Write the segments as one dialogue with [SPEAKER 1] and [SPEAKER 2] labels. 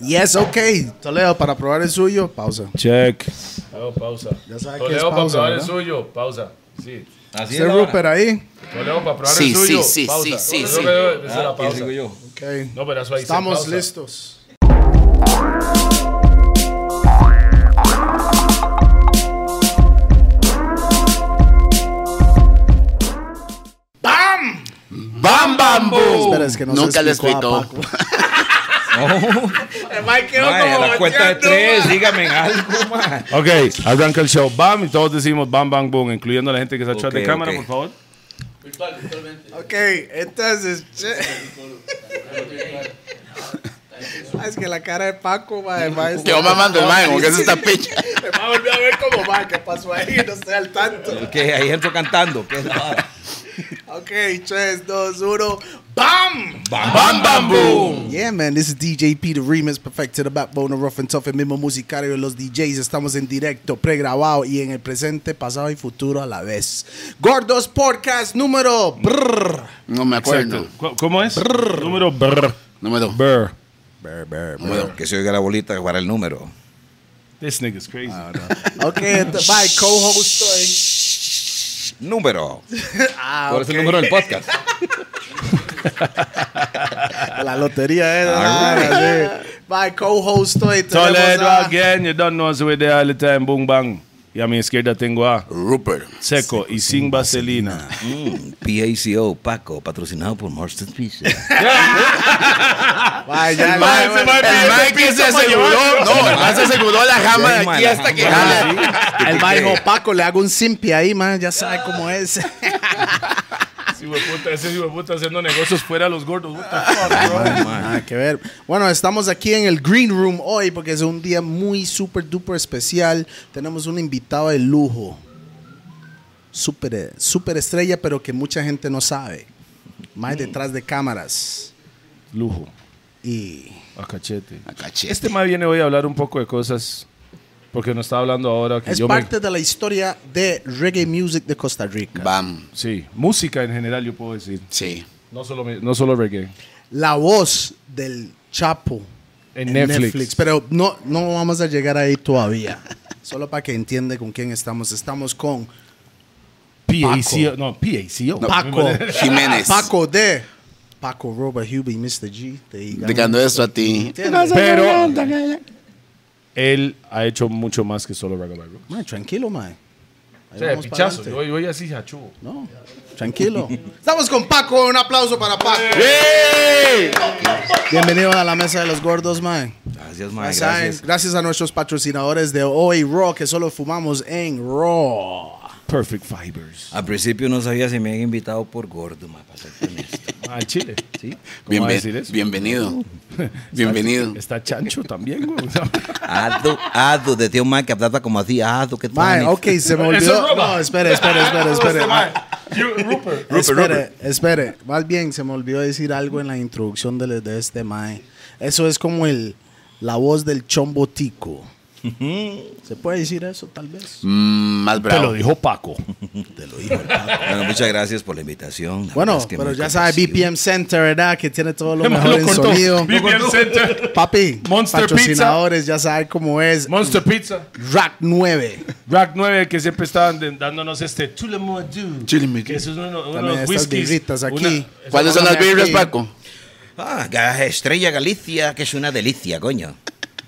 [SPEAKER 1] Yes, ok. Toledo, para probar el suyo, pausa.
[SPEAKER 2] Check.
[SPEAKER 3] Hago pausa.
[SPEAKER 1] Ya sabe que es
[SPEAKER 3] Toledo para
[SPEAKER 1] pausa,
[SPEAKER 3] probar el
[SPEAKER 1] ¿verdad?
[SPEAKER 3] suyo. Pausa. Sí.
[SPEAKER 2] Así
[SPEAKER 1] Este Rupert ahí.
[SPEAKER 3] Toledo para probar
[SPEAKER 4] Sí,
[SPEAKER 3] el suyo.
[SPEAKER 4] sí, sí,
[SPEAKER 3] pausa.
[SPEAKER 4] sí, sí,
[SPEAKER 3] Yo
[SPEAKER 4] sí.
[SPEAKER 3] creo que esa
[SPEAKER 1] Ah,
[SPEAKER 3] es la pausa.
[SPEAKER 2] yo?
[SPEAKER 1] Ok.
[SPEAKER 3] No, pero eso ahí dice
[SPEAKER 1] Estamos
[SPEAKER 3] pausa.
[SPEAKER 1] listos.
[SPEAKER 4] ¡Bam, bam, boom!
[SPEAKER 1] Espera, es que no se
[SPEAKER 4] Nunca lo
[SPEAKER 1] explicó a
[SPEAKER 4] explicó.
[SPEAKER 2] Mae, a la cuenta de tres, dígame algo, mae.
[SPEAKER 3] Ok, arranca el show. Bam, y todos decimos bam, bam, boom, incluyendo a la gente que está atrás
[SPEAKER 2] Ok,
[SPEAKER 3] de cámara,
[SPEAKER 2] ok.
[SPEAKER 3] por favor.
[SPEAKER 1] Ok, entonces. che- Ah, es que la cara de Paco, va
[SPEAKER 4] Te va mamando el man, que es esta picha.
[SPEAKER 1] Me va a volver a ver cómo va, qué pasó ahí, no estoy al tanto.
[SPEAKER 2] Que hay gente cantando. ¿Qué es la vara?
[SPEAKER 1] Ok, 3, 2, 1, ¡BAM!
[SPEAKER 4] ¡Bam, bam, boom!
[SPEAKER 1] Yeah, man, this is DJ P, the remix perfect to the backbone of Rough and Tough, el mismo musicario de los DJs. Estamos en directo, pregrabado y en el presente, pasado y futuro a la vez. Gordos Podcast número. brrr.
[SPEAKER 4] No me acuerdo.
[SPEAKER 3] Cu- ¿Cómo es? Número brr.
[SPEAKER 4] Número.
[SPEAKER 3] Brr.
[SPEAKER 2] Bueno, que se oiga la bolita para el número.
[SPEAKER 3] This nigga is crazy.
[SPEAKER 1] Ok, ent- bye, co-host hoy.
[SPEAKER 2] Número.
[SPEAKER 1] Ah,
[SPEAKER 2] ¿Cuál es el número del podcast?
[SPEAKER 1] La lotería, eh. Ah, sí. Bye, co-host hoy. tenemos
[SPEAKER 3] Toledo
[SPEAKER 1] a-
[SPEAKER 3] again, you don't know us with the all the time, boom, bang. Y a mi izquierda tengo a
[SPEAKER 4] Rupert.
[SPEAKER 3] Seco y sin vaselina.
[SPEAKER 2] Mm, PACO, Paco, patrocinado por Marston Pizza.
[SPEAKER 1] Bye, ya,
[SPEAKER 4] El
[SPEAKER 1] ya, ya.
[SPEAKER 4] man que se aseguró, no, el man se aseguró la
[SPEAKER 1] Ah,
[SPEAKER 4] jama de aquí hasta que jale.
[SPEAKER 2] Ah,
[SPEAKER 1] El man dijo, Paco, le hago un simpi ahí, man. Ya sabe cómo es.
[SPEAKER 3] Sí, puta, ese puta haciendo negocios fuera los gordos.
[SPEAKER 1] Nada que ver. Bueno, estamos aquí en el Green Room hoy porque es un día muy super duper especial. Tenemos un invitado de lujo. Super, super estrella, pero que mucha gente no sabe. Más detrás de cámaras.
[SPEAKER 3] Lujo,
[SPEAKER 1] Y.
[SPEAKER 3] a cachete.
[SPEAKER 4] Cachete.
[SPEAKER 3] Este más viene hoy a hablar un poco de cosas, porque nos está hablando ahora que
[SPEAKER 1] Es
[SPEAKER 3] yo me-
[SPEAKER 1] parte de la historia de reggae music de Costa Rica.
[SPEAKER 4] Bam.
[SPEAKER 3] Sí, música en general yo puedo decir.
[SPEAKER 4] Sí.
[SPEAKER 3] No solo, mi- no solo reggae.
[SPEAKER 1] La voz del Chapo
[SPEAKER 3] En Netflix.
[SPEAKER 1] Pero no, no vamos a llegar ahí todavía. Solo para que entiende con quién estamos. Estamos con
[SPEAKER 3] PACO. No, PACO.
[SPEAKER 1] Paco.
[SPEAKER 4] Jiménez.
[SPEAKER 1] Paco de. Paco Robert Hubie, Mr. G. Te
[SPEAKER 4] Dedicando esto a ti.
[SPEAKER 3] Pero él ha hecho mucho más que solo reggae. bro.
[SPEAKER 1] Man, tranquilo, man. Ahí
[SPEAKER 3] O sea,
[SPEAKER 1] vamos
[SPEAKER 3] pichazo.
[SPEAKER 1] pa'lante.
[SPEAKER 3] Yo, yo así hachudo.
[SPEAKER 1] No, tranquilo. Estamos con Paco. Un aplauso para Paco. Bienvenido a la mesa de los gordos, man.
[SPEAKER 2] Gracias,
[SPEAKER 1] Ya
[SPEAKER 2] mae,
[SPEAKER 1] saben,
[SPEAKER 2] gracias.
[SPEAKER 1] gracias a nuestros patrocinadores de hoy, Raw, que solo fumamos en Raw.
[SPEAKER 3] Perfect Fibers.
[SPEAKER 2] Al principio no sabía si me habían invitado por gordo, mae, para ser honesto.
[SPEAKER 3] Al Ah, Chile. Sí. ¿Cómo va a decir
[SPEAKER 4] Bienven-
[SPEAKER 3] eso?
[SPEAKER 4] Bienvenido. Bienvenido.
[SPEAKER 3] Está chancho también, güey.
[SPEAKER 2] Ado, ado, de tío Mike, que trata como así, ado, que
[SPEAKER 1] Man,
[SPEAKER 2] tal.
[SPEAKER 1] ok, se me
[SPEAKER 3] Eso es
[SPEAKER 1] olvidó.
[SPEAKER 3] Roma. Este
[SPEAKER 1] No, espere, espere, espere, espere.
[SPEAKER 3] Rupert.
[SPEAKER 1] Espere, espere. Más bien, se me olvidó decir algo en la introducción de, de este Mae. Eso es como el, la voz del chombo tico. ¿Se puede decir eso, tal vez?
[SPEAKER 4] Mm, Más
[SPEAKER 3] Te lo
[SPEAKER 4] bravo.
[SPEAKER 3] dijo Paco.
[SPEAKER 2] Bueno, muchas gracias por la invitación. La
[SPEAKER 1] Bueno,
[SPEAKER 2] verdad es que
[SPEAKER 1] pero
[SPEAKER 2] muy
[SPEAKER 1] ya sabe,
[SPEAKER 2] complacido.
[SPEAKER 1] BPM Center, ¿verdad? Que tiene todo lo
[SPEAKER 3] Lo
[SPEAKER 1] mejor en
[SPEAKER 3] cortó.
[SPEAKER 1] sonido.
[SPEAKER 3] BPM Center.
[SPEAKER 1] Papi,
[SPEAKER 3] Monster
[SPEAKER 1] patrocinadores, ya sabe cómo es.
[SPEAKER 3] Monster Pizza.
[SPEAKER 1] Rack 9.
[SPEAKER 3] Rack 9, que siempre estaban de- dándonos este Chulemoa Dew.
[SPEAKER 4] Chulemoa
[SPEAKER 3] Que
[SPEAKER 4] Dew.
[SPEAKER 3] eso es uno, uno de
[SPEAKER 1] También
[SPEAKER 3] los
[SPEAKER 1] estas
[SPEAKER 3] whiskies.
[SPEAKER 1] birritas aquí.
[SPEAKER 3] Una-
[SPEAKER 4] ¿Cuáles son las
[SPEAKER 1] Póngame
[SPEAKER 4] birras,
[SPEAKER 1] aquí.
[SPEAKER 4] Paco?
[SPEAKER 2] Ah, Ga- Estrella Galicia, que es una delicia, coño.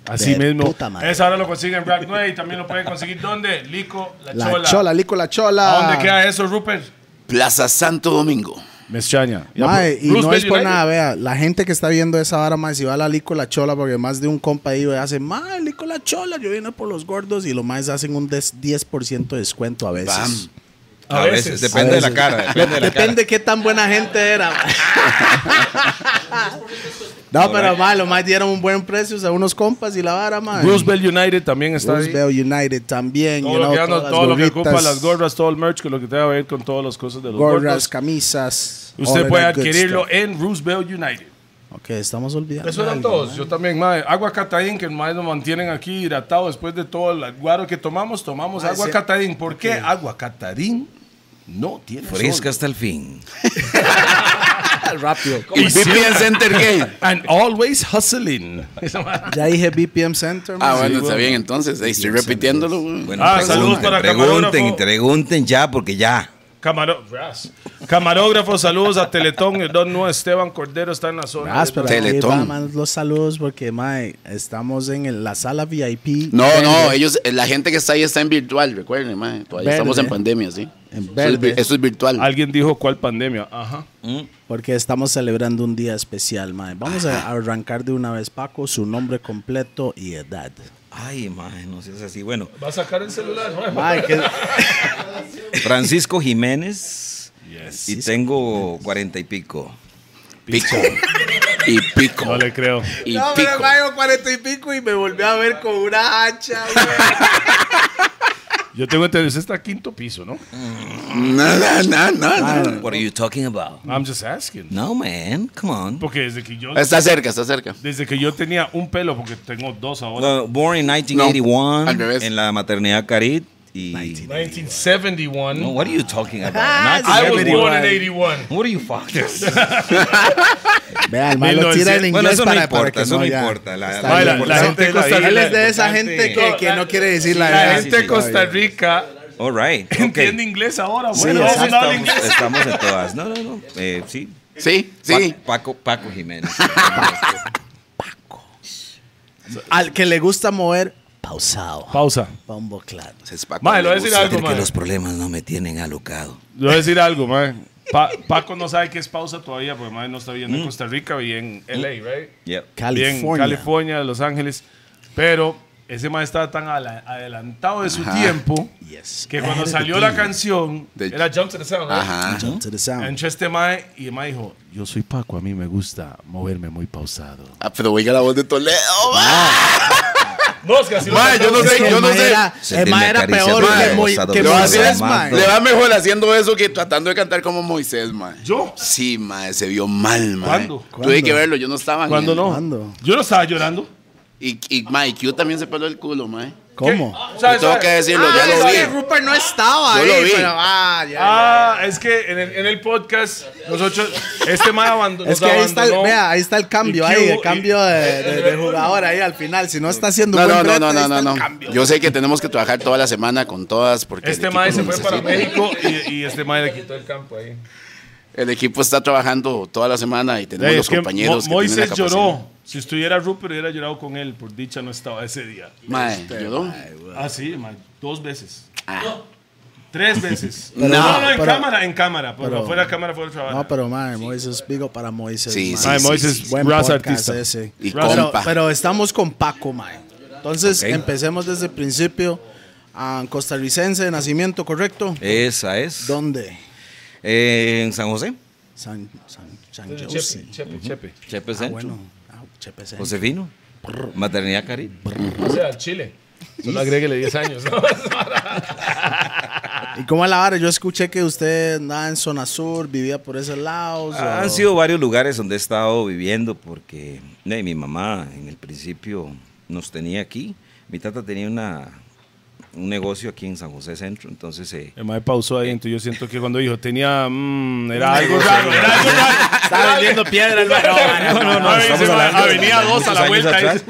[SPEAKER 3] Así
[SPEAKER 1] De
[SPEAKER 3] mismo.
[SPEAKER 1] puta madre.
[SPEAKER 3] Esa ahora lo consiguen en Rack 9 y también lo pueden conseguir ¿dónde? Lico, La,
[SPEAKER 1] La
[SPEAKER 3] Chola.
[SPEAKER 1] chola, Lico la chola.
[SPEAKER 3] ¿A dónde queda eso, Rupert?
[SPEAKER 4] Plaza Santo Domingo.
[SPEAKER 3] Me extraña.
[SPEAKER 1] Mae, y no es por nada, vea, la gente que está viendo esa vara, mae, si va a la Lico La Chola, porque más de un compa ahí mae, hace, mae, Lico La Chola, yo vine por los gordos y los más hacen un des- 10% de descuento a veces.
[SPEAKER 4] Bam.
[SPEAKER 3] A veces.
[SPEAKER 2] depende
[SPEAKER 1] A veces.
[SPEAKER 2] de la cara. Depende de la cara.
[SPEAKER 1] Depende qué tan buena gente era. mae. no, pero mae, los más dieron un buen precio a unos compas y la vara, mae.
[SPEAKER 3] Roosevelt United también está ahí.
[SPEAKER 1] Roosevelt United también.
[SPEAKER 3] Todo,
[SPEAKER 1] you
[SPEAKER 3] lo,
[SPEAKER 1] know,
[SPEAKER 3] que anda-
[SPEAKER 1] todas las
[SPEAKER 3] todo lo que
[SPEAKER 1] gorritas,
[SPEAKER 3] ocupa las gorras, todo el merch, que lo que tenga que ver con todas las cosas de los
[SPEAKER 1] gorras,
[SPEAKER 3] gordos.
[SPEAKER 1] camisas. all
[SPEAKER 3] Usted
[SPEAKER 1] of
[SPEAKER 3] puede
[SPEAKER 1] that good
[SPEAKER 3] adquirirlo
[SPEAKER 1] stuff.
[SPEAKER 3] en Roosevelt United.
[SPEAKER 1] Ok, estamos olvidando.
[SPEAKER 3] Eso eran
[SPEAKER 1] algo,
[SPEAKER 3] todos.
[SPEAKER 1] mae.
[SPEAKER 3] Yo también, mae. Agua Catadín, que más nos mantienen aquí hidratados después de todo el guaro que tomamos. Tomamos
[SPEAKER 1] Ah,
[SPEAKER 3] agua
[SPEAKER 1] sí.
[SPEAKER 3] Catadín. ¿Por qué agua Catadín no tiene
[SPEAKER 2] Fresca
[SPEAKER 3] sol?
[SPEAKER 2] hasta el fin.
[SPEAKER 1] Rápido.
[SPEAKER 4] Y VPN Center Gay.
[SPEAKER 5] And always hustling.
[SPEAKER 1] Ya dije BPM Center.
[SPEAKER 4] Ah,
[SPEAKER 1] man.
[SPEAKER 4] bueno, está bien, entonces. Ahí estoy repitiéndolo. güey.
[SPEAKER 2] Bueno,
[SPEAKER 5] Ah,
[SPEAKER 2] pregunten,
[SPEAKER 5] saludos para
[SPEAKER 2] pregunten,
[SPEAKER 5] camarógrafo.
[SPEAKER 2] pregunten ya, porque ya.
[SPEAKER 5] Camaro- ras. Camarógrafo, saludos a Teletón. El don no Esteban Cordero está en la zona.
[SPEAKER 1] Ah, pero aquí
[SPEAKER 4] Teletón.
[SPEAKER 1] va, man, los saludos porque, mae, estamos en el- la sala VIP.
[SPEAKER 4] No, no, ellos, eh, la gente que está ahí está en virtual, recuerden, mae. Todavía
[SPEAKER 1] Verde.
[SPEAKER 4] estamos en pandemia, sí.
[SPEAKER 1] En
[SPEAKER 4] Eso es, vi-
[SPEAKER 1] verde.
[SPEAKER 4] eso es virtual.
[SPEAKER 5] Alguien dijo cuál pandemia. Ajá.
[SPEAKER 1] Porque estamos celebrando un día especial, mae. Vamos a arrancar de una vez, Paco, su nombre completo y edad.
[SPEAKER 2] Ay, mae, no seas así. Bueno,
[SPEAKER 5] Va a sacar el celular.
[SPEAKER 1] Mae, que-
[SPEAKER 2] Francisco Jiménez. Y tengo cuarenta y pico.
[SPEAKER 4] Pico. y pico.
[SPEAKER 5] No le creo.
[SPEAKER 4] Y
[SPEAKER 1] No, pero
[SPEAKER 4] pico.
[SPEAKER 1] mae, yo cuarenta y pico y me volvió a ver con una hacha, güey.
[SPEAKER 5] Yo tengo entendido. Usted está quinto piso, ¿no?
[SPEAKER 4] Nada, nada, nada.
[SPEAKER 2] What are you talking about?
[SPEAKER 5] I'm just asking.
[SPEAKER 2] No, man, come on.
[SPEAKER 5] Porque desde que yo,
[SPEAKER 4] Está cerca, está cerca.
[SPEAKER 5] desde que yo tenía un pelo, porque tengo dos ahora.
[SPEAKER 2] Well, born in
[SPEAKER 4] No, al
[SPEAKER 2] 1981
[SPEAKER 4] revés.
[SPEAKER 2] en la maternidad Carit y
[SPEAKER 5] 1971.
[SPEAKER 2] No, what are you talking about?
[SPEAKER 5] I was
[SPEAKER 2] 1981.
[SPEAKER 5] born in 81.
[SPEAKER 2] What are you fucking?
[SPEAKER 1] Vea, el mae lo tira en
[SPEAKER 5] 1900.
[SPEAKER 1] inglés
[SPEAKER 2] Bueno, eso no
[SPEAKER 1] para, para
[SPEAKER 2] importa,
[SPEAKER 1] que
[SPEAKER 2] eso no
[SPEAKER 1] ya.
[SPEAKER 2] importa. La-
[SPEAKER 1] Está
[SPEAKER 2] la-
[SPEAKER 1] bien.
[SPEAKER 2] la
[SPEAKER 1] Él
[SPEAKER 2] importante
[SPEAKER 5] gente
[SPEAKER 2] es la
[SPEAKER 5] costa-
[SPEAKER 2] vida.
[SPEAKER 1] él es de esa
[SPEAKER 2] Importante.
[SPEAKER 1] gente que, que no quiere decir la
[SPEAKER 5] La
[SPEAKER 1] edad.
[SPEAKER 5] gente de Costa Rica
[SPEAKER 2] All right. ok.
[SPEAKER 5] entiende inglés ahora.
[SPEAKER 1] Sí,
[SPEAKER 5] Bueno,
[SPEAKER 1] exacto.
[SPEAKER 5] vamos a hablar
[SPEAKER 2] Estamos,
[SPEAKER 5] inglés.
[SPEAKER 2] estamos en todas. No, no, no. Eh, sí.
[SPEAKER 4] Sí, sí.
[SPEAKER 2] Pa- Paco, Paco Jiménez.
[SPEAKER 1] Al que le gusta mover, pausado.
[SPEAKER 5] Pausa.
[SPEAKER 1] Bombo claro.
[SPEAKER 4] Es Paco,
[SPEAKER 5] Mae, lo voy a
[SPEAKER 4] le
[SPEAKER 5] decir
[SPEAKER 4] gusta.
[SPEAKER 5] algo,
[SPEAKER 2] que
[SPEAKER 5] mae.
[SPEAKER 2] los problemas no me tienen alocado.
[SPEAKER 5] Le voy a decir algo, mae. Pa- Paco no sabe qué es pausa todavía, porque mae no está viviendo
[SPEAKER 4] Mm.
[SPEAKER 5] en Costa Rica, y en LA, right?
[SPEAKER 2] Yep.
[SPEAKER 1] California.
[SPEAKER 5] Bien, California, Los Ángeles. Pero ese mae estaba tan ala- adelantado de su
[SPEAKER 4] Ajá.
[SPEAKER 5] tiempo
[SPEAKER 1] Yes.
[SPEAKER 5] que
[SPEAKER 1] Ahead
[SPEAKER 5] cuando
[SPEAKER 1] of
[SPEAKER 5] salió
[SPEAKER 1] the
[SPEAKER 5] la
[SPEAKER 1] game.
[SPEAKER 5] canción,
[SPEAKER 4] De-
[SPEAKER 5] era Jump to the Sound, right?
[SPEAKER 4] Ajá.
[SPEAKER 1] Jump to the sound.
[SPEAKER 5] Entró este mae y el mae dijo, yo soy Paco, a mí me gusta moverme muy pausado.
[SPEAKER 4] Ah, pero oiga la voz de Toledo. mae.
[SPEAKER 5] No, es que así lo
[SPEAKER 4] Mae,
[SPEAKER 5] cantaba.
[SPEAKER 4] yo no
[SPEAKER 1] Es
[SPEAKER 4] sé,
[SPEAKER 1] que
[SPEAKER 4] yo
[SPEAKER 1] el
[SPEAKER 4] no
[SPEAKER 1] mae
[SPEAKER 4] sé.
[SPEAKER 1] era- El
[SPEAKER 2] Sentirme
[SPEAKER 1] mae era
[SPEAKER 2] acariciado
[SPEAKER 1] peor que,
[SPEAKER 4] mae.
[SPEAKER 1] Moy-
[SPEAKER 2] Lo
[SPEAKER 1] que
[SPEAKER 2] va a
[SPEAKER 1] Moisés,
[SPEAKER 2] hacer,
[SPEAKER 1] mae.
[SPEAKER 2] mae.
[SPEAKER 4] Le va mejor haciendo eso que tratando de cantar como Moisés, mae.
[SPEAKER 5] ¿Yo?
[SPEAKER 4] Sí, mae, se vio mal, mae.
[SPEAKER 5] ¿Cuándo?
[SPEAKER 4] Tuve
[SPEAKER 1] ¿Cuándo?
[SPEAKER 4] que verlo, yo no estaba.
[SPEAKER 5] ¿Cuándo
[SPEAKER 4] ni-
[SPEAKER 5] no?
[SPEAKER 1] ¿Cuándo?
[SPEAKER 5] Yo no estaba llorando.
[SPEAKER 4] Y, y mae, Q también se peló el culo, mae.
[SPEAKER 1] ¿Cómo?
[SPEAKER 5] ¿Qué?
[SPEAKER 4] Yo
[SPEAKER 5] ¿Sabes,
[SPEAKER 4] tengo
[SPEAKER 5] sabes?
[SPEAKER 4] que decirlo,
[SPEAKER 1] Ah,
[SPEAKER 4] yo
[SPEAKER 1] es
[SPEAKER 4] lo vi.
[SPEAKER 1] que Rupert no estaba
[SPEAKER 4] Yo
[SPEAKER 1] ahí,
[SPEAKER 4] lo vi.
[SPEAKER 1] pero ah, ya,
[SPEAKER 5] Ah, es que en el, en el podcast nosotros este mae abandonó.
[SPEAKER 1] ya. Es que ahí está, el, vea, ahí está el cambio,
[SPEAKER 5] Y
[SPEAKER 1] ahí, el
[SPEAKER 5] Q-
[SPEAKER 1] cambio de, de- de jugador ahí al final. Si no está haciendo
[SPEAKER 4] No,
[SPEAKER 1] un
[SPEAKER 4] no,
[SPEAKER 1] buen
[SPEAKER 4] no,
[SPEAKER 1] brete,
[SPEAKER 4] no,
[SPEAKER 1] ahí
[SPEAKER 4] no,
[SPEAKER 1] está
[SPEAKER 4] no,
[SPEAKER 1] el
[SPEAKER 4] no.
[SPEAKER 1] cambio.
[SPEAKER 4] Yo sé que tenemos que trabajar toda la semana con todas porque el
[SPEAKER 5] Este
[SPEAKER 4] equipo
[SPEAKER 5] mae se
[SPEAKER 4] nos
[SPEAKER 5] fue para
[SPEAKER 4] necesita.
[SPEAKER 5] México y, y este mae le quitó el campo ahí.
[SPEAKER 4] El equipo está trabajando toda la semana y tenemos
[SPEAKER 5] Ey,
[SPEAKER 4] los
[SPEAKER 5] es que Mo-
[SPEAKER 4] compañeros que tienen la
[SPEAKER 5] Moisés
[SPEAKER 4] capacidad.
[SPEAKER 5] lloró. Si estuviera Rupert hubiera llorado con él, por dicha no estaba ese día.
[SPEAKER 4] Este, Mae, lloró.
[SPEAKER 5] Ah, sí, mae, dos veces. Tres veces.
[SPEAKER 4] Pero-
[SPEAKER 5] no, no, en
[SPEAKER 1] pero-
[SPEAKER 5] cámara, en cámara. Pero,
[SPEAKER 1] pero-
[SPEAKER 5] fuera de cámara, fuera de trabajo.
[SPEAKER 1] No, pero madre, Moisés, vigo para Moisés.
[SPEAKER 4] Sí,
[SPEAKER 1] mae.
[SPEAKER 4] sí, Mae, sí,
[SPEAKER 5] Moisés, sí, sí.
[SPEAKER 1] buen
[SPEAKER 5] raza
[SPEAKER 1] podcast
[SPEAKER 5] artista.
[SPEAKER 1] ese.
[SPEAKER 4] Y
[SPEAKER 1] Pero,
[SPEAKER 4] compa.
[SPEAKER 1] pero estamos con Paco, mae. Entonces,
[SPEAKER 2] Ok.
[SPEAKER 1] empecemos desde el principio. Ah, costarricense de nacimiento, ¿correcto?
[SPEAKER 2] Esa es.
[SPEAKER 1] ¿Dónde?
[SPEAKER 2] Eh, en San José.
[SPEAKER 1] San, San, San José.
[SPEAKER 5] Chepe, Chepe, Chepe.
[SPEAKER 2] Chepe
[SPEAKER 1] Ah,
[SPEAKER 2] Centro.
[SPEAKER 1] bueno. Ah, Chepe Centro.
[SPEAKER 2] Josefino. Maternidad Carit.
[SPEAKER 5] O sea, al Chile. Solo agréguele 10 años. ¿no?
[SPEAKER 1] ¿Y cómo es la vara? Yo escuché que usted andaba en zona sur, vivía por esos lados.
[SPEAKER 2] Ah,
[SPEAKER 1] o-
[SPEAKER 2] Han sido varios lugares donde he estado viviendo porque eh, mi mamá en el principio nos tenía aquí. Mi tata tenía una, un negocio aquí en San José Centro, entonces eh,
[SPEAKER 5] El mae pausó ahí, entonces yo siento que cuando dijo tenía. mm, era algo raro, era algo raro.
[SPEAKER 1] Estaba vendiendo piedra el mae. No, no, no, no.
[SPEAKER 5] Ahí
[SPEAKER 2] estamos
[SPEAKER 5] se va,
[SPEAKER 2] hablando de
[SPEAKER 5] Avenida
[SPEAKER 2] muchos
[SPEAKER 5] 2 a la
[SPEAKER 2] años
[SPEAKER 5] vuelta, ahí
[SPEAKER 2] atrás.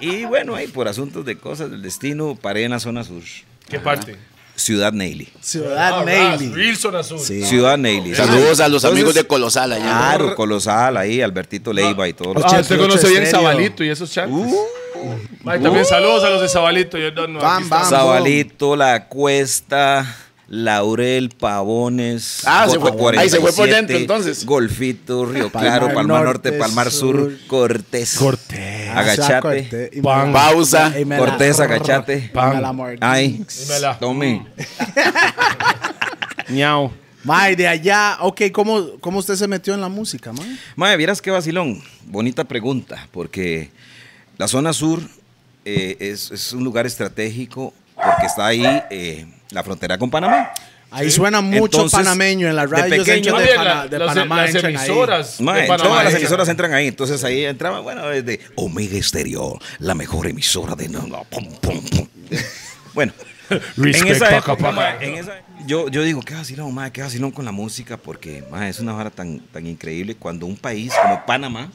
[SPEAKER 2] Y bueno, ahí por asuntos de cosas del destino, paré en la zona sur.
[SPEAKER 5] ¿Qué parte?
[SPEAKER 2] Ciudad Neily.
[SPEAKER 5] Ah,
[SPEAKER 1] Ciudad Neily.
[SPEAKER 5] Wilson Azul.
[SPEAKER 1] Sí.
[SPEAKER 2] Ciudad Neily.
[SPEAKER 4] Saludos a los
[SPEAKER 2] Entonces,
[SPEAKER 4] amigos de Colosal allá.
[SPEAKER 2] Claro, Colosal ahí, Albertito Leiva y todos los
[SPEAKER 1] Ah, usted conoce bien Zabalito
[SPEAKER 5] Sabalito y esos chats. también saludos a los de Sabalito. Yo, no, no,
[SPEAKER 1] Bam,
[SPEAKER 5] aquí está.
[SPEAKER 1] bam.
[SPEAKER 2] Zabalito, La Cuesta, Laurel, Pavones.
[SPEAKER 4] Ah, se fue-
[SPEAKER 2] Coto
[SPEAKER 4] ahí se fue por
[SPEAKER 2] 47,
[SPEAKER 4] dentro, entonces.
[SPEAKER 2] Golfito, Río
[SPEAKER 1] Palmar
[SPEAKER 2] Claro, Palmar Norte,
[SPEAKER 1] Norte,
[SPEAKER 2] Palmar Sur,
[SPEAKER 1] Sur.
[SPEAKER 2] Cortés.
[SPEAKER 5] Cortés.
[SPEAKER 2] Agachate.
[SPEAKER 5] Pan.
[SPEAKER 4] Pausa.
[SPEAKER 2] Cortés, agachate.
[SPEAKER 1] Pan.
[SPEAKER 2] Ay,
[SPEAKER 5] Dímela.
[SPEAKER 2] tome.
[SPEAKER 5] Ñao.
[SPEAKER 1] Mae, de allá. Ok, ¿cómo, ¿cómo usted se metió en la música, mae?
[SPEAKER 2] Mae, vieras qué vacilón. Bonita pregunta, porque la zona sur eh, es, es un lugar estratégico porque está ahí eh, la frontera con Panamá.
[SPEAKER 1] Ahí suena mucho
[SPEAKER 2] Entonces,
[SPEAKER 1] panameño en la
[SPEAKER 2] de
[SPEAKER 1] radio.
[SPEAKER 2] pequeño-
[SPEAKER 1] centro
[SPEAKER 2] Más
[SPEAKER 1] de,
[SPEAKER 5] bien,
[SPEAKER 1] Pana-
[SPEAKER 5] la-
[SPEAKER 1] de
[SPEAKER 5] las- e-
[SPEAKER 1] Panamá
[SPEAKER 5] las
[SPEAKER 1] entran ahí.
[SPEAKER 5] emisoras.
[SPEAKER 2] Mae,
[SPEAKER 5] De Panamá,
[SPEAKER 2] todas las
[SPEAKER 5] esa.
[SPEAKER 2] emisoras entran ahí, entonces ahí entraba, bueno, desde Omega Exterior, la mejor emisora de... no, no, pum, pum, pum. Bueno, en
[SPEAKER 5] Respect,
[SPEAKER 2] esa
[SPEAKER 5] paca,
[SPEAKER 2] época,
[SPEAKER 5] paca.
[SPEAKER 2] mae, en esa- yo, yo digo, qué vacilón, madre, qué vacilón con la música, porque madre, es una vara tan, tan increíble cuando un país como Panamá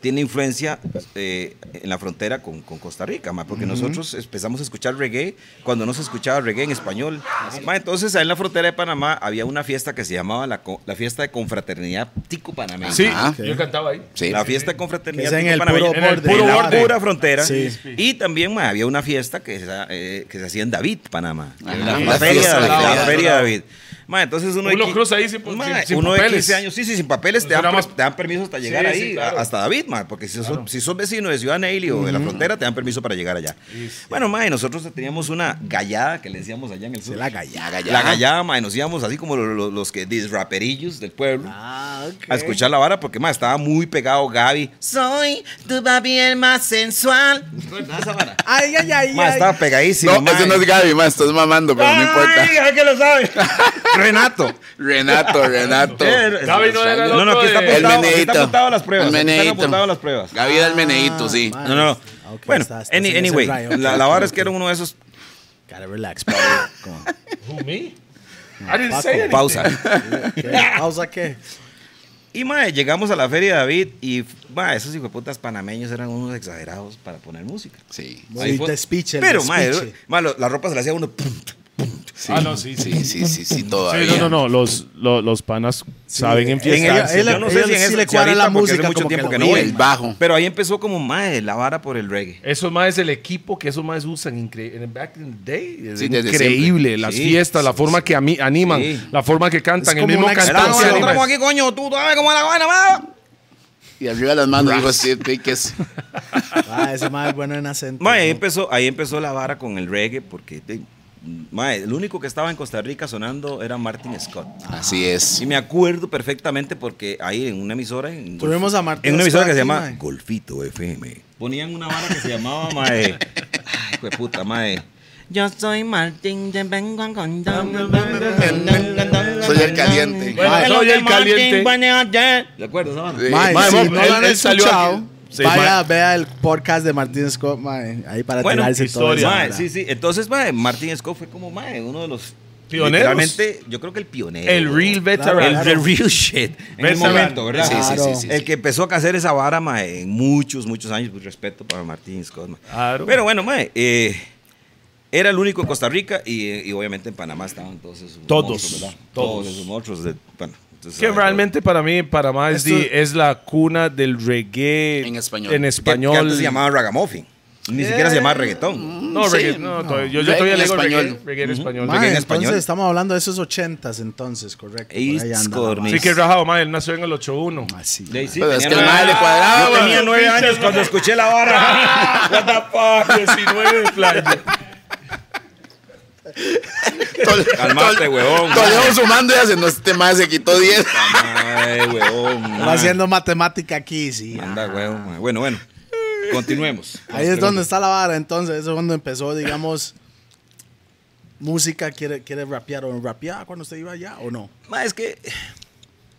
[SPEAKER 2] tiene influencia eh, en la frontera con, con Costa Rica, madre, porque nosotros empezamos a escuchar reggae cuando no se escuchaba reggae en español. Madre, entonces, ahí en la frontera de Panamá había una fiesta que se llamaba la, co- la fiesta de confraternidad tico-panameña.
[SPEAKER 4] Sí,
[SPEAKER 3] Yo cantaba ahí.
[SPEAKER 4] sí.
[SPEAKER 2] La fiesta de confraternidad
[SPEAKER 1] Que es en el
[SPEAKER 2] tico-panameña.
[SPEAKER 1] puro
[SPEAKER 3] En el borde.
[SPEAKER 2] Puro
[SPEAKER 3] En la
[SPEAKER 2] borde,
[SPEAKER 3] borde.
[SPEAKER 2] pura frontera.
[SPEAKER 1] Sí.
[SPEAKER 2] Y también ma, había una fiesta que se, eh, que se hacía en David, Panamá.
[SPEAKER 4] Ajá.
[SPEAKER 2] La,
[SPEAKER 4] Ah, La
[SPEAKER 2] feria,
[SPEAKER 4] fiesta, la
[SPEAKER 2] la, la
[SPEAKER 4] fiesta.
[SPEAKER 2] feria de David. Ma, entonces uno, de
[SPEAKER 3] Uno
[SPEAKER 2] qui-
[SPEAKER 3] cruza ahí sin-
[SPEAKER 2] Ma,
[SPEAKER 3] sin- sin
[SPEAKER 2] uno de
[SPEAKER 3] papeles.
[SPEAKER 2] 15 años, sí, sí, sin papeles, te
[SPEAKER 3] Pues
[SPEAKER 2] dan,
[SPEAKER 3] nada
[SPEAKER 2] per-
[SPEAKER 3] más-
[SPEAKER 2] te dan permiso hasta llegar
[SPEAKER 3] Sí,
[SPEAKER 2] ahí,
[SPEAKER 3] sí, claro.
[SPEAKER 2] a- hasta David, ma, porque si sos, si sos vecino de Ciudad Neily o de la frontera, te dan permiso para llegar allá. Bueno, ma, y nosotros teníamos una gallada que le decíamos allá en el sur.
[SPEAKER 1] la gallada.
[SPEAKER 2] La gallada, ma, y nos íbamos así como los, los- los que disraperillos del pueblo
[SPEAKER 1] Ah, ok.
[SPEAKER 2] a escuchar la vara porque más estaba muy pegado Gaby. Soy tu baby el más sensual. Esa vara.
[SPEAKER 1] Ay, ay, ay.
[SPEAKER 2] Más
[SPEAKER 1] ay.
[SPEAKER 2] estaba pegadísimo.
[SPEAKER 4] No,
[SPEAKER 2] ma.
[SPEAKER 4] ese no es Gaby, más estás mamando, pero no importa.
[SPEAKER 2] Ay, ay, que lo sabe. Renato.
[SPEAKER 4] Renato, Renato.
[SPEAKER 2] Eh,
[SPEAKER 3] Gaby no era el
[SPEAKER 2] No, no,
[SPEAKER 3] otro
[SPEAKER 2] aquí está
[SPEAKER 3] de-
[SPEAKER 4] El
[SPEAKER 2] apuntado, aquí está
[SPEAKER 4] meneíto.
[SPEAKER 2] apuntado las pruebas.
[SPEAKER 4] El
[SPEAKER 2] aquí Están
[SPEAKER 4] meneíto.
[SPEAKER 2] apuntadas las pruebas.
[SPEAKER 4] Gaby era el meneíto, sí.
[SPEAKER 1] Ah,
[SPEAKER 2] No, no, no.
[SPEAKER 1] Ah, ok,
[SPEAKER 2] bueno,
[SPEAKER 1] está- está
[SPEAKER 2] any-
[SPEAKER 1] haciendo ese
[SPEAKER 2] anyway,
[SPEAKER 1] rayo.
[SPEAKER 2] la, la vara es que era uno de esos
[SPEAKER 1] Gotta relax, brother. Come on.
[SPEAKER 3] Who, me?
[SPEAKER 5] Ah,
[SPEAKER 3] I didn't
[SPEAKER 1] Paco.
[SPEAKER 3] say anything.
[SPEAKER 2] pausa.
[SPEAKER 1] ¿Qué? ¿Pausa qué?
[SPEAKER 2] Y mae, llegamos a la feria de David y mae, esos hijueputas panameños eran unos exagerados para poner música.
[SPEAKER 4] Sí.
[SPEAKER 1] Muy despiche, el
[SPEAKER 2] Pero mae,
[SPEAKER 1] despiche.
[SPEAKER 2] mae, lo- la ropa se la hacía uno. pum,
[SPEAKER 3] Ah, no, sí, sí.
[SPEAKER 4] Sí, sí, sí, sí,
[SPEAKER 5] Sí,
[SPEAKER 4] todavía.
[SPEAKER 5] no, no, no. Los, lo- los panas saben
[SPEAKER 1] en
[SPEAKER 5] enfiestarse.
[SPEAKER 1] el-
[SPEAKER 2] Yo no sé
[SPEAKER 1] Ellos
[SPEAKER 2] si en
[SPEAKER 1] sí
[SPEAKER 2] eso,
[SPEAKER 1] le
[SPEAKER 2] si
[SPEAKER 1] cuadra
[SPEAKER 2] ahorita,
[SPEAKER 1] la
[SPEAKER 2] porque
[SPEAKER 1] música
[SPEAKER 2] hace mucho
[SPEAKER 1] como que
[SPEAKER 2] tiempo
[SPEAKER 1] lo
[SPEAKER 2] que no
[SPEAKER 1] miden.
[SPEAKER 2] voy.
[SPEAKER 4] El bajo.
[SPEAKER 2] Pero ahí empezó como mae, la vara por el reggae.
[SPEAKER 3] Eso más es el equipo que eso más usan incre- en el back in the day. Es
[SPEAKER 4] Sí, desde
[SPEAKER 5] Increíble,
[SPEAKER 4] siempre.
[SPEAKER 5] las
[SPEAKER 2] Sí,
[SPEAKER 5] fiestas, la forma que ami- animan,
[SPEAKER 2] Sí.
[SPEAKER 5] la forma que cantan,
[SPEAKER 1] Es
[SPEAKER 5] el
[SPEAKER 1] como
[SPEAKER 5] mismo
[SPEAKER 1] una
[SPEAKER 2] Era,
[SPEAKER 5] cantante.
[SPEAKER 1] expansión.
[SPEAKER 2] "Bueno,
[SPEAKER 5] anima.
[SPEAKER 2] estamos aquí, coño, tú sabes cómo es la vaina, mae.
[SPEAKER 4] Y arriba las manos, digo, sí, piques.
[SPEAKER 1] Ah, ese más es bueno en acento.
[SPEAKER 2] Mae, pues, ahí
[SPEAKER 1] ¿no?
[SPEAKER 2] empezó, ahí empezó la vara con el reggae porque de- mae, el único que estaba en Costa Rica sonando era Martin Scott.
[SPEAKER 4] Así es.
[SPEAKER 2] Y me acuerdo perfectamente porque ahí en una emisora en,
[SPEAKER 1] Tuvimos a Martín
[SPEAKER 2] en una emisora que se
[SPEAKER 1] Scott
[SPEAKER 2] llama
[SPEAKER 1] aquí, mae.
[SPEAKER 2] Golfito FM. Ponían una vara que se llamaba mae. Ay, hijo de puta, mae. Yo soy Martín de Benguan
[SPEAKER 4] Soy el caliente.
[SPEAKER 3] Bueno, soy el caliente.
[SPEAKER 2] ¿De acuerdo, esa vara?
[SPEAKER 4] Sí.
[SPEAKER 1] Mae,
[SPEAKER 4] Mae,
[SPEAKER 1] si
[SPEAKER 3] mo-
[SPEAKER 1] no
[SPEAKER 3] él-
[SPEAKER 1] lo han
[SPEAKER 3] él salió
[SPEAKER 1] escuchado,
[SPEAKER 3] aquí. Sí,
[SPEAKER 1] vaya,
[SPEAKER 3] mae.
[SPEAKER 1] vea el podcast de Martín Scott, mae, ahí para
[SPEAKER 2] Bueno,
[SPEAKER 1] tirarse todo
[SPEAKER 3] historia.
[SPEAKER 1] eso.
[SPEAKER 2] Mae, sí, sí. Entonces, mae, Martin Scott fue como mae, uno de los
[SPEAKER 3] Pioneros.
[SPEAKER 2] Literalmente, yo creo que el pionero.
[SPEAKER 3] El real
[SPEAKER 2] bro.
[SPEAKER 3] veteran.
[SPEAKER 2] El
[SPEAKER 1] Claro.
[SPEAKER 2] the real shit. En el
[SPEAKER 3] Veteran.
[SPEAKER 2] momento, ¿verdad?
[SPEAKER 4] Sí, sí, sí,
[SPEAKER 1] Claro.
[SPEAKER 4] sí, sí.
[SPEAKER 2] El que empezó a hacer esa vara, mae, en muchos, muchos años, pues respeto para Martín Scott. mae.
[SPEAKER 5] Claro.
[SPEAKER 2] Pero bueno, mae, eh, era el único en Costa Rica y, eh, y obviamente en Panamá estaban todos esos
[SPEAKER 5] Todos,
[SPEAKER 2] monstruos, ¿verdad?
[SPEAKER 5] todos.
[SPEAKER 2] Todos esos monstruos. De, bueno, entonces,
[SPEAKER 5] Que
[SPEAKER 2] ¿saben?
[SPEAKER 5] realmente para mí, Panamá es, di- es la cuna del reggae
[SPEAKER 4] En
[SPEAKER 5] En
[SPEAKER 4] español. Que-
[SPEAKER 2] Que- que
[SPEAKER 5] español. Eh, mm.
[SPEAKER 2] antes se llamaba ragamuffin. Ni siquiera se llamaba reggaetón.
[SPEAKER 5] no,
[SPEAKER 4] Sí,
[SPEAKER 5] reggae, no,
[SPEAKER 4] no.
[SPEAKER 5] todavía- yo, yo
[SPEAKER 4] Reggae
[SPEAKER 5] todavía
[SPEAKER 4] en
[SPEAKER 5] le digo
[SPEAKER 4] español.
[SPEAKER 5] reggae, reggae en español.
[SPEAKER 1] Mae,
[SPEAKER 2] Reggae en
[SPEAKER 1] entonces
[SPEAKER 2] español.
[SPEAKER 1] estamos hablando de esos ochentas, entonces, correcto. por ahí anda la
[SPEAKER 2] Discord,
[SPEAKER 1] vara.
[SPEAKER 5] Sí que rajado, mae, él nació en el 81.
[SPEAKER 1] Ah, sí.
[SPEAKER 2] De ahí sí,
[SPEAKER 4] Pero es
[SPEAKER 2] tenía
[SPEAKER 4] que el
[SPEAKER 2] nueve-
[SPEAKER 4] mae le
[SPEAKER 5] Ah,
[SPEAKER 4] cuadraba,
[SPEAKER 2] Yo tenía
[SPEAKER 4] güey.
[SPEAKER 2] nueve años cuando escuché la vara. What the fuck?
[SPEAKER 3] 19 playa.
[SPEAKER 4] Tol-
[SPEAKER 2] Calmate,
[SPEAKER 4] tol-
[SPEAKER 2] huevón.
[SPEAKER 4] Toledo sumando y haciendo este más se quitó 10.
[SPEAKER 2] Ay, huevón.
[SPEAKER 1] Estaba haciendo matemática aquí, sí.
[SPEAKER 2] Anda, huevón. mae. Bueno, bueno. Continuemos.
[SPEAKER 1] Ahí es donde está la vara, entonces, eso es cuando empezó, digamos, música, quiere, quiere rapear o rapear cuando usted iba allá o no.
[SPEAKER 2] Ma, es que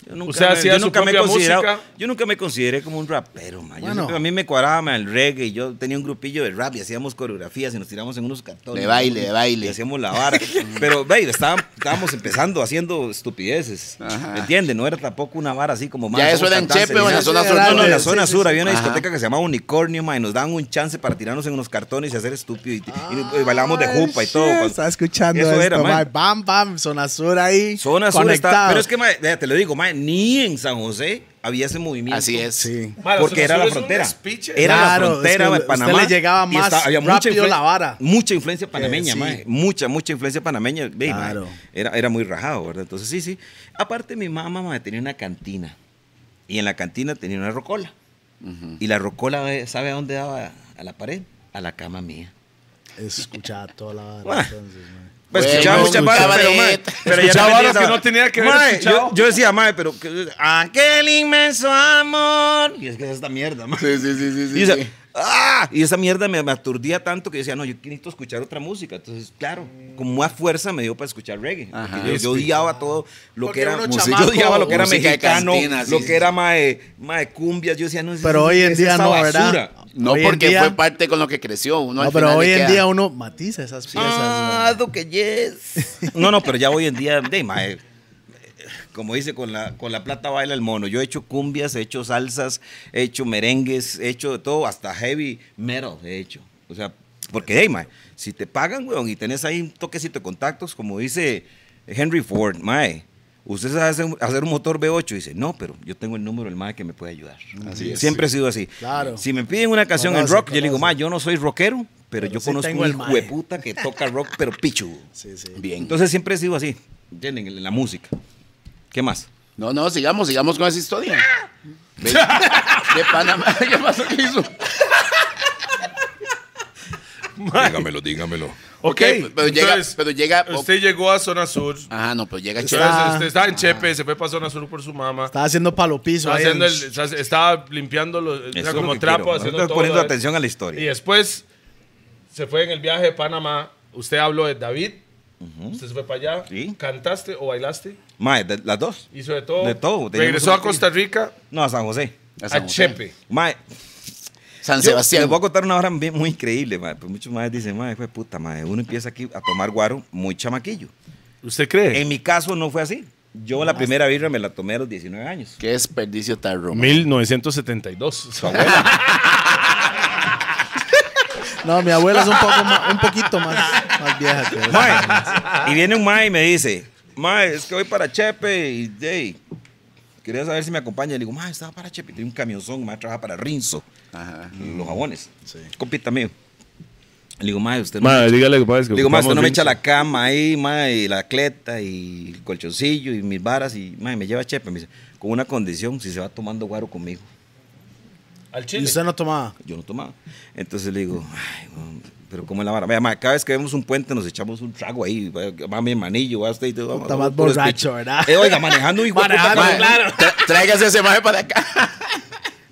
[SPEAKER 2] yo nunca,
[SPEAKER 3] Usted
[SPEAKER 2] me-
[SPEAKER 3] hacía
[SPEAKER 2] yo
[SPEAKER 3] su
[SPEAKER 2] nunca me he
[SPEAKER 3] propia
[SPEAKER 2] considerado-
[SPEAKER 3] música.
[SPEAKER 2] yo nunca me consideré como un rapero, ma. Yo
[SPEAKER 1] Bueno.
[SPEAKER 2] siempre- a mí me cuadraba ma, el reggae, yo tenía un grupillo de rap y hacíamos coreografías y nos tiramos en unos cartones.
[SPEAKER 4] De baile, de baile.
[SPEAKER 2] Y hacíamos la vara. Pero, ve, estábamos, estábamos empezando haciendo estupideces. ¿Me entiendes? No era tampoco una vara así como más.
[SPEAKER 4] Ya eso era en Chepe o en la zona
[SPEAKER 1] Sí,
[SPEAKER 4] sur.
[SPEAKER 1] era
[SPEAKER 2] No, no, en la
[SPEAKER 1] Sí,
[SPEAKER 2] zona
[SPEAKER 1] sí,
[SPEAKER 2] sur
[SPEAKER 1] sí.
[SPEAKER 2] había una
[SPEAKER 4] Ajá.
[SPEAKER 2] discoteca que se llamaba Unicornio, ma, y nos daban un chance para tirarnos en unos cartones y hacer estúpido y, y- y bailábamos de jupa y todo. Cuando-
[SPEAKER 1] Está Ah, escuchando
[SPEAKER 2] Eso
[SPEAKER 1] esto,
[SPEAKER 2] era,
[SPEAKER 1] mae.
[SPEAKER 2] mae.
[SPEAKER 1] Bam, bam, zona sur ahí.
[SPEAKER 2] Zona sur está.
[SPEAKER 1] conectado.
[SPEAKER 2] Pero es que, mae, vea, te lo digo, mae, ni en San José había ese movimiento.
[SPEAKER 4] Así es.
[SPEAKER 1] Sí.
[SPEAKER 2] Porque era la frontera. Era
[SPEAKER 1] Claro,
[SPEAKER 2] la frontera
[SPEAKER 1] es que
[SPEAKER 2] de Panamá.
[SPEAKER 1] usted le llegaba
[SPEAKER 2] y
[SPEAKER 1] más rápido
[SPEAKER 2] influen-
[SPEAKER 1] la vara.
[SPEAKER 2] Mucha influencia panameña,
[SPEAKER 1] sí.
[SPEAKER 2] mae. Mucha, mucha influencia panameña. Ve, mae,
[SPEAKER 1] Claro.
[SPEAKER 2] Era, era muy rajado, ¿verdad? Entonces, sí, sí. Aparte, mi mamá mae, tenía una cantina. Y en la cantina tenía una rocola. Y la rocola, ve, ¿sabe a dónde daba? A la pared. A la cama mía.
[SPEAKER 1] Escuchaba toda la vara,
[SPEAKER 2] Bueno.
[SPEAKER 1] entonces, mae.
[SPEAKER 2] Pues
[SPEAKER 4] Bueno,
[SPEAKER 2] escuchaba muchas
[SPEAKER 4] escuchaba
[SPEAKER 2] varas, pero,
[SPEAKER 4] de-
[SPEAKER 2] mae, pero ya
[SPEAKER 3] escuchaba
[SPEAKER 2] no
[SPEAKER 3] varas
[SPEAKER 2] esa
[SPEAKER 3] que
[SPEAKER 2] vara.
[SPEAKER 3] no tenía que haber
[SPEAKER 2] Mae,
[SPEAKER 3] escuchado.
[SPEAKER 2] Yo, yo decía, mae, pero que- aquel inmenso amor. Y es que es esta mierda, mae.
[SPEAKER 4] Sí, sí, sí, sí.
[SPEAKER 2] Y
[SPEAKER 4] sí,
[SPEAKER 2] dice,
[SPEAKER 4] sí.
[SPEAKER 2] ¡Ah! Y esa mierda me, me aturdía tanto que yo decía, no, yo necesito escuchar otra música. Entonces, claro, con más fuerza me dio para escuchar reggae.
[SPEAKER 4] Ajá.
[SPEAKER 2] Porque yo, yo odiaba todo lo
[SPEAKER 1] Porque
[SPEAKER 2] que era
[SPEAKER 1] uno
[SPEAKER 2] música.
[SPEAKER 1] chamaco,
[SPEAKER 2] Yo odiaba lo que era
[SPEAKER 4] música de
[SPEAKER 2] mexicano,
[SPEAKER 4] cantina, sí,
[SPEAKER 2] lo
[SPEAKER 4] sí,
[SPEAKER 2] que era mae, mae cumbias. Yo decía, no, es-
[SPEAKER 1] Pero hoy en
[SPEAKER 2] es
[SPEAKER 1] día
[SPEAKER 2] esa
[SPEAKER 1] no,
[SPEAKER 2] basura.
[SPEAKER 1] ¿verdad?
[SPEAKER 4] No,
[SPEAKER 1] Hoy en
[SPEAKER 4] porque
[SPEAKER 1] día-
[SPEAKER 4] fue parte con lo que creció. Uno
[SPEAKER 1] No,
[SPEAKER 4] al
[SPEAKER 1] pero
[SPEAKER 4] final le
[SPEAKER 1] hoy en
[SPEAKER 4] queda-
[SPEAKER 1] día uno matiza esas piezas.
[SPEAKER 2] Ah,
[SPEAKER 1] man.
[SPEAKER 2] lo que yes. No, no, pero ya hoy en día, de, mae, como dice, con la, con la plata baila el mono. Yo he hecho cumbias, he hecho salsas, he hecho merengues, he hecho de todo, hasta heavy metal he hecho. O sea, porque, de, mae, si te pagan, weón, y tenés ahí un toquecito de contactos, como dice Henry Ford, mae, usted sabe hacer, hacer un motor V8, y dice, no, pero yo tengo el número del mae que me puede ayudar.
[SPEAKER 4] Así es.
[SPEAKER 2] Siempre he sido así.
[SPEAKER 1] Claro.
[SPEAKER 2] Si me piden una canción
[SPEAKER 1] Conoce,
[SPEAKER 2] en rock, yo le digo,
[SPEAKER 1] conoce.
[SPEAKER 2] mae, yo no soy rockero, pero,
[SPEAKER 1] Pero
[SPEAKER 2] yo
[SPEAKER 1] sí
[SPEAKER 2] conozco
[SPEAKER 1] tengo
[SPEAKER 2] un
[SPEAKER 1] el
[SPEAKER 2] hijo
[SPEAKER 1] mae.
[SPEAKER 2] de puta que toca rock, pero pichu.
[SPEAKER 1] Sí, sí.
[SPEAKER 4] Bien.
[SPEAKER 2] Entonces siempre he sido así, ¿entienden? En la música. ¿Qué más?
[SPEAKER 4] No, no, sigamos, sigamos con esa historia. Ve- De Panamá, ¿qué pasó que hizo?
[SPEAKER 6] Dígamelo, dígamelo.
[SPEAKER 5] Ok,
[SPEAKER 4] pero llega- pero llega-
[SPEAKER 5] Usted Ah. llegó a Zona Sur.
[SPEAKER 4] Ajá, no, pues llega
[SPEAKER 5] Entonces,
[SPEAKER 4] Chela.
[SPEAKER 5] usted estaba en Chepe, se fue para Zona Sur por su mamá.
[SPEAKER 1] Estaba haciendo palo piso.
[SPEAKER 5] Estaba,
[SPEAKER 1] ahí
[SPEAKER 5] haciendo
[SPEAKER 1] en-
[SPEAKER 5] el- está- estaba limpiando los, o sea,
[SPEAKER 2] Eso es lo
[SPEAKER 5] como
[SPEAKER 2] que
[SPEAKER 5] trapo,
[SPEAKER 2] quiero.
[SPEAKER 5] haciendo
[SPEAKER 2] Estoy
[SPEAKER 5] todo
[SPEAKER 2] poniendo
[SPEAKER 5] lo-
[SPEAKER 2] atención a la
[SPEAKER 5] Y
[SPEAKER 2] historia.
[SPEAKER 5] después se fue en el viaje de Panamá. Usted habló de David. Usted se fue para allá.
[SPEAKER 2] Sí.
[SPEAKER 5] ¿Cantaste o bailaste?
[SPEAKER 2] Mae, de- las dos.
[SPEAKER 5] Hizo de todo.
[SPEAKER 2] De todo, teníamos
[SPEAKER 5] Regresó
[SPEAKER 2] una
[SPEAKER 5] a Costa Rica
[SPEAKER 2] No, a San José.
[SPEAKER 4] A
[SPEAKER 5] a,
[SPEAKER 4] San José.
[SPEAKER 5] Chepe.
[SPEAKER 2] Mae,
[SPEAKER 4] San
[SPEAKER 2] yo
[SPEAKER 4] Sebastián.
[SPEAKER 2] Les voy a contar una hora bien- muy increíble, mae. Pues muchos maes dicen, mae, fue puta, mae. Uno empieza aquí a tomar guaro muy chamaquillo.
[SPEAKER 5] ¿Usted cree?
[SPEAKER 2] En mi caso no fue así. Yo la primera birra me la tomé a los 19 años.
[SPEAKER 4] Qué desperdicio tan romántico.
[SPEAKER 5] 1972.
[SPEAKER 2] Su abuela.
[SPEAKER 1] No, mi abuela es un, poco ma- un poquito más, más vieja que eso.
[SPEAKER 2] Mae, y viene un mae y me dice, mae, es que voy para Chepe y hey, quería saber si me acompaña. Le digo, mae, estaba para Chepe. Tiene un camionzón, mae, trabaja para Rinzo,
[SPEAKER 4] Ajá.
[SPEAKER 2] los jabones. Compita mío. Le digo, mae, usted no
[SPEAKER 5] Madre, dígale que pasa.
[SPEAKER 2] le Digo, más, usted no me echa la cama ahí, ma, y la cleta, y el colchoncillo, y mis varas, y ma, me lleva a Chepe. Me dice, con una condición, si se va tomando guaro conmigo.
[SPEAKER 5] Al
[SPEAKER 1] Y
[SPEAKER 5] Chile.
[SPEAKER 1] usted no tomaba.
[SPEAKER 2] Yo no tomaba. Entonces le digo, ay, weón, pero ¿cómo es la vara? Vea, ma, cada vez que vemos un puente nos echamos un trago ahí. Va va mi manillo, va usted. y todo,
[SPEAKER 1] Puta,
[SPEAKER 2] va-
[SPEAKER 1] más
[SPEAKER 2] puros
[SPEAKER 1] borracho,
[SPEAKER 2] pichos.
[SPEAKER 1] ¿verdad?
[SPEAKER 2] Eh, oiga, manejando un hijo de puta
[SPEAKER 1] Manejando,
[SPEAKER 2] cama.
[SPEAKER 1] claro.
[SPEAKER 4] Tra- Tráigase ese maje para acá.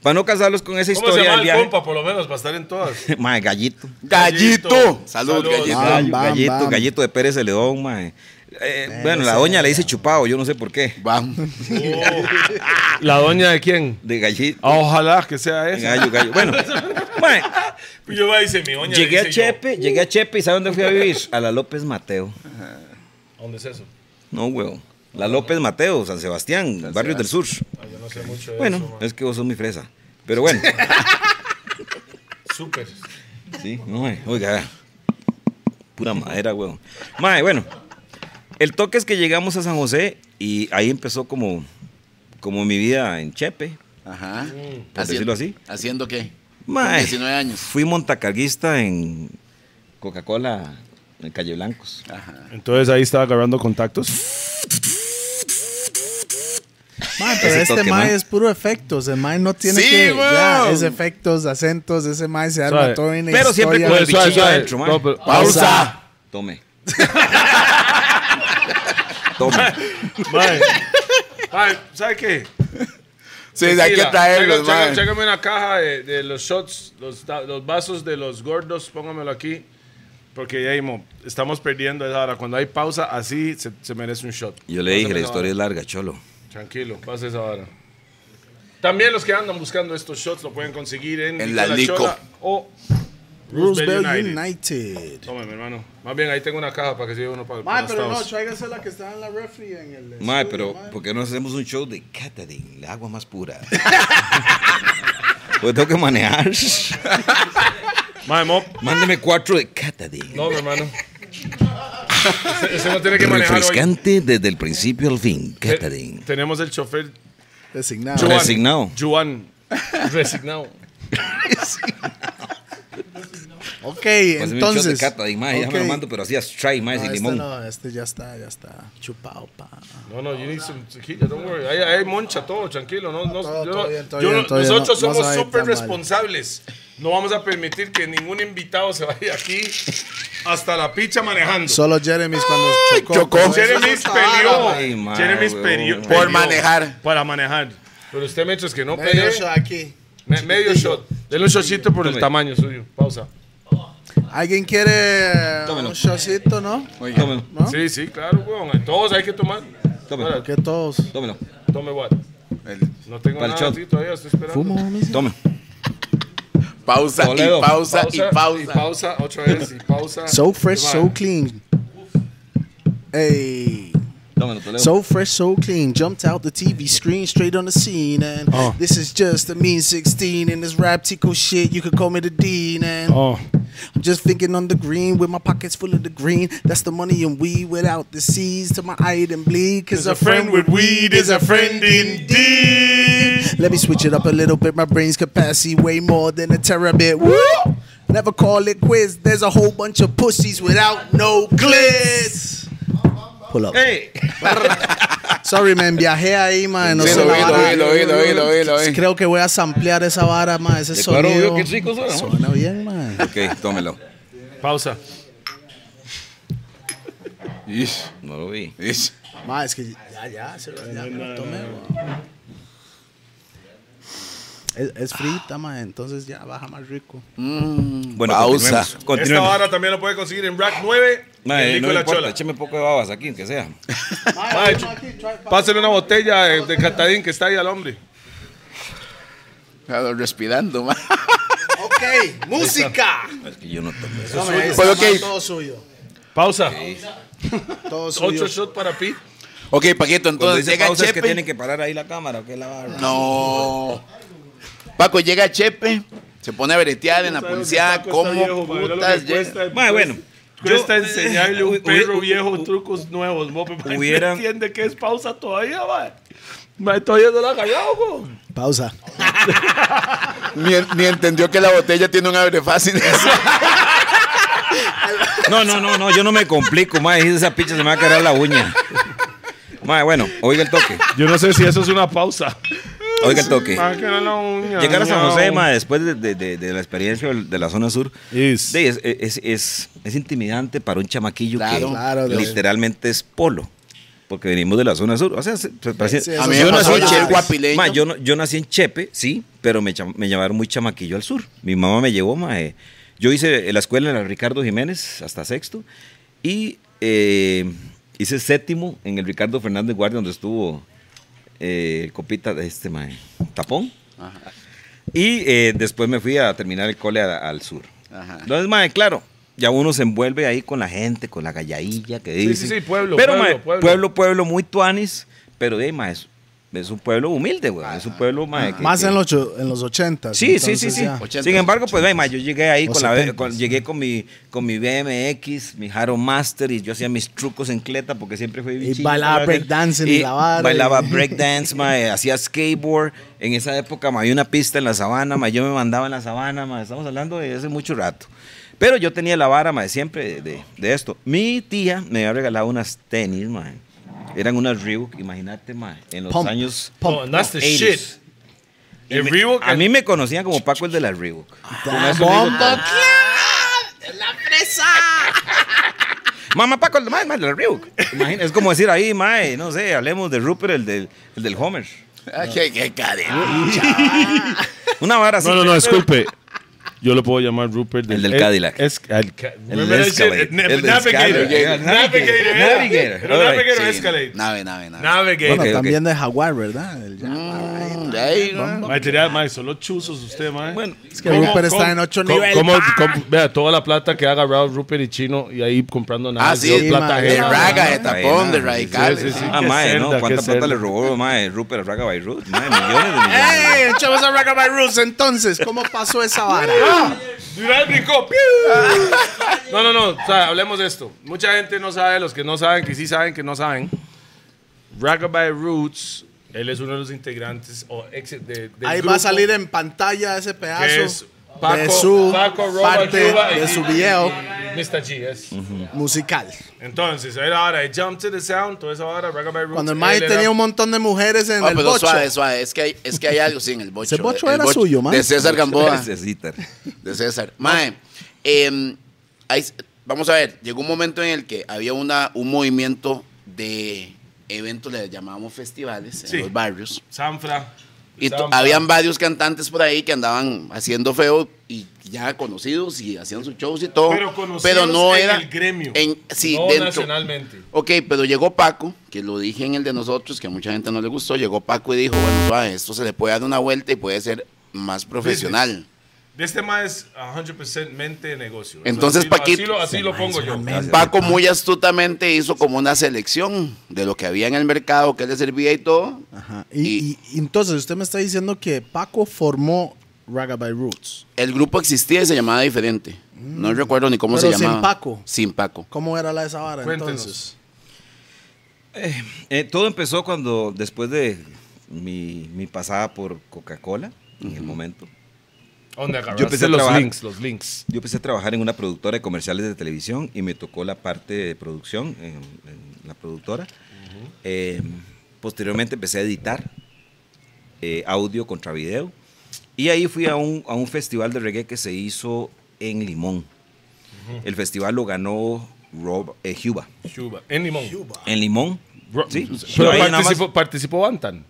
[SPEAKER 2] Para no casarlos con esa
[SPEAKER 5] ¿Cómo se
[SPEAKER 2] historia
[SPEAKER 5] llama
[SPEAKER 2] del
[SPEAKER 5] el
[SPEAKER 2] viaje.
[SPEAKER 5] compa, por lo menos, para estar en todas?
[SPEAKER 2] Ma, gallito.
[SPEAKER 4] Gallito.
[SPEAKER 5] Gallito.
[SPEAKER 4] Salud,
[SPEAKER 5] Salud.
[SPEAKER 4] gallito.
[SPEAKER 1] Ah. Bam,
[SPEAKER 2] Gallo,
[SPEAKER 1] bam,
[SPEAKER 2] gallito,
[SPEAKER 1] bam.
[SPEAKER 2] gallito de Pérez de León, ma. Eh, bueno, la doña le dice chupado, yo no sé por qué.
[SPEAKER 4] Vamos.
[SPEAKER 5] ¿La doña de quién? Ah,
[SPEAKER 2] De gallito.
[SPEAKER 5] Ojalá que sea esa.
[SPEAKER 2] Gallo, gallo. Bueno, mae,
[SPEAKER 5] Yo voy a decir, mi doña.
[SPEAKER 2] llegué a
[SPEAKER 5] le dice yo.
[SPEAKER 2] Chepe, llegué a Chepe y ¿sabe dónde fui a vivir? A la López Mateo.
[SPEAKER 5] ¿A ¿Dónde es eso?
[SPEAKER 2] No, huevo. La López Mateo, San Sebastián, barrios del sur.
[SPEAKER 5] Ah, yo no sé mucho de
[SPEAKER 2] Bueno,
[SPEAKER 5] eso, man.
[SPEAKER 2] es que vos sos mi fresa. Pero bueno,
[SPEAKER 5] Súper.
[SPEAKER 2] sí, no, mae, oiga, pura madera, huevo. Mae, bueno, el toque es que llegamos a San José y ahí empezó como, como mi vida en Chepe.
[SPEAKER 4] Ajá.
[SPEAKER 2] decirlo así.
[SPEAKER 4] ¿Haciendo qué?
[SPEAKER 2] Mae,
[SPEAKER 4] 19 años.
[SPEAKER 2] Fui montacarguista en Coca-Cola, en Calle Blancos.
[SPEAKER 5] Entonces ahí estaba agarrando contactos.
[SPEAKER 1] Man, pero
[SPEAKER 2] Ese
[SPEAKER 1] este
[SPEAKER 2] toque,
[SPEAKER 1] mae
[SPEAKER 2] man.
[SPEAKER 1] es puro efectos. El mae no tiene
[SPEAKER 4] Sí,
[SPEAKER 1] que. Ya,
[SPEAKER 4] weón.
[SPEAKER 1] es efectos, acentos. Ese mae se arma
[SPEAKER 5] Suave.
[SPEAKER 1] todo en
[SPEAKER 2] Pero siempre con
[SPEAKER 5] Suave,
[SPEAKER 2] el
[SPEAKER 5] suave,
[SPEAKER 2] bichillo
[SPEAKER 5] suave.
[SPEAKER 2] adentro, mae.
[SPEAKER 5] No, pero-
[SPEAKER 4] Pausa.
[SPEAKER 2] Tome. Tome.
[SPEAKER 5] Mae. Mae, ¿sabe qué?
[SPEAKER 4] Sí, hay que
[SPEAKER 5] Tequila.
[SPEAKER 4] traerlos,
[SPEAKER 5] Chécame-
[SPEAKER 4] mae.
[SPEAKER 5] Chécame una caja de, de los shots, los, ta- los vasos de los gordos, póngamelo aquí. Porque ya, mo, estamos perdiendo esa hora. Cuando hay pausa, así se, se merece un shot.
[SPEAKER 2] Yo le
[SPEAKER 5] Pásame
[SPEAKER 2] dije, la
[SPEAKER 5] esa
[SPEAKER 2] historia es
[SPEAKER 5] vara.
[SPEAKER 2] larga, cholo.
[SPEAKER 5] Tranquilo, pasa esa hora. También los que andan buscando estos shots lo pueden conseguir en,
[SPEAKER 4] En la
[SPEAKER 5] Nicola
[SPEAKER 4] Lico.
[SPEAKER 5] Chola o
[SPEAKER 1] Roosevelt
[SPEAKER 5] Roosevelt United.
[SPEAKER 1] United.
[SPEAKER 5] Tome, mi hermano. Más bien, ahí tengo una caja para que se lleve uno para el
[SPEAKER 1] Mae, pero no, tráigase la que está en la refri. En el
[SPEAKER 5] Pues
[SPEAKER 2] Mae,
[SPEAKER 1] estudio,
[SPEAKER 2] pero
[SPEAKER 1] mae.
[SPEAKER 2] ¿por qué no hacemos un show de catering? La agua más pura. Pues tengo que manejar.
[SPEAKER 5] Mae, mo.
[SPEAKER 2] Mándeme cuatro de catering.
[SPEAKER 5] No, mi hermano. ese, ese no tiene que manejar hoy. Eh,
[SPEAKER 2] Refrescante desde el principio al fin.
[SPEAKER 5] Te-
[SPEAKER 2] Catering.
[SPEAKER 5] Tenemos el chofer
[SPEAKER 1] Designado.
[SPEAKER 2] Yo- Resignado.
[SPEAKER 5] Juan. Resignado.
[SPEAKER 1] Ok,
[SPEAKER 2] Pues un shot de
[SPEAKER 1] entonces.
[SPEAKER 2] catering, mae. Ya me lo
[SPEAKER 1] ok.
[SPEAKER 2] mando, pero así try, mae,
[SPEAKER 1] No,
[SPEAKER 2] sin
[SPEAKER 1] este
[SPEAKER 2] limón.
[SPEAKER 1] no, este ya está, ya está. Chupado, pa.
[SPEAKER 5] No, no, you need some tequila, don't worry. Ahí, ahí moncha todo, tranquilo. No, no,
[SPEAKER 1] todo,
[SPEAKER 5] yo
[SPEAKER 1] todo
[SPEAKER 5] no-
[SPEAKER 1] bien, todo
[SPEAKER 5] yo
[SPEAKER 1] bien,
[SPEAKER 5] no-
[SPEAKER 1] todo bien,
[SPEAKER 5] nosotros
[SPEAKER 1] no- no
[SPEAKER 5] somos
[SPEAKER 1] se va a ir
[SPEAKER 5] súper
[SPEAKER 1] tan mal.
[SPEAKER 5] responsables. No vamos a permitir que ningún invitado se vaya aquí hasta la picha manejando.
[SPEAKER 1] Solo Jeremy's cuando chocó.
[SPEAKER 4] chocó.
[SPEAKER 1] pero eso
[SPEAKER 5] Jeremy
[SPEAKER 1] es otra
[SPEAKER 5] peleó.
[SPEAKER 1] vara,
[SPEAKER 2] Ay, madre,
[SPEAKER 5] Jeremy
[SPEAKER 2] huevón.
[SPEAKER 5] peleó-
[SPEAKER 2] Por
[SPEAKER 5] peleó
[SPEAKER 4] manejar.
[SPEAKER 5] Para manejar. Pero usted, mientras que no
[SPEAKER 1] mae. Medio
[SPEAKER 5] peleó,
[SPEAKER 1] shot aquí.
[SPEAKER 5] me- medio shot. Denle un shotcito por el tamaño suyo. Pausa.
[SPEAKER 1] ¿Alguien quiere
[SPEAKER 2] Tómelo.
[SPEAKER 1] un shotcito, no?
[SPEAKER 2] Tómelo,
[SPEAKER 1] ¿No?
[SPEAKER 5] Sí, sí, claro, weón. Todos hay que tomar.
[SPEAKER 2] tómelo,
[SPEAKER 1] Que todos.
[SPEAKER 2] tómelo,
[SPEAKER 5] Tome what.
[SPEAKER 4] El-
[SPEAKER 5] No tengo
[SPEAKER 2] Para
[SPEAKER 5] nada
[SPEAKER 2] el shot.
[SPEAKER 5] así todavía, estoy esperando.
[SPEAKER 2] tómelo.
[SPEAKER 4] pausa, y
[SPEAKER 2] Toledo.
[SPEAKER 4] pausa y pausa
[SPEAKER 5] Y pausa, otra vez, y pausa.
[SPEAKER 1] So fresh,
[SPEAKER 5] Y va.
[SPEAKER 1] so clean. Hey.
[SPEAKER 2] Tómelo, Toledo.
[SPEAKER 1] So fresh, so clean. Jumped out the TV screen straight on the scene. And this is just a mean 16. And this rap tico shit, you could call me the dean. And
[SPEAKER 3] Oh.
[SPEAKER 1] I'm just thinking on the green with my pockets full of the green. That's the money and weed without the seeds to my eye and bleed. Cause a friend with weed is a friend indeed. Let me switch it up a little bit. My brain's capacity way more than a terabit. Woo! Never call it quiz. There's a whole bunch of pussies without no glitz. Pull up.
[SPEAKER 2] Hey.
[SPEAKER 1] Sorry, me enviajé ahí, man. No
[SPEAKER 4] Sí,
[SPEAKER 1] sé
[SPEAKER 4] lo
[SPEAKER 1] la
[SPEAKER 4] vi, lo
[SPEAKER 1] vara.
[SPEAKER 4] vi, lo vi, lo vi, lo vi, lo vi.
[SPEAKER 1] Creo que voy a samplear esa vara, man. Ese
[SPEAKER 2] Claro,
[SPEAKER 1] sonido.
[SPEAKER 2] qué rico suena. ¿no?
[SPEAKER 1] Suena bien, man.
[SPEAKER 2] Ok, tómelo.
[SPEAKER 5] Pausa.
[SPEAKER 4] Ish,
[SPEAKER 2] No lo vi.
[SPEAKER 4] ish.
[SPEAKER 1] Ma, es que ya, ya, se lo, ya me lo tomé, weón. Es, es frita, ma, entonces ya baja más rico. Mm,
[SPEAKER 2] Bueno,
[SPEAKER 4] Pausa.
[SPEAKER 2] continuemos,
[SPEAKER 5] Esta
[SPEAKER 2] continuemos.
[SPEAKER 5] vara también lo puede conseguir en Rack 9.
[SPEAKER 2] Mae,
[SPEAKER 5] en Lico de
[SPEAKER 2] no me
[SPEAKER 5] la
[SPEAKER 2] importa,
[SPEAKER 5] Chola.
[SPEAKER 2] écheme un poco de babas aquí, que sea.
[SPEAKER 5] Ma, eche- Pásale una botella de, de Catadín que está ahí al hombre.
[SPEAKER 4] Claro, Respirando, man.
[SPEAKER 1] Ok, música.
[SPEAKER 2] Es que yo no tomé eso.
[SPEAKER 1] Tome, ahí está,
[SPEAKER 4] Pues,
[SPEAKER 1] ma,
[SPEAKER 4] ok.
[SPEAKER 1] Todo suyo.
[SPEAKER 5] Pausa.
[SPEAKER 1] Todo suyo.
[SPEAKER 5] Ocho shots para Pi.
[SPEAKER 4] Ok, Paquito,
[SPEAKER 2] Cuando
[SPEAKER 4] entonces
[SPEAKER 2] dice
[SPEAKER 4] llega
[SPEAKER 2] pausa es que
[SPEAKER 4] Chepe.
[SPEAKER 2] tienen que parar ahí la cámara, o que la barra.
[SPEAKER 4] No. Paco llega Chepe, se pone a bretear en la policía.
[SPEAKER 1] pues,
[SPEAKER 4] ¿Cómo putas llega?
[SPEAKER 2] Mae, bueno.
[SPEAKER 5] Cuesta
[SPEAKER 2] yo-
[SPEAKER 5] enseñarle a
[SPEAKER 2] hu-
[SPEAKER 5] un
[SPEAKER 2] hu-
[SPEAKER 5] perro
[SPEAKER 2] hu-
[SPEAKER 5] viejo
[SPEAKER 2] hu-
[SPEAKER 5] trucos nuevos, mo, pero mae,
[SPEAKER 2] hubiera-
[SPEAKER 5] no entiende que es pausa todavía, mae. Mae, todavía no la ha callado, jo.
[SPEAKER 1] Pausa.
[SPEAKER 4] Ni, ni entendió que la botella tiene un abre fácil.
[SPEAKER 2] No, no, no, no, yo no me complico, mae. Esa picha se me va a quedar la uña. Mae, bueno, oiga el toque.
[SPEAKER 5] Yo no sé si eso es una pausa.
[SPEAKER 2] Oiga el toque. Llegar
[SPEAKER 5] Llegar
[SPEAKER 2] a San José, ma, después de, de- de- de la experiencia del- de la zona sur,
[SPEAKER 5] Is.
[SPEAKER 2] de- es, es- es- es intimidante para un chamaquillo
[SPEAKER 4] Claro,
[SPEAKER 2] que
[SPEAKER 1] claro, de-
[SPEAKER 2] literalmente es polo. Porque venimos de la zona sur. O sea, se- se parecía-
[SPEAKER 1] sí,
[SPEAKER 4] A
[SPEAKER 1] eso
[SPEAKER 4] mí
[SPEAKER 1] Yo
[SPEAKER 4] me
[SPEAKER 1] nací
[SPEAKER 4] pasó
[SPEAKER 1] en
[SPEAKER 4] ayer
[SPEAKER 1] Chepe.
[SPEAKER 4] guapileño.
[SPEAKER 2] Ma, yo, no- yo nací en Chepe, sí, pero me, cham- me llamaron muy chamaquillo al sur. Mi mamá me llevó, ma, eh, yo hice la escuela en el Ricardo Jiménez hasta sexto y eh, hice séptimo en el Ricardo Fernández Guardia, donde estuvo eh, el copita de este ma, eh, tapón. Y eh, después me fui a terminar el cole a- al sur.
[SPEAKER 4] Ajá.
[SPEAKER 2] Entonces, ma, eh, claro. Ya uno se envuelve ahí con la gente, con la galladilla que
[SPEAKER 5] sí,
[SPEAKER 2] dice.
[SPEAKER 5] sí, pueblo,
[SPEAKER 2] Pero,
[SPEAKER 5] pueblo,
[SPEAKER 2] ma,
[SPEAKER 5] pueblo.
[SPEAKER 2] pueblo, pueblo muy tuanis, pero de ma, es, es un pueblo humilde, güey. Es un pueblo ma, Ah, que-
[SPEAKER 1] Más
[SPEAKER 2] que-
[SPEAKER 1] en los, ocho- en los 80.
[SPEAKER 2] Sí, sí, sí, sí.
[SPEAKER 4] Ochentas,
[SPEAKER 2] Sin embargo, pues, ve, ma, yo llegué ahí
[SPEAKER 1] O
[SPEAKER 2] con, la,
[SPEAKER 1] setentas.
[SPEAKER 2] con- llegué con mi, con mi BMX, mi Haro Master, y yo hacía mis trucos en cleta porque siempre fui bichillo,
[SPEAKER 1] bailaba
[SPEAKER 2] ¿verdad?
[SPEAKER 1] breakdance en la vara,
[SPEAKER 2] Bailaba
[SPEAKER 1] y-
[SPEAKER 2] breakdance, ma, eh, hacía skateboard. En esa época, ma, había una pista en la sabana, ma, yo me mandaba en la sabana, ma, estamos hablando de hace mucho rato. Pero yo tenía la vara, ma, siempre de, de- de esto. Mi tía me había regalado unas tenis, ma. Eran unas Reebok, imagínate, ma, en los
[SPEAKER 1] Pump.
[SPEAKER 2] años
[SPEAKER 5] No, Oh, that's the
[SPEAKER 2] 80s.
[SPEAKER 5] shit.
[SPEAKER 2] Y
[SPEAKER 5] El
[SPEAKER 2] me-
[SPEAKER 5] Reebok-
[SPEAKER 2] a mí me conocían como Paco el de la Reebok.
[SPEAKER 1] Ah,
[SPEAKER 2] Con eso digo todo. Mamá Paco el de, mae, mae, de la Reebok. Imagina, es como decir ahí, mae, no sé, hablemos de Rupert, el del, el del Homer.
[SPEAKER 4] Ah, qué- qué
[SPEAKER 1] Ah,
[SPEAKER 4] cadena.
[SPEAKER 2] Una vara así.
[SPEAKER 3] No, no, no, disculpe. Yo lo puedo llamar Rupert.
[SPEAKER 2] El del Cadillac.
[SPEAKER 3] Es, el,
[SPEAKER 2] El
[SPEAKER 5] Remember that shit?
[SPEAKER 2] Escalade.
[SPEAKER 5] Na-
[SPEAKER 2] El del
[SPEAKER 5] Navigator.
[SPEAKER 2] Escalade.
[SPEAKER 5] Yeah, Navigator.
[SPEAKER 2] Navigator.
[SPEAKER 5] era.
[SPEAKER 2] Navigator.
[SPEAKER 5] Era
[SPEAKER 2] All right.
[SPEAKER 5] Navigator
[SPEAKER 4] Sí,
[SPEAKER 5] Escalade.
[SPEAKER 4] Nave, nave, nave.
[SPEAKER 5] Navigator.
[SPEAKER 1] Bueno,
[SPEAKER 2] Ok, ok.
[SPEAKER 1] también de Jaguar, ¿verdad? El Jaguar.
[SPEAKER 4] Mm, de ahí, ¿no?
[SPEAKER 5] Mae, tenía- mae, solo chuzos usted, mae.
[SPEAKER 2] Bueno,
[SPEAKER 1] Es que
[SPEAKER 5] ¿Cómo-
[SPEAKER 1] Rupert está
[SPEAKER 5] cómo-
[SPEAKER 1] en ocho
[SPEAKER 5] cómo-
[SPEAKER 1] niveles.
[SPEAKER 5] cómo- cómo- vea, toda la plata que ha agarrado Rupert y Chino y ahí comprando nada.
[SPEAKER 4] Ah,
[SPEAKER 5] yo
[SPEAKER 4] sí,
[SPEAKER 5] plata
[SPEAKER 1] man.
[SPEAKER 4] de
[SPEAKER 5] ajena,
[SPEAKER 4] raga, de
[SPEAKER 5] mae.
[SPEAKER 4] tapón, de
[SPEAKER 2] Sí,
[SPEAKER 4] radicales.
[SPEAKER 5] sí, sí.
[SPEAKER 2] ah,
[SPEAKER 5] qué
[SPEAKER 2] mae,
[SPEAKER 5] cerda,
[SPEAKER 2] ¿no?
[SPEAKER 5] qué
[SPEAKER 2] ¿Cuánta plata
[SPEAKER 5] cerda.
[SPEAKER 2] le robó, mae, Rupert Raga Beirut? Mae, millones de millones.
[SPEAKER 1] ¡Ey! Echamos a Raga by Roots. Entonces, ¿cómo pasó esa vara? Ah,
[SPEAKER 5] Durán brincó. ¡Piu! No, no, no. o sea, hablemos de esto. Mucha gente no sabe, los que no saben, que sí saben, que no saben. Ragabye Roots, él es uno de los integrantes o ex de, del
[SPEAKER 1] Ahí va
[SPEAKER 5] grupo
[SPEAKER 1] a salir en pantalla ese
[SPEAKER 5] que
[SPEAKER 1] pedazo
[SPEAKER 5] es Paco,
[SPEAKER 1] de su
[SPEAKER 5] Paco Roba
[SPEAKER 1] parte
[SPEAKER 5] Yuba y-
[SPEAKER 1] de su video
[SPEAKER 5] y- Mr. G, es.
[SPEAKER 1] musical.
[SPEAKER 5] Entonces, era ahora de Jump to the Sound, toda esa hora, Ragabye Roots.
[SPEAKER 1] Cuando el
[SPEAKER 5] él
[SPEAKER 1] Mae
[SPEAKER 5] era-
[SPEAKER 1] tenía un montón de mujeres en
[SPEAKER 4] Ah,
[SPEAKER 1] el
[SPEAKER 2] pues
[SPEAKER 4] pero
[SPEAKER 1] bocho.
[SPEAKER 4] suave, suave. Es que, hay, es que hay algo, sí, en el bocho.
[SPEAKER 1] Ese bocho
[SPEAKER 4] El
[SPEAKER 1] era suyo, man.
[SPEAKER 4] De César Gamboa.
[SPEAKER 2] Ese cítar.
[SPEAKER 4] De César. Mae, em, hay- vamos a ver, llegó un momento en el que había una, un movimiento de eventos, le llamábamos festivales en
[SPEAKER 5] Sí.
[SPEAKER 4] los barrios.
[SPEAKER 5] Sanfra.
[SPEAKER 4] Y to- habían varios cantantes por ahí que andaban haciendo feo y ya conocidos y hacían sus shows y todo.
[SPEAKER 5] Pero conocidos
[SPEAKER 4] no
[SPEAKER 5] en
[SPEAKER 4] era
[SPEAKER 5] el gremio,
[SPEAKER 4] en- sí,
[SPEAKER 5] no
[SPEAKER 4] dentro.
[SPEAKER 5] nacionalmente.
[SPEAKER 4] Ok, pero llegó Paco, que lo dije en el de nosotros, que a mucha gente no le gustó. Llegó Paco y dijo, bueno, suave, esto se le puede dar una vuelta y puede ser más profesional.
[SPEAKER 5] Este tema es 100% mente de negocio. Eso
[SPEAKER 4] Entonces,
[SPEAKER 5] así lo-
[SPEAKER 4] Paquito-
[SPEAKER 5] Así lo, así lo pongo yo.
[SPEAKER 4] Paco muy astutamente hizo como una selección de lo que había en el mercado, qué le servía y todo.
[SPEAKER 1] Ajá. Y, y- y entonces usted me está diciendo que Paco formó Ragaby Roots.
[SPEAKER 4] El grupo existía y se llamaba diferente. No recuerdo ni cómo
[SPEAKER 1] Pero
[SPEAKER 4] se
[SPEAKER 1] sin
[SPEAKER 4] llamaba.
[SPEAKER 1] Paco.
[SPEAKER 4] Sin Paco.
[SPEAKER 1] ¿Cómo era la de esa vara
[SPEAKER 5] Cuéntenos.
[SPEAKER 1] entonces?
[SPEAKER 2] Eh, todo empezó cuando, después de mi, mi pasada por Coca-Cola, en el momento,
[SPEAKER 5] ¿Dónde agarraste
[SPEAKER 2] Yo empecé a
[SPEAKER 5] los
[SPEAKER 2] trabajar.
[SPEAKER 5] links, los links.
[SPEAKER 2] yo empecé a trabajar en una productora de comerciales de televisión y me tocó la parte de producción en, en la productora. Eh, posteriormente empecé a editar eh, audio contra video y ahí fui a un, a un festival de reggae que se hizo en Limón. El festival lo ganó Rob eh, Cuba.
[SPEAKER 5] Cuba. En Limón.
[SPEAKER 2] En Limón.
[SPEAKER 5] Bro-
[SPEAKER 2] Sí.
[SPEAKER 5] Pero
[SPEAKER 2] Yo ahí nada más-
[SPEAKER 5] participó, participó Antan.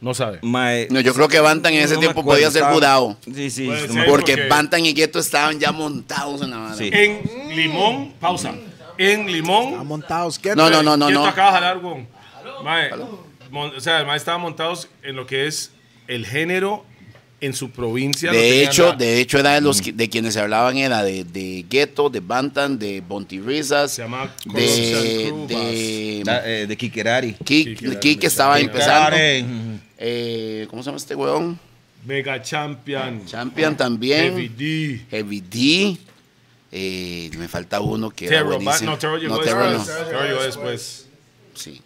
[SPEAKER 5] No sabe.
[SPEAKER 2] Mae-
[SPEAKER 4] No, yo creo que Bantan en ese
[SPEAKER 2] no me
[SPEAKER 4] tiempo
[SPEAKER 2] acuerdo,
[SPEAKER 4] podía ser
[SPEAKER 2] estaba-
[SPEAKER 4] jurado.
[SPEAKER 2] Sí, sí.
[SPEAKER 5] Puede
[SPEAKER 2] no
[SPEAKER 5] ser.
[SPEAKER 2] me acuerdo.
[SPEAKER 4] Porque
[SPEAKER 5] porque-
[SPEAKER 4] Bantan y Gueto estaban ya montados en la mano.
[SPEAKER 2] Sí.
[SPEAKER 5] En Limón, pausa. En
[SPEAKER 1] Ah,
[SPEAKER 5] Limón.
[SPEAKER 1] montados. ¿qué?
[SPEAKER 4] No, no, no, no,
[SPEAKER 5] ¿Quién
[SPEAKER 4] no.
[SPEAKER 5] te acaba de jalar, weón? Mae, mon- o sea, el mae estaba montados en lo que es el género en su provincia. no
[SPEAKER 4] De
[SPEAKER 5] tenían
[SPEAKER 4] hecho,
[SPEAKER 5] nada.
[SPEAKER 4] de hecho era de los qui- de quienes se hablaban era de, de Gueto, de Bantan, de Bontirizas,
[SPEAKER 5] Se llama
[SPEAKER 4] de,
[SPEAKER 5] Corruption
[SPEAKER 4] de
[SPEAKER 2] Da- eh, de Kikerari.
[SPEAKER 4] Kik, Kik que estaba empezando. Eh, ¿Cómo se llama este weón?
[SPEAKER 5] Mega Champion.
[SPEAKER 4] Champion también.
[SPEAKER 5] Eh, Heavy D.
[SPEAKER 4] Heavy D. Eh, me falta uno que era
[SPEAKER 5] Terror,
[SPEAKER 4] buenísimo.
[SPEAKER 5] no, Terror llegó
[SPEAKER 4] No,
[SPEAKER 5] después.
[SPEAKER 4] Terror no.
[SPEAKER 5] Terror llegó después.
[SPEAKER 4] Sí.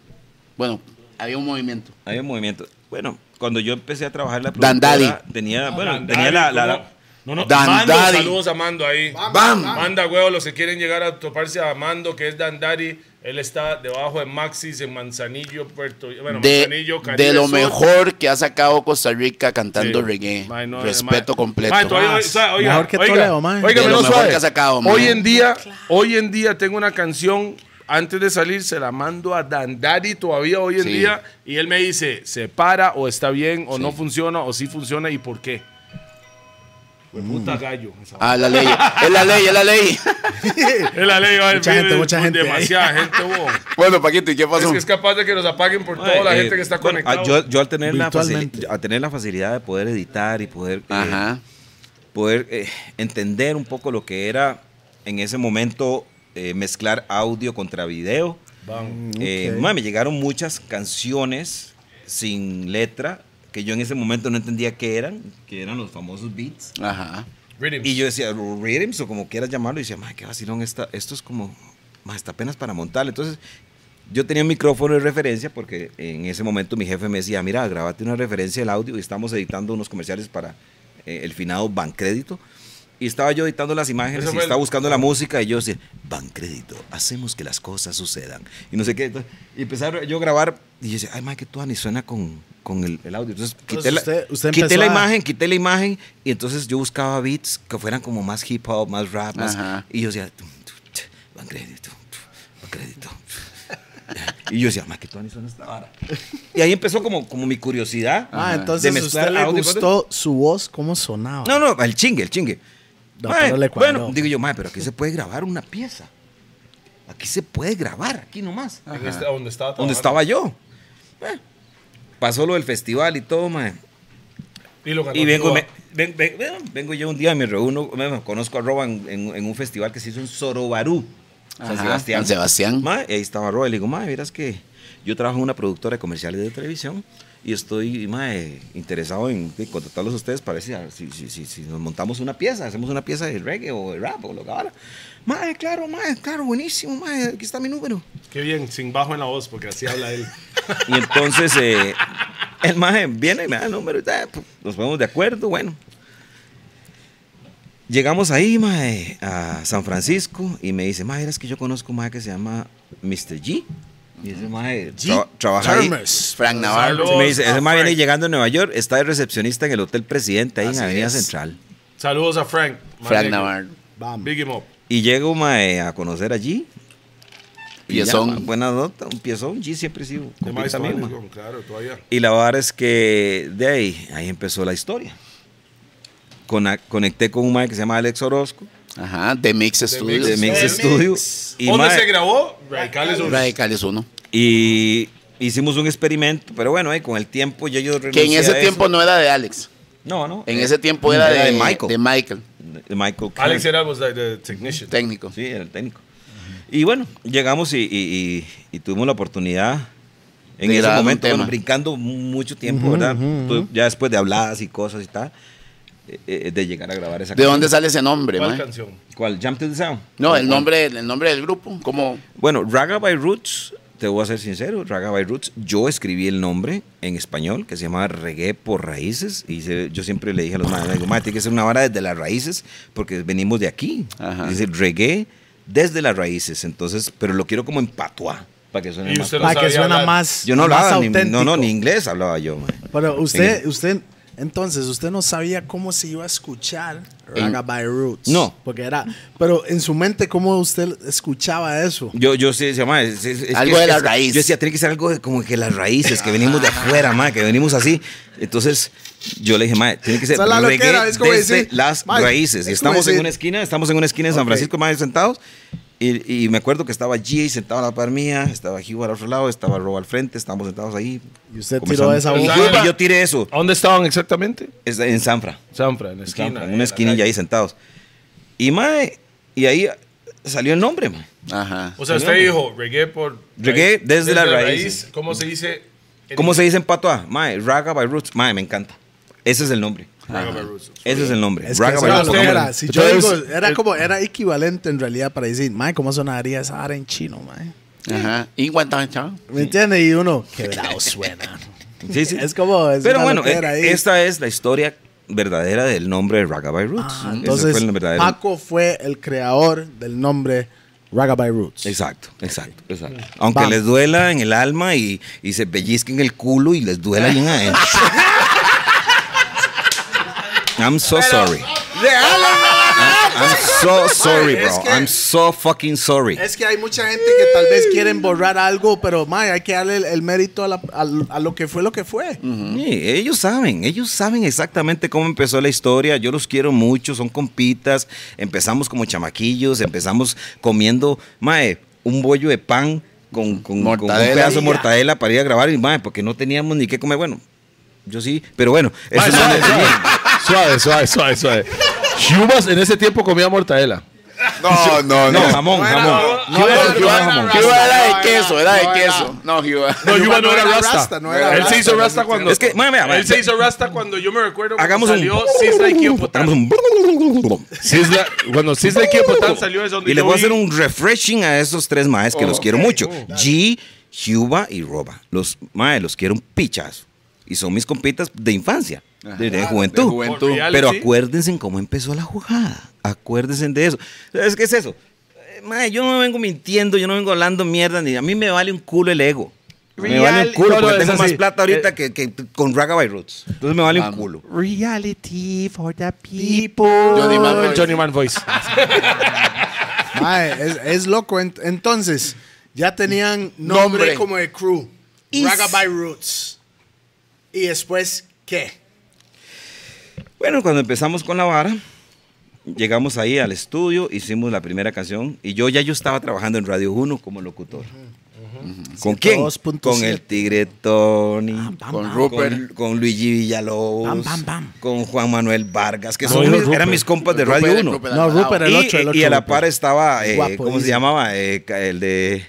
[SPEAKER 4] Bueno, había un movimiento.
[SPEAKER 2] Había un movimiento. Bueno, cuando yo empecé a trabajar en la
[SPEAKER 4] Dan Daddy.
[SPEAKER 2] productora,
[SPEAKER 5] Ah,
[SPEAKER 2] tenía, bueno, tenía la, la- la-
[SPEAKER 5] No, no,
[SPEAKER 4] Dan
[SPEAKER 5] Mando,
[SPEAKER 4] Daddy.
[SPEAKER 5] saludos a Mando ahí.
[SPEAKER 4] ¡Bam!
[SPEAKER 5] Manda, huevo, los que quieren llegar a toparse a Mando, que es Dandari. Él está debajo de Maxis en Manzanillo, Puerto. Bueno,
[SPEAKER 4] De,
[SPEAKER 5] Manzanillo, Caribe
[SPEAKER 4] de lo
[SPEAKER 5] Sur.
[SPEAKER 4] mejor que ha sacado Costa Rica
[SPEAKER 5] Sí.
[SPEAKER 4] cantando reggae.
[SPEAKER 5] Mae, no,
[SPEAKER 4] Respeto
[SPEAKER 5] mae.
[SPEAKER 4] completo.
[SPEAKER 5] Mae, todavía- o sea, oiga,
[SPEAKER 1] Mejor que
[SPEAKER 5] oiga,
[SPEAKER 1] Toledo, mae.
[SPEAKER 5] oiga,
[SPEAKER 4] De lo
[SPEAKER 5] menos
[SPEAKER 4] mejor
[SPEAKER 5] suave.
[SPEAKER 4] que ha sacado, mae.
[SPEAKER 5] Hoy en día, hoy en día tengo una canción. Antes de salir, se la mando a Dandari todavía hoy en
[SPEAKER 4] Sí.
[SPEAKER 5] día. Y él me dice: se para, o está bien, o no funciona, o sí funciona, y por qué. Pues, Puta gallo. esa
[SPEAKER 4] Ah, la ley. Es la ley, es la ley.
[SPEAKER 5] Es la ley, va,
[SPEAKER 1] Mucha
[SPEAKER 5] viene
[SPEAKER 1] gente, mucha gente.
[SPEAKER 5] Demasiada gente, bo.
[SPEAKER 4] bueno, Paquito, ¿y qué
[SPEAKER 5] Es
[SPEAKER 4] pasó?
[SPEAKER 5] que es capaz de que nos apaguen por toda la
[SPEAKER 2] eh,
[SPEAKER 5] gente que está
[SPEAKER 2] bueno,
[SPEAKER 5] conectada.
[SPEAKER 2] ah, Yo, yo al tener la,
[SPEAKER 1] Virtualmente.
[SPEAKER 2] facili- a tener la facilidad de poder editar y poder, eh,
[SPEAKER 4] Ajá.
[SPEAKER 2] poder eh, entender un poco lo que era en ese momento eh, mezclar audio contra video.
[SPEAKER 4] Mm,
[SPEAKER 2] Eh,
[SPEAKER 1] ok.
[SPEAKER 2] mae, me llegaron muchas canciones sin letra que yo en ese momento no entendía qué eran, que eran los famosos beats.
[SPEAKER 4] Ajá.
[SPEAKER 5] Rhythms.
[SPEAKER 2] Y yo decía, rhythms o como quieras llamarlo, y decía, madre, qué vacilón, esta, esto es como, ma, está apenas para montar. Entonces, yo tenía un micrófono de referencia porque en ese momento mi jefe me decía, mira, grábate una referencia del audio y estamos editando unos comerciales para eh, el finado Bancrédito. Y estaba yo editando las imágenes
[SPEAKER 5] Eso
[SPEAKER 2] y
[SPEAKER 5] fue el-
[SPEAKER 2] estaba buscando la música y yo decía, Bancrédito, hacemos que las cosas sucedan. Y no sé qué. entonces, y empezar yo a grabar y yo decía, ay, madre, que tú ni suena con, con el, el audio. Entonces, quité,
[SPEAKER 1] Entonces,
[SPEAKER 2] la,
[SPEAKER 1] usted- usted
[SPEAKER 2] quité
[SPEAKER 1] empezó
[SPEAKER 2] la
[SPEAKER 1] a-
[SPEAKER 2] imagen, quité la imagen y entonces yo buscaba beats que fueran como más hip hop, más rap, más-
[SPEAKER 4] Ajá.
[SPEAKER 2] y yo decía, tum, tum, ch, van crédito, tum, van crédito. Y yo decía, más que Tony suena esta vara. Y ahí empezó como, como mi curiosidad.
[SPEAKER 1] Ah,
[SPEAKER 2] de
[SPEAKER 1] entonces
[SPEAKER 2] mezclar
[SPEAKER 1] usted le
[SPEAKER 2] audio y cosas.
[SPEAKER 1] gustó su voz, cómo sonaba.
[SPEAKER 2] No, no, el chingue, el chingue.
[SPEAKER 1] No,
[SPEAKER 2] Mae,
[SPEAKER 1] pero le cuadró.
[SPEAKER 2] bueno, digo yo, mae, pero aquí se puede grabar una pieza. Aquí se puede grabar, aquí nomás.
[SPEAKER 1] Ah,
[SPEAKER 5] En este- donde estaba trabajando.
[SPEAKER 2] Donde estaba yo. Eh, pasó lo del festival y todo, mae.
[SPEAKER 5] Y, lo ganó
[SPEAKER 2] Y vengo,
[SPEAKER 5] Cuba.
[SPEAKER 2] me- ven- ven- ven- vengo yo un día, me reúno, me, me conozco a Roba en, en- en un festival que se hizo en Sorobarú, San
[SPEAKER 4] Ajá,
[SPEAKER 2] Sebastián.
[SPEAKER 4] San Sebastián.
[SPEAKER 2] Ma, y ahí estaba Roba, y le digo, ma, miras que yo trabajo en una productora de comerciales de televisión y estoy ma, eh, interesado en de contratarlos a ustedes para ver si, si, si- si- si nos montamos una pieza, hacemos una pieza de reggae o de rap o lo que ahora. Ma, eh, claro, ma, claro, buenísimo, ma, eh, aquí está mi número.
[SPEAKER 5] Qué bien, sin bajo en la voz, porque así habla él.
[SPEAKER 2] Y entonces eh, el maje viene y me da el número y tal, pu- nos ponemos de acuerdo, bueno. Llegamos ahí, maje, a San Francisco y me dice, maje, es que yo conozco un maje que se llama Mr. G. Y ese maje tra- trabaja ahí.
[SPEAKER 1] Termes.
[SPEAKER 4] Frank Navarro.
[SPEAKER 2] Y me dice, ese
[SPEAKER 5] Ah,
[SPEAKER 2] maje viene
[SPEAKER 5] Frank.
[SPEAKER 2] llegando a Nueva York, está de recepcionista en el Hotel Presidente ahí
[SPEAKER 4] Así
[SPEAKER 2] en Avenida
[SPEAKER 4] es.
[SPEAKER 2] Central.
[SPEAKER 5] Saludos a Frank.
[SPEAKER 4] Frank
[SPEAKER 5] Manejo.
[SPEAKER 4] Navarro.
[SPEAKER 1] Vamos.
[SPEAKER 5] Big him up.
[SPEAKER 2] Y llego, maje, a conocer allí Y ya,
[SPEAKER 4] Piezón.
[SPEAKER 2] buena nota, un piezón. G siempre sí.
[SPEAKER 5] El mae
[SPEAKER 2] compita
[SPEAKER 5] está
[SPEAKER 2] misma.
[SPEAKER 5] bueno, Claro, todavía.
[SPEAKER 2] Y la vara es que de ahí, ahí empezó la historia. Cona- conecté con un mae que se llama Alex Orozco,
[SPEAKER 4] Ajá, The Mix Studios.
[SPEAKER 2] de Mix
[SPEAKER 5] The
[SPEAKER 2] Studio. Y,
[SPEAKER 5] ¿Dónde
[SPEAKER 2] mae,
[SPEAKER 5] se grabó? Radicales Unos.
[SPEAKER 4] Radicales uno.
[SPEAKER 2] y hicimos un experimento, pero bueno, ahí con el tiempo ya yo
[SPEAKER 4] Que en
[SPEAKER 2] renuncié
[SPEAKER 4] ese
[SPEAKER 2] a eso.
[SPEAKER 4] tiempo no era de Alex.
[SPEAKER 2] No, no.
[SPEAKER 4] En
[SPEAKER 2] eh,
[SPEAKER 4] ese tiempo era, de,
[SPEAKER 2] Michael.
[SPEAKER 4] de Michael,
[SPEAKER 2] de Michael
[SPEAKER 5] Alex
[SPEAKER 2] Kern.
[SPEAKER 5] era was like the technician.
[SPEAKER 4] técnico.
[SPEAKER 2] Sí, era el técnico. Y bueno, llegamos y, y- y- y tuvimos la oportunidad en
[SPEAKER 4] De
[SPEAKER 2] ese
[SPEAKER 4] grabar un
[SPEAKER 2] momento, bueno,
[SPEAKER 4] tema.
[SPEAKER 2] brincando mucho tiempo, ¿verdad? Tu- Ya después de habladas y cosas y tal, eh, eh, de llegar a grabar esa
[SPEAKER 4] ¿De
[SPEAKER 2] canción.
[SPEAKER 4] dónde sale ese nombre,
[SPEAKER 5] ¿Cuál
[SPEAKER 4] mae?
[SPEAKER 5] canción?
[SPEAKER 2] ¿Cuál? Jump to the Sound.
[SPEAKER 4] No, el nombre, el nombre del grupo. Como
[SPEAKER 2] Bueno, Raga by Roots, te voy a ser sincero, Raga by Roots, yo escribí el nombre en español que se llamaba Reggae por Raíces y se- yo siempre le dije a los madres, digo, "Mae, tiene que ser una vara desde las raíces porque venimos de aquí.
[SPEAKER 4] Ajá.
[SPEAKER 2] Dice reggae desde las raíces, entonces, pero lo quiero como en patuá para que suene
[SPEAKER 5] Y
[SPEAKER 2] más.
[SPEAKER 5] usted no
[SPEAKER 2] patuá.
[SPEAKER 1] Para que
[SPEAKER 5] sabía
[SPEAKER 1] suena
[SPEAKER 5] hablar.
[SPEAKER 1] más.
[SPEAKER 2] Yo no
[SPEAKER 1] más
[SPEAKER 2] hablaba, ni, no, no,
[SPEAKER 1] auténtico.
[SPEAKER 2] ni inglés hablaba yo. mae.
[SPEAKER 1] Pero usted,
[SPEAKER 2] En-
[SPEAKER 1] usted, entonces, usted no sabía cómo se iba a escuchar Raga by Roots.
[SPEAKER 2] No.
[SPEAKER 1] Porque era, pero en su mente, ¿cómo usted escuchaba eso?
[SPEAKER 2] Yo, yo sí decía, mae, es- es- es
[SPEAKER 4] Algo
[SPEAKER 2] que-
[SPEAKER 4] de la
[SPEAKER 2] es-
[SPEAKER 4] raíz.
[SPEAKER 2] Yo decía, tiene que ser algo de como que las raíces, que venimos
[SPEAKER 1] Ah.
[SPEAKER 2] de afuera, mae, que venimos así. Entonces, yo le dije, mae, tiene que ser
[SPEAKER 1] Esa es la
[SPEAKER 2] reggae
[SPEAKER 1] loquera, es como
[SPEAKER 2] desde
[SPEAKER 1] decir,
[SPEAKER 2] las
[SPEAKER 1] mae,
[SPEAKER 2] raíces. Y
[SPEAKER 1] es como
[SPEAKER 2] estamos en
[SPEAKER 1] decir-
[SPEAKER 2] una esquina, estamos en una esquina en San
[SPEAKER 1] Ok.
[SPEAKER 2] Francisco, mae, sentados. Y, y me acuerdo que estaba G sentado a la par mía, estaba Hugh al otro lado, estaba Rob al frente, estábamos sentados ahí.
[SPEAKER 1] Y usted
[SPEAKER 2] conversando.
[SPEAKER 1] tiró esa
[SPEAKER 2] Y
[SPEAKER 5] bomba.
[SPEAKER 2] yo- Y yo tiré eso,
[SPEAKER 5] ¿Dónde estaban exactamente?
[SPEAKER 2] es- en Sanfra.
[SPEAKER 5] Sanfra, en la
[SPEAKER 2] Esquina,
[SPEAKER 5] esquina.
[SPEAKER 2] en una esquina y ahí sentados. Y mae, y ahí salió el nombre, mae.
[SPEAKER 4] Ajá.
[SPEAKER 5] O sea, usted dijo reggae por.
[SPEAKER 2] Reggae desde la raíz.
[SPEAKER 5] ¿Cómo se dice? en
[SPEAKER 2] ¿Cómo se
[SPEAKER 5] inglés?
[SPEAKER 2] dice en patoa? Mae, Raga by Roots. Mae, me encanta. Ese es el nombre.
[SPEAKER 5] Raga by Roots.
[SPEAKER 2] Ese es el nombre.
[SPEAKER 1] Es que
[SPEAKER 2] Raga
[SPEAKER 1] eso
[SPEAKER 2] by
[SPEAKER 1] era
[SPEAKER 5] bueno,
[SPEAKER 1] lo
[SPEAKER 2] Roots.
[SPEAKER 1] que
[SPEAKER 5] usted-
[SPEAKER 2] eh,
[SPEAKER 1] era. Si yo
[SPEAKER 4] entonces,
[SPEAKER 1] digo, era como, era equivalente en realidad para decir, mae, ¿cómo sonaría esa vara en chino, mae?
[SPEAKER 4] Ajá. Y Guantánamo, chao.
[SPEAKER 1] ¿Me entiendes? Y uno, quebrado suena.
[SPEAKER 2] Sí, sí.
[SPEAKER 1] Es como, es
[SPEAKER 2] Pero
[SPEAKER 1] una
[SPEAKER 2] bueno,
[SPEAKER 1] loquera
[SPEAKER 2] eh,
[SPEAKER 1] ahí.
[SPEAKER 2] esta es la historia verdadera del nombre de Raga by Roots.
[SPEAKER 1] Ah,
[SPEAKER 2] Ese
[SPEAKER 1] entonces,
[SPEAKER 2] fue el verdadero-
[SPEAKER 1] Paco fue el creador del nombre Raga by Roots.
[SPEAKER 2] Exacto, exacto, exacto. Aunque
[SPEAKER 1] Vamos.
[SPEAKER 2] les duela en el alma y, y se pellizquen el culo y les duela bien adentro. I'm so sorry. I'm, I'm so sorry,
[SPEAKER 1] Es
[SPEAKER 2] bro.
[SPEAKER 1] que-
[SPEAKER 2] I'm so fucking sorry.
[SPEAKER 1] Es que hay mucha gente que tal vez quieren borrar algo, pero mae, hay que darle el, el mérito a, la- a- a lo que fue lo que fue.
[SPEAKER 2] Sí, ellos saben, ellos saben exactamente cómo empezó la historia. Yo los quiero mucho, son compitas. Empezamos como chamaquillos, empezamos comiendo, mae, un bollo de pan con, con- con
[SPEAKER 4] Mortadela.
[SPEAKER 2] un pedazo de mortadela para ir a grabar. Y mae, porque no teníamos ni qué comer. Bueno, yo sí, pero bueno, eso es donde-
[SPEAKER 5] Suave, suave, suave, suave. Humas en ese tiempo comía mortadela.
[SPEAKER 4] No, no,
[SPEAKER 2] No, jamón, jamón.
[SPEAKER 4] No, no,
[SPEAKER 5] era-
[SPEAKER 4] Cuba-
[SPEAKER 5] no era
[SPEAKER 4] Cuba
[SPEAKER 5] rasta,
[SPEAKER 4] era
[SPEAKER 1] no
[SPEAKER 4] de
[SPEAKER 1] era-
[SPEAKER 4] queso, era de
[SPEAKER 1] no era-
[SPEAKER 4] queso. No, Cuba.
[SPEAKER 5] No, Yuba no era rasta.
[SPEAKER 1] rasta, no era
[SPEAKER 5] Él
[SPEAKER 1] rasta.
[SPEAKER 5] se hizo rasta cuando.
[SPEAKER 2] Es que, mae, vea, vea.
[SPEAKER 5] Él se hizo rasta cuando yo me recuerdo. cuando
[SPEAKER 2] Hagamos un-
[SPEAKER 5] salió Sisla y Kiyopotan.
[SPEAKER 2] Hagamos un-
[SPEAKER 5] Sisla- Cuando Sisla y Kiyopotan salió es donde
[SPEAKER 2] Y le
[SPEAKER 5] yo
[SPEAKER 2] voy a
[SPEAKER 5] vi-
[SPEAKER 2] hacer un refreshing a esos tres maes que los quiero mucho. G, Huba y Roba. Los maes los quiero un pichazo. Y son mis compitas de infancia, de, de juventud.
[SPEAKER 4] de juventud.
[SPEAKER 5] Por reality.
[SPEAKER 2] Pero acuérdense en cómo empezó la jugada. Acuérdense de eso. ¿Sabes qué es eso? Eh, mae, yo no vengo mintiendo, yo no vengo hablando mierda, ni a mí me vale un culo el ego. Me vale un
[SPEAKER 5] Real-
[SPEAKER 2] culo
[SPEAKER 5] no, no,
[SPEAKER 2] porque
[SPEAKER 5] es
[SPEAKER 2] tengo más
[SPEAKER 5] así.
[SPEAKER 2] plata ahorita que, que con Raga by Roots. Entonces me vale un culo.
[SPEAKER 7] Reality for the
[SPEAKER 4] Johnny
[SPEAKER 7] people.
[SPEAKER 4] Man.
[SPEAKER 5] Johnny Man Voice.
[SPEAKER 1] Mae, es, es loco. Ent- Entonces, ya tenían nombre,
[SPEAKER 4] Nombre.
[SPEAKER 1] como de crew. Raga by Roots. Y después, ¿qué?
[SPEAKER 2] Bueno, cuando empezamos con la vara, llegamos ahí al estudio, hicimos la primera canción y yo ya yo estaba trabajando en Radio 1 como locutor. ¿Con quién?
[SPEAKER 1] 102.7.
[SPEAKER 2] Con el Tigre Tony,
[SPEAKER 4] Con
[SPEAKER 2] con,
[SPEAKER 4] Rupert.
[SPEAKER 2] con Luigi Villalobos,
[SPEAKER 1] Ah, Pam, pam, pam.
[SPEAKER 2] con Juan Manuel Vargas, que son
[SPEAKER 5] dijo
[SPEAKER 2] mis-
[SPEAKER 5] Rupert.
[SPEAKER 2] eran mis compas de Radio 1.
[SPEAKER 1] No, Rupert, el
[SPEAKER 2] Y-
[SPEAKER 1] ocho, el
[SPEAKER 2] y,
[SPEAKER 1] ocho,
[SPEAKER 2] a la
[SPEAKER 1] Rupert.
[SPEAKER 2] par estaba, eh,
[SPEAKER 1] Guapo,
[SPEAKER 2] ¿cómo se
[SPEAKER 1] dice.
[SPEAKER 2] llamaba? Eh, ca- el de...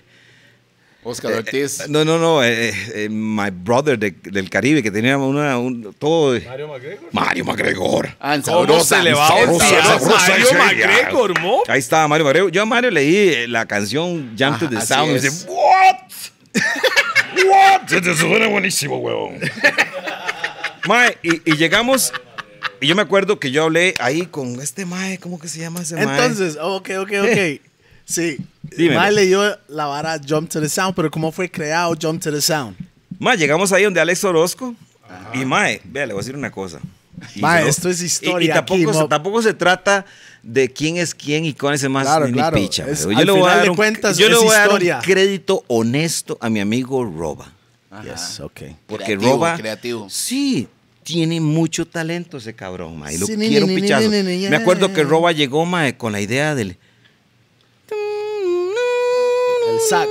[SPEAKER 4] Oscar Ortiz.
[SPEAKER 2] No, no, no, eh, eh, My Brother de- del Caribe, que tenía una, un- todo...
[SPEAKER 5] Mario McGregor.
[SPEAKER 6] Mario MacGregor.
[SPEAKER 4] Ah, en
[SPEAKER 5] ¿Cómo
[SPEAKER 4] Sabrosa,
[SPEAKER 5] se le
[SPEAKER 4] en
[SPEAKER 5] va a
[SPEAKER 4] Sabrosa,
[SPEAKER 5] olvidar
[SPEAKER 4] en Sabrosa.
[SPEAKER 5] Mario
[SPEAKER 6] en serio.
[SPEAKER 5] McGregor, mo?
[SPEAKER 2] Ahí estaba Mario Barrero. Yo a Mario leí eh, la canción Jump to
[SPEAKER 4] Ajá,
[SPEAKER 2] the
[SPEAKER 4] así
[SPEAKER 2] Sound. Y
[SPEAKER 4] es.
[SPEAKER 2] dice, ¿What? ¿What?
[SPEAKER 6] Se te suena buenísimo, huevón.
[SPEAKER 2] Mae, y, y llegamos. Y yo me acuerdo que yo hablé ahí con este Mae. ¿Cómo que se llama ese Mae?
[SPEAKER 1] Entonces, oh, ok, ok, ok. Sí.
[SPEAKER 2] Dímelo.
[SPEAKER 1] Mae leyó la vara Jump to the Sound, pero ¿cómo fue creado Jump to the Sound?
[SPEAKER 2] Mae, llegamos ahí donde Alex Orozco. Y Mae, vea, le voy a decir una cosa. Y
[SPEAKER 1] Ma,
[SPEAKER 2] yo-
[SPEAKER 1] esto es
[SPEAKER 2] y- Y,
[SPEAKER 1] historia
[SPEAKER 2] tampoco,
[SPEAKER 1] aquí,
[SPEAKER 2] se,
[SPEAKER 1] Mo.
[SPEAKER 2] tampoco se trata de quién es quién y cuál es el más
[SPEAKER 1] Claro,
[SPEAKER 2] ni- ni
[SPEAKER 1] claro.
[SPEAKER 2] picha.
[SPEAKER 1] Es- al
[SPEAKER 2] pero yo le voy a
[SPEAKER 1] final
[SPEAKER 2] dar
[SPEAKER 1] de
[SPEAKER 2] un,
[SPEAKER 1] cuentas,
[SPEAKER 2] yo le
[SPEAKER 1] es
[SPEAKER 2] voy a dar un
[SPEAKER 1] historia.
[SPEAKER 2] crédito honesto a mi amigo Roba.
[SPEAKER 1] Yes, ok.
[SPEAKER 2] Porque
[SPEAKER 4] Creativo,
[SPEAKER 2] Roba.
[SPEAKER 4] creativo.
[SPEAKER 2] Sí, tiene mucho talento ese cabrón, ma. Y lo
[SPEAKER 1] Sí, ni,
[SPEAKER 2] quiero
[SPEAKER 1] ni,
[SPEAKER 2] un
[SPEAKER 1] ni,
[SPEAKER 2] pichazo.
[SPEAKER 1] ni, ni, ni,
[SPEAKER 2] Me acuerdo
[SPEAKER 1] ya.
[SPEAKER 2] que Roba llegó, ma, con la idea del.
[SPEAKER 1] El sax.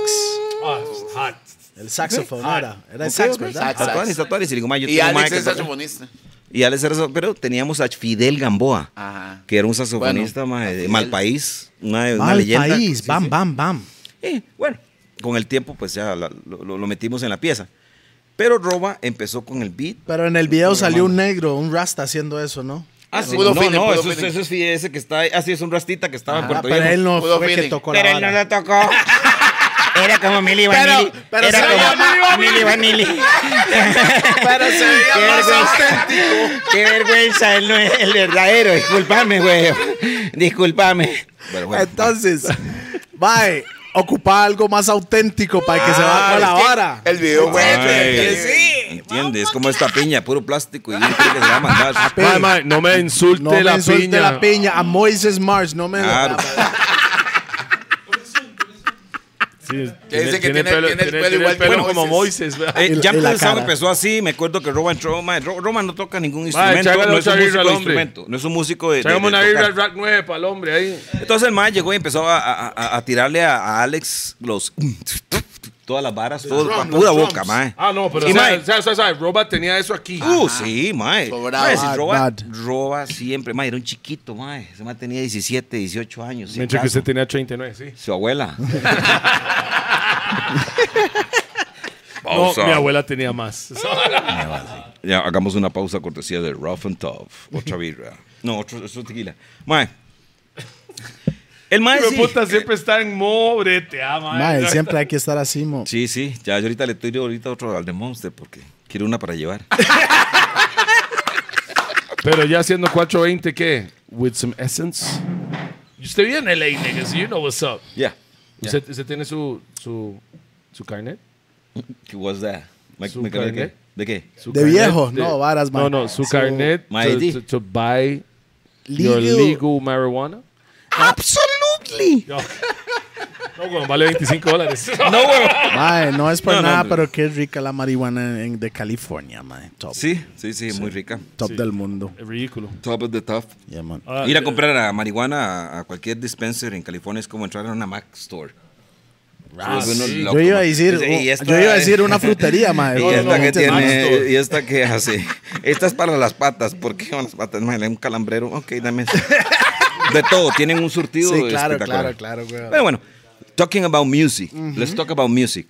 [SPEAKER 5] Ah, hot.
[SPEAKER 1] El saxofón era. Era el Ah, sax, ¿verdad?
[SPEAKER 4] Sax.
[SPEAKER 2] Tatuanis, tatuanis. Y digo, ma, yo
[SPEAKER 4] Y
[SPEAKER 2] tengo un ma
[SPEAKER 4] Alex
[SPEAKER 2] que
[SPEAKER 4] es
[SPEAKER 2] toca-
[SPEAKER 4] saxofonista.
[SPEAKER 2] Y Alex era saxo- pero teníamos a Fidel Gamboa,
[SPEAKER 1] Ah.
[SPEAKER 4] Ajá.
[SPEAKER 2] que era un saxofonista
[SPEAKER 4] Bueno,
[SPEAKER 2] ma, de
[SPEAKER 4] Fidel.
[SPEAKER 2] Malpaís, una, una
[SPEAKER 1] Mal
[SPEAKER 2] leyenda.
[SPEAKER 1] país.
[SPEAKER 2] Sí,
[SPEAKER 1] bam,
[SPEAKER 2] sí.
[SPEAKER 1] bam, bam.
[SPEAKER 2] Y, bueno, con el tiempo pues ya la- lo, lo- lo metimos en la pieza. Pero Roba empezó con el beat.
[SPEAKER 1] Pero en el video salió un negro, un rasta haciendo eso, ¿no?
[SPEAKER 2] Ah, sí,
[SPEAKER 4] Puro
[SPEAKER 2] no,
[SPEAKER 4] feeling,
[SPEAKER 2] no,
[SPEAKER 4] puro
[SPEAKER 2] eso, es-
[SPEAKER 4] feeling.
[SPEAKER 2] eso es Fidel, ese que está ahí. Ah, sí, es un rastita que estaba en
[SPEAKER 1] Ah,
[SPEAKER 2] Puerto
[SPEAKER 1] pero
[SPEAKER 2] Viejo.
[SPEAKER 1] él no
[SPEAKER 4] Pudo
[SPEAKER 1] fue que
[SPEAKER 4] feeling.
[SPEAKER 1] tocó la
[SPEAKER 2] Pero él no
[SPEAKER 1] vara.
[SPEAKER 2] le tocó. Era como Mili Vanilli.
[SPEAKER 1] pero
[SPEAKER 2] Era
[SPEAKER 1] se
[SPEAKER 2] como Mili Vanilli.
[SPEAKER 4] Pero se veía
[SPEAKER 2] Qué
[SPEAKER 4] más
[SPEAKER 2] vergüenza. Qué vergüenza, él no es el verdadero. Disculpame, güey. Disculpame. Bueno, bueno,
[SPEAKER 1] Entonces, bye. Ocupa algo más auténtico para que se vaya con la
[SPEAKER 2] Ah,
[SPEAKER 1] vara.
[SPEAKER 4] El video fue
[SPEAKER 5] Ay.
[SPEAKER 4] que-
[SPEAKER 2] ¿Entiendes? Es como esta piña, puro plástico y un tiro que se va a mandar.
[SPEAKER 5] Mae, mae, no me insulte
[SPEAKER 1] No me
[SPEAKER 5] la
[SPEAKER 1] insulte
[SPEAKER 5] piña.
[SPEAKER 1] la piña. A Moises Mars, no me.
[SPEAKER 2] Claro.
[SPEAKER 5] Sí,
[SPEAKER 4] Que dice que tiene- tiene el pelo igual que Moisés.
[SPEAKER 5] como Moisés. ¿verdad?
[SPEAKER 2] Eh,
[SPEAKER 1] Y la-
[SPEAKER 2] ya
[SPEAKER 1] y la
[SPEAKER 2] empezó,
[SPEAKER 1] cara.
[SPEAKER 2] empezó así, me acuerdo que Roman Troma, Roman no toca ningún instrumento,
[SPEAKER 5] chágale
[SPEAKER 2] no
[SPEAKER 5] un
[SPEAKER 2] es un
[SPEAKER 5] chavirro
[SPEAKER 2] músico
[SPEAKER 5] al
[SPEAKER 2] de
[SPEAKER 5] hombre.
[SPEAKER 2] instrumento, no es un músico de, de-
[SPEAKER 5] Echamos
[SPEAKER 2] de
[SPEAKER 5] una
[SPEAKER 2] tocar.
[SPEAKER 5] birra al rack 9 para el hombre ahí.
[SPEAKER 2] Entonces el man llegó y empezó a, a- a- a tirarle a, a Alex los todas las varas, todo,
[SPEAKER 4] drum,
[SPEAKER 2] pa' pura
[SPEAKER 4] los
[SPEAKER 2] boca,
[SPEAKER 4] drums.
[SPEAKER 2] mae.
[SPEAKER 5] Ah, no, pero
[SPEAKER 2] Y
[SPEAKER 5] o sea,
[SPEAKER 2] mae,
[SPEAKER 5] o sea, o sea, o sea, Roba tenía eso aquí.
[SPEAKER 2] Uh, sí, mae.
[SPEAKER 4] Sobrado.
[SPEAKER 2] Mae, si
[SPEAKER 1] Bad,
[SPEAKER 2] roba,
[SPEAKER 1] bad.
[SPEAKER 2] roba siempre, mae, era un chiquito, mae. Ese mae tenía 17, 18 años. si
[SPEAKER 5] Mientras que
[SPEAKER 2] acaso.
[SPEAKER 5] usted tenía 39, sí.
[SPEAKER 2] Su abuela.
[SPEAKER 6] Pausa.
[SPEAKER 5] No, mi abuela tenía más.
[SPEAKER 2] Ya, hagamos una pausa cortesía de Rough and Tough. Otra birra. No, otro, otro tequila. Mae. El
[SPEAKER 1] Ah,
[SPEAKER 2] mae
[SPEAKER 5] Mi
[SPEAKER 2] sí.
[SPEAKER 5] puta siempre está en mobre, te ama. ¿eh?
[SPEAKER 1] Mae, siempre hay que estar así, mo.
[SPEAKER 2] Eh, Sí, sí. Ya yo ahorita le estoy ahorita otro al de Monster porque quiero una para llevar.
[SPEAKER 5] Ah. Pero ya siendo 420, ¿qué? With some essence. Y Usted viene en LA, niggas. You know what's up.
[SPEAKER 2] Yeah.
[SPEAKER 5] ¿Usted, usted tiene su, su, su carnet?
[SPEAKER 2] ¿Qué was that? Me-
[SPEAKER 5] Su
[SPEAKER 2] me acabé de qué?
[SPEAKER 5] carnet.
[SPEAKER 2] ¿De qué?
[SPEAKER 5] Su
[SPEAKER 1] De viejo, no, varas, mae.
[SPEAKER 5] No, no, su carnet
[SPEAKER 2] My ID.
[SPEAKER 5] to, to, to buy your
[SPEAKER 1] Legal.
[SPEAKER 5] legal marijuana.
[SPEAKER 1] Absolutely.
[SPEAKER 5] No, bueno, vale 25 dólares.
[SPEAKER 2] No, huevo.
[SPEAKER 1] Mae, no es por
[SPEAKER 2] No, no,
[SPEAKER 1] nada,
[SPEAKER 2] no.
[SPEAKER 1] pero qué rica la marihuana en- de California, mae. Top.
[SPEAKER 2] Sí, sí, sí, muy rica.
[SPEAKER 1] Top del mundo.
[SPEAKER 5] Es ridículo.
[SPEAKER 2] Top of the top.
[SPEAKER 1] Yeah, man.
[SPEAKER 5] Ah,
[SPEAKER 2] Ir a
[SPEAKER 5] eh,
[SPEAKER 2] comprar a marihuana a- a cualquier dispenser en California es como entrar a una Mac Store. Es uno
[SPEAKER 5] Ah, sí.
[SPEAKER 2] loco,
[SPEAKER 1] Yo iba a
[SPEAKER 2] mae.
[SPEAKER 1] decir,
[SPEAKER 2] Dice, "Y esta
[SPEAKER 1] yo iba a
[SPEAKER 2] es-
[SPEAKER 1] decir una frutería, mae.
[SPEAKER 2] ¿Y
[SPEAKER 1] No,
[SPEAKER 2] esta
[SPEAKER 1] no,
[SPEAKER 2] que
[SPEAKER 1] no,
[SPEAKER 2] tiene?
[SPEAKER 1] no.
[SPEAKER 2] ¿Y esta que hace? Esta es para las patas. ¿Por qué van las patas? Mae, le da un calambrero. Ok, dame eso. De todo. Tienen un surtido
[SPEAKER 1] Sí, claro,
[SPEAKER 2] espectacular.
[SPEAKER 1] claro, claro, güey.
[SPEAKER 2] Pero bueno, talking about music. Let's talk about music.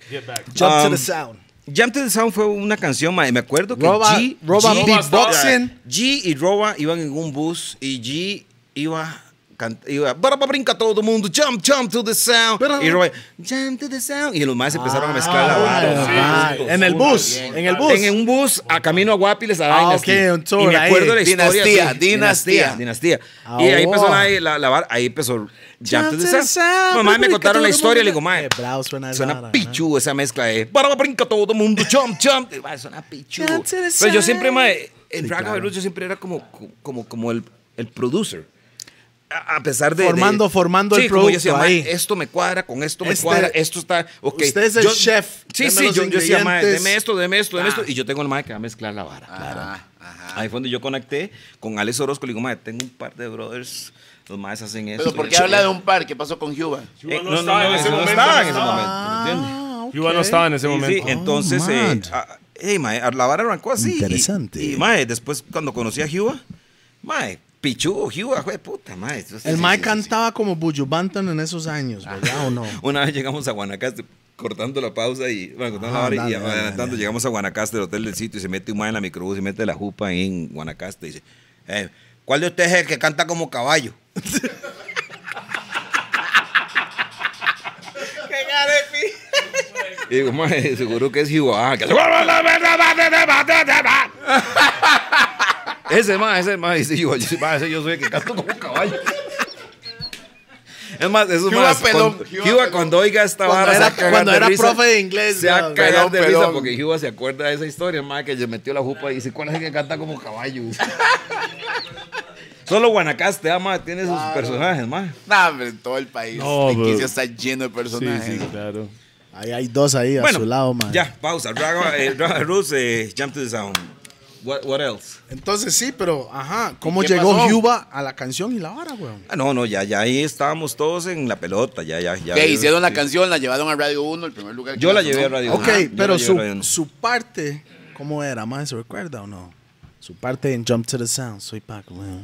[SPEAKER 1] Jump to
[SPEAKER 2] Um,
[SPEAKER 1] the sound.
[SPEAKER 2] Jump to the Sound fue una canción, mae. Me acuerdo que
[SPEAKER 1] Roba,
[SPEAKER 2] G,
[SPEAKER 1] Roba
[SPEAKER 2] G-
[SPEAKER 1] beatboxing.
[SPEAKER 2] G y Roba iban en un bus y G iba... can- Iba, para brinca todo el mundo, jump, jump to the sound.
[SPEAKER 1] Pero-
[SPEAKER 2] y Roba, jump to the sound. Y los más empezaron a mezclar la
[SPEAKER 1] Ah,
[SPEAKER 2] banda.
[SPEAKER 1] mae, En el bus, en el bus.
[SPEAKER 2] En un bus a camino a Guapiles a
[SPEAKER 1] Ah,
[SPEAKER 2] Dynasty.
[SPEAKER 1] ok, un tour
[SPEAKER 2] y me
[SPEAKER 1] ahí.
[SPEAKER 2] acuerdo de la historia.
[SPEAKER 4] Dinastía,
[SPEAKER 2] sí.
[SPEAKER 4] dinastía.
[SPEAKER 2] Dinastía.
[SPEAKER 1] Ah,
[SPEAKER 2] Y ahí
[SPEAKER 1] oh.
[SPEAKER 2] empezó la, la, la bar- ahí empezó Jump to the Sound.
[SPEAKER 1] Sound.
[SPEAKER 2] Mamá me contaron la historia, le digo, mae,
[SPEAKER 1] Qué bravo suena esa vara,
[SPEAKER 2] suena
[SPEAKER 1] ¿no?
[SPEAKER 2] pichu esa mezcla de para brinca todo el mundo, jump, jump. Y, mae, Suena pichu.
[SPEAKER 1] Jump to the
[SPEAKER 2] Pero yo
[SPEAKER 1] sound.
[SPEAKER 2] siempre, mae, el Dragon yo siempre era como, como, como el, el producer. A a pesar de. de-
[SPEAKER 1] Formando- formando el
[SPEAKER 2] Sí, como yo decía,
[SPEAKER 1] producto
[SPEAKER 2] mae,
[SPEAKER 1] ahí.
[SPEAKER 2] Esto me cuadra, con esto me
[SPEAKER 1] Este-
[SPEAKER 2] cuadra, esto está. ok.
[SPEAKER 1] Usted es el
[SPEAKER 2] Yo-
[SPEAKER 1] chef,
[SPEAKER 2] Sí,
[SPEAKER 1] deme
[SPEAKER 2] sí,
[SPEAKER 1] los
[SPEAKER 2] yo, yo decía, mae,
[SPEAKER 1] ingredientes.
[SPEAKER 2] deme esto, deme esto, deme esto. Y yo tengo el mae que va a mezclar la vara.
[SPEAKER 4] Ah. Ajá, ajá.
[SPEAKER 2] Ahí fue donde yo conecté con Alex Orozco. Le digo, mae, tengo un par de brothers. Los maes hacen esto.
[SPEAKER 4] Pero ¿por qué habla de un par? ¿Qué pasó con Cuba?
[SPEAKER 2] Eh,
[SPEAKER 5] no estaba en ese
[SPEAKER 2] eso
[SPEAKER 5] momento,
[SPEAKER 2] No estaba
[SPEAKER 5] no
[SPEAKER 2] en
[SPEAKER 5] Ah.
[SPEAKER 2] ese
[SPEAKER 5] estaba.
[SPEAKER 2] momento, ¿me entiendes?
[SPEAKER 1] Ah,
[SPEAKER 5] Cuba no estaba en ese
[SPEAKER 2] Sí, sí,
[SPEAKER 5] momento.
[SPEAKER 2] entonces, eh,
[SPEAKER 1] man.
[SPEAKER 2] a- hey, mae, a la vara arrancó así. y-
[SPEAKER 1] Interesante.
[SPEAKER 2] Y, mae, después cuando conocí a Hugh, mae, pichu, Hugh, jue de puta, mae. Entonces,
[SPEAKER 1] El
[SPEAKER 2] sí, Ah.
[SPEAKER 1] mae
[SPEAKER 2] sí, sí,
[SPEAKER 1] cantaba como Buju Banton en esos años, ¿verdad o no?
[SPEAKER 2] sí. Una vez llegamos a Guanacaste, cortando la pausa y, bueno, cortando
[SPEAKER 1] Ah,
[SPEAKER 2] la vara y
[SPEAKER 1] dale, dale,
[SPEAKER 2] adelantando,
[SPEAKER 1] dale.
[SPEAKER 2] llegamos a Guanacaste, el hotel del sitio, y se mete un mae en la microbús, y mete la jupa ahí en Guanacaste y dice, eh, ¿cuál de ustedes es el que canta como caballo? Y digo, mae, seguro que es Hugh, ah, que hace- Ese más, ese más, dice yo, ese mae, ese yo soy el que canto como caballo. Es más, eso
[SPEAKER 4] Cuba
[SPEAKER 2] más.
[SPEAKER 4] pelón,
[SPEAKER 2] cuando-
[SPEAKER 4] Cuba
[SPEAKER 2] Cuba,
[SPEAKER 4] pelón.
[SPEAKER 2] cuando oiga esta
[SPEAKER 1] Cuando
[SPEAKER 2] vara, se
[SPEAKER 1] era-
[SPEAKER 2] va a cagar
[SPEAKER 1] cuando
[SPEAKER 2] de
[SPEAKER 1] era
[SPEAKER 2] risa.
[SPEAKER 1] profe de inglés,
[SPEAKER 2] Se va a
[SPEAKER 1] no,
[SPEAKER 2] cagar
[SPEAKER 4] pelón,
[SPEAKER 2] de risa
[SPEAKER 4] pelón.
[SPEAKER 2] porque Cuba se acuerda de esa historia, el mae, que se metió la jupa y dice: ¿Cuál es el que canta como caballo? Solo Guanacaste, ah, mae, tiene sus personajes, mae.
[SPEAKER 4] Nah, hombre, en todo el país.
[SPEAKER 3] No,
[SPEAKER 4] Tiquicia
[SPEAKER 3] pero-
[SPEAKER 4] está lleno de personajes.
[SPEAKER 3] claro.
[SPEAKER 1] Ahí hay dos ahí a su lado, man.
[SPEAKER 2] ya, pausa. Draga, eh, Draga Roots, eh, Jump to the Sound. What, what else?
[SPEAKER 1] Entonces sí, pero, ajá, ¿cómo
[SPEAKER 4] qué
[SPEAKER 1] llegó
[SPEAKER 4] pasó?
[SPEAKER 1] Cuba a la canción y la vara, weón?
[SPEAKER 2] Ah, no, no, ya, ya ahí estábamos todos en la pelota, ya, ya, ya.
[SPEAKER 4] Que hicieron la
[SPEAKER 2] Sí.
[SPEAKER 4] canción, la llevaron a Radio 1, el primer lugar. que
[SPEAKER 2] Yo la
[SPEAKER 4] sonó.
[SPEAKER 2] llevé a Radio
[SPEAKER 1] Ok,
[SPEAKER 2] Uno. Yo la
[SPEAKER 1] pero
[SPEAKER 2] llevé a Radio Uno.
[SPEAKER 1] su, su parte, ¿cómo era, man? ¿Se recuerda o no? Su parte en Jump to the Sound, soy Paco. weón.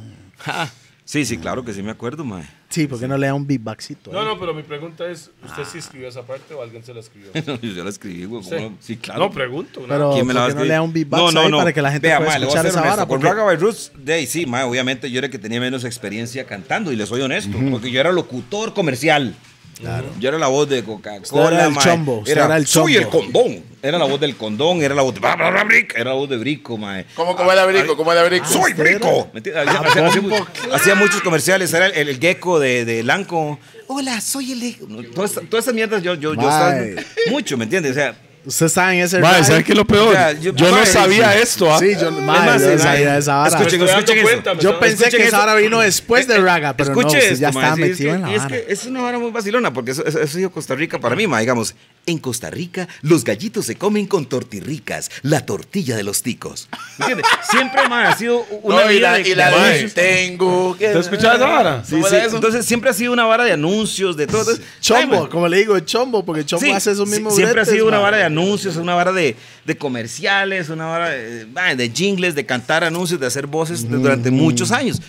[SPEAKER 2] Sí, sí, claro que sí me acuerdo, mae.
[SPEAKER 1] Sí, porque no le da un beatboxito? eh.
[SPEAKER 5] No,
[SPEAKER 1] ahí?
[SPEAKER 5] no, pero mi pregunta es, ¿usted sí escribió esa parte o alguien se la escribió?
[SPEAKER 2] No, Yo la escribí, güey.
[SPEAKER 5] Sí.
[SPEAKER 2] ¿cómo no? Sí, claro.
[SPEAKER 5] No, pregunto. nada.
[SPEAKER 1] Pero
[SPEAKER 2] ¿Quién me la va a
[SPEAKER 1] ¿por qué no
[SPEAKER 2] escribir?
[SPEAKER 1] le da un beatbox ahí para que la gente
[SPEAKER 2] Vea,
[SPEAKER 1] pueda
[SPEAKER 2] mae, le voy a
[SPEAKER 1] escuchar
[SPEAKER 2] ser
[SPEAKER 1] esa
[SPEAKER 2] honesto.
[SPEAKER 1] vara?
[SPEAKER 2] Con
[SPEAKER 1] Porque-
[SPEAKER 2] Raga by Roots, de ahí sí, mae, obviamente yo era el que tenía menos experiencia cantando y le soy honesto, porque yo era locutor comercial. Claro. Yo era la voz de Coca-Cola.
[SPEAKER 1] Usted era el
[SPEAKER 2] mae.
[SPEAKER 1] chombo, usted era el
[SPEAKER 2] Soy el
[SPEAKER 1] chombo".
[SPEAKER 2] condón. Era la voz del condón, era la voz de. bla, bla, bla, bric, Era la voz de Brico, mae.
[SPEAKER 4] ¿Cómo, cómo era Brico? ¿Cómo era Brico?
[SPEAKER 2] ¡Soy
[SPEAKER 1] usted era-
[SPEAKER 2] rico! ¿Me entiendes? Hacía, hacía- hacía mu- hacía muchos comerciales, era el, el gecko de, de Lanco. Hola, soy el gecko. No, Todas estas todas esas mierdas yo, yo, yo estaba
[SPEAKER 1] Mae.
[SPEAKER 2] mucho, ¿me entiendes? O sea,
[SPEAKER 1] Usted sabe en ese
[SPEAKER 3] Mae,
[SPEAKER 1] ride?
[SPEAKER 3] ¿sabes qué es lo peor?
[SPEAKER 2] Ya, yo-
[SPEAKER 3] yo no
[SPEAKER 2] Mae,
[SPEAKER 3] sabía
[SPEAKER 2] sí.
[SPEAKER 3] esto, ¿ah?
[SPEAKER 1] Sí, yo, mae,
[SPEAKER 2] Es más,
[SPEAKER 1] yo
[SPEAKER 2] eh,
[SPEAKER 1] sabía
[SPEAKER 2] mae,
[SPEAKER 1] esa vara.
[SPEAKER 5] Me
[SPEAKER 2] escuchen,
[SPEAKER 5] estoy
[SPEAKER 2] escuchen
[SPEAKER 5] dando
[SPEAKER 2] eso.
[SPEAKER 5] cuenta, me
[SPEAKER 1] Yo
[SPEAKER 5] estaba-
[SPEAKER 1] pensé
[SPEAKER 2] escuchen
[SPEAKER 1] que
[SPEAKER 2] eso.
[SPEAKER 1] esa vara vino después de Raga, pero no,
[SPEAKER 2] escuche
[SPEAKER 1] usted
[SPEAKER 2] esto,
[SPEAKER 1] ya
[SPEAKER 2] mae,
[SPEAKER 1] estaba
[SPEAKER 2] sí, es
[SPEAKER 1] metido
[SPEAKER 2] que-
[SPEAKER 1] en la
[SPEAKER 2] Es
[SPEAKER 1] vara.
[SPEAKER 2] que es una vara muy vacilona, porque eso, eso, eso ha sido Costa Rica para mí, ma. Digamos, en Costa Rica los gallitos se comen con tortirricas, la tortilla de los ticos. ¿Entiendes? Siempre, ma, ha sido una
[SPEAKER 4] No, y
[SPEAKER 2] vida
[SPEAKER 4] la,
[SPEAKER 2] de-
[SPEAKER 4] y la
[SPEAKER 2] Mae.
[SPEAKER 4] de tengo que...
[SPEAKER 3] ¿Te escuchabas ahora?
[SPEAKER 2] Sí, sí. Entonces siempre ha sido una vara de anuncios, de todo. Ay,
[SPEAKER 1] Chombo,
[SPEAKER 2] ma.
[SPEAKER 1] como le digo, chombo, porque chombo
[SPEAKER 2] Sí,
[SPEAKER 1] hace esos
[SPEAKER 2] sí,
[SPEAKER 1] mismos
[SPEAKER 2] siempre ha
[SPEAKER 1] bretes,
[SPEAKER 2] sido una
[SPEAKER 1] mae.
[SPEAKER 2] vara de anuncios, una vara de, de comerciales, una vara de, ah, de jingles, de cantar anuncios, de hacer voces de- durante muchos años.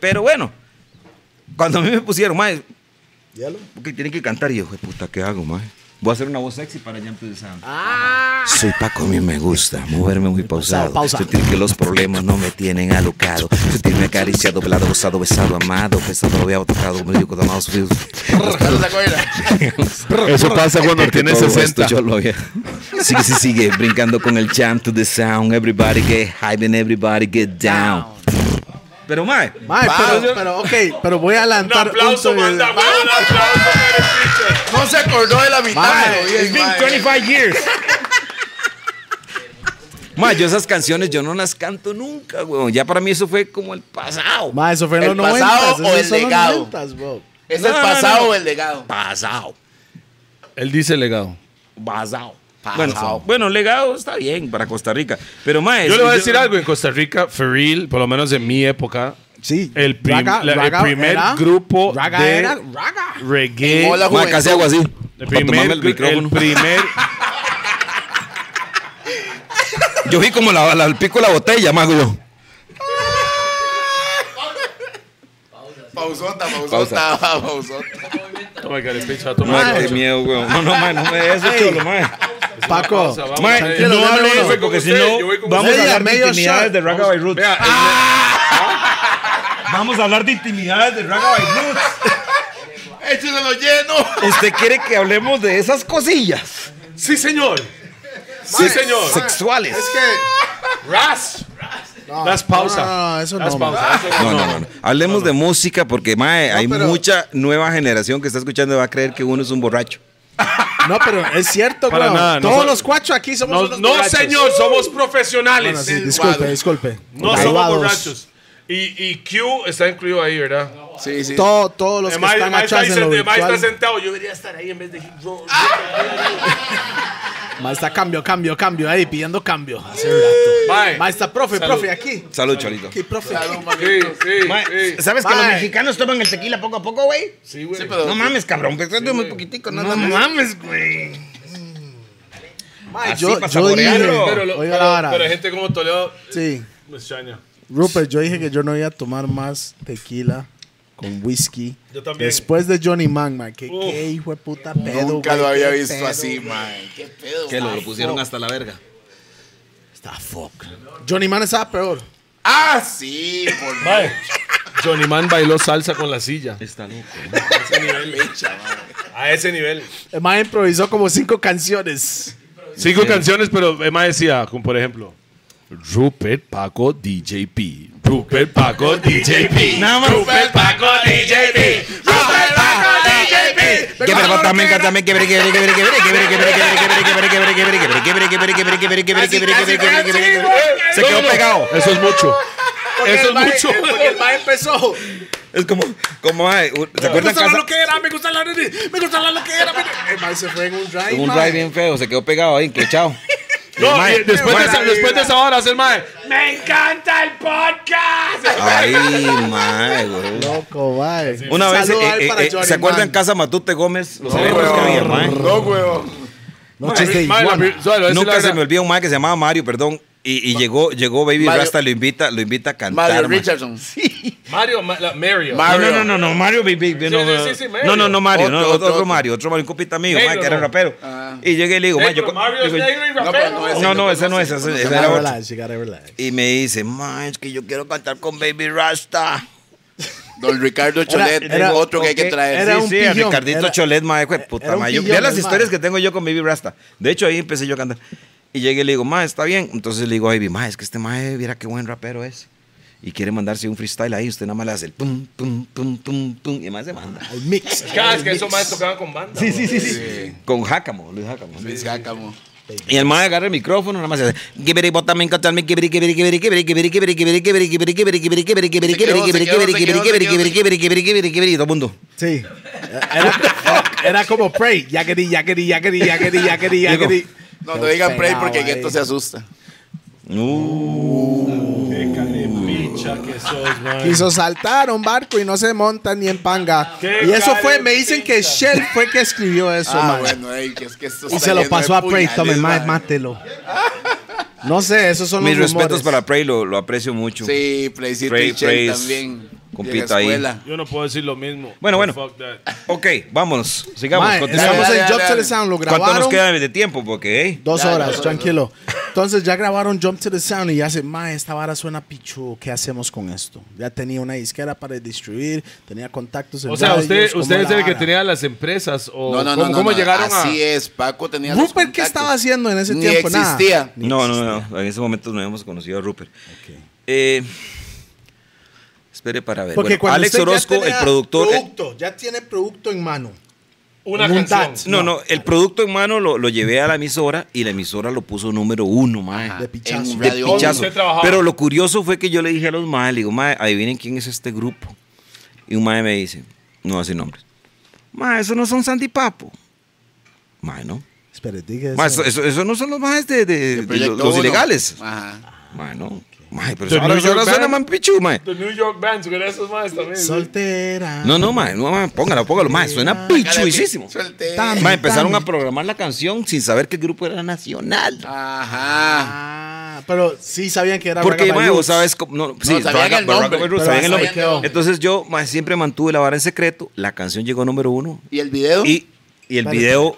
[SPEAKER 2] Pero bueno, cuando a mí me pusieron, mae, porque tienen que cantar, y yo, "Jue puta, ¿qué hago, mae? Voy a hacer una voz sexy para ya empezar.
[SPEAKER 1] Ah.
[SPEAKER 2] Soy Paco, a mí me gusta moverme muy pausado.
[SPEAKER 1] Pausa, pausa.
[SPEAKER 2] Sentir que los problemas no me tienen alocado. Sentirme acariciado, velado, gozado, besado, amado, besado, rodeado, tocado, medio amado, sufrido.
[SPEAKER 3] Eso pasa cuando
[SPEAKER 2] Porque
[SPEAKER 3] tienes
[SPEAKER 2] todo esto
[SPEAKER 3] 60.
[SPEAKER 2] yo lo había- Sigue, sí, sigue brincando con el jam to the sound. Everybody get hype and everybody get down. Pero, mae,
[SPEAKER 1] Mae, pero, pero, ok, pero voy a
[SPEAKER 5] Un
[SPEAKER 1] adelantar.
[SPEAKER 5] aplauso,
[SPEAKER 1] punto,
[SPEAKER 5] manda,
[SPEAKER 1] mae.
[SPEAKER 5] güey, un aplauso para el teacher.
[SPEAKER 4] No se acordó de la mitad.
[SPEAKER 1] Mae,
[SPEAKER 4] pero bien,
[SPEAKER 2] it's been
[SPEAKER 4] mae.
[SPEAKER 2] 25 years. Mae, yo esas canciones yo no las canto nunca, weón. Ya para mí eso fue como el pasado.
[SPEAKER 1] Mae, eso fue en los
[SPEAKER 4] ¿El pasado
[SPEAKER 1] 90.
[SPEAKER 4] o el legado? ¿Es
[SPEAKER 2] No,
[SPEAKER 4] el
[SPEAKER 2] no,
[SPEAKER 4] pasado
[SPEAKER 2] no.
[SPEAKER 4] o el legado?
[SPEAKER 2] Pasado.
[SPEAKER 3] Él dice legado.
[SPEAKER 2] Pasado.
[SPEAKER 4] Pasado.
[SPEAKER 2] Bueno, bueno, legado está bien para Costa Rica. Pero, mae.
[SPEAKER 5] Yo le voy a decir algo, en Costa Rica, Feril, por lo menos en mi época,
[SPEAKER 1] Sí.
[SPEAKER 5] el, prim-
[SPEAKER 1] Raga-
[SPEAKER 5] la- el
[SPEAKER 1] Raga
[SPEAKER 5] primer
[SPEAKER 1] era-
[SPEAKER 5] grupo
[SPEAKER 1] Raga
[SPEAKER 5] de
[SPEAKER 1] era Raga.
[SPEAKER 5] reggae.
[SPEAKER 4] Hola,
[SPEAKER 2] Mae, casi hago así.
[SPEAKER 5] El
[SPEAKER 2] para
[SPEAKER 5] primer,
[SPEAKER 2] tomarme el micrófono.
[SPEAKER 5] el primer-
[SPEAKER 2] Yo vi como la, la- el pico de la botella, mae, yo.
[SPEAKER 4] Pausota, pausota, pausota.
[SPEAKER 5] Oh my God, el pinche va a tomar
[SPEAKER 2] Mae,
[SPEAKER 5] ocho.
[SPEAKER 2] qué miedo, weón. No, no, mae, no me des eso, cholo, mae.
[SPEAKER 1] Paco.
[SPEAKER 5] Pausa, vamos
[SPEAKER 2] Mae,
[SPEAKER 5] a-
[SPEAKER 1] no
[SPEAKER 5] Yo
[SPEAKER 1] hable
[SPEAKER 5] voy
[SPEAKER 1] eso,
[SPEAKER 5] con
[SPEAKER 2] porque si
[SPEAKER 5] usted,
[SPEAKER 2] no,
[SPEAKER 5] yo voy con
[SPEAKER 2] vamos
[SPEAKER 5] usted.
[SPEAKER 2] a
[SPEAKER 1] Media,
[SPEAKER 2] hablar de
[SPEAKER 1] medio
[SPEAKER 2] intimidades
[SPEAKER 1] shot.
[SPEAKER 2] de Raga by Roots.
[SPEAKER 5] Vea,
[SPEAKER 2] Vamos a hablar de intimidades de Raga by Roots.
[SPEAKER 4] Échenselo lleno.
[SPEAKER 2] ¿Usted quiere que hablemos de esas cosillas?
[SPEAKER 5] el- Sí, señor. Sí, señor.
[SPEAKER 2] Sexuales.
[SPEAKER 5] Ras. Las
[SPEAKER 1] No,
[SPEAKER 5] pausa.
[SPEAKER 1] no, no, eso
[SPEAKER 5] Las
[SPEAKER 1] no. mae. Ah.
[SPEAKER 5] pausa. eso
[SPEAKER 2] No, no, no, no. Hablemos de música porque, mae, hay
[SPEAKER 1] pero-
[SPEAKER 2] mucha nueva generación que está escuchando y va a creer que uno es un borracho.
[SPEAKER 1] No, pero es cierto,
[SPEAKER 5] Para
[SPEAKER 1] weón.
[SPEAKER 5] nada, no
[SPEAKER 1] Todos
[SPEAKER 5] so-
[SPEAKER 1] los cuatro aquí somos
[SPEAKER 5] No,
[SPEAKER 1] unos
[SPEAKER 5] no,
[SPEAKER 1] borrachos.
[SPEAKER 5] señor, somos profesionales.
[SPEAKER 1] Bueno, sí, disculpe,
[SPEAKER 4] Guado.
[SPEAKER 1] disculpe.
[SPEAKER 5] No somos
[SPEAKER 1] Graduados.
[SPEAKER 5] borrachos. Y, y Q está incluido ahí, ¿verdad?
[SPEAKER 4] Sí, sí.
[SPEAKER 1] Todo- todos los que
[SPEAKER 5] Además
[SPEAKER 1] están
[SPEAKER 5] además está,
[SPEAKER 1] atrás
[SPEAKER 5] ahí
[SPEAKER 1] en lo
[SPEAKER 5] sen- además está
[SPEAKER 1] virtual.
[SPEAKER 5] sentado. Yo debería estar ahí en vez de. Yo-
[SPEAKER 1] Mae, está cambio, cambio, cambio ahí, pidiendo cambio. Hace rato.
[SPEAKER 5] Mae.
[SPEAKER 1] Mae, está profe,
[SPEAKER 5] Salud.
[SPEAKER 1] profe, aquí.
[SPEAKER 2] Salud, cholito.
[SPEAKER 1] Aquí, profe.
[SPEAKER 5] Sí, sí, sí.
[SPEAKER 2] ¿Sabes
[SPEAKER 1] Mae.
[SPEAKER 2] mexicanos toman el tequila poco a poco, güey?
[SPEAKER 5] Sí, güey.
[SPEAKER 4] Sí, pero-
[SPEAKER 2] mames, cabrón. Pero es muy poquitico. No, no mames, güey.
[SPEAKER 1] Mae,
[SPEAKER 2] Así,
[SPEAKER 1] yo,
[SPEAKER 2] para
[SPEAKER 1] yo dije,
[SPEAKER 2] saborearlo.
[SPEAKER 5] Pero, lo-
[SPEAKER 1] oiga
[SPEAKER 5] pero-
[SPEAKER 1] la vara.
[SPEAKER 5] pero gente como Toledo
[SPEAKER 1] Sí.
[SPEAKER 5] me extraña.
[SPEAKER 1] Rupert, yo dije que yo no iba a tomar más tequila con whisky.
[SPEAKER 5] Yo también.
[SPEAKER 1] Después de Johnny Man, man, que
[SPEAKER 5] Uf.
[SPEAKER 1] qué hijo de puta pedo.
[SPEAKER 4] Nunca
[SPEAKER 1] güey,
[SPEAKER 4] lo había
[SPEAKER 1] qué
[SPEAKER 4] visto
[SPEAKER 1] pedo.
[SPEAKER 4] así, man. Qué pedo.
[SPEAKER 2] Que lo, lo pusieron hasta la verga.
[SPEAKER 1] Está fuck. Johnny Man estaba peor.
[SPEAKER 4] Ah, sí, por
[SPEAKER 5] Mae, Johnny Man bailó salsa con la silla.
[SPEAKER 2] Está loco.
[SPEAKER 5] A ese nivel. A ese nivel.
[SPEAKER 1] El man improvisó como cinco canciones.
[SPEAKER 5] Cinco canciones, pero Emma decía, como por ejemplo, Rupert Paco DJP. Rupert Paco DJP.
[SPEAKER 2] Nada más.
[SPEAKER 5] Rupert Paco DJP. Rupert Paco
[SPEAKER 2] Se quedó pegado.
[SPEAKER 5] Eso es mucho. Eso es mucho.
[SPEAKER 1] el mae empezó.
[SPEAKER 2] Es como, como, ay, un- ¿se
[SPEAKER 5] Me
[SPEAKER 2] acuerdan
[SPEAKER 5] gusta la
[SPEAKER 2] casa?
[SPEAKER 5] loquera, me gusta la me gusta la loquera.
[SPEAKER 1] El mae se fue en un ride.
[SPEAKER 2] Un ride bien feo, se quedó pegado ahí, enclechado.
[SPEAKER 5] No,
[SPEAKER 2] Mae,
[SPEAKER 5] y después, de
[SPEAKER 2] bueno,
[SPEAKER 5] esa, después de esa hora, hacer mae.
[SPEAKER 2] Ay, mae, güey.
[SPEAKER 1] Loco, mae.
[SPEAKER 2] Una vez,
[SPEAKER 1] Saludo
[SPEAKER 2] eh,
[SPEAKER 1] ahí
[SPEAKER 2] eh,
[SPEAKER 1] para
[SPEAKER 2] eh,
[SPEAKER 1] Johnny,
[SPEAKER 2] ¿se acuerdan
[SPEAKER 1] man.
[SPEAKER 2] Casa Matute Gómez? Los eventos que había, mae.
[SPEAKER 4] No, huevo.
[SPEAKER 1] No chiste de
[SPEAKER 5] Mae, la
[SPEAKER 1] iguana.
[SPEAKER 5] pri- suave, voy a decir la
[SPEAKER 2] Nunca se
[SPEAKER 5] verdad.
[SPEAKER 2] me olvida un mae que se llamaba Mario, perdón. Y, y llegó, llegó Baby
[SPEAKER 4] Mario-
[SPEAKER 2] Rasta, lo invita, lo invita a cantar.
[SPEAKER 4] Mario
[SPEAKER 2] mae.
[SPEAKER 4] Richardson.
[SPEAKER 5] Mario, ma- la- Mario.
[SPEAKER 4] Ma-
[SPEAKER 2] No,
[SPEAKER 4] Mario.
[SPEAKER 2] no, no, no, no, Mario Big Big.
[SPEAKER 5] Sí,
[SPEAKER 2] no,
[SPEAKER 5] sí,
[SPEAKER 2] no,
[SPEAKER 5] sí, sí,
[SPEAKER 2] no,
[SPEAKER 5] Mario.
[SPEAKER 2] no, no, no, Mario, no,
[SPEAKER 4] Otro,
[SPEAKER 2] otro,
[SPEAKER 4] otro.
[SPEAKER 2] Mario, otro Mario, un compita mío,
[SPEAKER 5] Negro,
[SPEAKER 2] mae, que era
[SPEAKER 5] no.
[SPEAKER 2] rapero. Y llegué y le digo,
[SPEAKER 5] Negro,
[SPEAKER 2] mae, yo. co-
[SPEAKER 5] Mario es
[SPEAKER 2] digo,
[SPEAKER 5] negro y
[SPEAKER 4] No,
[SPEAKER 5] rapero.
[SPEAKER 4] pero no es-
[SPEAKER 2] no, no, ese no es, ese, ese
[SPEAKER 1] You
[SPEAKER 2] era
[SPEAKER 1] gotta
[SPEAKER 2] otro.
[SPEAKER 1] relax, you gotta relax.
[SPEAKER 2] Y me dice, mae, es que yo quiero cantar con Baby Rasta.
[SPEAKER 4] Don Ricardo Cholet,
[SPEAKER 1] era-
[SPEAKER 4] otro que hay que
[SPEAKER 2] ok,
[SPEAKER 4] traer.
[SPEAKER 1] era
[SPEAKER 2] sí,
[SPEAKER 1] un
[SPEAKER 2] sí, a
[SPEAKER 1] pillón,
[SPEAKER 2] Ricardito
[SPEAKER 1] era-
[SPEAKER 2] Cholet, mae, jue- puta
[SPEAKER 1] era un
[SPEAKER 2] mae. Yo-
[SPEAKER 1] pillón,
[SPEAKER 2] Vea las
[SPEAKER 1] el
[SPEAKER 2] historias
[SPEAKER 1] mae.
[SPEAKER 2] que tengo yo con Baby Rasta. De hecho, ahí empecé yo a cantar. Y llegué y le digo, mae, está bien. Entonces le digo, a Baby, mae, es que este mae, viera qué buen rapero es. Y quiere mandarse un freestyle ahí, usted nada más le hace el pum, pum, pum, pum, pum, y más se manda.
[SPEAKER 1] El mix.
[SPEAKER 5] Cada vez que esos maes tocaban con banda. Sí, sí, sí.
[SPEAKER 4] Sí.
[SPEAKER 2] Con Jácamo, Luis Jácamo.
[SPEAKER 4] Luis Jácamo.
[SPEAKER 2] Y el mae agarra el micrófono, nada más hace. "Gibiri, botame, encantame, gibiri, gibiri, gibiri, gibiri, gibiri, gibiri, gibiri, gibiri, gibiri, gibiri, gibiri, gibiri, gibiri,
[SPEAKER 4] quedó, se quedó, se
[SPEAKER 2] gibiri, gibiri, gibiri,
[SPEAKER 4] quedó, se
[SPEAKER 2] gibiri,
[SPEAKER 4] quedó,
[SPEAKER 2] gibiri,
[SPEAKER 4] se
[SPEAKER 2] gibiri, gibiri, gibiri, gibiri", y todo el mundo.
[SPEAKER 1] Sí. Era, era, era como Prey. Yakety, yakety, yakety, yakety, yakety, yakety.
[SPEAKER 4] No, no digan Prey porque
[SPEAKER 1] Pegado
[SPEAKER 4] Gueto
[SPEAKER 1] ahí.
[SPEAKER 4] se asusta.
[SPEAKER 2] Uh.
[SPEAKER 5] Picha que sos, mae.
[SPEAKER 1] Quiso saltar un barco y no se monta ni en panga.
[SPEAKER 5] Qué
[SPEAKER 1] Y eso fue,
[SPEAKER 5] carepicha.
[SPEAKER 1] me dicen que Shell fue que escribió eso,
[SPEAKER 4] Ah,
[SPEAKER 1] man.
[SPEAKER 4] bueno, ey, que es que esto
[SPEAKER 1] Y
[SPEAKER 4] está
[SPEAKER 1] se lo
[SPEAKER 4] lleno
[SPEAKER 1] pasó
[SPEAKER 4] de
[SPEAKER 1] a Prey,
[SPEAKER 4] puñales,
[SPEAKER 1] tome más,
[SPEAKER 4] man.
[SPEAKER 1] mátelo. No sé, esos son
[SPEAKER 2] Mis
[SPEAKER 1] los
[SPEAKER 2] respetos
[SPEAKER 1] rumores.
[SPEAKER 2] para Prey, lo, lo aprecio mucho.
[SPEAKER 4] Sí, Preycito
[SPEAKER 2] Prey,
[SPEAKER 4] y Chel
[SPEAKER 2] Prey,
[SPEAKER 4] también.
[SPEAKER 2] compita
[SPEAKER 4] Llega a
[SPEAKER 2] ahí.
[SPEAKER 4] escuela.
[SPEAKER 5] Yo no puedo decir lo mismo.
[SPEAKER 2] Bueno, bueno.
[SPEAKER 5] Fuck that.
[SPEAKER 2] Ok, vámonos, sigamos,
[SPEAKER 1] Mae,
[SPEAKER 2] continuamos.
[SPEAKER 1] estamos en
[SPEAKER 4] Dale, dale,
[SPEAKER 1] Jump to the
[SPEAKER 4] dale.
[SPEAKER 1] Sound, lo
[SPEAKER 2] ¿Cuánto nos
[SPEAKER 1] grabaron.
[SPEAKER 2] queda de tiempo? Porque, ¿eh? hey,
[SPEAKER 1] Dos
[SPEAKER 4] Ya,
[SPEAKER 1] horas,
[SPEAKER 4] dos horas,
[SPEAKER 1] tranquilo. Entonces ya grabaron Jump to the Sound y ya se, ma, esta vara suena pichu, ¿qué hacemos con esto? Ya tenía una disquera para distribuir, tenía contactos en
[SPEAKER 5] O sea,
[SPEAKER 1] radios,
[SPEAKER 5] usted,
[SPEAKER 1] ¿cómo
[SPEAKER 5] usted es
[SPEAKER 1] la
[SPEAKER 5] el que
[SPEAKER 1] vara?
[SPEAKER 5] tenía las empresas. O
[SPEAKER 4] No, no, no.
[SPEAKER 5] ¿Cómo,
[SPEAKER 4] no,
[SPEAKER 5] cómo
[SPEAKER 4] no.
[SPEAKER 5] llegaron a.?
[SPEAKER 4] Así es, Paco tenía los
[SPEAKER 1] Rupert, ¿qué
[SPEAKER 4] contactos.
[SPEAKER 1] estaba haciendo en ese
[SPEAKER 4] Ni
[SPEAKER 1] tiempo? Nada.
[SPEAKER 4] existía.
[SPEAKER 2] No, no, no, no, en ese momento no habíamos conocido a Rupert. Eh, espere para ver.
[SPEAKER 1] Porque
[SPEAKER 2] Bueno,
[SPEAKER 1] cuando
[SPEAKER 2] Alex
[SPEAKER 1] usted ya
[SPEAKER 2] Orozco, el
[SPEAKER 1] tenía
[SPEAKER 2] productor. eh,
[SPEAKER 1] Producto, ya tiene producto en mano.
[SPEAKER 5] Una
[SPEAKER 1] Un
[SPEAKER 5] canción.
[SPEAKER 1] tat.
[SPEAKER 2] No, no, el producto en mano lo, lo llevé a la emisora y la emisora lo puso número uno,
[SPEAKER 4] Ajá,
[SPEAKER 2] mae.
[SPEAKER 1] De pichazo.
[SPEAKER 4] En
[SPEAKER 1] De
[SPEAKER 4] radio.
[SPEAKER 5] ¿Dónde
[SPEAKER 2] Pichazo.
[SPEAKER 5] usted trabajaba?
[SPEAKER 2] Pero lo curioso fue que yo le dije a los maes, le digo, mae, adivinen quién es este grupo. Y un mae me dice, no hace nombres. Mae, esos no son Sandy Papo. Mae, no.
[SPEAKER 1] Espere, diga
[SPEAKER 2] Mae, eso, eso- eso no son los maes de, de- de
[SPEAKER 4] Proyecto
[SPEAKER 2] los, los
[SPEAKER 4] Uno.
[SPEAKER 2] ilegales.
[SPEAKER 4] Ajá.
[SPEAKER 2] Mae, no. Mae, pero
[SPEAKER 5] The
[SPEAKER 2] ahora,
[SPEAKER 5] New York
[SPEAKER 2] ahora suena
[SPEAKER 5] Band.
[SPEAKER 2] man pichu, mae.
[SPEAKER 5] The New York Bands, con esos maes también.
[SPEAKER 1] Soltera.
[SPEAKER 2] No, no, mae, no, mae, póngalo, póngalo, mae, suena pichuisísimo.
[SPEAKER 4] Suelte.
[SPEAKER 1] Tan-
[SPEAKER 2] Mae, empezaron
[SPEAKER 1] tan-
[SPEAKER 2] a programar la canción sin saber que el grupo era nacional.
[SPEAKER 4] Ajá.
[SPEAKER 1] Ah, pero sí sabían que era
[SPEAKER 2] Porque,
[SPEAKER 1] Ragabay
[SPEAKER 2] mae, vos
[SPEAKER 1] Roots.
[SPEAKER 2] sabes. cómo- No, sí,
[SPEAKER 4] sabían
[SPEAKER 2] Raga-
[SPEAKER 4] el nombre,
[SPEAKER 2] Raga-
[SPEAKER 1] pero
[SPEAKER 2] sabían el
[SPEAKER 1] no
[SPEAKER 2] nombre.
[SPEAKER 1] sabían de dónde.
[SPEAKER 2] Entonces yo mae, siempre mantuve la vara en secreto. La canción llegó número uno.
[SPEAKER 4] ¿Y el video?
[SPEAKER 2] Y, y el
[SPEAKER 1] Vale.
[SPEAKER 2] video,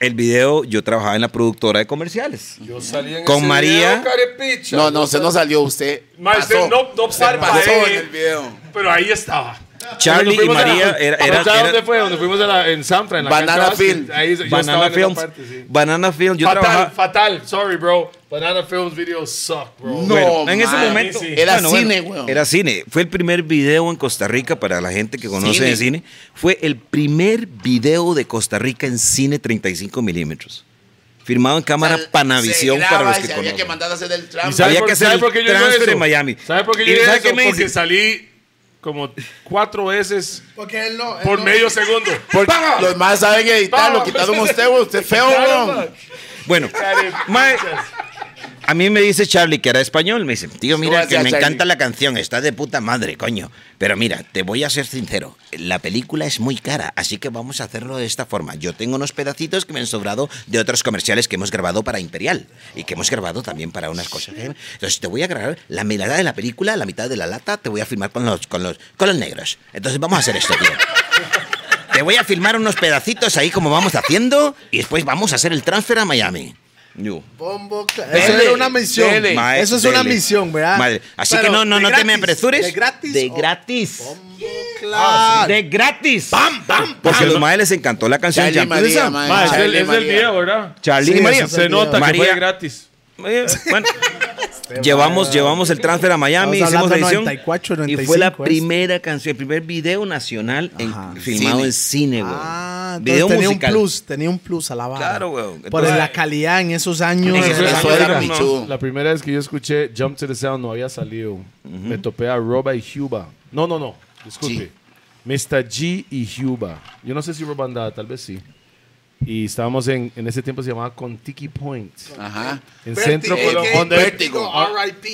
[SPEAKER 2] el video, yo trabajaba en la productora de comerciales.
[SPEAKER 5] Yo salí en
[SPEAKER 2] Con
[SPEAKER 5] ese
[SPEAKER 2] María.
[SPEAKER 5] video, carepicha.
[SPEAKER 4] No, no, se nos salió usted.
[SPEAKER 5] Mae, usted
[SPEAKER 4] pasó.
[SPEAKER 5] no- no
[SPEAKER 4] Se
[SPEAKER 5] parpadeó.
[SPEAKER 4] pasó en el video.
[SPEAKER 5] Pero ahí estaba.
[SPEAKER 2] Charlie y
[SPEAKER 5] Cuando fuimos a la-
[SPEAKER 2] María era-
[SPEAKER 5] ¿Pero
[SPEAKER 2] era-
[SPEAKER 5] ¿sabe
[SPEAKER 2] era-
[SPEAKER 5] dónde fue? Donde fuimos a la- en Samtra, en la
[SPEAKER 4] Banana
[SPEAKER 5] cancha de básquet.
[SPEAKER 4] Film.
[SPEAKER 5] Ahí yo estaba
[SPEAKER 2] Banana
[SPEAKER 5] en esa
[SPEAKER 2] Films.
[SPEAKER 5] parte, sí.
[SPEAKER 2] Banana Films. Yo
[SPEAKER 5] fatal,
[SPEAKER 2] trabajaba.
[SPEAKER 5] fatal. Sorry, bro. Banana Films videos suck, bro.
[SPEAKER 4] No.
[SPEAKER 2] Bueno, en ese
[SPEAKER 4] mae,
[SPEAKER 2] momento
[SPEAKER 5] sí.
[SPEAKER 4] Era
[SPEAKER 2] bueno, bueno,
[SPEAKER 4] cine, weón.
[SPEAKER 2] Era cine. Fue el primer video en Costa Rica para la gente que conoce
[SPEAKER 4] Cine.
[SPEAKER 2] de cine. Fue el primer video de Costa Rica en cine 35 milímetros. Firmado en cámara
[SPEAKER 4] Sal-
[SPEAKER 2] Panavisión
[SPEAKER 4] se graba
[SPEAKER 2] para los
[SPEAKER 4] y
[SPEAKER 2] que
[SPEAKER 4] se
[SPEAKER 2] conocen.
[SPEAKER 4] Había que mandar a hacer el
[SPEAKER 5] ¿Y
[SPEAKER 4] trampa.
[SPEAKER 5] sabe
[SPEAKER 2] Había
[SPEAKER 5] por-
[SPEAKER 2] que hacer
[SPEAKER 5] sabe
[SPEAKER 2] el
[SPEAKER 5] por qué yo hice
[SPEAKER 2] transfer
[SPEAKER 5] eso?
[SPEAKER 2] en Miami.
[SPEAKER 5] ¿Sabe por qué
[SPEAKER 2] ¿Y
[SPEAKER 5] yo hice
[SPEAKER 2] sabe
[SPEAKER 5] eso?
[SPEAKER 2] qué me
[SPEAKER 5] Porque
[SPEAKER 2] dice?
[SPEAKER 5] salí como cuatro veces
[SPEAKER 1] Porque él no. él
[SPEAKER 5] por
[SPEAKER 1] Eh, no-
[SPEAKER 5] medio segundo.
[SPEAKER 4] Porque los más saben editar, lo
[SPEAKER 5] Paga.
[SPEAKER 4] quitaron usted, güey. Usted es feo,
[SPEAKER 5] Claro,
[SPEAKER 4] güey.
[SPEAKER 5] man.
[SPEAKER 2] Bueno,
[SPEAKER 5] Carepichas.
[SPEAKER 2] mae, a mí me dice Charlie que era español. Me dice, tío, mira,
[SPEAKER 4] Súbase
[SPEAKER 2] que
[SPEAKER 4] a
[SPEAKER 2] me
[SPEAKER 4] Charlie.
[SPEAKER 2] encanta la canción, está de puta madre, coño. Pero mira, te voy a ser sincero, la película es muy cara, así que vamos a hacerlo de esta forma. Yo tengo unos pedacitos que me han sobrado de otros comerciales que hemos grabado para Imperial y que hemos grabado también para unas cosas. ¿eh? Entonces te voy a grabar la mitad de la película, la mitad de la lata, te voy a filmar con los, con los, con los negros. Entonces vamos a hacer esto, tío. Te voy a filmar unos pedacitos ahí como vamos haciendo y después vamos a hacer el transfer a Miami.
[SPEAKER 1] Bombo. ca-
[SPEAKER 4] Dele,
[SPEAKER 1] Eso era una misión.
[SPEAKER 4] dele.
[SPEAKER 2] Mae,
[SPEAKER 1] Eso es
[SPEAKER 2] dele.
[SPEAKER 1] una misión, ¿verdad?
[SPEAKER 2] Madre. Así
[SPEAKER 1] Pero
[SPEAKER 2] que no, no,
[SPEAKER 1] de
[SPEAKER 2] no te me
[SPEAKER 1] gratis,
[SPEAKER 2] apresures.
[SPEAKER 1] De gratis. oh.
[SPEAKER 2] De
[SPEAKER 1] o-
[SPEAKER 2] gratis.
[SPEAKER 1] Bombo, claro.
[SPEAKER 2] De gratis. ¡Pam, pam! Porque a los maes les encantó la canción
[SPEAKER 4] Charlie
[SPEAKER 2] Jump to the
[SPEAKER 4] María,
[SPEAKER 2] Sun.
[SPEAKER 4] mae.
[SPEAKER 5] Ma, es
[SPEAKER 4] Charlie
[SPEAKER 5] el, es el
[SPEAKER 4] María.
[SPEAKER 5] video, ¿verdad?
[SPEAKER 2] Charlie
[SPEAKER 1] Sí,
[SPEAKER 2] y María.
[SPEAKER 1] eso es
[SPEAKER 5] Se nota que
[SPEAKER 2] María.
[SPEAKER 5] fue gratis.
[SPEAKER 2] Eh, bueno. llevamos, llevamos el transfer a Miami,
[SPEAKER 1] Estamos
[SPEAKER 2] hicimos la
[SPEAKER 1] hablando
[SPEAKER 2] edición.
[SPEAKER 1] 94,
[SPEAKER 2] y fue
[SPEAKER 1] 95
[SPEAKER 2] la
[SPEAKER 1] esto.
[SPEAKER 2] primera canción, el primer video nacional en- filmado en cine, güey.
[SPEAKER 1] Ah, Ah, entonces
[SPEAKER 2] Video
[SPEAKER 1] tenía
[SPEAKER 2] musical.
[SPEAKER 1] un plus, tenía un plus a la vara.
[SPEAKER 2] Claro, weón.
[SPEAKER 1] Por
[SPEAKER 2] Entonces-
[SPEAKER 1] la calidad en esos años.
[SPEAKER 2] En esos
[SPEAKER 1] era-
[SPEAKER 4] Eso
[SPEAKER 2] años
[SPEAKER 4] era
[SPEAKER 2] era-
[SPEAKER 4] pichudo.
[SPEAKER 5] La primera vez que yo escuché Jump to the Sound no había salido. Me topé a Roba y Huba. No, no, no. Disculpe.
[SPEAKER 4] Sí.
[SPEAKER 5] Mr. G y Huba. Yo no sé si Roba andaba, tal vez sí. Y estábamos en, en ese tiempo se llamaba Contiki Point.
[SPEAKER 4] Ajá.
[SPEAKER 5] En Centro Colón.
[SPEAKER 4] AKA
[SPEAKER 5] Donde, Oh,
[SPEAKER 4] Vértigo.
[SPEAKER 1] R.I.P.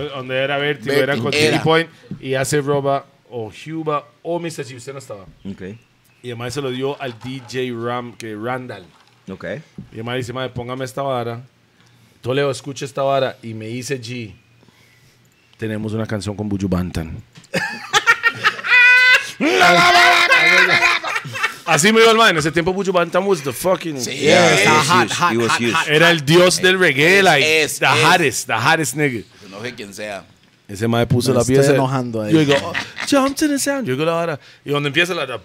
[SPEAKER 5] eh, donde era Vértigo,
[SPEAKER 4] Vértigo,
[SPEAKER 5] era Contiki
[SPEAKER 4] era.
[SPEAKER 5] Point. Y hace Roba o Huba o Mr. G. Usted no estaba.
[SPEAKER 2] Ok.
[SPEAKER 5] Y además se lo dio al DJ Ram, que Randall.
[SPEAKER 2] Ok.
[SPEAKER 5] Y el mae dice, mae, póngame esta vara. Toledo, escucha esta vara. Y me dice, G, tenemos una canción con Buju Bantan. Así me iba el mae. En ese tiempo Buju Bantan was the fucking...
[SPEAKER 4] Sí,
[SPEAKER 1] estaba
[SPEAKER 2] He was
[SPEAKER 1] hot,
[SPEAKER 2] huge,
[SPEAKER 1] hot,
[SPEAKER 2] he was
[SPEAKER 1] hot,
[SPEAKER 2] huge.
[SPEAKER 1] hot.
[SPEAKER 5] Era el dios del reggae, like,
[SPEAKER 4] es,
[SPEAKER 5] the
[SPEAKER 4] es.
[SPEAKER 5] hottest, the hottest nigga.
[SPEAKER 4] No sé quién sea.
[SPEAKER 5] Ese mae puso
[SPEAKER 1] Me
[SPEAKER 5] la
[SPEAKER 1] estoy
[SPEAKER 5] pieza.
[SPEAKER 1] enojando ahí.
[SPEAKER 5] Yo digo, oh, jump to the sound. Yo digo la vara. Y donde empieza la. la-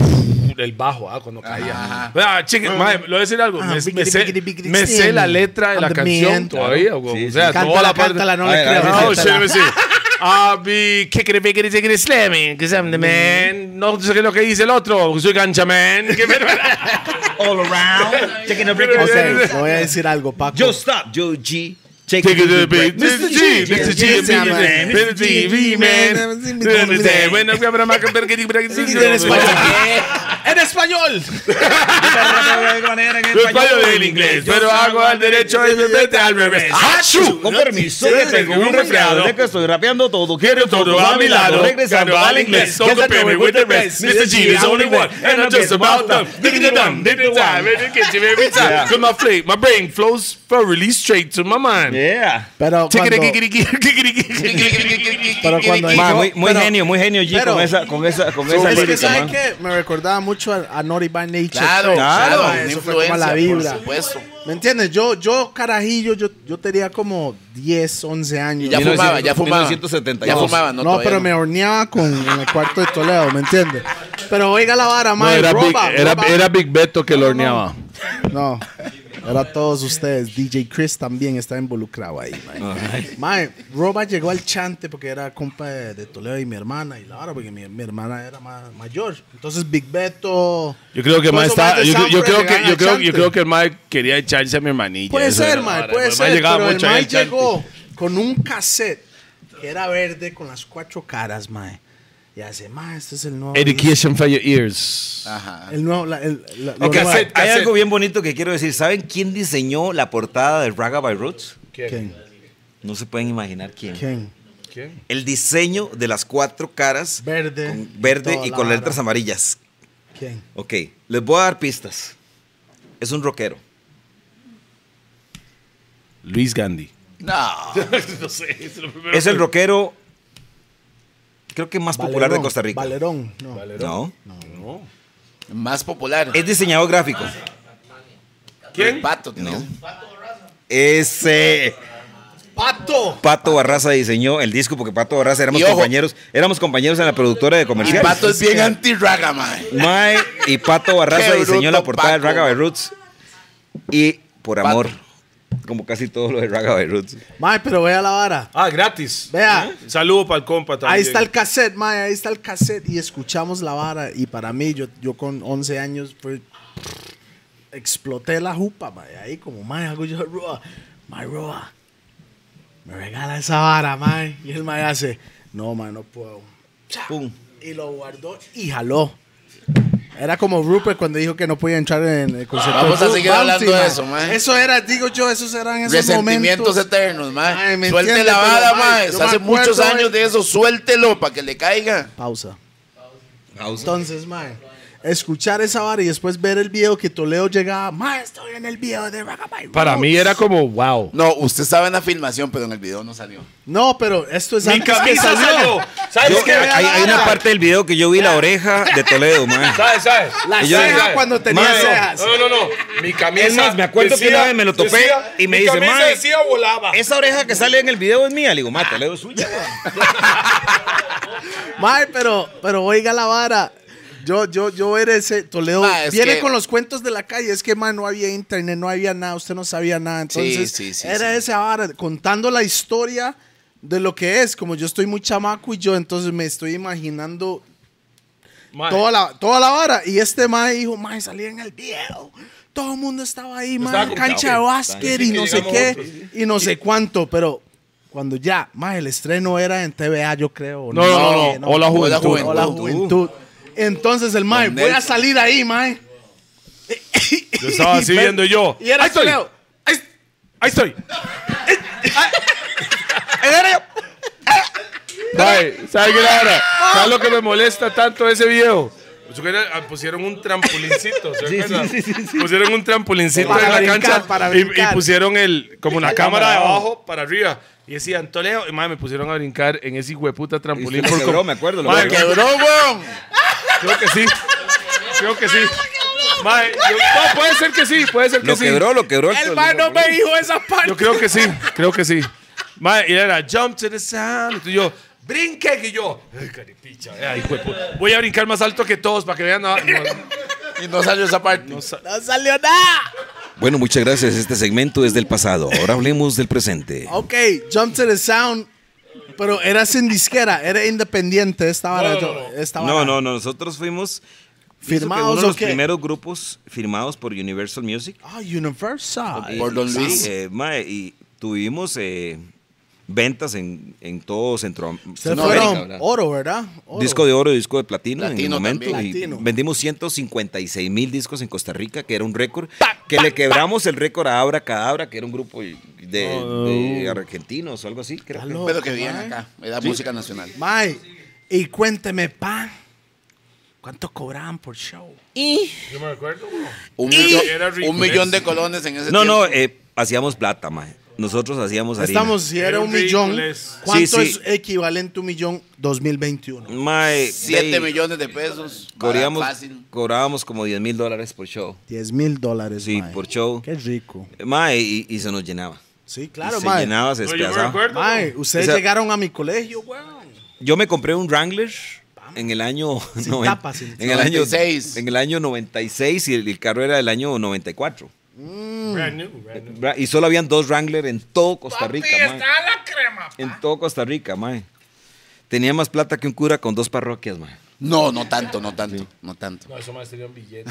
[SPEAKER 5] el bajo, ah, cuando caía. Ah, chique, mae, le voy a decir algo.
[SPEAKER 1] Ah,
[SPEAKER 5] me, me
[SPEAKER 1] biggity,
[SPEAKER 5] sé,
[SPEAKER 1] biggity, biggity,
[SPEAKER 5] me sé la
[SPEAKER 1] sting.
[SPEAKER 5] letra de
[SPEAKER 1] I'm
[SPEAKER 5] la
[SPEAKER 1] the
[SPEAKER 5] canción
[SPEAKER 1] man.
[SPEAKER 5] todavía, güey.
[SPEAKER 2] Sí,
[SPEAKER 5] o
[SPEAKER 2] sí.
[SPEAKER 5] sea, toda la
[SPEAKER 1] Cántala,
[SPEAKER 5] parte.
[SPEAKER 1] cántala, no
[SPEAKER 2] Ay,
[SPEAKER 1] le
[SPEAKER 2] ay,
[SPEAKER 1] creas.
[SPEAKER 5] Oh,
[SPEAKER 1] cántala.
[SPEAKER 2] ay,
[SPEAKER 5] shit, let me see. I'll be kicking it, biggity, taking it, slamming, cause I'm the man. No sé qué es lo que dice el otro. Soy gancha man. Que me-
[SPEAKER 2] All around. Taking a break.
[SPEAKER 1] Ok, le voy a decir algo, Paco.
[SPEAKER 2] Yo stop. Yo G. Take
[SPEAKER 5] Take it to the
[SPEAKER 2] a
[SPEAKER 5] big
[SPEAKER 2] break.
[SPEAKER 5] Mr. G, Mr. G, Mr. G, Mr. G, man. You understand? When I'm grabbing a mic, I'm gonna get you back to
[SPEAKER 1] En español.
[SPEAKER 5] the-
[SPEAKER 1] ¡En español!
[SPEAKER 5] Yo español del inglés, pero hago al derecho y me mete al revés. ¡Achú!
[SPEAKER 2] Con permiso,
[SPEAKER 5] Sí,
[SPEAKER 2] que
[SPEAKER 5] sí,
[SPEAKER 2] tengo
[SPEAKER 5] sí,
[SPEAKER 2] un
[SPEAKER 5] sí,
[SPEAKER 2] resfriado.
[SPEAKER 5] sí.
[SPEAKER 2] Sé que estoy rapeando todo.
[SPEAKER 5] Quiero todo a mi lado,
[SPEAKER 2] Regresando al inglés.
[SPEAKER 5] Don't
[SPEAKER 2] Yes, I
[SPEAKER 5] compare
[SPEAKER 2] know
[SPEAKER 5] me
[SPEAKER 2] it
[SPEAKER 5] with the rest. Mr. G is only one, and I'm just about done. Digging the dumb, digging the time, and it gets you every time. Cause my flake, my brain flows thoroughly straight to my mind.
[SPEAKER 2] Yeah.
[SPEAKER 1] Pero cuando,
[SPEAKER 5] Tickety, giggity, giggity, giggity,
[SPEAKER 1] pero cuando
[SPEAKER 2] Ma,
[SPEAKER 1] dijo-
[SPEAKER 2] muy muy
[SPEAKER 1] pero-
[SPEAKER 2] genio, muy genio G
[SPEAKER 1] pero-
[SPEAKER 2] con esa, con esa, con esa
[SPEAKER 1] Es que,
[SPEAKER 2] lírica,
[SPEAKER 1] ¿sabe
[SPEAKER 2] man.
[SPEAKER 1] qué? Me recordaba mucho a, a Naughty by Nature.
[SPEAKER 4] Claro,
[SPEAKER 1] Pero,
[SPEAKER 4] claro.
[SPEAKER 1] ma,
[SPEAKER 4] una
[SPEAKER 1] Eso fue como la
[SPEAKER 4] influencia,
[SPEAKER 1] vibra.
[SPEAKER 4] Por supuesto.
[SPEAKER 1] ¿Me entiendes? Yo, yo carajillo, yo, yo tenía como 10, 11 años.
[SPEAKER 4] Ya fumaba, ya
[SPEAKER 2] 1900,
[SPEAKER 4] fumaba.
[SPEAKER 2] 1972.
[SPEAKER 4] Ya fumaba,
[SPEAKER 1] No,
[SPEAKER 4] no, todavía
[SPEAKER 1] pero
[SPEAKER 4] no.
[SPEAKER 1] me horneaba con en el cuarto de Toledo, ¿me entiendes? Pero oiga la vara, madre. roba, roba.
[SPEAKER 5] Big Beto que lo horneaba.
[SPEAKER 1] No, era todos ustedes. DJ Chris también está involucrado ahí, mae. Mae, Roba llegó al chante porque era compa de, de Toledo y mi hermana. Y la vara, porque mi, mi hermana era ma- mayor. Entonces, Big Beto.
[SPEAKER 5] Yo creo que
[SPEAKER 1] todos
[SPEAKER 5] el mae
[SPEAKER 1] esos
[SPEAKER 5] está.
[SPEAKER 1] maes de
[SPEAKER 5] Yo, yo
[SPEAKER 1] Sanfra
[SPEAKER 5] creo que,
[SPEAKER 1] llegaron
[SPEAKER 5] yo,
[SPEAKER 1] al
[SPEAKER 5] creo, yo
[SPEAKER 1] chante.
[SPEAKER 5] creo que el mae quería echarse a mi hermanilla.
[SPEAKER 1] Puede
[SPEAKER 5] eso
[SPEAKER 1] ser,
[SPEAKER 5] era
[SPEAKER 1] mae,
[SPEAKER 5] la
[SPEAKER 1] puede
[SPEAKER 5] vara. El mae
[SPEAKER 1] ser.
[SPEAKER 5] llegaba
[SPEAKER 1] Pero el
[SPEAKER 5] mucho ahí
[SPEAKER 1] mae
[SPEAKER 5] al chante.
[SPEAKER 1] llegó con un cassette que era verde con las cuatro caras, mae. Y hace, mae, este es el nuevo.
[SPEAKER 5] Education for your ears.
[SPEAKER 4] Ajá.
[SPEAKER 1] El nuevo. La, el, la- lo
[SPEAKER 2] Ok,
[SPEAKER 1] nuevo.
[SPEAKER 2] hay- hay algo bien bonito que quiero decir. ¿Saben quién diseñó la portada de Raga by Roots?
[SPEAKER 1] ¿Quién?
[SPEAKER 2] No se pueden imaginar quién.
[SPEAKER 1] ¿Quién?
[SPEAKER 2] El diseño de las cuatro caras
[SPEAKER 1] Verde.
[SPEAKER 2] con verde
[SPEAKER 1] Toda
[SPEAKER 2] y
[SPEAKER 1] la
[SPEAKER 2] con
[SPEAKER 1] vara.
[SPEAKER 2] letras amarillas.
[SPEAKER 1] ¿Quién?
[SPEAKER 2] Ok, les voy a dar pistas. Es un rockero.
[SPEAKER 5] Luis Gandhi.
[SPEAKER 4] No.
[SPEAKER 5] no sé, es lo primero.
[SPEAKER 2] Es el rockero, creo que más popular de
[SPEAKER 1] Valerón,
[SPEAKER 2] Costa Rica.
[SPEAKER 1] Valerón. No.
[SPEAKER 2] No.
[SPEAKER 4] Más popular.
[SPEAKER 2] Es diseñador gráfico.
[SPEAKER 4] El pato.
[SPEAKER 2] No.
[SPEAKER 4] tenés.
[SPEAKER 2] Ese.
[SPEAKER 1] ¡Pato!
[SPEAKER 2] Pato Barraza diseñó el disco porque Pato Barraza éramos
[SPEAKER 4] Y ojo.
[SPEAKER 2] compañeros, éramos compañeros en la productora de
[SPEAKER 4] Y
[SPEAKER 2] comerciales.
[SPEAKER 4] pato es bien anti-raga, mae.
[SPEAKER 2] Mae y Pato Barraza
[SPEAKER 4] Qué
[SPEAKER 2] diseñó
[SPEAKER 4] bruto,
[SPEAKER 2] la portada de
[SPEAKER 4] Paco.
[SPEAKER 2] Raga by Roots y por
[SPEAKER 4] Pato.
[SPEAKER 2] amor, como casi todo lo de Raga by Roots.
[SPEAKER 1] Mae, pero vea la vara.
[SPEAKER 5] Ah, gratis. ¿Eh?
[SPEAKER 1] Vea.
[SPEAKER 5] Saludo para el compa también.
[SPEAKER 1] Ahí está el cassette, mae, ahí está el cassette y escuchamos la vara. Y para mí, yo, yo con 11 años, fue- exploté la jupa, mae. Ahí como, mae, hago yo, Roa, mae, Roa, me regala esa vara, mae. Y el mae hace, no, mae, no puedo. Cha.
[SPEAKER 2] Pum.
[SPEAKER 1] Y lo guardó y jaló. Era como Rupert cuando dijo que no podía entrar en el concierto.
[SPEAKER 4] Vamos
[SPEAKER 1] de
[SPEAKER 4] a
[SPEAKER 1] Blue
[SPEAKER 4] seguir
[SPEAKER 1] Bounty,
[SPEAKER 4] hablando de
[SPEAKER 1] mae.
[SPEAKER 4] eso, mae.
[SPEAKER 1] Eso era, digo yo, esos eran esos
[SPEAKER 4] Resentimientos
[SPEAKER 1] momentos.
[SPEAKER 4] eternos, mae.
[SPEAKER 1] Ay, me
[SPEAKER 4] Suelte
[SPEAKER 1] entiende,
[SPEAKER 4] la
[SPEAKER 1] pero,
[SPEAKER 4] vara,
[SPEAKER 1] mae,
[SPEAKER 4] mae.
[SPEAKER 1] yo me
[SPEAKER 4] Hace
[SPEAKER 1] acuerdo,
[SPEAKER 4] muchos
[SPEAKER 1] mae.
[SPEAKER 4] años de eso. Suéltelo para que le caiga.
[SPEAKER 1] Pausa. Entonces, mae, escuchar esa vara y después ver el video que Toledo llegaba, mae, estoy en el video de Ragabay.
[SPEAKER 5] Para
[SPEAKER 1] Roots".
[SPEAKER 5] mí era como, wow.
[SPEAKER 4] No, usted estaba en la filmación, pero en el video no salió.
[SPEAKER 1] No, pero esto es antes que salió.
[SPEAKER 5] ¿Sabes
[SPEAKER 2] Yo-
[SPEAKER 5] eh,
[SPEAKER 2] hay, hay una parte del video que yo vi la oreja de Toledo, mae.
[SPEAKER 5] ¿Sabes? ¿Sabes?
[SPEAKER 1] La
[SPEAKER 2] Y yo
[SPEAKER 1] ceja
[SPEAKER 2] dije,
[SPEAKER 1] cuando tenía
[SPEAKER 2] "Mae, no,
[SPEAKER 1] cejas.
[SPEAKER 5] No, no, no. Mi camisa.
[SPEAKER 2] Es más, me acuerdo que una vez me lo topé y me
[SPEAKER 5] mi
[SPEAKER 2] dice,
[SPEAKER 5] camisa
[SPEAKER 2] "Mae".
[SPEAKER 5] decía volaba.
[SPEAKER 2] Esa oreja que sale en el video es mía. Le digo, mae, Toledo es suya.
[SPEAKER 1] Mae, pero, pero oiga la vara. Yo, yo, yo era ese Toledo.
[SPEAKER 4] Mae, es
[SPEAKER 1] viene
[SPEAKER 4] que-
[SPEAKER 1] con los cuentos de la calle. Es que, mae, no había internet, no había nada. Usted no sabía nada. Entonces,
[SPEAKER 4] Sí, sí, sí,
[SPEAKER 1] era
[SPEAKER 4] sí.
[SPEAKER 1] esa vara contando la historia de lo que es. Como yo estoy muy chamaco y yo, entonces me estoy imaginando
[SPEAKER 5] Mae.
[SPEAKER 1] Toda la, toda la vara. Y este mae dijo, mae, salí en el video. Todo el mundo estaba ahí, mae,
[SPEAKER 5] estaba con
[SPEAKER 1] cancha de
[SPEAKER 5] Gabriel.
[SPEAKER 1] básquet y
[SPEAKER 5] Sí, que
[SPEAKER 1] no sé
[SPEAKER 5] llegamos
[SPEAKER 1] qué,
[SPEAKER 5] juntos, sí.
[SPEAKER 1] y no sé cuánto, pero cuando ya, mae, el estreno era en TVA, yo creo.
[SPEAKER 5] No, no, no, no. Hola,
[SPEAKER 4] Hola,
[SPEAKER 5] juventud.
[SPEAKER 4] juventud.
[SPEAKER 1] Hola, juventud. Entonces el mae, voy a
[SPEAKER 4] Nelson.
[SPEAKER 1] salir ahí, mae.
[SPEAKER 5] Yo estaba así
[SPEAKER 1] Y-
[SPEAKER 5] viendo yo.
[SPEAKER 1] Y era
[SPEAKER 5] Ahí estoy.
[SPEAKER 1] Leo.
[SPEAKER 5] Ahí, ahí estoy. Mae, ¿sabes qué era ahora?
[SPEAKER 1] Ah.
[SPEAKER 5] ¿Sabes lo que me molesta tanto de ese video? Pues, que era- ah, Pusieron un trampolincito, ¿se acuerdan? Pusieron un trampolincito
[SPEAKER 1] Para
[SPEAKER 5] en la
[SPEAKER 1] brincar,
[SPEAKER 5] cancha
[SPEAKER 1] para
[SPEAKER 5] y,
[SPEAKER 1] brincar.
[SPEAKER 5] y pusieron el como una cámara de abajo para arriba. Y decían, Toledo, y mae, me pusieron a brincar en ese hueputa trampolín.
[SPEAKER 2] Usted lo
[SPEAKER 5] por
[SPEAKER 2] quebró,
[SPEAKER 5] como-
[SPEAKER 2] me acuerdo, lo
[SPEAKER 5] Mae,
[SPEAKER 2] quebró.
[SPEAKER 4] ¡Quebró, weón!
[SPEAKER 5] Creo que sí. Creo que sí. Mae, yo- no, puede ser que sí, puede ser que
[SPEAKER 2] Lo
[SPEAKER 5] sí.
[SPEAKER 2] quebró, lo quebró. El
[SPEAKER 1] no me dijo esa parte.
[SPEAKER 5] Yo creo que sí, creo que sí. Mae, y era jump to the sound. Y yo, brinque. Y yo, ay, caripicha. ay, hijo de puta. Voy a brincar más alto que todos para que vean. ah, no.
[SPEAKER 4] Y no salió esa parte.
[SPEAKER 1] No salió nada.
[SPEAKER 2] Bueno, muchas gracias. Este segmento es del pasado. Ahora hablemos del presente.
[SPEAKER 1] Ok, Jump to the Sound. Pero era sin disquera, era independiente. Esta vara.
[SPEAKER 5] No, no, no.
[SPEAKER 1] esta vara.
[SPEAKER 2] No, no, no. Nosotros fuimos pienso que
[SPEAKER 1] ¿Firmados
[SPEAKER 2] uno de
[SPEAKER 1] o
[SPEAKER 2] los
[SPEAKER 1] qué?
[SPEAKER 2] primeros grupos firmados por Universal Music.
[SPEAKER 1] Ah, Universal.
[SPEAKER 4] Por Don
[SPEAKER 2] Sí,
[SPEAKER 4] Luis.
[SPEAKER 2] eh, mae, y tuvimos eh, ventas en, en todo Centro-
[SPEAKER 1] Ustedes
[SPEAKER 4] No,
[SPEAKER 1] fueron
[SPEAKER 2] Centroamérica.
[SPEAKER 1] oro, ¿verdad? Oro.
[SPEAKER 2] Disco de oro y disco de platino, en el
[SPEAKER 4] Platino
[SPEAKER 2] momento.
[SPEAKER 4] también.
[SPEAKER 2] y
[SPEAKER 1] Platino.
[SPEAKER 2] vendimos 156 mil discos en Costa Rica, que era un récord. Que le quebramos el récord a Abra Cadabra, que era un grupo de, de argentinos o algo así. creo que.
[SPEAKER 4] Pero que bien acá. Era música nacional.
[SPEAKER 1] Mae, y cuénteme, pa. ¿Cuánto cobraban por show?
[SPEAKER 5] Yo me acuerdo. bro.
[SPEAKER 4] Un, millón,
[SPEAKER 5] Era rico.
[SPEAKER 4] un millón de colones en ese
[SPEAKER 2] No, no,
[SPEAKER 4] tiempo.
[SPEAKER 2] eh, hacíamos plata, mae. Nosotros hacíamos harina.
[SPEAKER 1] Estamos, si era
[SPEAKER 5] Era
[SPEAKER 1] un millón,
[SPEAKER 5] ridiculous.
[SPEAKER 1] ¿cuánto
[SPEAKER 2] Sí, sí.
[SPEAKER 1] es equivalente a un millón 2021?
[SPEAKER 2] Mae, de
[SPEAKER 4] Siete
[SPEAKER 2] ahí,
[SPEAKER 4] millones de pesos.
[SPEAKER 2] Cobríamos,
[SPEAKER 4] Fácil.
[SPEAKER 2] cobrábamos como 10 mil dólares por show.
[SPEAKER 1] 10 mil dólares,
[SPEAKER 2] Sí,
[SPEAKER 1] mae.
[SPEAKER 2] por show.
[SPEAKER 1] Qué rico.
[SPEAKER 2] Mae, y, y se nos llenaba.
[SPEAKER 1] Sí, claro,
[SPEAKER 2] Y se
[SPEAKER 1] mae.
[SPEAKER 2] llenaba, se
[SPEAKER 5] No, yo me
[SPEAKER 2] desplazaba.
[SPEAKER 5] acuerdo.
[SPEAKER 1] Mae,
[SPEAKER 5] bro.
[SPEAKER 1] ustedes
[SPEAKER 2] O sea-
[SPEAKER 1] llegaron a mi colegio, weón.
[SPEAKER 2] Yo me compré un Wrangler en el año
[SPEAKER 1] Sin
[SPEAKER 2] noven-
[SPEAKER 1] tapa, sin-
[SPEAKER 2] en el año
[SPEAKER 4] 96.
[SPEAKER 2] en el año 96 y el, el carro era del año 94.
[SPEAKER 5] Mm. Brand new, brand new.
[SPEAKER 2] Bra- Y solo habían dos Wrangler en todo Costa Rica, mae.
[SPEAKER 5] la crema.
[SPEAKER 2] En todo Costa Rica, mae. Tenía más plata que un cura con dos parroquias, mae.
[SPEAKER 4] No, no tanto, no tanto, no tanto.
[SPEAKER 5] No, eso más sería un billete.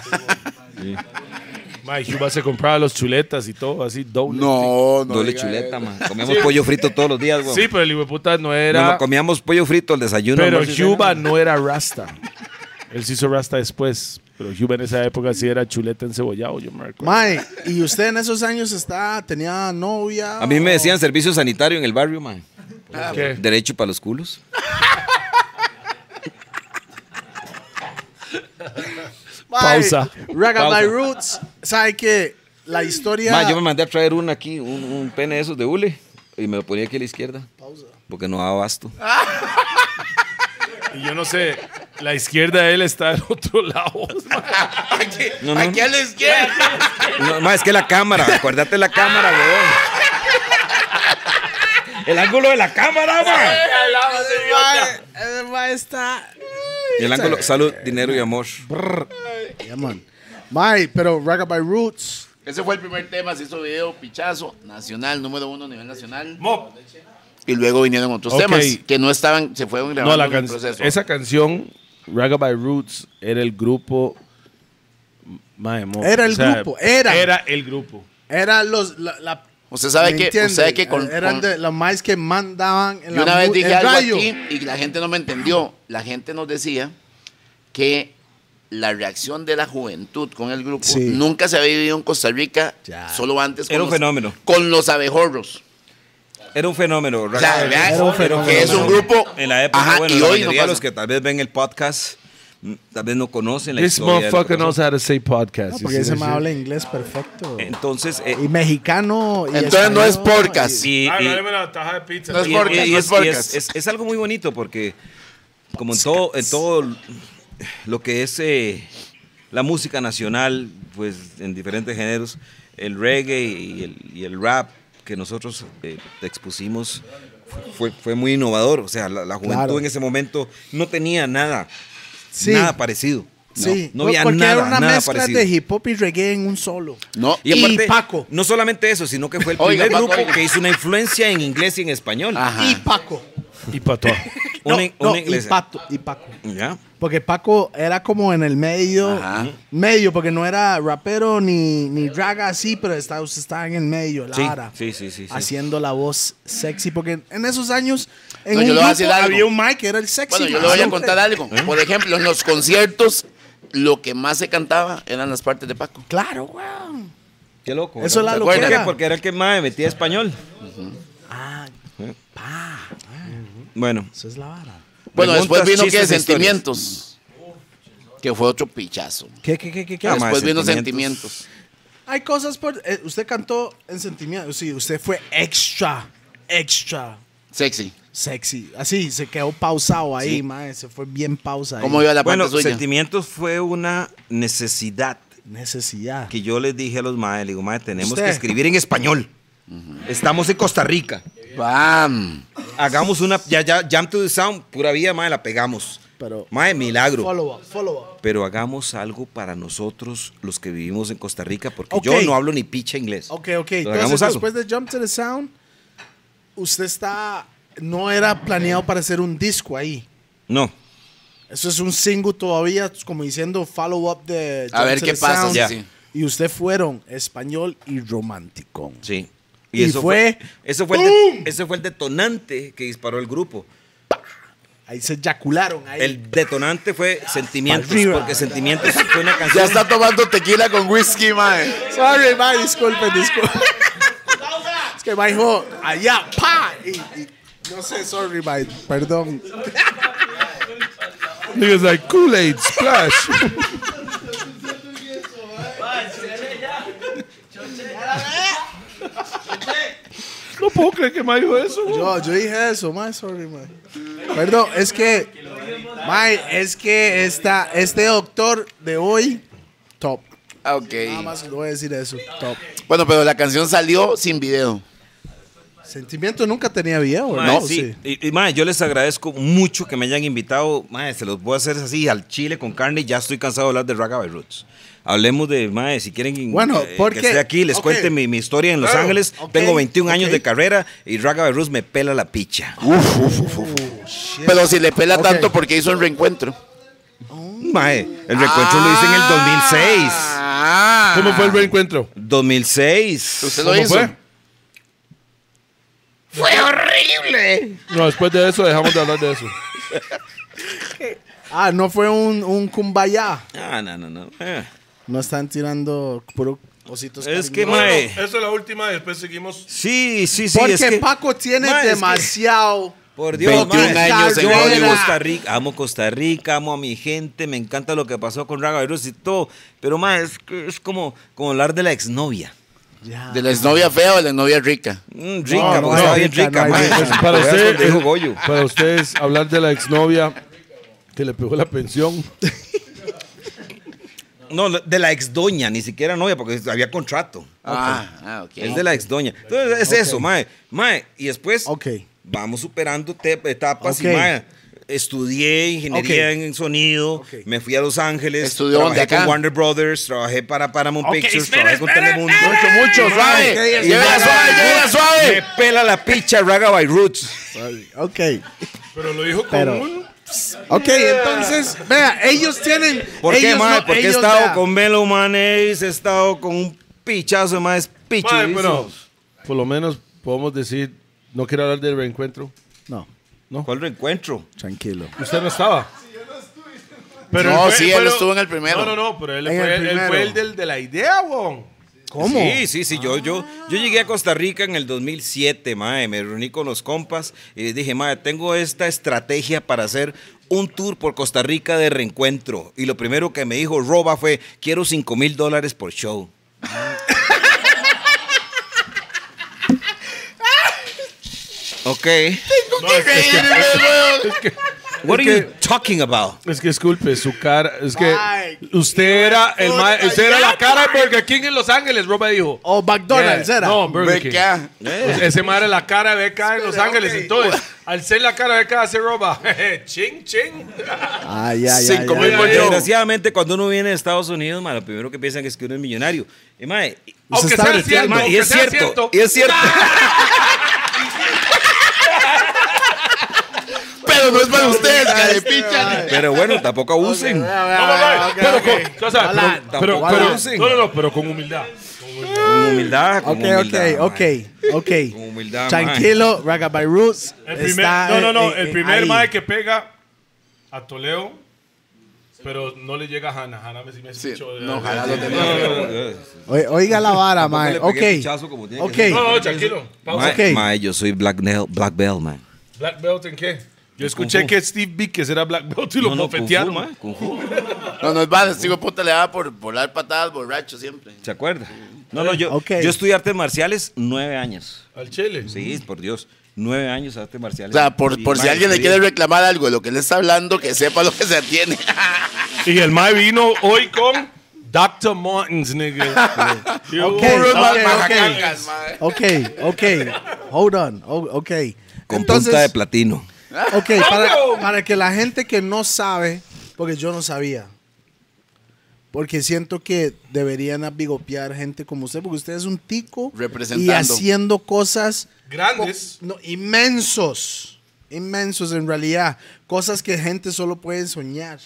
[SPEAKER 5] Mae, Cuba se compraba los chuletas y todo, así doble.
[SPEAKER 4] No, no.
[SPEAKER 2] Doble
[SPEAKER 4] diga
[SPEAKER 2] chuleta,
[SPEAKER 4] eso.
[SPEAKER 2] mae. Comíamos pollo frito todos los días, güey.
[SPEAKER 5] Sí, pero el hijo de puta no
[SPEAKER 2] No,
[SPEAKER 5] era.
[SPEAKER 2] no, comíamos pollo frito al desayuno.
[SPEAKER 5] Pero
[SPEAKER 2] almuerzo y cena,
[SPEAKER 5] Cuba
[SPEAKER 2] mae.
[SPEAKER 5] no era rasta. Él se hizo rasta después. Pero Cuba en esa época sí era chuleta encebollado, yo me acuerdo.
[SPEAKER 1] Mae, ¿y usted en esos años está, tenía novia?
[SPEAKER 2] A mí me
[SPEAKER 1] o-
[SPEAKER 2] decían servicio sanitario en el barrio, mae.
[SPEAKER 5] ¿Qué?
[SPEAKER 2] Derecho para los culos.
[SPEAKER 1] Mae,
[SPEAKER 5] Pausa.
[SPEAKER 1] Raga
[SPEAKER 2] Pausa.
[SPEAKER 1] by Roots, ¿sabe que La historia.
[SPEAKER 2] Mae, yo me mandé a traer un aquí, un, un pene de esos de hule. Y me lo ponía aquí a la izquierda. Porque no daba abasto.
[SPEAKER 5] Y yo no sé, la izquierda de él está del otro lado.
[SPEAKER 2] No, no.
[SPEAKER 4] Aquí a la izquierda.
[SPEAKER 2] No, mae, es que la cámara. Acuérdate la cámara, weón. El ángulo de la cámara, mae.
[SPEAKER 1] Ese mae- ese mae eh, está.
[SPEAKER 2] El ángulo, salud, dinero y amor.
[SPEAKER 1] Yeah, man. Mae, pero Raga by Roots.
[SPEAKER 4] Ese fue el primer tema, se hizo video, pichazo, nacional, número uno a nivel nacional.
[SPEAKER 5] Mo,
[SPEAKER 4] Y luego vinieron otros
[SPEAKER 5] Ok.
[SPEAKER 4] temas que no estaban, se fueron grabando
[SPEAKER 5] no, la
[SPEAKER 4] en el
[SPEAKER 5] can-
[SPEAKER 4] proceso.
[SPEAKER 5] esa canción, Raga by Roots, era el grupo. Mae, mo,
[SPEAKER 1] Era el grupo, era.
[SPEAKER 5] Era el grupo.
[SPEAKER 1] Era los. La, la-
[SPEAKER 4] Usted sabe
[SPEAKER 1] ¿me
[SPEAKER 4] que-
[SPEAKER 1] entiende?
[SPEAKER 4] usted sabe que con-
[SPEAKER 1] Eran
[SPEAKER 4] con-
[SPEAKER 1] de los más que mandaban en
[SPEAKER 4] Yo
[SPEAKER 1] la
[SPEAKER 4] una vez
[SPEAKER 1] mu-
[SPEAKER 4] dije
[SPEAKER 1] el
[SPEAKER 4] algo
[SPEAKER 1] radio.
[SPEAKER 4] aquí y la gente no me entendió. La gente nos decía que la reacción de la juventud con el grupo
[SPEAKER 1] Sí.
[SPEAKER 4] nunca se había vivido en Costa Rica,
[SPEAKER 1] Ya.
[SPEAKER 4] solo antes con,
[SPEAKER 2] Era un
[SPEAKER 4] los,
[SPEAKER 2] fenómeno.
[SPEAKER 4] con los abejorros.
[SPEAKER 2] Era un fenómeno.
[SPEAKER 4] O sea,
[SPEAKER 2] Raga.
[SPEAKER 4] vea,
[SPEAKER 1] Era un fenómeno.
[SPEAKER 4] que es un grupo.
[SPEAKER 2] En la época,
[SPEAKER 4] Ajá,
[SPEAKER 2] bueno,
[SPEAKER 4] y
[SPEAKER 2] la
[SPEAKER 4] hoy no
[SPEAKER 2] mayoría de los
[SPEAKER 4] pasa.
[SPEAKER 2] que tal vez ven el podcast, mm, tal vez no conocen la
[SPEAKER 5] This
[SPEAKER 2] historia. de lo que
[SPEAKER 5] motherfucker knows
[SPEAKER 2] pasó.
[SPEAKER 5] how to say podcast.
[SPEAKER 1] No,
[SPEAKER 5] You
[SPEAKER 1] porque
[SPEAKER 5] see
[SPEAKER 1] ese
[SPEAKER 5] that
[SPEAKER 1] me
[SPEAKER 5] shit?
[SPEAKER 1] habla inglés perfecto.
[SPEAKER 2] Entonces, eh,
[SPEAKER 1] Y mexicano. y
[SPEAKER 4] Entonces no es
[SPEAKER 1] español,
[SPEAKER 4] podcast.
[SPEAKER 1] y-
[SPEAKER 2] y-
[SPEAKER 5] Ah,
[SPEAKER 2] y-
[SPEAKER 5] dame la taja de pizza.
[SPEAKER 4] No es
[SPEAKER 2] y-
[SPEAKER 5] Y-
[SPEAKER 4] podcast,
[SPEAKER 2] y-
[SPEAKER 4] no
[SPEAKER 2] y es-
[SPEAKER 4] es
[SPEAKER 2] y es-
[SPEAKER 4] podcast.
[SPEAKER 2] es- es algo muy bonito porque, como en todo, en todo lo que es eh, la música nacional, pues en diferentes géneros, el reggae y el, y el rap que nosotros eh, expusimos fue, fue muy innovador. O sea, la, la juventud
[SPEAKER 1] Claro.
[SPEAKER 2] en ese momento no tenía nada,
[SPEAKER 1] Sí.
[SPEAKER 2] nada parecido.
[SPEAKER 1] Sí,
[SPEAKER 2] no, no había
[SPEAKER 1] porque
[SPEAKER 2] nada,
[SPEAKER 1] era una
[SPEAKER 2] nada
[SPEAKER 1] mezcla
[SPEAKER 2] parecido.
[SPEAKER 1] de hip hop y reggae en un solo.
[SPEAKER 4] No,
[SPEAKER 1] Y
[SPEAKER 2] Y, aparte,
[SPEAKER 1] Paco.
[SPEAKER 2] No solamente eso, sino que fue el
[SPEAKER 4] Oiga,
[SPEAKER 2] primer
[SPEAKER 4] Paco,
[SPEAKER 2] grupo
[SPEAKER 4] oiga.
[SPEAKER 2] que hizo una influencia en inglés y en español.
[SPEAKER 4] Ajá.
[SPEAKER 1] Y Paco.
[SPEAKER 5] Y patoa.
[SPEAKER 2] Una,
[SPEAKER 1] No,
[SPEAKER 2] in-
[SPEAKER 1] no,
[SPEAKER 2] una
[SPEAKER 1] y,
[SPEAKER 2] inglesa.
[SPEAKER 1] Pato, y Paco.
[SPEAKER 2] Ya.
[SPEAKER 1] Porque Paco era como en el medio.
[SPEAKER 4] Ajá.
[SPEAKER 1] Medio, porque no era rapero ni, ni draga así, pero estaba, usted estaba en el medio, la
[SPEAKER 2] Sí,
[SPEAKER 1] vara.
[SPEAKER 2] sí, sí, sí, sí.
[SPEAKER 1] Haciendo la voz sexy, porque en esos años, en
[SPEAKER 4] No,
[SPEAKER 1] un
[SPEAKER 4] yo le voy
[SPEAKER 1] grupo
[SPEAKER 4] a decir algo.
[SPEAKER 1] había un Mike que era el sexy.
[SPEAKER 4] Bueno,
[SPEAKER 1] man.
[SPEAKER 4] yo le voy a
[SPEAKER 1] Siempre.
[SPEAKER 4] contar algo. Por ejemplo, en los conciertos, lo que más se cantaba eran las partes de Paco.
[SPEAKER 1] Claro, weón.
[SPEAKER 2] Qué loco.
[SPEAKER 1] Eso es
[SPEAKER 2] ¿verdad?
[SPEAKER 1] la
[SPEAKER 2] ¿Por qué?
[SPEAKER 1] locura.
[SPEAKER 2] Porque era el que más me metía español. Eh.
[SPEAKER 1] Ah,
[SPEAKER 2] Bueno,
[SPEAKER 1] eso es la vara.
[SPEAKER 4] Bueno,
[SPEAKER 2] Preguntas,
[SPEAKER 4] después vino que
[SPEAKER 2] chistes,
[SPEAKER 4] sentimientos, que fue otro pichazo.
[SPEAKER 2] ¿qué, qué, qué, qué? qué?
[SPEAKER 4] después
[SPEAKER 2] Ah,
[SPEAKER 4] vino
[SPEAKER 2] sentimientos.
[SPEAKER 4] sentimientos.
[SPEAKER 1] Hay cosas por. eh, usted cantó en sentimiento. Sí, usted fue extra, extra
[SPEAKER 4] Sexy.
[SPEAKER 1] sexy. Así, se quedó pausado ahí, mae, Se fue bien pausa ahí.
[SPEAKER 4] ¿Cómo iba la parte
[SPEAKER 2] Bueno,
[SPEAKER 4] suya?
[SPEAKER 2] sentimientos fue una necesidad
[SPEAKER 1] Necesidad.
[SPEAKER 2] que yo les dije a los madres. Le digo, madre, tenemos
[SPEAKER 1] Usted.
[SPEAKER 2] que escribir en español. Estamos en Costa Rica.
[SPEAKER 4] ¡Bam!
[SPEAKER 2] Hagamos una. Ya, ya, Jam to the Sound, pura vida, madre, la pegamos.
[SPEAKER 1] Pero-
[SPEAKER 2] Madre, milagro.
[SPEAKER 1] Follow up, follow up.
[SPEAKER 2] pero hagamos algo para nosotros los que vivimos en Costa Rica, porque
[SPEAKER 1] Ok.
[SPEAKER 2] yo no hablo ni picha inglés.
[SPEAKER 1] Ok, ok.
[SPEAKER 2] Pero
[SPEAKER 1] Entonces,
[SPEAKER 2] hagamos algo.
[SPEAKER 1] después de Jump to the Sound, usted está. No era planeado para hacer un disco ahí.
[SPEAKER 2] No,
[SPEAKER 1] Eso es un single todavía, como diciendo follow up de.
[SPEAKER 4] A ver
[SPEAKER 1] to
[SPEAKER 4] qué
[SPEAKER 1] the
[SPEAKER 4] pasa,
[SPEAKER 1] Sound.
[SPEAKER 2] Ya.
[SPEAKER 4] sí.
[SPEAKER 1] Y usted fueron español y romántico.
[SPEAKER 2] sí.
[SPEAKER 1] Y fue-
[SPEAKER 2] eso fue el de- ese fue el detonante que disparó el grupo.
[SPEAKER 1] Ahí se eyacularon. Ahí.
[SPEAKER 2] El detonante fue Sentimientos,
[SPEAKER 1] Arriba.
[SPEAKER 2] porque Sentimientos fue una
[SPEAKER 4] Ya
[SPEAKER 2] canción.
[SPEAKER 4] está tomando tequila con whisky, mae.
[SPEAKER 1] Sorry, ma, disculpen, disculpen. es que ma dijo, allá, pa. Y, y- no sé, sorry, ma, perdón.
[SPEAKER 3] Niggas like Kool-Aid splash. no puedo creer que me dijo eso. güey.
[SPEAKER 1] Yo, yo dije eso, ma, sorry, ma. Perdón, es que, ma, es que esta, este doctor de hoy, top.
[SPEAKER 4] Ah, Ok.
[SPEAKER 1] Nada más le voy a decir eso, top.
[SPEAKER 4] Bueno, pero la canción salió sin video.
[SPEAKER 1] Sentimiento nunca tenía video,
[SPEAKER 2] Mae,
[SPEAKER 1] ¿verdad?
[SPEAKER 2] sí. Y, y, mae, yo les agradezco mucho que me hayan invitado. Mae, se los voy a hacer así al chile con carne. y Ya estoy cansado de hablar de Raga by Roots. Hablemos de, mae, si quieren
[SPEAKER 1] Bueno,
[SPEAKER 2] eh,
[SPEAKER 1] porque-
[SPEAKER 2] que esté aquí, les
[SPEAKER 1] ok.
[SPEAKER 2] cuente mi, mi historia en Los
[SPEAKER 1] Claro,
[SPEAKER 2] Ángeles.
[SPEAKER 1] ok,
[SPEAKER 2] Tengo 21 años
[SPEAKER 1] ok. Uh,
[SPEAKER 2] de carrera y Raga by Roots me pela la picha.
[SPEAKER 4] Pero si le pela
[SPEAKER 1] Ok.
[SPEAKER 4] tanto porque hizo el reencuentro.
[SPEAKER 2] Mae, el recuento lo hice en el 2006.
[SPEAKER 4] Ah.
[SPEAKER 3] ¿Cómo fue el reencuentro?
[SPEAKER 2] 2006.
[SPEAKER 4] ¿Usted lo
[SPEAKER 3] ¿Cómo
[SPEAKER 4] hizo?
[SPEAKER 3] fue? No, después de eso dejamos de hablar de eso.
[SPEAKER 1] Ah, no fue un, un kumbaya.
[SPEAKER 2] Ah, no, no, no. Eh,
[SPEAKER 1] No están tirando puro ositos.
[SPEAKER 2] Es que,
[SPEAKER 1] cariñosos.
[SPEAKER 2] mae.
[SPEAKER 5] Esa es la última y después seguimos.
[SPEAKER 2] Sí, sí, sí.
[SPEAKER 1] Porque
[SPEAKER 2] es que-
[SPEAKER 1] Paco tiene
[SPEAKER 2] Mae, es que-
[SPEAKER 1] demasiado.
[SPEAKER 2] Por Dios,
[SPEAKER 4] 21
[SPEAKER 2] mae.
[SPEAKER 4] años en
[SPEAKER 2] yo
[SPEAKER 4] Hollywood.
[SPEAKER 2] amo Costa Rica, amo Costa Rica, amo a mi gente, me encanta lo que pasó con Raga Virus y todo, pero más es, que es como, como hablar de la exnovia.
[SPEAKER 1] Ya.
[SPEAKER 4] ¿De la exnovia fea o de la exnovia rica?
[SPEAKER 2] Mm,
[SPEAKER 1] no
[SPEAKER 2] rica, porque
[SPEAKER 1] hay
[SPEAKER 2] estaba bien
[SPEAKER 1] rica,
[SPEAKER 2] rica,
[SPEAKER 1] no hay
[SPEAKER 2] mae.
[SPEAKER 1] rica.
[SPEAKER 3] Pues para,
[SPEAKER 2] Veas
[SPEAKER 3] usted,
[SPEAKER 2] cuando dijo
[SPEAKER 3] eh,
[SPEAKER 2] Goyo.
[SPEAKER 3] para ustedes, hablar de la exnovia que le pegó la pensión.
[SPEAKER 2] No, de la exdoña, ni siquiera novia, porque había contrato.
[SPEAKER 4] Ah, ah, ok.
[SPEAKER 2] Es de la exdoña. Entonces es eso, mae. Mae, y después
[SPEAKER 1] Ok.
[SPEAKER 2] vamos superando te- etapas
[SPEAKER 1] Ok.
[SPEAKER 2] y mae. Estudié ingeniería en sonido,
[SPEAKER 1] Ok.
[SPEAKER 2] me fui a Los Ángeles,
[SPEAKER 4] ¿Estudió
[SPEAKER 2] trabajé
[SPEAKER 4] dónde, acá?
[SPEAKER 2] con Warner Brothers, trabajé para Paramount Pictures, trabajé con Telemundo.
[SPEAKER 4] Mucho, mucho, suave. Llévela suave, llévela
[SPEAKER 2] Me
[SPEAKER 4] suave.
[SPEAKER 2] pela la picha Raga by Roots.
[SPEAKER 1] Ok.
[SPEAKER 5] Pero lo dijo con
[SPEAKER 1] Pero-
[SPEAKER 5] un.
[SPEAKER 1] Ok, entonces, vea, ellos tienen.
[SPEAKER 2] ¿Por qué,
[SPEAKER 1] ellos
[SPEAKER 2] mae?
[SPEAKER 1] no-
[SPEAKER 2] Porque he
[SPEAKER 1] ellos,
[SPEAKER 2] estado
[SPEAKER 1] vea,
[SPEAKER 2] con Melo Manes, he estado con un pichazo más picho.
[SPEAKER 5] Mae, pero.
[SPEAKER 3] Por lo menos podemos decir, no quiero hablar del reencuentro.
[SPEAKER 1] No,
[SPEAKER 2] ¿Cuál reencuentro?
[SPEAKER 1] tranquilo.
[SPEAKER 5] Usted no estaba. Pero
[SPEAKER 4] No,
[SPEAKER 5] él
[SPEAKER 4] sí, él estuvo en el primero.
[SPEAKER 5] No, no, no, pero él,
[SPEAKER 1] En
[SPEAKER 5] fue,
[SPEAKER 1] el
[SPEAKER 5] él fue
[SPEAKER 1] primero.
[SPEAKER 5] el del de la idea, weón.
[SPEAKER 1] ¿Cómo?
[SPEAKER 2] Sí, sí, sí. Yo, yo, yo llegué a Costa Rica en el 2007, mae. Me reuní con los compas y les dije, mae, tengo esta estrategia para hacer un tour por Costa Rica de reencuentro. Y lo primero que me dijo Roba fue, quiero 5 mil dólares por show. ok. What are you talking about?
[SPEAKER 3] Es que disculpe, su cara. Es que
[SPEAKER 1] Ay,
[SPEAKER 3] usted era el
[SPEAKER 1] puta,
[SPEAKER 3] ma- usted era la
[SPEAKER 1] ya,
[SPEAKER 3] cara de Burger King en Los Ángeles, Roba dijo.
[SPEAKER 1] O Oh, McDonald's
[SPEAKER 3] Yeah,
[SPEAKER 1] era.
[SPEAKER 3] No, Burger King.
[SPEAKER 4] Beca.
[SPEAKER 3] Eh.
[SPEAKER 5] Ese madre la cara de BK en Los
[SPEAKER 1] Espera,
[SPEAKER 5] Ángeles.
[SPEAKER 1] ok.
[SPEAKER 5] Entonces, al ser la cara de BK, hace roba. ching, ching.
[SPEAKER 1] Ay, ay, ay.
[SPEAKER 4] Cinco
[SPEAKER 1] ay,
[SPEAKER 4] mil
[SPEAKER 1] ay.
[SPEAKER 4] por show.
[SPEAKER 2] Desgraciadamente, cuando uno viene de Estados Unidos, ma, lo primero que piensan es que uno es millonario. Y, mae, y-
[SPEAKER 5] Aunque
[SPEAKER 1] está
[SPEAKER 5] sea
[SPEAKER 1] mintiendo,
[SPEAKER 5] cierto.
[SPEAKER 2] ma, y
[SPEAKER 5] aunque
[SPEAKER 2] es
[SPEAKER 5] sea
[SPEAKER 2] cierto, y es cierto.
[SPEAKER 4] pero no es para ustedes, carepicha.
[SPEAKER 2] Pero bueno, tampoco abusen.
[SPEAKER 5] No, no, no, pero con- o sea,
[SPEAKER 1] Hola.
[SPEAKER 5] pero- ¡Ah!
[SPEAKER 2] Tampoco
[SPEAKER 1] Pero- pero-
[SPEAKER 2] abusen.
[SPEAKER 5] no, no, no, pero con humildad. Con humildad.
[SPEAKER 2] Con humildad, con
[SPEAKER 1] Ok, ok,
[SPEAKER 2] humildad.
[SPEAKER 1] ok, ok.
[SPEAKER 2] Con humildad,
[SPEAKER 1] Tranquilo, Raga by Roots.
[SPEAKER 5] El primer,
[SPEAKER 1] está,
[SPEAKER 5] no, no, no.
[SPEAKER 1] eh, eh,
[SPEAKER 5] el primer
[SPEAKER 1] ahí.
[SPEAKER 5] mae que pega a Toleo, pero no le llega a Hanna. Hanna me, sí me eh, escuchó.
[SPEAKER 4] no, Hanna lo tenía.
[SPEAKER 5] no, no, no.
[SPEAKER 2] Ok.
[SPEAKER 1] Oi- Oiga la vara, mae. Ok. Ok.
[SPEAKER 5] No, no, tranquilo. Pausa.
[SPEAKER 1] Ok.
[SPEAKER 2] Mae, yo soy Black, Nail- Black Belt, man.
[SPEAKER 5] ¿Black Belt en qué? Yo
[SPEAKER 2] Kung
[SPEAKER 5] escuché
[SPEAKER 2] Fu.
[SPEAKER 5] que Steve Vickers era Black Belt y lo bofetearon, mae.
[SPEAKER 4] No, no es para, este hijo de puta le daba por por dar patadas borracho siempre.
[SPEAKER 2] ¿Se acuerda? No, no, yo,
[SPEAKER 1] Ok.
[SPEAKER 2] yo estudié artes marciales nueve años.
[SPEAKER 5] Al Chile.
[SPEAKER 2] Sí, por Dios. Nueve años de artes
[SPEAKER 4] O
[SPEAKER 2] marciales.
[SPEAKER 4] sea, por,
[SPEAKER 2] Y,
[SPEAKER 4] por si
[SPEAKER 2] mae,
[SPEAKER 4] alguien le
[SPEAKER 2] sí.
[SPEAKER 4] quiere reclamar algo de lo que le está hablando, que sepa lo que se atiene.
[SPEAKER 5] Y el mae vino hoy con Dr. Martens, nigga. Y yo,
[SPEAKER 1] Ok,
[SPEAKER 5] "Puro
[SPEAKER 1] ok,
[SPEAKER 5] mae,
[SPEAKER 1] ok. Ok, ok. Hold on. o- Ok.
[SPEAKER 2] eh. Con
[SPEAKER 1] Entonces,
[SPEAKER 2] punta de platino.
[SPEAKER 1] ok, para, para que la gente que no sabe, porque yo no sabía, porque siento que deberían abigopear gente como usted, porque usted es un tico y
[SPEAKER 4] Representando.
[SPEAKER 1] haciendo cosas
[SPEAKER 5] Grandes.
[SPEAKER 1] No, inmensos. Inmensos en realidad. Cosas que gente solo puede soñar.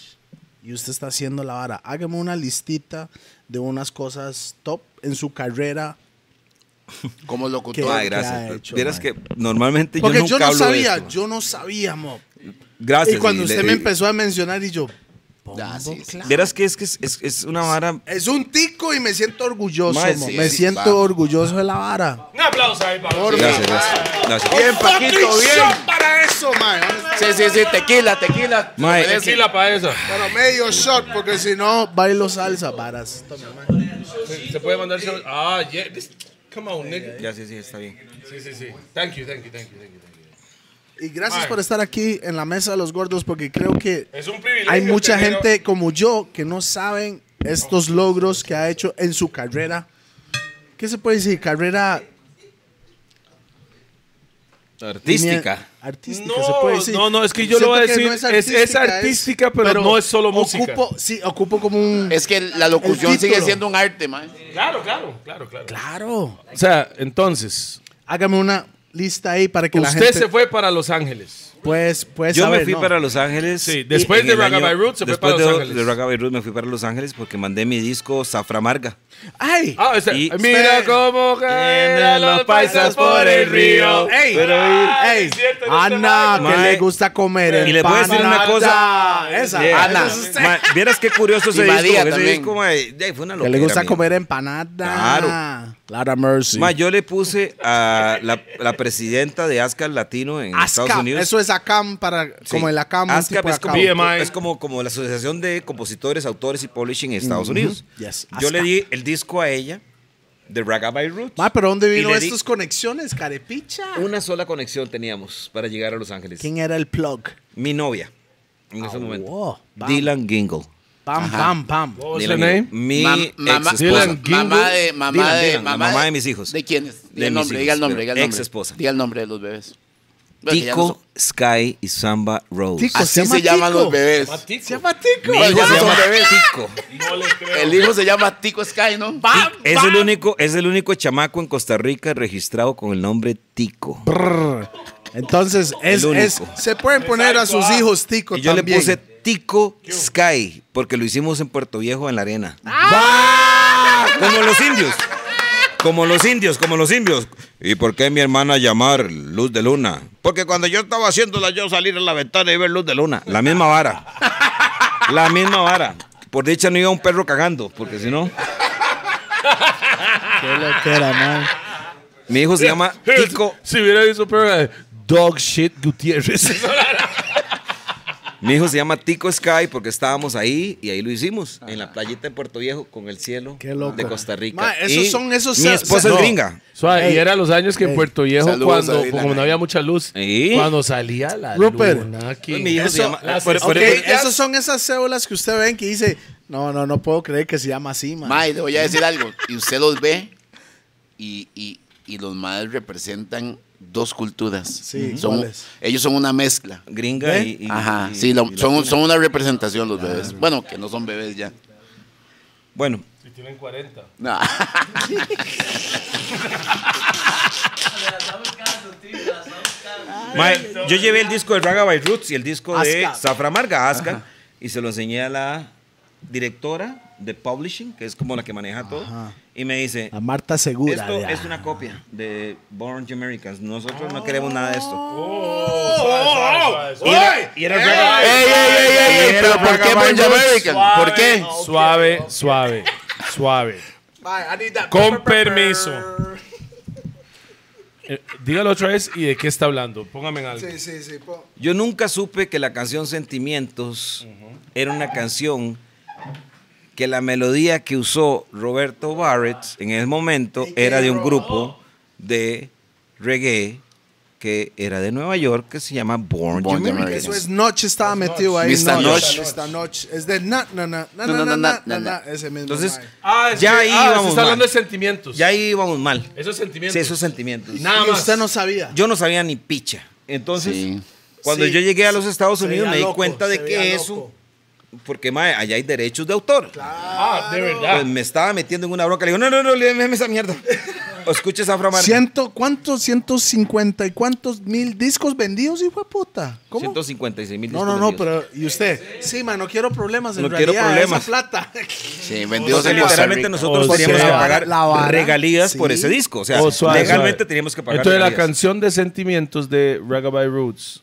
[SPEAKER 1] Y usted está haciendo la vara. Hágame una listita de unas cosas top en su carrera.
[SPEAKER 4] Como
[SPEAKER 2] Mae,
[SPEAKER 1] que
[SPEAKER 4] locutor.
[SPEAKER 2] gracias.
[SPEAKER 1] ha hecho,
[SPEAKER 2] Vieras
[SPEAKER 1] mae?
[SPEAKER 2] que normalmente
[SPEAKER 1] Porque
[SPEAKER 2] yo
[SPEAKER 1] yo,
[SPEAKER 2] nunca
[SPEAKER 1] no
[SPEAKER 2] hablo de
[SPEAKER 1] sabía,
[SPEAKER 2] esto, mae.
[SPEAKER 1] yo no sabía, mo.
[SPEAKER 2] Gracias.
[SPEAKER 1] Y cuando
[SPEAKER 2] y le-
[SPEAKER 1] usted me
[SPEAKER 2] y-
[SPEAKER 1] empezó a mencionar y yo...
[SPEAKER 4] Ah, sí,
[SPEAKER 1] "Bombo,
[SPEAKER 4] sí.
[SPEAKER 1] claro".
[SPEAKER 2] Vieras que es, que es, es- es una vara...
[SPEAKER 1] Es un tico y me siento orgulloso,
[SPEAKER 2] Mae,
[SPEAKER 1] mo.
[SPEAKER 2] sí,
[SPEAKER 1] me
[SPEAKER 4] sí,
[SPEAKER 1] siento
[SPEAKER 4] vamos.
[SPEAKER 1] orgulloso de la vara.
[SPEAKER 5] Un aplauso ahí para
[SPEAKER 2] Gracias, gracias. gracias.
[SPEAKER 4] Bien, Paquito, bien.
[SPEAKER 1] para eso, mae.
[SPEAKER 4] Sí, sí, sí, tequila, tequila.
[SPEAKER 2] Mae,
[SPEAKER 5] Tranquila para eso.
[SPEAKER 1] Pero medio shot, porque si no, bailo salsa, varas. Tome, mae.
[SPEAKER 5] Se se puede mandar. show- Ah, yeah. this- Come on, nigga.
[SPEAKER 2] Ya, sí, sí, está bien.
[SPEAKER 5] Sí, sí, sí. Thank you, thank you, thank you, thank you. thank you.
[SPEAKER 1] Y gracias
[SPEAKER 5] Mae.
[SPEAKER 1] por estar aquí en la mesa de los gordos porque creo que
[SPEAKER 5] Es un privilegio.
[SPEAKER 1] hay mucha
[SPEAKER 5] tener-
[SPEAKER 1] gente como yo que no saben estos logros que ha hecho en su carrera. ¿Qué se puede decir? Carrera
[SPEAKER 2] Artística.
[SPEAKER 1] lineal- Artística,
[SPEAKER 5] No,
[SPEAKER 1] se puede decir.
[SPEAKER 5] no, no, es que yo lo
[SPEAKER 1] Siento
[SPEAKER 5] voy a
[SPEAKER 1] que
[SPEAKER 5] decir, es- es artística, pero no es solo música.
[SPEAKER 1] ocupo- Sí, ocupo como un...
[SPEAKER 4] Es que la locución
[SPEAKER 1] El título.
[SPEAKER 4] sigue siendo un arte, man.
[SPEAKER 5] Claro, claro, claro, claro.
[SPEAKER 1] Claro.
[SPEAKER 5] O sea, entonces,
[SPEAKER 1] Hágame una lista ahí para que la
[SPEAKER 5] usted
[SPEAKER 1] gente...
[SPEAKER 5] se fue para Los Ángeles.
[SPEAKER 1] Pues, pues,
[SPEAKER 2] Yo
[SPEAKER 1] saber,
[SPEAKER 2] me fui
[SPEAKER 1] ¿no?
[SPEAKER 2] para Los Ángeles.
[SPEAKER 5] Sí, después
[SPEAKER 2] en
[SPEAKER 5] de
[SPEAKER 2] el
[SPEAKER 5] Raga
[SPEAKER 2] año-
[SPEAKER 5] by Roots se fue
[SPEAKER 2] después
[SPEAKER 5] para Los
[SPEAKER 2] de-
[SPEAKER 5] Ángeles.
[SPEAKER 2] De Raga by Roots me fui para Los Ángeles porque mandé mi disco Zafra Amarga.
[SPEAKER 1] ¡Ay!
[SPEAKER 5] Ah, o sea,
[SPEAKER 2] Y-
[SPEAKER 5] mira cómo caen a los paisas por el río.
[SPEAKER 1] Ey, oh, ey,
[SPEAKER 5] es cierto, no está
[SPEAKER 1] Ana,
[SPEAKER 5] mal.
[SPEAKER 1] que
[SPEAKER 2] Mae.
[SPEAKER 1] le gusta comer.
[SPEAKER 2] Y le voy a decir una
[SPEAKER 1] empanada. Esa,
[SPEAKER 2] Yeah.
[SPEAKER 1] Ana.
[SPEAKER 2] Ma, Vieras qué curioso ese
[SPEAKER 4] Ah, Y Badía
[SPEAKER 2] disco. Ese
[SPEAKER 4] también.
[SPEAKER 2] disco, ma, eh, fue una
[SPEAKER 1] Que le
[SPEAKER 2] loquera,
[SPEAKER 1] gusta
[SPEAKER 2] mía.
[SPEAKER 1] comer empanada.
[SPEAKER 2] Claro.
[SPEAKER 1] Lara Mercy.
[SPEAKER 2] Ma, yo le puse a la, la presidenta de ASCAP Latino en Estados
[SPEAKER 1] ASCAP.
[SPEAKER 2] Unidos.
[SPEAKER 1] Eso es ACAM, para,
[SPEAKER 2] Sí.
[SPEAKER 1] como el ACAM. un
[SPEAKER 2] ASCAP
[SPEAKER 1] tipo de
[SPEAKER 2] es como,
[SPEAKER 1] ACAM.
[SPEAKER 5] BMI.
[SPEAKER 2] es como, como la Asociación de Compositores, Autores y Publishing en Estados Unidos.
[SPEAKER 1] Yes,
[SPEAKER 2] Yo
[SPEAKER 1] ASCAP.
[SPEAKER 2] le di el disco a ella de Raga by Roots.
[SPEAKER 1] Ma, pero ¿dónde
[SPEAKER 2] Y
[SPEAKER 1] vino
[SPEAKER 2] le di-
[SPEAKER 1] estas conexiones, carepicha?
[SPEAKER 2] Una sola conexión teníamos para llegar a Los Ángeles.
[SPEAKER 1] ¿Quién era el plug?
[SPEAKER 2] Mi novia en ese
[SPEAKER 1] Ah,
[SPEAKER 2] momento.
[SPEAKER 1] wow. Bam.
[SPEAKER 2] Dylan Gingle.
[SPEAKER 1] Pam, pam, pam.
[SPEAKER 5] What's
[SPEAKER 2] Dylan
[SPEAKER 5] her name?
[SPEAKER 2] Gingle. Mi
[SPEAKER 4] Mam-
[SPEAKER 2] ex esposa.
[SPEAKER 5] Dylan
[SPEAKER 4] mamá de, mamá
[SPEAKER 2] Dylan,
[SPEAKER 4] de,
[SPEAKER 2] Dylan, la
[SPEAKER 4] mamá
[SPEAKER 2] mamá de mis hijos.
[SPEAKER 4] ¿De quién es? Diga
[SPEAKER 2] De
[SPEAKER 4] el
[SPEAKER 2] mis
[SPEAKER 4] nombre,
[SPEAKER 2] hijos,
[SPEAKER 4] diga el nombre,
[SPEAKER 2] pero
[SPEAKER 4] diga el nombre.
[SPEAKER 2] exesposa.
[SPEAKER 4] Diga el nombre de los bebés. Bueno, que ya no
[SPEAKER 2] Tico, Sky y Samba Rose.
[SPEAKER 1] Tico,
[SPEAKER 4] son- Así se llaman los bebés.
[SPEAKER 5] Matico.
[SPEAKER 1] Se llama Tico.
[SPEAKER 2] Mi
[SPEAKER 4] Bueno,
[SPEAKER 2] hijo
[SPEAKER 4] ya
[SPEAKER 2] se
[SPEAKER 4] son
[SPEAKER 2] llama
[SPEAKER 4] bebés.
[SPEAKER 2] Tico.
[SPEAKER 5] No le creo.
[SPEAKER 4] El hijo se llama Tico Sky, ¿no?
[SPEAKER 2] Es el, único, es el único chamaco en Costa Rica registrado con el nombre Tico.
[SPEAKER 1] Entonces, es,
[SPEAKER 2] El
[SPEAKER 1] es-
[SPEAKER 2] único.
[SPEAKER 1] se pueden poner a sus hijos Tico
[SPEAKER 2] Y yo le
[SPEAKER 1] también.
[SPEAKER 2] puse Tico Sky, porque lo hicimos en Puerto Viejo, en la arena.
[SPEAKER 1] Ah.
[SPEAKER 2] Como los indios. Como los indios, como los indios. ¿Y por qué mi hermana llamar Luz de Luna? Porque cuando yo estaba haciéndola, yo salir a la ventana y ver Luz de Luna. La misma vara. La misma vara. Por dicha no iba un perro cagando, porque si no...
[SPEAKER 1] Qué loquera, man.
[SPEAKER 2] Mi hijo se llama Tico.
[SPEAKER 5] Si hubiera visto, pero. eh, Dog shit Gutiérrez.
[SPEAKER 2] Mi hijo se llama Tico Sky porque estábamos ahí y ahí lo hicimos, en la playita de Puerto Viejo con el cielo
[SPEAKER 1] Qué loco.
[SPEAKER 2] de Costa Rica.
[SPEAKER 1] Ma, esos
[SPEAKER 2] Y
[SPEAKER 1] son esos-
[SPEAKER 2] Mi esposa
[SPEAKER 1] no.
[SPEAKER 2] es gringa.
[SPEAKER 5] Suave,
[SPEAKER 1] Ey.
[SPEAKER 5] y era los años que en
[SPEAKER 1] Ey.
[SPEAKER 5] Puerto Viejo,
[SPEAKER 4] Saludos,
[SPEAKER 5] cuando
[SPEAKER 4] Adriana.
[SPEAKER 5] como no había mucha luz,
[SPEAKER 2] Ey.
[SPEAKER 5] cuando salía la
[SPEAKER 1] Rupert.
[SPEAKER 5] luna aquí.
[SPEAKER 2] Pues mi hijo se
[SPEAKER 5] Eso,
[SPEAKER 2] llama-
[SPEAKER 5] las
[SPEAKER 2] por- por-
[SPEAKER 1] Ok,
[SPEAKER 2] pero-
[SPEAKER 5] estrellas-
[SPEAKER 1] esas son esas células que usted ven que dice, no, no, no puedo creer que se llama así, man.
[SPEAKER 4] Mae, le voy a decir algo. Y usted los ve y, y- y los madres representan dos culturas.
[SPEAKER 1] Sí,
[SPEAKER 4] Son-
[SPEAKER 1] ¿cuáles?
[SPEAKER 4] ellos son una mezcla.
[SPEAKER 2] Gringa
[SPEAKER 1] ¿Eh?
[SPEAKER 2] y, y-
[SPEAKER 4] Ajá,
[SPEAKER 2] y-
[SPEAKER 4] sí, lo-
[SPEAKER 2] y
[SPEAKER 4] son,
[SPEAKER 2] latina.
[SPEAKER 4] son una representación los bebés. Bueno, que no son bebés ya.
[SPEAKER 2] Bueno,
[SPEAKER 5] Si tienen 40.
[SPEAKER 4] No.
[SPEAKER 2] Mae, yo llevé el disco de Raga by Roots y el disco de
[SPEAKER 1] Azca.
[SPEAKER 2] Zafra Amarga, Asca, y se lo enseñé a la directora de publishing, que es como la que maneja todo, y me dice,
[SPEAKER 1] A Marta Segura.
[SPEAKER 2] esto
[SPEAKER 1] vea.
[SPEAKER 2] es una copia de Born to Americans, nosotros no queremos nada de esto. Y era, y era Raga-
[SPEAKER 4] ¡Ey, ey, ey, ey! ey,
[SPEAKER 2] Era
[SPEAKER 4] ¿Pero por qué
[SPEAKER 2] Raga by
[SPEAKER 4] Bunch
[SPEAKER 2] Roots.
[SPEAKER 4] American? ¿Por qué?
[SPEAKER 5] Suave, suave, suave. Con permiso. Eh, dígalo otra vez y de qué está hablando. Póngame en algo.
[SPEAKER 1] sí, sí. po-
[SPEAKER 2] Yo nunca supe que la canción Sentimientos era una canción que la melodía que usó Roberto Barrett en ese momento era de un grupo de reggae que era de Nueva York que se llama
[SPEAKER 4] Born
[SPEAKER 2] Born, to Americans.
[SPEAKER 4] Americans.
[SPEAKER 1] Eso es Noche, estaba metido ahí.
[SPEAKER 4] Mr. Notch.
[SPEAKER 1] Esta Noche. Es de na, na, na, na,
[SPEAKER 4] No,
[SPEAKER 1] na,
[SPEAKER 4] no,
[SPEAKER 1] na, na,
[SPEAKER 4] no, no,
[SPEAKER 1] na,
[SPEAKER 4] no.
[SPEAKER 1] na, Ese mismo.
[SPEAKER 2] Entonces,
[SPEAKER 1] mae.
[SPEAKER 5] Ah, es
[SPEAKER 2] ya
[SPEAKER 5] que-
[SPEAKER 2] ahí
[SPEAKER 5] ah, se
[SPEAKER 2] íbamos
[SPEAKER 5] está hablando
[SPEAKER 2] mal.
[SPEAKER 5] de sentimientos.
[SPEAKER 2] Ya ahí íbamos mal.
[SPEAKER 5] Esos sentimientos.
[SPEAKER 2] Sí, esos sentimientos.
[SPEAKER 5] Nada
[SPEAKER 1] Y
[SPEAKER 5] más.
[SPEAKER 1] usted no sabía.
[SPEAKER 2] Yo no sabía ni picha. Entonces,
[SPEAKER 4] Sí.
[SPEAKER 2] cuando
[SPEAKER 1] Sí.
[SPEAKER 2] yo llegué a los Estados
[SPEAKER 1] Se
[SPEAKER 2] Unidos
[SPEAKER 1] veía
[SPEAKER 2] me di
[SPEAKER 1] loco,
[SPEAKER 2] cuenta
[SPEAKER 1] se
[SPEAKER 2] de que
[SPEAKER 1] veía
[SPEAKER 2] eso,
[SPEAKER 1] loco.
[SPEAKER 2] porque mae, allá hay derechos de autor.
[SPEAKER 5] Ah, de verdad.
[SPEAKER 2] Pues me estaba metiendo en una broca. Le digo, no, no, no, déjeme esa mierda. O escuche esa frama.
[SPEAKER 1] Ciento, ¿Cuántos? 150 y cuántos mil discos vendidos, hijo de puta. ¿Cómo?
[SPEAKER 2] 156 mil
[SPEAKER 1] no, no, no, pero. ¿Y usted? Sí, man, no quiero problemas. En
[SPEAKER 2] No quiero
[SPEAKER 1] realidad,
[SPEAKER 2] problemas.
[SPEAKER 1] Esa plata.
[SPEAKER 4] Sí, vendidos en Costa
[SPEAKER 2] literalmente
[SPEAKER 4] Rica.
[SPEAKER 2] nosotros
[SPEAKER 5] O
[SPEAKER 2] teníamos
[SPEAKER 5] sea,
[SPEAKER 2] que pagar
[SPEAKER 1] la vara,
[SPEAKER 2] regalías
[SPEAKER 1] sí.
[SPEAKER 2] por ese disco. O sea,
[SPEAKER 5] Oh, suave,
[SPEAKER 2] legalmente
[SPEAKER 5] suave.
[SPEAKER 2] teníamos que pagar
[SPEAKER 5] Entonces, la
[SPEAKER 2] regalías.
[SPEAKER 5] canción de sentimientos de Ragabye Roots.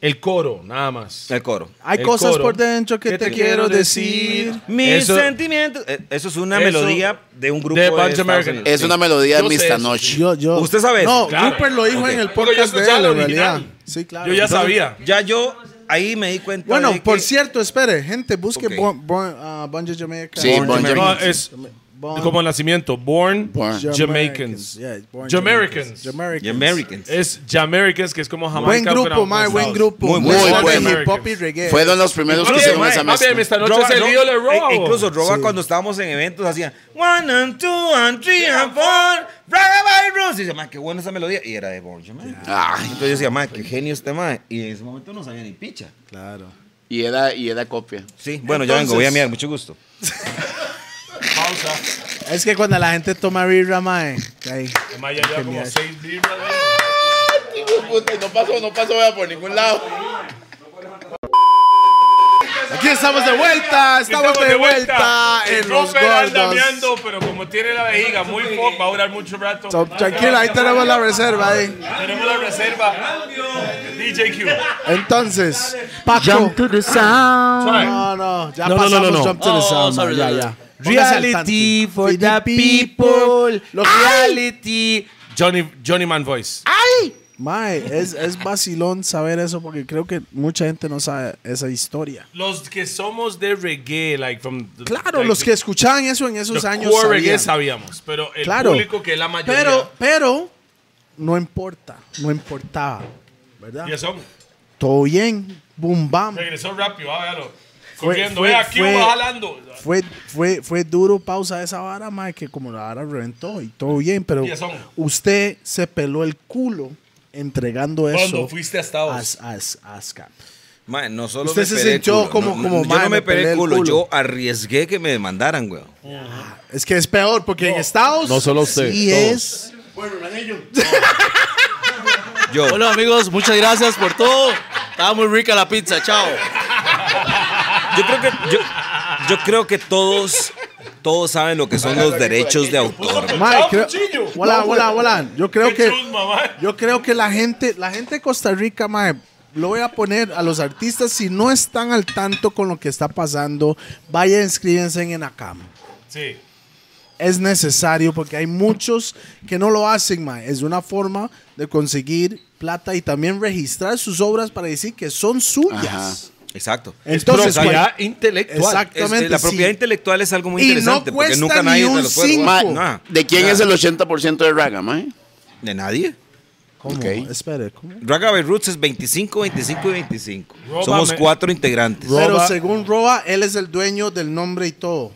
[SPEAKER 5] El coro, nada más.
[SPEAKER 2] El coro.
[SPEAKER 1] Hay
[SPEAKER 5] El
[SPEAKER 1] cosas
[SPEAKER 5] coro.
[SPEAKER 1] por dentro que
[SPEAKER 5] ¿Qué
[SPEAKER 1] te, quiero decir.
[SPEAKER 2] Mis
[SPEAKER 5] Eso-
[SPEAKER 2] sentimientos. Eh, Eso es una
[SPEAKER 5] Eso-
[SPEAKER 2] melodía de un grupo
[SPEAKER 5] de
[SPEAKER 2] de,
[SPEAKER 5] Bunch
[SPEAKER 2] Estados
[SPEAKER 5] American.
[SPEAKER 2] Unidos.
[SPEAKER 4] Es
[SPEAKER 2] Sí.
[SPEAKER 4] una melodía de
[SPEAKER 5] Yo sé
[SPEAKER 4] Mr.
[SPEAKER 5] eso,
[SPEAKER 4] Notch.
[SPEAKER 1] Yo, yo.
[SPEAKER 2] ¿Usted sabe eso?
[SPEAKER 1] No,
[SPEAKER 5] Claro.
[SPEAKER 1] Rupert lo dijo
[SPEAKER 2] Ok.
[SPEAKER 1] en el
[SPEAKER 5] Porque yo
[SPEAKER 1] podcast de
[SPEAKER 5] escuchaba
[SPEAKER 1] él,
[SPEAKER 5] el
[SPEAKER 1] en realidad.
[SPEAKER 5] original.
[SPEAKER 1] Sí, claro.
[SPEAKER 5] Yo ya sabía.
[SPEAKER 2] Ya yo ahí me di cuenta.
[SPEAKER 1] Bueno,
[SPEAKER 2] de
[SPEAKER 1] por
[SPEAKER 2] que-
[SPEAKER 1] cierto, espere, gente, busque
[SPEAKER 2] Ok.
[SPEAKER 1] Bon- Bon- ah, Bonjour Jamaica.
[SPEAKER 4] Sí,
[SPEAKER 2] Born
[SPEAKER 4] Bon
[SPEAKER 2] Jamaican.
[SPEAKER 5] No,
[SPEAKER 4] Jamaican.
[SPEAKER 5] es
[SPEAKER 1] Born-
[SPEAKER 5] como nacimiento. Born,
[SPEAKER 4] Born.
[SPEAKER 5] Jamaicans.
[SPEAKER 1] Yeah, Born
[SPEAKER 5] Jamaicans.
[SPEAKER 1] Jamaicans.
[SPEAKER 2] The Americans.
[SPEAKER 5] Es Jamaicans, que es como Jamaica.
[SPEAKER 1] Buen
[SPEAKER 5] pero
[SPEAKER 1] grupo, mae, buen
[SPEAKER 5] Estados.
[SPEAKER 1] grupo.
[SPEAKER 2] Muy
[SPEAKER 1] Buen
[SPEAKER 4] bueno.
[SPEAKER 1] rock
[SPEAKER 4] Muy
[SPEAKER 1] de
[SPEAKER 5] bueno.
[SPEAKER 1] hip hop y reggae.
[SPEAKER 4] Fueron los primeros que
[SPEAKER 5] Más bien,
[SPEAKER 4] hicieron esa
[SPEAKER 5] mae, más bien,
[SPEAKER 4] mezcla.
[SPEAKER 5] esta noche es el lío de Roa.
[SPEAKER 2] e- Incluso Roba
[SPEAKER 1] Sí.
[SPEAKER 2] cuando estábamos en eventos hacía One and two and three and four Ragabye Roots. Y dice, man, qué buena esa melodía. Y era de Born Jamaican.
[SPEAKER 4] Ay,
[SPEAKER 2] Entonces yo decía, man,
[SPEAKER 1] Pues,
[SPEAKER 2] qué genio este man. Y en ese momento no sabía ni picha.
[SPEAKER 1] Claro.
[SPEAKER 4] y era, y era copia.
[SPEAKER 2] Sí, bueno, ya vengo, voy a mirar, mucho gusto.
[SPEAKER 1] Es que cuando la gente toma birra, mae, ahí.
[SPEAKER 5] Además, ya lleva como
[SPEAKER 1] Genial. Ah,
[SPEAKER 5] seis libras. güey.
[SPEAKER 4] No pasó, no pasó por ningún lado.
[SPEAKER 1] Aquí estamos de vuelta, estamos, de vuelta, en
[SPEAKER 5] El
[SPEAKER 1] los
[SPEAKER 5] Roper anda
[SPEAKER 1] gordos.
[SPEAKER 5] meando, pero como tiene la vejiga muy poco, va a durar mucho rato.
[SPEAKER 1] So, tranquilo, ahí tenemos la reserva eh. ahí.
[SPEAKER 5] Tenemos la reserva. DJQ.
[SPEAKER 1] Entonces, Paco. No, no, ya
[SPEAKER 5] No, no, no,
[SPEAKER 1] pasamos
[SPEAKER 5] no, Oh, no.
[SPEAKER 1] Jump to the Sound, mae, ya, ya. Póngase al
[SPEAKER 5] Reality
[SPEAKER 1] tanto.
[SPEAKER 5] for the people. Reality. Johnny, Johnny Man Voice.
[SPEAKER 1] Ah. Mae, es, es vacilón saber eso porque creo que mucha gente no sabe esa historia.
[SPEAKER 5] Los que somos de reggae, like from. the-
[SPEAKER 1] Claro,
[SPEAKER 5] like
[SPEAKER 1] los
[SPEAKER 5] the-
[SPEAKER 1] que escuchaban eso en esos
[SPEAKER 5] the
[SPEAKER 1] años
[SPEAKER 5] core reggae
[SPEAKER 1] sabían.
[SPEAKER 5] sabíamos, pero el
[SPEAKER 1] Claro.
[SPEAKER 5] público que es la mayoría.
[SPEAKER 1] Pero, pero, no importa, no importaba, ¿verdad?
[SPEAKER 5] Y eso,
[SPEAKER 1] Todo bien, boom, bam.
[SPEAKER 5] regresó rápido, ah, véalo.
[SPEAKER 1] Fue-
[SPEAKER 5] Corriendo,
[SPEAKER 1] fue-
[SPEAKER 5] ve aquí,
[SPEAKER 1] fue-
[SPEAKER 5] va jalando.
[SPEAKER 1] Fue, fue, fue duro pausa esa vara, mae, que como la vara reventó y todo bien, pero
[SPEAKER 5] Y eso.
[SPEAKER 1] usted se peló el culo entregando eso.
[SPEAKER 5] Cuando fuiste a Estados
[SPEAKER 1] a- a- a ASCAP.
[SPEAKER 2] Man, no solo
[SPEAKER 1] Usted
[SPEAKER 2] me
[SPEAKER 1] se
[SPEAKER 2] pelé el
[SPEAKER 1] sintió
[SPEAKER 2] culo,
[SPEAKER 1] como-
[SPEAKER 2] no,
[SPEAKER 1] como,
[SPEAKER 2] no, Yo
[SPEAKER 1] "Mae,
[SPEAKER 2] no me
[SPEAKER 1] me
[SPEAKER 2] pelé
[SPEAKER 1] pelé
[SPEAKER 2] el
[SPEAKER 1] el
[SPEAKER 2] culo,
[SPEAKER 1] culo".
[SPEAKER 2] yo arriesgué que me demandaran, güey.
[SPEAKER 1] Es que es peor porque en Estados
[SPEAKER 8] no solo usted,
[SPEAKER 1] sí
[SPEAKER 8] todos.
[SPEAKER 1] es
[SPEAKER 2] Yo,
[SPEAKER 8] Hola amigos, muchas gracias por todo. Estaba muy rica la pizza, chao.
[SPEAKER 2] yo creo que yo, yo creo que todos todos saben lo que son los derechos de autor.
[SPEAKER 1] Mae, creo-
[SPEAKER 5] cuchillo.
[SPEAKER 1] Hola, hola, hola. Yo creo que
[SPEAKER 5] chusma, mae.
[SPEAKER 1] yo creo que la gente, la gente de Costa Rica, mae, lo voy a poner a los artistas si no están al tanto con lo que está pasando, vayan inscríbanse en Enacam.
[SPEAKER 5] Sí.
[SPEAKER 1] Es necesario porque hay muchos que no lo hacen, mae. Es una forma de conseguir plata y también registrar sus obras para decir que son suyas.
[SPEAKER 2] Exacto.
[SPEAKER 1] Entonces, cual-
[SPEAKER 5] propiedad intelectual.
[SPEAKER 1] exactamente.
[SPEAKER 2] Es- la
[SPEAKER 1] sí.
[SPEAKER 2] propiedad intelectual es algo muy
[SPEAKER 1] Y no
[SPEAKER 2] interesante porque
[SPEAKER 1] cuesta
[SPEAKER 2] nunca
[SPEAKER 1] ni
[SPEAKER 2] nadie
[SPEAKER 1] un
[SPEAKER 2] te lo puede
[SPEAKER 1] cinco.
[SPEAKER 2] robar.
[SPEAKER 1] Ma-
[SPEAKER 2] Nada.
[SPEAKER 4] ¿De quién es el 80% de eh? Raga, mae?
[SPEAKER 2] De nadie.
[SPEAKER 1] ¿Cómo?
[SPEAKER 4] Ok.
[SPEAKER 1] Espere, ¿cómo?
[SPEAKER 2] Ragabay Roots es 25, 25 y 25.
[SPEAKER 5] Róbame.
[SPEAKER 2] Somos cuatro integrantes.
[SPEAKER 1] Pero
[SPEAKER 5] Roba-
[SPEAKER 1] según Roa, él es el dueño del nombre y todo.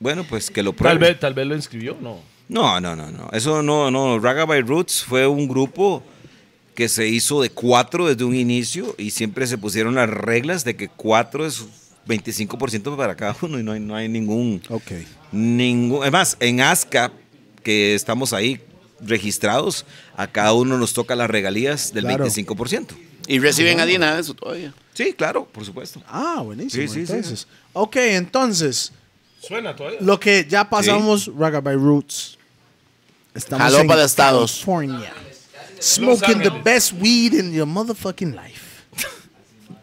[SPEAKER 2] Bueno, pues que lo prueben.
[SPEAKER 5] Tal vez, tal vez lo inscribió, no.
[SPEAKER 2] No, no, no, no. Eso no, no. Ragabay Roots fue un grupo que se hizo de cuatro desde un inicio y siempre se pusieron las reglas de que cuatro es 25% para cada uno y no hay, no hay ningún...
[SPEAKER 1] Ok.
[SPEAKER 2] Ningún, es más, en ASCAP, que estamos ahí, registrados, a cada uno nos toca las regalías del
[SPEAKER 1] Claro.
[SPEAKER 2] 25%.
[SPEAKER 4] Y reciben a Dina eso todavía.
[SPEAKER 2] Sí, claro, por supuesto.
[SPEAKER 1] Ah, buenísimo.
[SPEAKER 2] Sí, sí, sí.
[SPEAKER 1] entonces. Ok, entonces,
[SPEAKER 5] Suena todavía.
[SPEAKER 1] lo que ya pasamos, Raga by Roots. Estamos
[SPEAKER 4] Jaló
[SPEAKER 1] en
[SPEAKER 4] para Estados.
[SPEAKER 1] California. Smoking the
[SPEAKER 5] Ángeles.
[SPEAKER 1] best weed in your motherfucking life.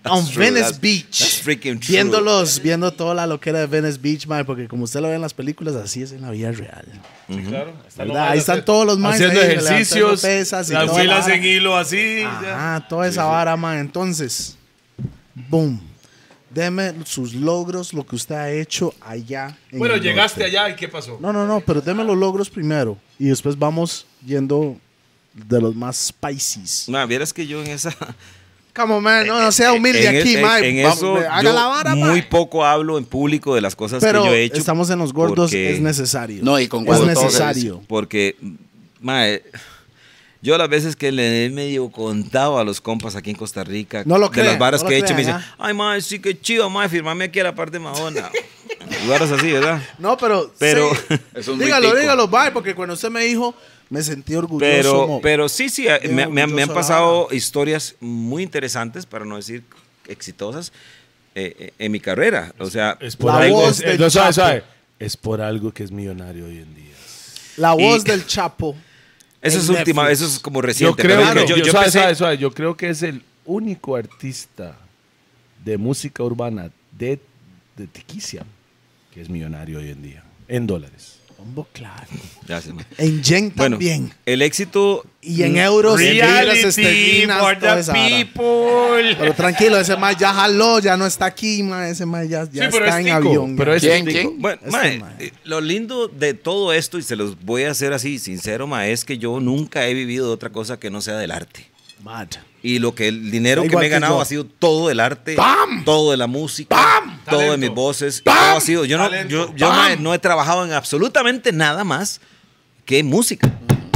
[SPEAKER 1] On
[SPEAKER 2] true,
[SPEAKER 1] Venice
[SPEAKER 2] that's-
[SPEAKER 1] Beach.
[SPEAKER 2] that's freaking true.
[SPEAKER 1] Viéndolos, viendo toda la loquera de Venice Beach, mae, porque como usted lo ve en las películas, así es en la vida real.
[SPEAKER 5] Sí, claro. Está
[SPEAKER 1] ¿verdad?
[SPEAKER 5] nomás
[SPEAKER 1] Ahí están
[SPEAKER 5] hacer-
[SPEAKER 1] todos los maes
[SPEAKER 5] Haciendo
[SPEAKER 1] ahí, levantando
[SPEAKER 5] ejercicios.
[SPEAKER 1] pesas y
[SPEAKER 5] las
[SPEAKER 1] toda la
[SPEAKER 5] filas
[SPEAKER 1] vara.
[SPEAKER 5] en hilo así. ya.
[SPEAKER 1] Ajá, toda esa vara, man. Entonces, boom. Deme sus logros, lo que usted ha hecho allá. en este.
[SPEAKER 5] Bueno,
[SPEAKER 1] el
[SPEAKER 5] llegaste
[SPEAKER 1] norte.
[SPEAKER 5] allá y ¿qué pasó?
[SPEAKER 1] No, no, no, pero deme los logros primero. Y después vamos yendo de los más spicy.
[SPEAKER 2] Ma, vieras que yo en esa.
[SPEAKER 1] Come on, man. No, no sea humilde
[SPEAKER 2] Eh, en,
[SPEAKER 1] aquí,
[SPEAKER 2] en-
[SPEAKER 1] man.
[SPEAKER 2] en
[SPEAKER 1] Vamos,
[SPEAKER 2] eso.
[SPEAKER 1] ve, haga
[SPEAKER 2] yo
[SPEAKER 1] la vara, mae.
[SPEAKER 2] muy poco hablo en público de las cosas
[SPEAKER 1] Pero
[SPEAKER 2] que yo he hecho.
[SPEAKER 1] estamos en los gordos,
[SPEAKER 2] porque-
[SPEAKER 1] es necesario.
[SPEAKER 4] No, y con
[SPEAKER 1] Es
[SPEAKER 4] huevo todo se
[SPEAKER 1] necesario.
[SPEAKER 2] Porque, mae, yo las veces que le he medio contado a los compas aquí en Costa Rica,
[SPEAKER 1] No lo
[SPEAKER 2] de
[SPEAKER 1] crean,
[SPEAKER 2] las varas
[SPEAKER 1] no lo
[SPEAKER 2] que he hecho,
[SPEAKER 1] crean,
[SPEAKER 2] me dicen,
[SPEAKER 1] ¿ah?
[SPEAKER 2] ay, mae, sí que chido, mae, firmame aquí a la parte de Mahona. Y varas así, ¿verdad?
[SPEAKER 1] No, pero.
[SPEAKER 2] Pero-
[SPEAKER 1] sí.
[SPEAKER 4] Eso es muy
[SPEAKER 1] dígalo,
[SPEAKER 4] tico.
[SPEAKER 1] dígalo, bye, porque cuando usted me dijo, me sentí orgulloso.
[SPEAKER 2] Pero,
[SPEAKER 1] mo.
[SPEAKER 2] pero sí, sí, eh, me, me- me
[SPEAKER 1] orgulloso
[SPEAKER 2] han
[SPEAKER 1] la
[SPEAKER 2] pasado historias muy interesantes, para no decir exitosas, eh, eh, en mi carrera. O sea,
[SPEAKER 5] Es
[SPEAKER 1] La
[SPEAKER 5] algo.
[SPEAKER 1] voz
[SPEAKER 5] es-
[SPEAKER 1] del
[SPEAKER 5] no, sabe,
[SPEAKER 1] Chapo.
[SPEAKER 5] sabe. Es por algo que es millonario hoy en día.
[SPEAKER 1] La voz
[SPEAKER 2] y-
[SPEAKER 1] del Chapo.
[SPEAKER 2] eso
[SPEAKER 1] en
[SPEAKER 2] es última,
[SPEAKER 1] Netflix.
[SPEAKER 2] eso es como
[SPEAKER 3] Yo
[SPEAKER 2] reciente.
[SPEAKER 3] creo
[SPEAKER 2] pero
[SPEAKER 3] que
[SPEAKER 2] yo, yo
[SPEAKER 3] suave,
[SPEAKER 2] empecé-
[SPEAKER 3] suave, suave, yo creo que es el único artista de música urbana de, de Tiquicia que es millonario hoy en día, en dólares.
[SPEAKER 1] Hombo, claro.
[SPEAKER 2] Gracias, mae.
[SPEAKER 1] En yen
[SPEAKER 2] Bueno,
[SPEAKER 1] también.
[SPEAKER 2] el éxito
[SPEAKER 1] Y en euros, en libras,
[SPEAKER 5] Reality
[SPEAKER 1] esterlinas,
[SPEAKER 5] for
[SPEAKER 1] toda
[SPEAKER 5] the
[SPEAKER 1] esa vara.
[SPEAKER 5] people.
[SPEAKER 1] Pero tranquilo, ese mae ya jaló, ya no está aquí, mae. Ese mae ya, ya
[SPEAKER 5] Sí, pero
[SPEAKER 1] está en
[SPEAKER 5] es tico,
[SPEAKER 1] avión.
[SPEAKER 3] Pero es
[SPEAKER 4] ¿Quién,
[SPEAKER 3] tico.
[SPEAKER 4] quién?
[SPEAKER 2] Bueno,
[SPEAKER 1] Este
[SPEAKER 2] mae,
[SPEAKER 1] mae.
[SPEAKER 2] eh, lo lindo de todo esto, y se los voy a hacer así sincero, mae, es que yo nunca he vivido de otra cosa que no sea del arte.
[SPEAKER 1] Mad.
[SPEAKER 2] Y lo que el dinero
[SPEAKER 1] Da
[SPEAKER 2] que
[SPEAKER 1] igual
[SPEAKER 2] me he
[SPEAKER 1] que
[SPEAKER 2] ganado
[SPEAKER 1] yo.
[SPEAKER 2] ha sido todo del arte, todo de la música, todo de
[SPEAKER 5] Talento.
[SPEAKER 2] mis voces, todo ha sido. Yo no, yo, yo, mae, no he trabajado en absolutamente nada más que música.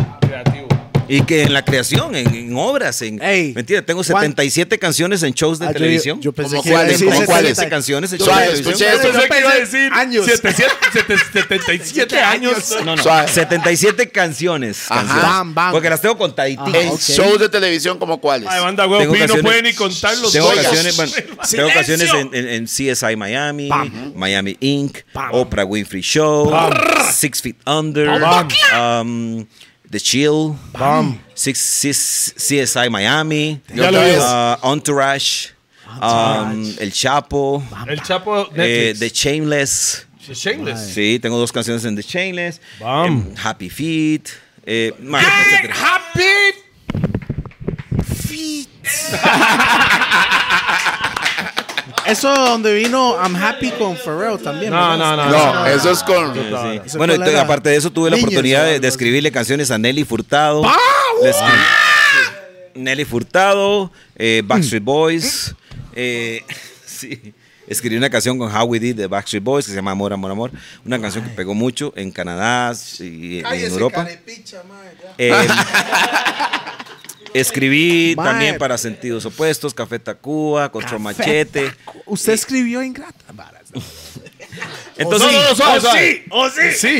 [SPEAKER 5] Ah, Creativo.
[SPEAKER 2] Y que en la creación, en, en obras, en...
[SPEAKER 1] Ey,
[SPEAKER 2] mentira, tengo
[SPEAKER 1] Juan-
[SPEAKER 2] 77 canciones en shows de
[SPEAKER 1] Ah, yo-
[SPEAKER 2] televisión.
[SPEAKER 1] Yo pensé
[SPEAKER 4] ¿Como
[SPEAKER 1] que iba a
[SPEAKER 4] cuáles?
[SPEAKER 1] decir
[SPEAKER 4] ¿Como
[SPEAKER 1] 70
[SPEAKER 4] cuáles?
[SPEAKER 2] canciones en shows de
[SPEAKER 4] Suave,
[SPEAKER 2] televisión.
[SPEAKER 4] escuché eso.
[SPEAKER 1] Yo
[SPEAKER 5] Pensé que iba a
[SPEAKER 1] pensé
[SPEAKER 5] decir
[SPEAKER 1] años.
[SPEAKER 5] 77 años.
[SPEAKER 2] No, no,
[SPEAKER 4] Suave.
[SPEAKER 2] 77 canciones.
[SPEAKER 4] Ajá.
[SPEAKER 2] canciones.
[SPEAKER 1] Bam, bam.
[SPEAKER 2] Porque las tengo contaditas.
[SPEAKER 1] Ajá.
[SPEAKER 4] En
[SPEAKER 1] ok.
[SPEAKER 4] shows de televisión como cuáles.
[SPEAKER 5] Ay, banda, güey,
[SPEAKER 2] Tengo
[SPEAKER 5] Pi, no
[SPEAKER 2] ocasiones-
[SPEAKER 5] puede ni contar los
[SPEAKER 2] Tengo
[SPEAKER 4] Oiga.
[SPEAKER 5] goles.
[SPEAKER 2] ocasiones, bueno, tengo
[SPEAKER 5] Silencio.
[SPEAKER 2] ocasiones en, en- en CSI Miami, Miami Inc., Oprah Winfrey Show, Six Feet Under, um, The Chill, Six, Six- CSI Miami,
[SPEAKER 4] Ya lo ves.
[SPEAKER 2] uh, Entourage, um, El Chapo,
[SPEAKER 5] El Chapo
[SPEAKER 2] eh,
[SPEAKER 5] Netflix.
[SPEAKER 2] The Chainless.
[SPEAKER 5] Shameless.
[SPEAKER 2] Sí, tengo dos canciones en The Chainless,
[SPEAKER 5] Bam.
[SPEAKER 2] em, Happy Feet, eh, más,
[SPEAKER 5] Ay,
[SPEAKER 2] etcétera.
[SPEAKER 5] Happy
[SPEAKER 1] Eso donde vino I'm Happy con Pharrell también.
[SPEAKER 5] No, no, no.
[SPEAKER 4] No, eso es con.
[SPEAKER 2] Sí.
[SPEAKER 1] Ese
[SPEAKER 2] Bueno,
[SPEAKER 1] fue la
[SPEAKER 2] entonces,
[SPEAKER 1] era-
[SPEAKER 2] aparte de eso, tuve la
[SPEAKER 1] Niños,
[SPEAKER 2] oportunidad
[SPEAKER 1] o
[SPEAKER 2] de,
[SPEAKER 1] algo
[SPEAKER 2] de
[SPEAKER 1] así.
[SPEAKER 2] escribirle canciones a Nelly Furtado. Le escri- Nelly Furtado, eh, Backstreet Boys. eh, sí. Escribí una canción con How We Did de Backstreet Boys que se llama Amor, Amor, Amor. Una canción que pegó mucho en Canadá y en Europa. Eh, escribí
[SPEAKER 1] Mae.
[SPEAKER 2] también para Sentidos Opuestos, Café Tacuba, Control Machete.
[SPEAKER 1] Usted escribió Ingrata. varas, ¿no?
[SPEAKER 2] Entonces,
[SPEAKER 5] No, no, no, suave, suave.
[SPEAKER 3] Sí.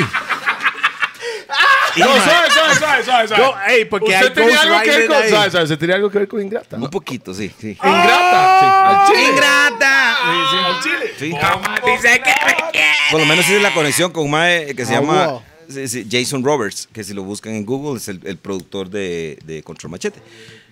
[SPEAKER 2] y-
[SPEAKER 5] No, suave, suave, suave, suave, suave.
[SPEAKER 1] Yo, ey, porque hay
[SPEAKER 3] ¿Usted tenía algo que ver
[SPEAKER 1] ghostwriter
[SPEAKER 3] con,
[SPEAKER 1] ahí.
[SPEAKER 3] ¿sabe, sabe, ¿Se tenía algo que ver con Ingrata? ¡Oh!
[SPEAKER 2] un poquito, sí. sí.
[SPEAKER 3] Ingrata. Sí.
[SPEAKER 2] ¡Ingrata! Sí. Por lo menos hice la conexión con un mae que se
[SPEAKER 1] Ah,
[SPEAKER 2] llama
[SPEAKER 1] wow.
[SPEAKER 2] sí, sí, Jason Roberts, que si lo buscan en Google es el, el productor de, de Control Machete.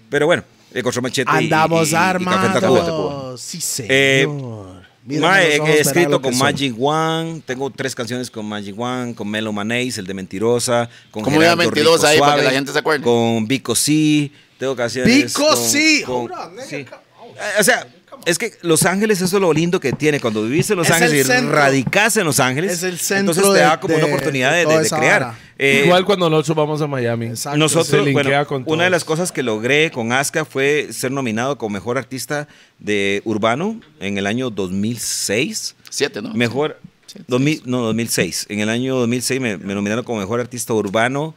[SPEAKER 2] Pero bueno, el Control Machete y- y-
[SPEAKER 1] Andamos
[SPEAKER 2] y, Café Tacuba.
[SPEAKER 1] armados. Sí,
[SPEAKER 2] Eh,
[SPEAKER 1] señor. Mírame
[SPEAKER 2] Mae,
[SPEAKER 1] los
[SPEAKER 2] he-
[SPEAKER 1] ojos,
[SPEAKER 2] he
[SPEAKER 1] verá
[SPEAKER 2] escrito
[SPEAKER 1] lo que
[SPEAKER 2] con
[SPEAKER 1] soy.
[SPEAKER 2] Magic One, tengo tres canciones con Magic One, con Melo Manéis, el de Mentirosa, con
[SPEAKER 4] ¿Cómo era
[SPEAKER 2] Gerardo Rico
[SPEAKER 4] Mentirosa ahí, para que
[SPEAKER 2] Suave,
[SPEAKER 4] la gente se acuerde?
[SPEAKER 2] Con Vico C, tengo canciones
[SPEAKER 1] Vico
[SPEAKER 2] con-
[SPEAKER 1] C.
[SPEAKER 2] con-
[SPEAKER 1] Hold on, nigga,
[SPEAKER 2] sí.
[SPEAKER 1] come on.
[SPEAKER 2] Eh, O sea, es que Los Ángeles eso es lo lindo que tiene. Cuando vivís en Los
[SPEAKER 1] Es el
[SPEAKER 2] Ángeles y
[SPEAKER 1] centro.
[SPEAKER 2] radicás en Los Ángeles,
[SPEAKER 1] Es el centro
[SPEAKER 2] entonces te
[SPEAKER 1] de-
[SPEAKER 2] da como una
[SPEAKER 1] de-
[SPEAKER 2] oportunidad
[SPEAKER 1] de
[SPEAKER 2] de,
[SPEAKER 1] toda
[SPEAKER 2] de
[SPEAKER 1] esa
[SPEAKER 2] crear.
[SPEAKER 1] vara.
[SPEAKER 2] Eh,
[SPEAKER 3] Igual cuando nosotros vamos a Miami.
[SPEAKER 1] Exacto.
[SPEAKER 3] se
[SPEAKER 2] nosotros,
[SPEAKER 3] linkea
[SPEAKER 2] bueno,
[SPEAKER 3] con
[SPEAKER 2] una de
[SPEAKER 3] todos.
[SPEAKER 2] las cosas que logré con Aska fue ser nominado como mejor artista de urbano en el año 2006.
[SPEAKER 4] Siete, ¿no?
[SPEAKER 2] Mejor. 2000, no, 2006. En el año 2006 me, me nominaron como mejor artista urbano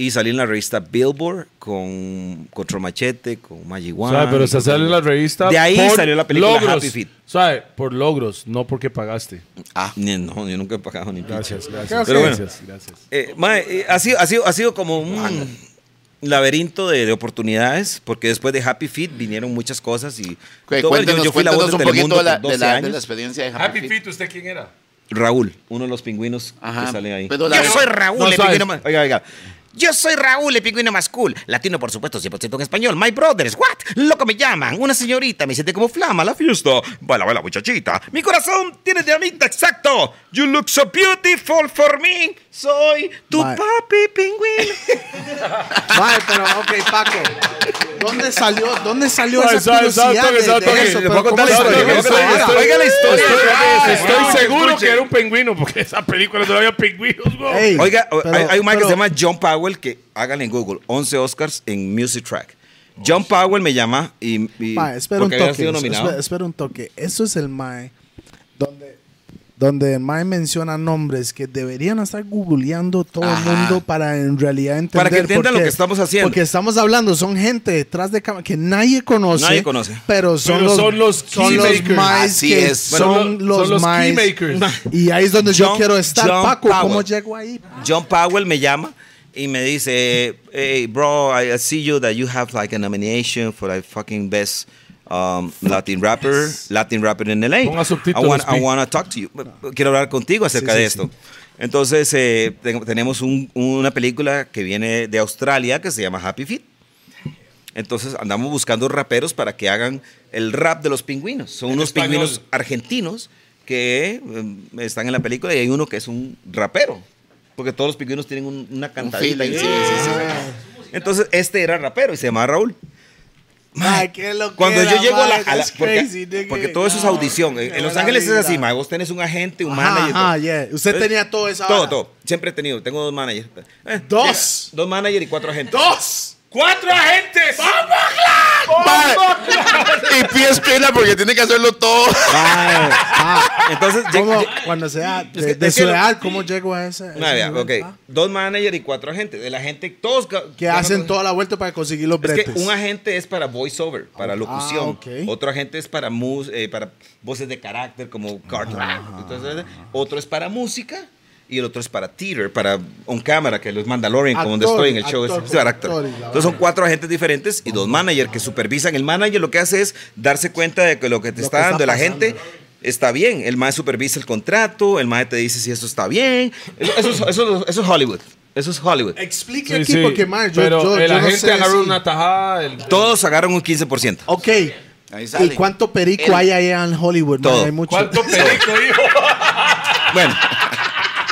[SPEAKER 2] Y salí en la revista Billboard con Control Machete, con Magic One.
[SPEAKER 3] Sabe, pero se
[SPEAKER 2] con-
[SPEAKER 3] sale en la revista.
[SPEAKER 2] De ahí
[SPEAKER 3] por
[SPEAKER 2] salió la película
[SPEAKER 3] logros.
[SPEAKER 2] Happy Feet.
[SPEAKER 3] Sabe, por logros, no porque pagaste.
[SPEAKER 2] Ah, ni- no, yo nunca he pagado ni pinche.
[SPEAKER 3] Gracias,
[SPEAKER 1] Creo
[SPEAKER 3] gracias.
[SPEAKER 1] que-
[SPEAKER 3] gracias, gracias.
[SPEAKER 2] Eh, mae, eh, ha, sido, ha, sido, ha sido como un laberinto de, de oportunidades, porque después de Happy Feet vinieron muchas cosas y
[SPEAKER 4] Ok,
[SPEAKER 2] todo el-
[SPEAKER 4] cuéntenos
[SPEAKER 2] voz
[SPEAKER 4] cuéntenos un poquito de la,
[SPEAKER 2] por
[SPEAKER 4] de,
[SPEAKER 2] 12
[SPEAKER 4] la, de
[SPEAKER 2] años.
[SPEAKER 4] la experiencia de Happy,
[SPEAKER 5] Happy
[SPEAKER 4] Feet.
[SPEAKER 5] Feet, ¿usted quién era?
[SPEAKER 2] Raúl, uno de los pingüinos
[SPEAKER 4] Ajá,
[SPEAKER 2] que sale ahí.
[SPEAKER 4] pero la-
[SPEAKER 2] Yo soy Raúl,
[SPEAKER 3] No,
[SPEAKER 2] el
[SPEAKER 3] ¿sabes?
[SPEAKER 2] pingüino más. Oiga, oiga. Yo soy Raúl, el pingüino más cool. Latino, por supuesto, 100% en español. My brothers, what? Loco me llaman. Una señorita me siente como flama la fiesta. Baila, baila, muchachita. Mi corazón tiene dinamita, exacto. You look so beautiful for me. Soy tu
[SPEAKER 1] Bye.
[SPEAKER 2] papi pingüino.
[SPEAKER 1] Mae, pero, ok, Paco. ¿Dónde salió, dónde salió
[SPEAKER 3] Ay,
[SPEAKER 1] esa
[SPEAKER 3] sabe, sabe,
[SPEAKER 1] curiosidad
[SPEAKER 3] toque,
[SPEAKER 1] de-
[SPEAKER 3] sabe,
[SPEAKER 1] de
[SPEAKER 3] toque.
[SPEAKER 1] eso?
[SPEAKER 3] Le
[SPEAKER 1] Pero
[SPEAKER 3] voy a contar
[SPEAKER 1] ¿cómo
[SPEAKER 3] la
[SPEAKER 1] salió
[SPEAKER 3] historia,
[SPEAKER 1] esa
[SPEAKER 3] le voy a
[SPEAKER 1] vara?
[SPEAKER 3] contar la
[SPEAKER 2] Oiga la historia.
[SPEAKER 5] Estoy,
[SPEAKER 3] wow,
[SPEAKER 5] seguro
[SPEAKER 3] escuche.
[SPEAKER 5] que era un pingüino, porque esa película no había pingüinos, güey.
[SPEAKER 1] Ey,
[SPEAKER 2] Oiga, o-
[SPEAKER 1] pero-
[SPEAKER 2] hay, hay un man que
[SPEAKER 1] pero-
[SPEAKER 2] se llama John Powell que háganle en Google 11 Oscars en Music Track. John Powell me llama y, y-
[SPEAKER 1] Mae, espera un
[SPEAKER 2] porque había
[SPEAKER 1] toque.
[SPEAKER 2] sido nominado.
[SPEAKER 1] Espera, espera un toque. Eso es el Mae. Donde, donde el Mae menciona nombres que deberían estar googleando todo
[SPEAKER 2] Ajá.
[SPEAKER 1] el mundo para en realidad entender.
[SPEAKER 2] Para que
[SPEAKER 1] por
[SPEAKER 2] entiendan lo
[SPEAKER 1] qué.
[SPEAKER 2] que estamos haciendo.
[SPEAKER 1] Porque estamos hablando, son gente detrás de cámara que nadie conoce.
[SPEAKER 2] Nadie conoce.
[SPEAKER 1] Pero son
[SPEAKER 3] Pero
[SPEAKER 1] los,
[SPEAKER 3] son los
[SPEAKER 1] son los
[SPEAKER 3] keymakers.
[SPEAKER 1] Maes
[SPEAKER 4] Así
[SPEAKER 1] que
[SPEAKER 4] es.
[SPEAKER 1] son, los, Maes.
[SPEAKER 3] keymakers.
[SPEAKER 1] Y ahí es donde yo
[SPEAKER 2] John-
[SPEAKER 1] quiero estar,
[SPEAKER 2] John
[SPEAKER 1] Paco. ¿Cómo
[SPEAKER 2] Powell.
[SPEAKER 1] llego ahí?
[SPEAKER 2] John Powell me llama y me dice, hey, bro, I I see you that you have like a nomination for like fucking best um, Latin rapper, Latin rapper in LA.
[SPEAKER 3] Ponga subtítulos,
[SPEAKER 2] I want, I
[SPEAKER 3] Pi.
[SPEAKER 2] wanna talk to you. Quiero hablar contigo acerca
[SPEAKER 1] Sí,
[SPEAKER 2] de
[SPEAKER 1] sí,
[SPEAKER 2] esto. Entonces, eh, ten- tenemos un- una película que viene de Australia que se llama Happy Feet. Entonces andamos buscando raperos para que hagan el rap de los pingüinos. Son unos
[SPEAKER 5] español.
[SPEAKER 2] pingüinos argentinos que em, están en la película y hay uno que es un rapero. Porque todos los pingüinos tienen un- una cantadita.
[SPEAKER 4] feeling,
[SPEAKER 2] ahí.
[SPEAKER 4] sí, sí,
[SPEAKER 2] Entonces este era rapero y se llamaba Raúl.
[SPEAKER 1] Mae, qué loquera,
[SPEAKER 2] Cuando yo llego a la...
[SPEAKER 1] mae,
[SPEAKER 2] a la-
[SPEAKER 1] that's
[SPEAKER 2] porque,
[SPEAKER 1] crazy, nigga.
[SPEAKER 2] porque todo eso es
[SPEAKER 1] No,
[SPEAKER 2] audición. En-
[SPEAKER 1] qué
[SPEAKER 2] En Los
[SPEAKER 1] buena
[SPEAKER 2] Ángeles es
[SPEAKER 1] vida.
[SPEAKER 2] así, ma. Vos tenés un agente, un
[SPEAKER 1] Ajá,
[SPEAKER 2] manager.
[SPEAKER 1] ajá,
[SPEAKER 2] todo.
[SPEAKER 1] yeah. Usted
[SPEAKER 2] Entonces,
[SPEAKER 1] tenía todo esa
[SPEAKER 2] Todo,
[SPEAKER 1] vara.
[SPEAKER 2] todo. Siempre he tenido. Tengo dos managers. Eh,
[SPEAKER 1] Dos.
[SPEAKER 2] Dos managers y cuatro agentes.
[SPEAKER 1] ¡Dos!
[SPEAKER 5] ¡Cuatro agentes!
[SPEAKER 4] Y pies pena porque tiene que hacerlo todo.
[SPEAKER 1] Mae, ah.
[SPEAKER 2] Entonces, lleg-
[SPEAKER 1] ¿Cómo,
[SPEAKER 2] lleg-
[SPEAKER 1] cuando sea
[SPEAKER 2] Es que-
[SPEAKER 1] de, de
[SPEAKER 2] es que
[SPEAKER 1] su
[SPEAKER 2] lo-
[SPEAKER 1] edad, ¿cómo llego a ese? a ese
[SPEAKER 2] Una idea,
[SPEAKER 1] nivel,
[SPEAKER 2] ok.
[SPEAKER 1] pa?
[SPEAKER 2] Dos managers y cuatro agentes. El agente, todos. ca-
[SPEAKER 1] Que
[SPEAKER 2] cada-
[SPEAKER 1] hacen toda la vuelta para conseguir los
[SPEAKER 2] Es
[SPEAKER 1] bretes.
[SPEAKER 2] que un agente es para voiceover, para locución.
[SPEAKER 1] ok.
[SPEAKER 2] Otro agente es para, mus- eh, para voces de carácter, como cartoon. Entonces, otro es para música. Y el otro es para theater, para on cámara, que los Mandalorian, como donde
[SPEAKER 1] Actor,
[SPEAKER 2] estoy en el show.
[SPEAKER 1] actor,
[SPEAKER 2] ese, sí, para actor.
[SPEAKER 1] actor y la
[SPEAKER 2] Entonces son cuatro agentes diferentes y dos managers que supervisan. El manager lo que hace es darse cuenta de que lo que te
[SPEAKER 1] Lo
[SPEAKER 2] está
[SPEAKER 1] que está
[SPEAKER 2] dando el
[SPEAKER 1] pasando.
[SPEAKER 2] agente está bien. El mae supervisa el contrato, el mae te dice si eso está bien. Eso, eso es- eso es- eso es Hollywood. Eso es Hollywood.
[SPEAKER 1] Explique
[SPEAKER 3] Sí,
[SPEAKER 1] aquí
[SPEAKER 3] sí,
[SPEAKER 1] porque, mae, yo,
[SPEAKER 3] pero
[SPEAKER 1] yo,
[SPEAKER 5] El
[SPEAKER 1] yo no
[SPEAKER 5] agente
[SPEAKER 1] sé
[SPEAKER 5] agarró
[SPEAKER 1] si-
[SPEAKER 5] una tajada. el-
[SPEAKER 2] Todos agarran un 15%.
[SPEAKER 1] Ok.
[SPEAKER 4] Ahí
[SPEAKER 1] ¿Y cuánto perico
[SPEAKER 4] El-
[SPEAKER 1] hay allá en Hollywood? mae?
[SPEAKER 2] Todo.
[SPEAKER 1] Hay mucho.
[SPEAKER 5] ¿Cuánto perico, hijo?
[SPEAKER 2] Bueno,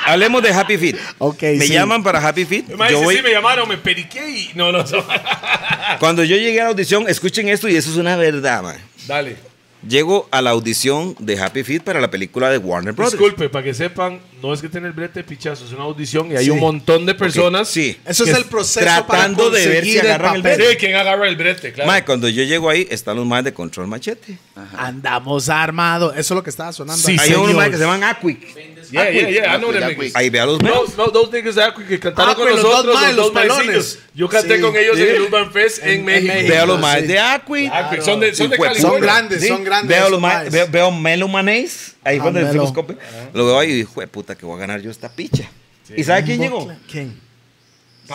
[SPEAKER 2] hablemos de Happy Feet.
[SPEAKER 1] Ok,
[SPEAKER 2] me
[SPEAKER 1] sí.
[SPEAKER 2] llaman para Happy Feet.
[SPEAKER 5] Me
[SPEAKER 2] Yo
[SPEAKER 5] dice,
[SPEAKER 2] voy-
[SPEAKER 5] sí, me llamaron, me periqué y... No, no, no.
[SPEAKER 2] Cuando yo llegué a la audición, escuchen esto y eso es una verdad, man.
[SPEAKER 5] Dale.
[SPEAKER 2] Llego a la audición de Happy Feet para la película de Warner Bros.
[SPEAKER 5] Disculpe, para que sepan, no es que tener brete de pichazo, es una audición y hay
[SPEAKER 1] Sí.
[SPEAKER 5] un montón de personas.
[SPEAKER 2] Sí.
[SPEAKER 1] Eso es el proceso
[SPEAKER 2] Tratando
[SPEAKER 1] para
[SPEAKER 2] de ver si
[SPEAKER 1] conseguir
[SPEAKER 2] agarran el
[SPEAKER 1] papel.
[SPEAKER 5] Sí, ¿quién agarra el brete? Claro.
[SPEAKER 2] Mae, cuando yo llego ahí, están los más de Control Machete.
[SPEAKER 1] Andamos armados. Eso es lo que estaba sonando.
[SPEAKER 5] Sí,
[SPEAKER 2] Hay unos mae que se llaman Aquick.
[SPEAKER 5] Yeah, yeah, yeah, I know them
[SPEAKER 4] Ya,
[SPEAKER 5] niggas.
[SPEAKER 4] güey.
[SPEAKER 2] Ahí ve a los
[SPEAKER 5] No,
[SPEAKER 2] maes.
[SPEAKER 5] no, dos niggas de Aqua que cantaron
[SPEAKER 1] Aqua
[SPEAKER 5] con
[SPEAKER 1] y Ah, pues, los dos
[SPEAKER 5] nosotros, los
[SPEAKER 1] maes,
[SPEAKER 5] dos
[SPEAKER 1] los pelones.
[SPEAKER 5] maecillos. Yo canté
[SPEAKER 1] Sí.
[SPEAKER 5] con ellos en
[SPEAKER 1] Sí.
[SPEAKER 5] el Urban Fest en,
[SPEAKER 1] En-
[SPEAKER 5] México.
[SPEAKER 1] en
[SPEAKER 2] Veo a
[SPEAKER 1] México.
[SPEAKER 2] los más
[SPEAKER 1] sí.
[SPEAKER 2] de Aquick.
[SPEAKER 5] Aqua, Ah, son de, son de
[SPEAKER 2] Son
[SPEAKER 5] California.
[SPEAKER 1] Son grandes, son grandes.
[SPEAKER 2] Veo, a los
[SPEAKER 1] esos
[SPEAKER 2] ma-
[SPEAKER 1] maes.
[SPEAKER 2] veo, veo Melo Manés. Ahí
[SPEAKER 1] Ah,
[SPEAKER 2] cuando
[SPEAKER 1] Melo.
[SPEAKER 2] se los comp- Lo veo ahí y digo, "Jue puta, que voy a ganar yo esta picha. ¿Y sabe quién llegó?
[SPEAKER 1] ¿Quién?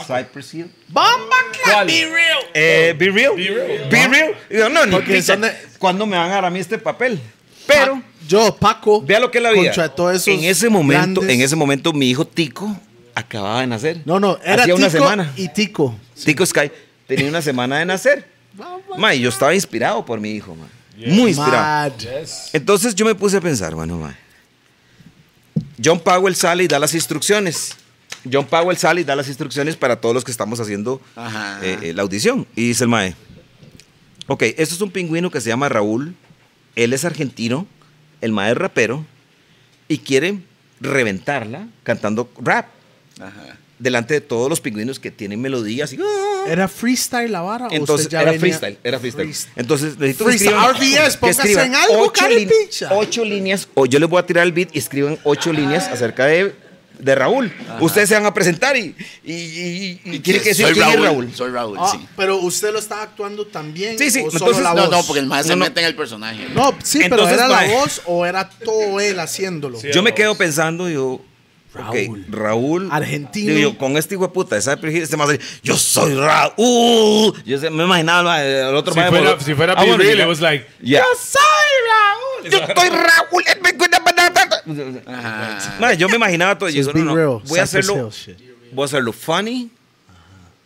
[SPEAKER 2] Cypress Hill.
[SPEAKER 1] ¡Bomba
[SPEAKER 5] ¿Cuál?
[SPEAKER 2] Eh, be real.
[SPEAKER 5] Be real.
[SPEAKER 2] Be real. Y yo, no, ni
[SPEAKER 1] Porque
[SPEAKER 2] picha.
[SPEAKER 1] son de- Ah,
[SPEAKER 2] ¿Cuándo me van a dar a mí este papel? Pero,
[SPEAKER 1] Yo, Paco.
[SPEAKER 2] vea lo que es la vida.
[SPEAKER 1] Contrató esos
[SPEAKER 2] en ese momento,
[SPEAKER 1] grandes-
[SPEAKER 2] en ese momento, mi hijo Tico acababa de nacer.
[SPEAKER 1] No, no, era
[SPEAKER 2] Hacía
[SPEAKER 1] Tico
[SPEAKER 2] una semana.
[SPEAKER 1] y Tico.
[SPEAKER 2] Tico Sky tenía una semana de nacer. Ma, y yo estaba inspirado por mi hijo, ma. Muy inspirado.
[SPEAKER 1] Mad.
[SPEAKER 2] Entonces yo me puse a pensar, bueno, ma, John Powell sale y da las instrucciones. John Powell sale y da las instrucciones para todos los que estamos haciendo
[SPEAKER 4] Ajá.
[SPEAKER 2] eh, eh, la audición. Y dice el mae, ok, esto es un pingüino que se llama Raúl, él es argentino, el mae es rapero y quiere reventarla cantando rap
[SPEAKER 4] Ajá.
[SPEAKER 2] delante de todos los pingüinos que tienen melodías y...
[SPEAKER 1] ¿Era freestyle la vara? o
[SPEAKER 2] Entonces,
[SPEAKER 1] Ah, usted ya
[SPEAKER 2] era
[SPEAKER 1] venía-
[SPEAKER 2] freestyle, era freestyle. Entonces, necesito
[SPEAKER 1] Freestyle. RBS, póngase en algo,
[SPEAKER 2] ocho,
[SPEAKER 1] cara de
[SPEAKER 2] lin-
[SPEAKER 1] pincha. Ah.
[SPEAKER 2] ocho líneas, o yo les voy a tirar el beat y escriban ocho líneas acerca de de Raúl. Ustedes se van a presentar y, y, y- y tiene que decir
[SPEAKER 4] soy
[SPEAKER 2] quién
[SPEAKER 4] Raúl,
[SPEAKER 2] es Raúl.
[SPEAKER 4] Soy Raúl,
[SPEAKER 1] Ah,
[SPEAKER 4] sí.
[SPEAKER 1] Pero usted lo está actuando también.
[SPEAKER 2] Sí, sí,
[SPEAKER 1] o solo
[SPEAKER 2] entonces-
[SPEAKER 1] la
[SPEAKER 4] No,
[SPEAKER 1] voz?
[SPEAKER 4] no, porque el más se
[SPEAKER 2] No, no.
[SPEAKER 4] mete en el personaje.
[SPEAKER 1] No, sí, pero
[SPEAKER 2] Entonces,
[SPEAKER 1] ¿era la
[SPEAKER 2] mae.
[SPEAKER 1] voz o era todo él haciéndolo?
[SPEAKER 5] Sí.
[SPEAKER 2] Yo me quedo pensando, yo. Raúl.
[SPEAKER 1] Raúl.
[SPEAKER 2] Raúl.
[SPEAKER 1] Argentino.
[SPEAKER 2] Digo, yo, con este hijo de puta, esa perejil, este más yo soy Raúl. Yo sé, me imaginaba ma, el otro
[SPEAKER 5] Si
[SPEAKER 2] ma,
[SPEAKER 5] fuera,
[SPEAKER 2] boludo.
[SPEAKER 5] si fuera
[SPEAKER 2] Ah,
[SPEAKER 5] Be
[SPEAKER 2] bueno,
[SPEAKER 5] Real,
[SPEAKER 2] ya.
[SPEAKER 5] it was like,
[SPEAKER 2] Ya.
[SPEAKER 5] soy
[SPEAKER 2] Yo soy Raúl. eh, me cuida, pa, pa, pa. Ma, yo me imaginaba todo. Yo,
[SPEAKER 1] Ah. Just
[SPEAKER 2] no,
[SPEAKER 1] be
[SPEAKER 2] no,
[SPEAKER 1] real,
[SPEAKER 2] voy a
[SPEAKER 1] Cypress
[SPEAKER 2] hacerlo.
[SPEAKER 1] Hill shit.
[SPEAKER 2] Voy a hacerlo funny.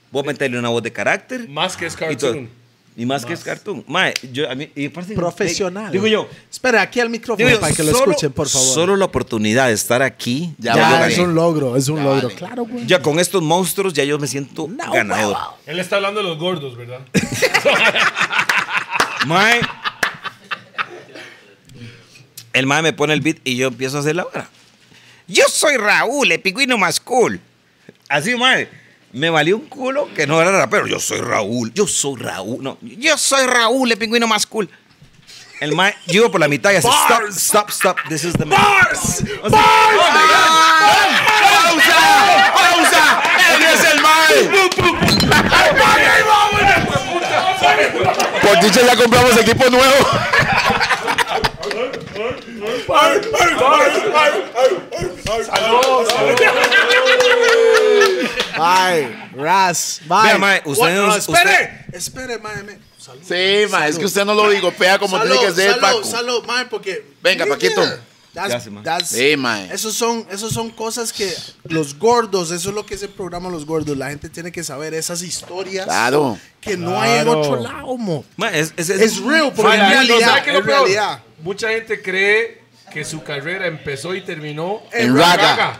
[SPEAKER 2] Voy a meterle una voz de carácter.
[SPEAKER 5] Más que es
[SPEAKER 2] y todo.
[SPEAKER 5] cartoon.
[SPEAKER 2] Y más, que es cartoon. Ma, yo, a mí, y aparte-
[SPEAKER 1] Profesional.
[SPEAKER 2] Digo yo,
[SPEAKER 1] Espera, aquí al micrófono
[SPEAKER 2] Digo yo,
[SPEAKER 1] para que lo
[SPEAKER 2] solo-
[SPEAKER 1] escuchen, por favor.
[SPEAKER 2] Solo la oportunidad de estar aquí. Ya,
[SPEAKER 1] ya,
[SPEAKER 2] lo
[SPEAKER 1] es
[SPEAKER 2] gané.
[SPEAKER 1] un logro, es un logro. Claro, güey.
[SPEAKER 2] Ya con estos monstruos ya yo me siento ganador.
[SPEAKER 5] Él está hablando de los gordos, ¿verdad?
[SPEAKER 2] Mae. El mae me pone el beat y yo empiezo a hacer la hora. Yo soy Raúl, el pingüino más cool. Así, mae. Me valió un culo que no era rapero. Yo soy Raúl, yo soy Raúl. No, yo soy Raúl, el pingüino más cool. El mae, yo iba por la mitad y así, stop, stop, stop, this is the man. "Oh ¡Bars!
[SPEAKER 4] ¡Pausa! ¡Él es el mal! Por dicha ya compramos equipo nuevo.
[SPEAKER 1] Bye, Raz. Bye.
[SPEAKER 2] Vea, mae, usted
[SPEAKER 1] Bueno,
[SPEAKER 2] no-
[SPEAKER 1] no, espere,
[SPEAKER 2] usted-
[SPEAKER 1] espere, mae. me- Salud.
[SPEAKER 4] Sí, ma, es que usted no lo bigopea como
[SPEAKER 1] salud,
[SPEAKER 4] tiene que ser,
[SPEAKER 1] salud,
[SPEAKER 4] Paco.
[SPEAKER 1] salud, mae, porque.
[SPEAKER 4] Venga, Paquito.
[SPEAKER 1] That's-
[SPEAKER 2] Ya se, mae.
[SPEAKER 1] that's-
[SPEAKER 4] Sí, mae.
[SPEAKER 1] Esos son, esos son cosas que los gordos, eso es lo que es el programa Los Gordos. La gente tiene que saber esas historias
[SPEAKER 4] Claro.
[SPEAKER 1] que no hay en
[SPEAKER 3] Claro.
[SPEAKER 1] otro lado, mo.
[SPEAKER 2] Mae, es, es, es-
[SPEAKER 1] Es real, porque
[SPEAKER 5] Mae,
[SPEAKER 1] en
[SPEAKER 5] ¿sabe
[SPEAKER 1] realidad,
[SPEAKER 5] qué es lo
[SPEAKER 1] en
[SPEAKER 5] peor?
[SPEAKER 1] realidad.
[SPEAKER 5] Mucha gente cree que su carrera empezó y terminó
[SPEAKER 4] En Raga.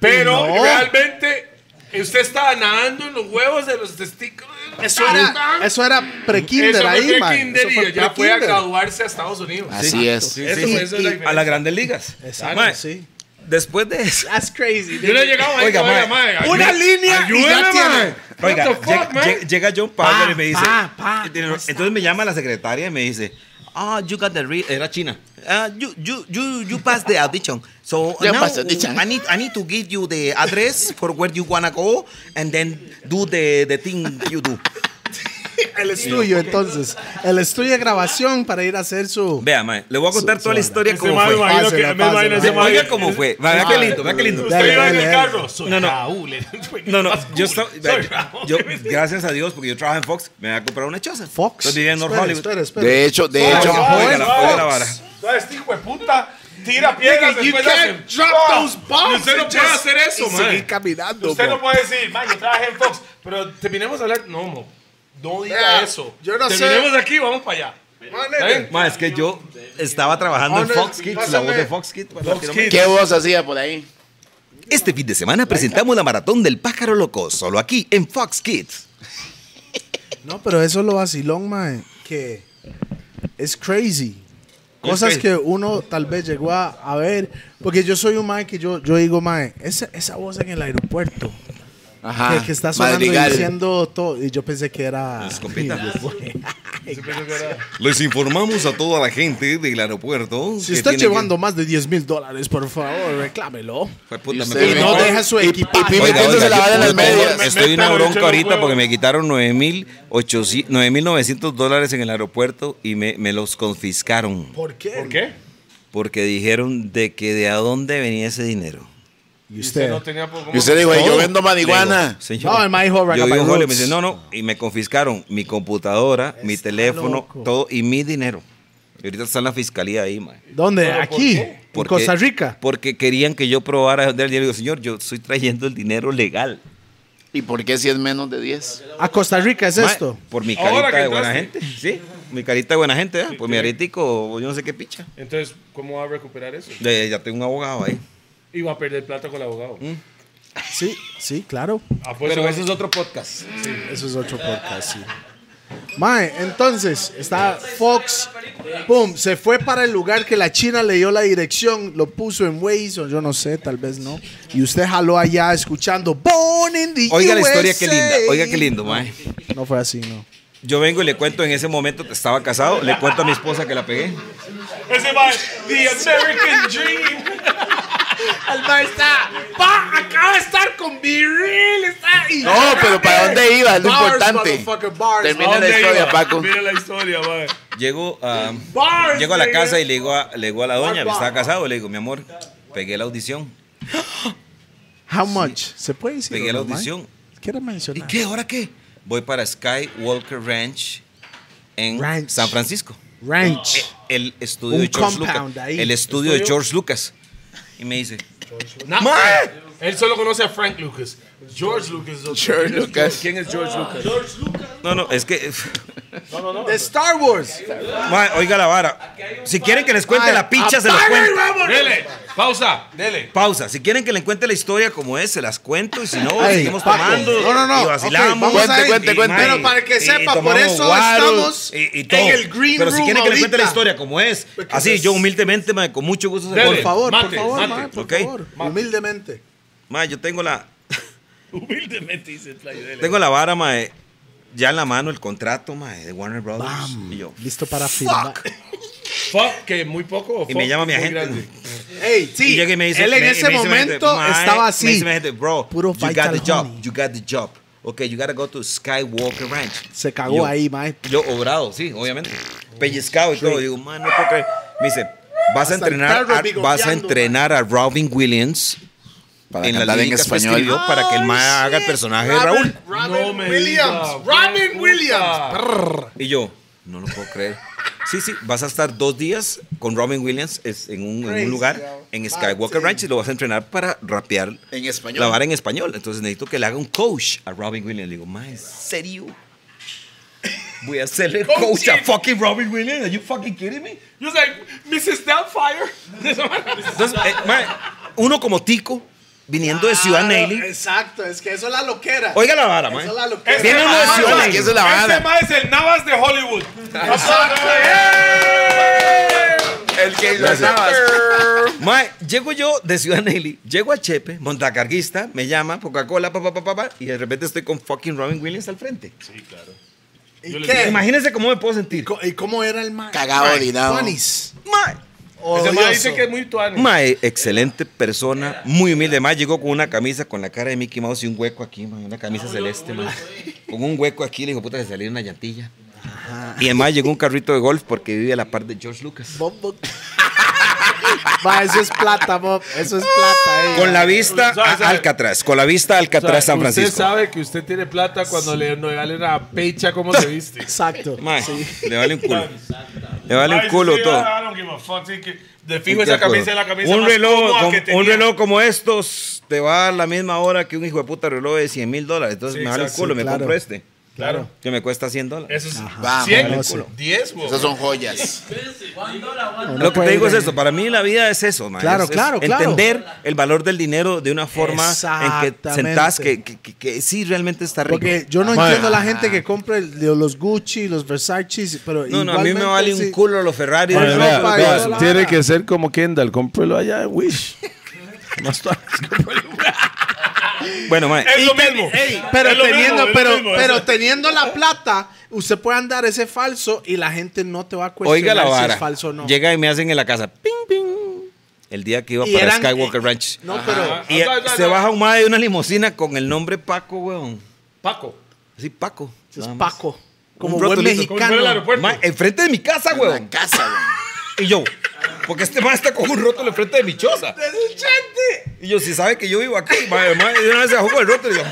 [SPEAKER 5] Pero
[SPEAKER 1] No.
[SPEAKER 5] realmente usted estaba nadando en los huevos de los testículos.
[SPEAKER 1] Eso era,
[SPEAKER 5] Eso
[SPEAKER 1] eso era pre-kinder
[SPEAKER 5] fue
[SPEAKER 1] ahí, mae.
[SPEAKER 5] pre-kinder
[SPEAKER 1] Eso
[SPEAKER 5] y ya fue a
[SPEAKER 1] pre-kinder.
[SPEAKER 5] graduarse a Estados Unidos.
[SPEAKER 4] Así es.
[SPEAKER 2] sí,
[SPEAKER 5] Eso
[SPEAKER 2] sí,
[SPEAKER 5] fue-
[SPEAKER 2] y-
[SPEAKER 5] eso es
[SPEAKER 2] y
[SPEAKER 5] la
[SPEAKER 2] a
[SPEAKER 5] diferencia.
[SPEAKER 2] las grandes ligas.
[SPEAKER 1] Exacto,
[SPEAKER 2] Mae,
[SPEAKER 1] sí.
[SPEAKER 2] Después de eso.
[SPEAKER 1] That's crazy.
[SPEAKER 5] Yo no he llegado ahí
[SPEAKER 2] Oiga,
[SPEAKER 5] todavía,
[SPEAKER 2] mae.
[SPEAKER 5] mae.
[SPEAKER 1] Una
[SPEAKER 5] Ayú-
[SPEAKER 1] línea y
[SPEAKER 5] ayúdeme,
[SPEAKER 1] ya tiene.
[SPEAKER 5] mae.
[SPEAKER 2] Oiga,
[SPEAKER 5] What the
[SPEAKER 2] llega,
[SPEAKER 5] fuck, mae?
[SPEAKER 2] llega- llega John Powell y me dice.
[SPEAKER 1] pa, pa,
[SPEAKER 2] y tiene- entonces me llama la secretaria y me dice. Ah, you got the re Era China. Ah, you, you, you, you passed the audition. So
[SPEAKER 4] Ya
[SPEAKER 2] now
[SPEAKER 4] pasó audition.
[SPEAKER 2] I, need, I need to give you the address for where you wanna go and then do the, the thing you do.
[SPEAKER 1] El estudio, entonces. El estudio de grabación para ir a hacer su.
[SPEAKER 2] Vea, mae, le voy a contar toda la historia
[SPEAKER 5] Este
[SPEAKER 2] como
[SPEAKER 5] mae me
[SPEAKER 2] fue.
[SPEAKER 5] imagino
[SPEAKER 1] Pásela,
[SPEAKER 5] que me imagino
[SPEAKER 1] pásela.
[SPEAKER 5] ese mae-
[SPEAKER 2] Oiga cómo fue. Mae, Vea qué lindo, vea qué lindo.
[SPEAKER 1] Dale,
[SPEAKER 5] Usted iba en
[SPEAKER 1] dale,
[SPEAKER 5] el
[SPEAKER 1] dale.
[SPEAKER 5] carro. Soy
[SPEAKER 2] No, no.
[SPEAKER 5] Raúl, el pingüino
[SPEAKER 2] No, no,
[SPEAKER 5] más cool.
[SPEAKER 2] yo estaba.
[SPEAKER 5] Soy
[SPEAKER 2] vea,
[SPEAKER 5] Raúl.
[SPEAKER 2] Yo, gracias a Dios, porque yo trabajo en Fox, me voy a comprar una choza.
[SPEAKER 1] Fox.
[SPEAKER 2] Yo vivía en North
[SPEAKER 1] Espere,
[SPEAKER 2] Hollywood.
[SPEAKER 1] espere, espere.
[SPEAKER 4] De hecho, de
[SPEAKER 5] Ay,
[SPEAKER 4] hecho.
[SPEAKER 5] no,
[SPEAKER 2] juega
[SPEAKER 5] es
[SPEAKER 2] la-
[SPEAKER 5] Fox.
[SPEAKER 2] juega la vara.
[SPEAKER 5] No, Este hijo de puta tira piedras
[SPEAKER 1] You
[SPEAKER 5] después hace-
[SPEAKER 1] can't drop
[SPEAKER 5] ¡Ah!
[SPEAKER 1] those bombs.
[SPEAKER 5] Usted no
[SPEAKER 1] and
[SPEAKER 5] puede
[SPEAKER 1] just-
[SPEAKER 5] hacer eso,
[SPEAKER 1] y Seguir
[SPEAKER 5] man.
[SPEAKER 1] caminando.
[SPEAKER 5] Usted
[SPEAKER 1] bro.
[SPEAKER 5] no puede decir, man, yo trabajé en Fox, pero terminemos de hablar. No, mo, no diga
[SPEAKER 1] Vea,
[SPEAKER 5] eso.
[SPEAKER 1] yo no sé.
[SPEAKER 5] terminemos de aquí, vamos para allá. ¿Está bien?
[SPEAKER 2] Ma, es que yo estaba trabajando en
[SPEAKER 1] Honor,
[SPEAKER 2] Fox Kids, la voz
[SPEAKER 1] pásame.
[SPEAKER 2] de Fox Kids. para Latinoamérica.
[SPEAKER 4] ¿Qué voz hacía por ahí?
[SPEAKER 2] Este fin de semana presentamos la maratón del pájaro loco, solo aquí en Fox Kids.
[SPEAKER 1] No, pero eso es lo vacilón, mae. Que es crazy. Cosas
[SPEAKER 2] crazy.
[SPEAKER 1] que uno tal vez llegó a, a ver. Porque yo soy un mae que yo, yo digo, mae, esa, esa voz en el aeropuerto.
[SPEAKER 4] Ajá.
[SPEAKER 1] que, que está sonando
[SPEAKER 4] Madrigal.
[SPEAKER 1] y diciendo todo. Y yo pensé que era.
[SPEAKER 2] Escopeta.
[SPEAKER 5] Yo pensé que era-
[SPEAKER 2] Les informamos a toda la gente del aeropuerto.
[SPEAKER 1] Si está llevando más de 10 mil dólares, por favor, reclámelo.
[SPEAKER 4] Y
[SPEAKER 1] Y no
[SPEAKER 4] Oiga,
[SPEAKER 1] deja su
[SPEAKER 4] y-
[SPEAKER 1] equipo.
[SPEAKER 4] y Pibe Tinto se la va de las medias.
[SPEAKER 2] Estoy en una
[SPEAKER 5] Métalo,
[SPEAKER 2] bronca
[SPEAKER 5] échale un
[SPEAKER 2] ahorita
[SPEAKER 5] huevo.
[SPEAKER 2] porque me quitaron 9,800 9.900 dólares en el aeropuerto y me, me los confiscaron
[SPEAKER 1] ¿Por qué?
[SPEAKER 5] ¿Por qué?
[SPEAKER 2] porque dijeron de que de a dónde venía ese dinero.
[SPEAKER 1] ¿Y
[SPEAKER 5] Usted
[SPEAKER 1] usted?
[SPEAKER 5] no tenía por cómo-
[SPEAKER 4] Y usted dijo, "Ey, yo vendo
[SPEAKER 2] Le
[SPEAKER 4] marihuana.
[SPEAKER 2] digo, señor,
[SPEAKER 1] No, el mae dijo,
[SPEAKER 2] Yo
[SPEAKER 1] "Raga
[SPEAKER 2] vivo
[SPEAKER 1] by
[SPEAKER 2] en Hollywood", me
[SPEAKER 1] roots.
[SPEAKER 2] dice, no, no, y me confiscaron mi computadora, mi
[SPEAKER 1] Está
[SPEAKER 2] teléfono,
[SPEAKER 1] loco.
[SPEAKER 2] todo y mi dinero. Y ahorita está en la fiscalía ahí, mae.
[SPEAKER 1] ¿Dónde?
[SPEAKER 5] ¿Pero por
[SPEAKER 1] Aquí,
[SPEAKER 5] qué?
[SPEAKER 1] en
[SPEAKER 2] Porque-
[SPEAKER 1] Costa Rica.
[SPEAKER 2] Porque querían que yo probara del dinero. Y digo, señor, yo estoy trayendo el dinero legal.
[SPEAKER 4] ¿Y por qué si es menos de 10?
[SPEAKER 1] A Costa Rica es
[SPEAKER 2] Mae,
[SPEAKER 1] esto.
[SPEAKER 2] Por mi
[SPEAKER 5] Ahora
[SPEAKER 2] carita
[SPEAKER 5] que
[SPEAKER 2] de buena
[SPEAKER 5] entraste.
[SPEAKER 2] gente. Sí, mi carita de buena gente, ¿eh? Por mi aretico, o yo no sé qué picha.
[SPEAKER 5] Entonces, ¿cómo va a recuperar eso?
[SPEAKER 2] Eh, ya tengo un abogado ahí.
[SPEAKER 5] Y va a perder plata con el abogado. Ah, pues,
[SPEAKER 1] Sí, sí, claro.
[SPEAKER 5] Apuesto que-
[SPEAKER 2] es otro podcast.
[SPEAKER 1] Eso es otro podcast, sí. Mae, entonces, está Fox. Boom, se fue para el lugar que la China le dio la dirección, lo puso en Waze, o yo no sé, tal vez no. Y usted jaló allá escuchando Born in the
[SPEAKER 2] Oiga la
[SPEAKER 1] USA.
[SPEAKER 2] historia, qué linda. Oiga, qué lindo, mae.
[SPEAKER 1] No fue así, no.
[SPEAKER 2] Yo vengo y le cuento, en ese momento estaba casado, le cuento a mi esposa que la pegué.
[SPEAKER 5] Ese va, The American Dream. El mae está. Pa, acaba de estar con B-Real. Está, y-
[SPEAKER 4] No, pero ¿para dónde iba? Es lo
[SPEAKER 5] Bars,
[SPEAKER 4] importante.
[SPEAKER 5] motherfucker, bars.
[SPEAKER 4] Termina
[SPEAKER 5] ¿A dónde
[SPEAKER 4] la historia, Paco.
[SPEAKER 5] Termina la historia, mae.
[SPEAKER 2] Llego a,
[SPEAKER 5] Bars,
[SPEAKER 2] llego a la
[SPEAKER 5] nigga.
[SPEAKER 2] casa y le digo a, le digo a la doña, estaba casado, le digo, mi amor, pegué la audición.
[SPEAKER 1] How much? ¿Se puede decir?
[SPEAKER 2] Pegué
[SPEAKER 1] o
[SPEAKER 2] la
[SPEAKER 1] no, mae?
[SPEAKER 2] audición.
[SPEAKER 1] Quiero
[SPEAKER 2] ¿Y
[SPEAKER 1] mencionar.
[SPEAKER 2] qué? ¿Ahora qué? Voy para Sky Walker Ranch en
[SPEAKER 1] Ranch.
[SPEAKER 2] San Francisco. E,
[SPEAKER 1] Ranch.
[SPEAKER 2] El estudio
[SPEAKER 1] Un
[SPEAKER 2] de George
[SPEAKER 1] compound
[SPEAKER 2] Lucas.
[SPEAKER 1] ahí.
[SPEAKER 2] El estudio de George Lucas. Y me dice,
[SPEAKER 5] Na- Él solo conoce a Frank Lucas. George Lucas. es otro.
[SPEAKER 4] George
[SPEAKER 5] ¿Quién es
[SPEAKER 4] Lucas.
[SPEAKER 5] George- ¿Quién es George Lucas?
[SPEAKER 2] no, no, es que,
[SPEAKER 1] De Star Wars.
[SPEAKER 2] ma, oiga la vara. Si quieren que les cuente la picha, se la cuento.
[SPEAKER 5] Dele, pausa, dele.
[SPEAKER 2] Pausa. Si quieren que les cuente la historia como es, se las cuento. Y si no,
[SPEAKER 1] Ay,
[SPEAKER 2] seguimos
[SPEAKER 1] Paco.
[SPEAKER 2] tomando.
[SPEAKER 1] No, no, no.
[SPEAKER 2] Y
[SPEAKER 1] Ok,
[SPEAKER 2] vacilamos.
[SPEAKER 1] vamos Cuente, ahí.
[SPEAKER 4] cuente, cuente.
[SPEAKER 2] mae,
[SPEAKER 1] Pero para que
[SPEAKER 2] y
[SPEAKER 1] sepa, por
[SPEAKER 2] tomamos
[SPEAKER 1] eso
[SPEAKER 2] guaro,
[SPEAKER 1] estamos
[SPEAKER 2] y- y
[SPEAKER 1] en
[SPEAKER 2] todo.
[SPEAKER 1] el Green
[SPEAKER 2] Pero si
[SPEAKER 1] Room
[SPEAKER 2] quieren que les cuente la
[SPEAKER 1] ahorita.
[SPEAKER 2] historia como es.
[SPEAKER 1] Porque
[SPEAKER 2] Así,
[SPEAKER 1] es-
[SPEAKER 2] yo humildemente, mae, con mucho gusto se
[SPEAKER 5] Dele.
[SPEAKER 1] Por favor, por
[SPEAKER 5] Mate,
[SPEAKER 1] favor,
[SPEAKER 5] mate,
[SPEAKER 1] mae, por
[SPEAKER 2] ok.
[SPEAKER 1] favor. Humildemente.
[SPEAKER 2] Ma, yo tengo la. Tengo la vara, ma, eh, ya en la mano el contrato, ma, de Warner Brothers. Y yo.
[SPEAKER 1] Listo para firmar.
[SPEAKER 5] Fuck, que muy poco.
[SPEAKER 2] Y me llama mi agente.
[SPEAKER 1] Ey,
[SPEAKER 2] Y
[SPEAKER 1] sí.
[SPEAKER 2] llega y me dice.
[SPEAKER 1] él en
[SPEAKER 2] me- y
[SPEAKER 1] ese
[SPEAKER 2] me dice mi agente,
[SPEAKER 1] momento
[SPEAKER 2] "Mae",
[SPEAKER 1] estaba
[SPEAKER 2] Me
[SPEAKER 1] así.
[SPEAKER 2] dice mi agente, bro,
[SPEAKER 1] Puro
[SPEAKER 2] you got
[SPEAKER 1] vital
[SPEAKER 2] the job.
[SPEAKER 1] honey.
[SPEAKER 2] You got the job. Okay, you gotta go to Skywalker Ranch.
[SPEAKER 1] Se
[SPEAKER 2] Y yo,
[SPEAKER 1] cagó ahí, mae.
[SPEAKER 2] Yo obrado, sí, obviamente. Pellizcado y todo. Digo, man, no puedo creer". Me dice, vas
[SPEAKER 1] Hasta
[SPEAKER 2] a
[SPEAKER 1] el
[SPEAKER 2] entrenar,
[SPEAKER 1] perro
[SPEAKER 2] a,
[SPEAKER 1] bigoteando,
[SPEAKER 2] vas a entrenar a Robin Williams
[SPEAKER 4] Para
[SPEAKER 2] en la
[SPEAKER 4] cantar en
[SPEAKER 2] líricas que
[SPEAKER 4] español. Ah,
[SPEAKER 2] escribió para que el ma haga el personaje de Raúl.
[SPEAKER 5] No
[SPEAKER 1] Robin
[SPEAKER 5] me
[SPEAKER 1] Williams.
[SPEAKER 5] diga,
[SPEAKER 1] Robin
[SPEAKER 5] puta.
[SPEAKER 1] Williams. Prrr.
[SPEAKER 2] Y yo, no lo puedo creer. Sí, sí, vas a estar dos días con Robin Williams es- en un, en un
[SPEAKER 1] Crazy,
[SPEAKER 2] lugar,
[SPEAKER 1] bro.
[SPEAKER 2] en Skywalker Ranch, y lo vas a entrenar para rapear
[SPEAKER 4] En español.
[SPEAKER 2] la vara en español. Entonces necesito que le haga un coach a Robin Williams. Le digo, ma, ¿en serio? Voy a hacerle coach a fucking Robin Williams. Are you fucking kidding me?
[SPEAKER 5] Yo soy Mrs. Doubtfire.
[SPEAKER 2] Entonces, eh, mae, uno como tico, viniendo de Ciudad Neyli.
[SPEAKER 1] Exacto, es que eso es la loquera.
[SPEAKER 2] Oiga la vara, mae.
[SPEAKER 1] Eso es la loquera.
[SPEAKER 2] Viene uno de
[SPEAKER 5] mae,
[SPEAKER 2] Ciudad
[SPEAKER 4] mae, que
[SPEAKER 2] Neyli.
[SPEAKER 4] es la vara.
[SPEAKER 5] Ese mae es el Navas de Hollywood.
[SPEAKER 4] El que lo andabas.
[SPEAKER 2] Mae, llego yo de Ciudad Neyli, llego a Chepe, montacarguista, me llama, Coca-Cola, papá, papá, papá, y de repente estoy con fucking Robin Williams al frente.
[SPEAKER 1] ¿Y
[SPEAKER 5] les
[SPEAKER 1] qué?
[SPEAKER 2] Imagínense cómo me puedo sentir.
[SPEAKER 1] Co- ¿Y cómo era el mae?
[SPEAKER 4] Cagado, orinado.
[SPEAKER 1] Tuanis.
[SPEAKER 2] Mae,
[SPEAKER 5] Ese mae
[SPEAKER 1] Odioso.
[SPEAKER 5] dice que es muy tuano.
[SPEAKER 2] mae, excelente persona, muy humilde. Mae, llegó con una camisa con la cara de Mickey Mouse y un hueco aquí, mae, una camisa celeste, mae. Con un hueco aquí, le dijo, puta, se salió una llantilla. Y además llegó un carrito de golf porque vive a la par de George Lucas.
[SPEAKER 1] Bob, Bob. Ma, eso es plata, Bob. Eso es plata. eh.
[SPEAKER 2] Con la vista
[SPEAKER 5] Sabe,
[SPEAKER 2] a
[SPEAKER 5] sabe.
[SPEAKER 2] Alcatraz, con la vista a Alcatraz San
[SPEAKER 5] Usted
[SPEAKER 2] Francisco.
[SPEAKER 5] sabe que usted tiene plata cuando le no le vale una pecha cómo se viste.
[SPEAKER 1] Exacto.
[SPEAKER 2] Mae,
[SPEAKER 1] Sí.
[SPEAKER 2] le vale un culo. Le vale un culo todo.
[SPEAKER 5] De fijo esa
[SPEAKER 2] Estoy de
[SPEAKER 5] camisa es
[SPEAKER 2] acuerdo.
[SPEAKER 5] la camisa
[SPEAKER 2] un
[SPEAKER 5] más
[SPEAKER 2] reloj
[SPEAKER 5] cómoda
[SPEAKER 2] como,
[SPEAKER 5] que tenía.
[SPEAKER 2] Un reloj como estos te va a dar la misma hora que un hijo de puta reloj de 100 mil dólares. Entonces
[SPEAKER 5] Sí,
[SPEAKER 2] me vale un
[SPEAKER 5] exacto.
[SPEAKER 2] culo,
[SPEAKER 1] Sí,
[SPEAKER 2] me
[SPEAKER 1] claro.
[SPEAKER 2] compro este.
[SPEAKER 5] Claro.
[SPEAKER 2] Que me cuesta 100 dólares.
[SPEAKER 5] Eso es
[SPEAKER 4] Vamos,
[SPEAKER 5] 100,
[SPEAKER 1] sí.
[SPEAKER 5] 10, güey.
[SPEAKER 4] Esas son joyas.
[SPEAKER 1] No
[SPEAKER 2] Lo que te
[SPEAKER 1] puede
[SPEAKER 2] digo es
[SPEAKER 1] ir
[SPEAKER 2] esto, para mí la vida es eso, man.
[SPEAKER 1] Claro,
[SPEAKER 2] Es- es
[SPEAKER 1] claro, claro.
[SPEAKER 2] Entender el valor del dinero de una forma en que
[SPEAKER 1] Exactamente.
[SPEAKER 2] sentás que, que, que- que sí realmente está rico.
[SPEAKER 1] Porque yo no
[SPEAKER 3] Mae.
[SPEAKER 1] entiendo la gente que compra el- los Gucci, los Versace, pero
[SPEAKER 2] no, no, a mí me
[SPEAKER 1] igualmente
[SPEAKER 2] vale un
[SPEAKER 1] sí.
[SPEAKER 2] culo los Ferrari.
[SPEAKER 1] Mae,
[SPEAKER 2] los-
[SPEAKER 1] vea,
[SPEAKER 2] los-
[SPEAKER 1] vea,
[SPEAKER 2] los-
[SPEAKER 1] vea. la
[SPEAKER 3] tiene
[SPEAKER 1] vara.
[SPEAKER 3] que ser como Kendall, cómprelo allá en Wish. Más tuanis, cómpralo.
[SPEAKER 2] Bueno, man.
[SPEAKER 5] Es lo mismo.
[SPEAKER 1] Ey, pero
[SPEAKER 5] Es lo
[SPEAKER 1] teniendo,
[SPEAKER 5] mismo, es lo
[SPEAKER 1] pero,
[SPEAKER 5] mismo,
[SPEAKER 1] pero
[SPEAKER 5] eso.
[SPEAKER 1] teniendo la plata, usted puede andar ese falso y la gente no te va a
[SPEAKER 2] Oiga
[SPEAKER 1] cuestionar
[SPEAKER 2] la
[SPEAKER 1] si
[SPEAKER 2] vara.
[SPEAKER 1] es falso o no.
[SPEAKER 2] Llega y me hacen en la casa. Ping, ping. El día que iba
[SPEAKER 1] Y
[SPEAKER 2] para
[SPEAKER 1] eran- eh,
[SPEAKER 2] Skywalker Ranch.
[SPEAKER 1] No, pero
[SPEAKER 5] Ajá.
[SPEAKER 2] Y eh,
[SPEAKER 5] Ah, no, no,
[SPEAKER 2] se
[SPEAKER 5] no.
[SPEAKER 2] baja un mae de una limusina con el nombre Paco, weón.
[SPEAKER 5] Paco.
[SPEAKER 2] Sí, Paco.
[SPEAKER 1] es
[SPEAKER 2] nada más.
[SPEAKER 1] Paco, como
[SPEAKER 2] Un
[SPEAKER 1] buen
[SPEAKER 2] rotulito.
[SPEAKER 5] Como si fuera el
[SPEAKER 1] mexicano.
[SPEAKER 5] aeropuerto.
[SPEAKER 2] Ma, enfrente de mi casa,
[SPEAKER 4] La
[SPEAKER 2] weón.
[SPEAKER 4] casa, güey.
[SPEAKER 2] Y yo, porque este mae está con un rótulo enfrente de mi choza. Y yo, si sabe que yo vivo aquí, mae, mae, y una vez se bajó con el rótulo. y yo,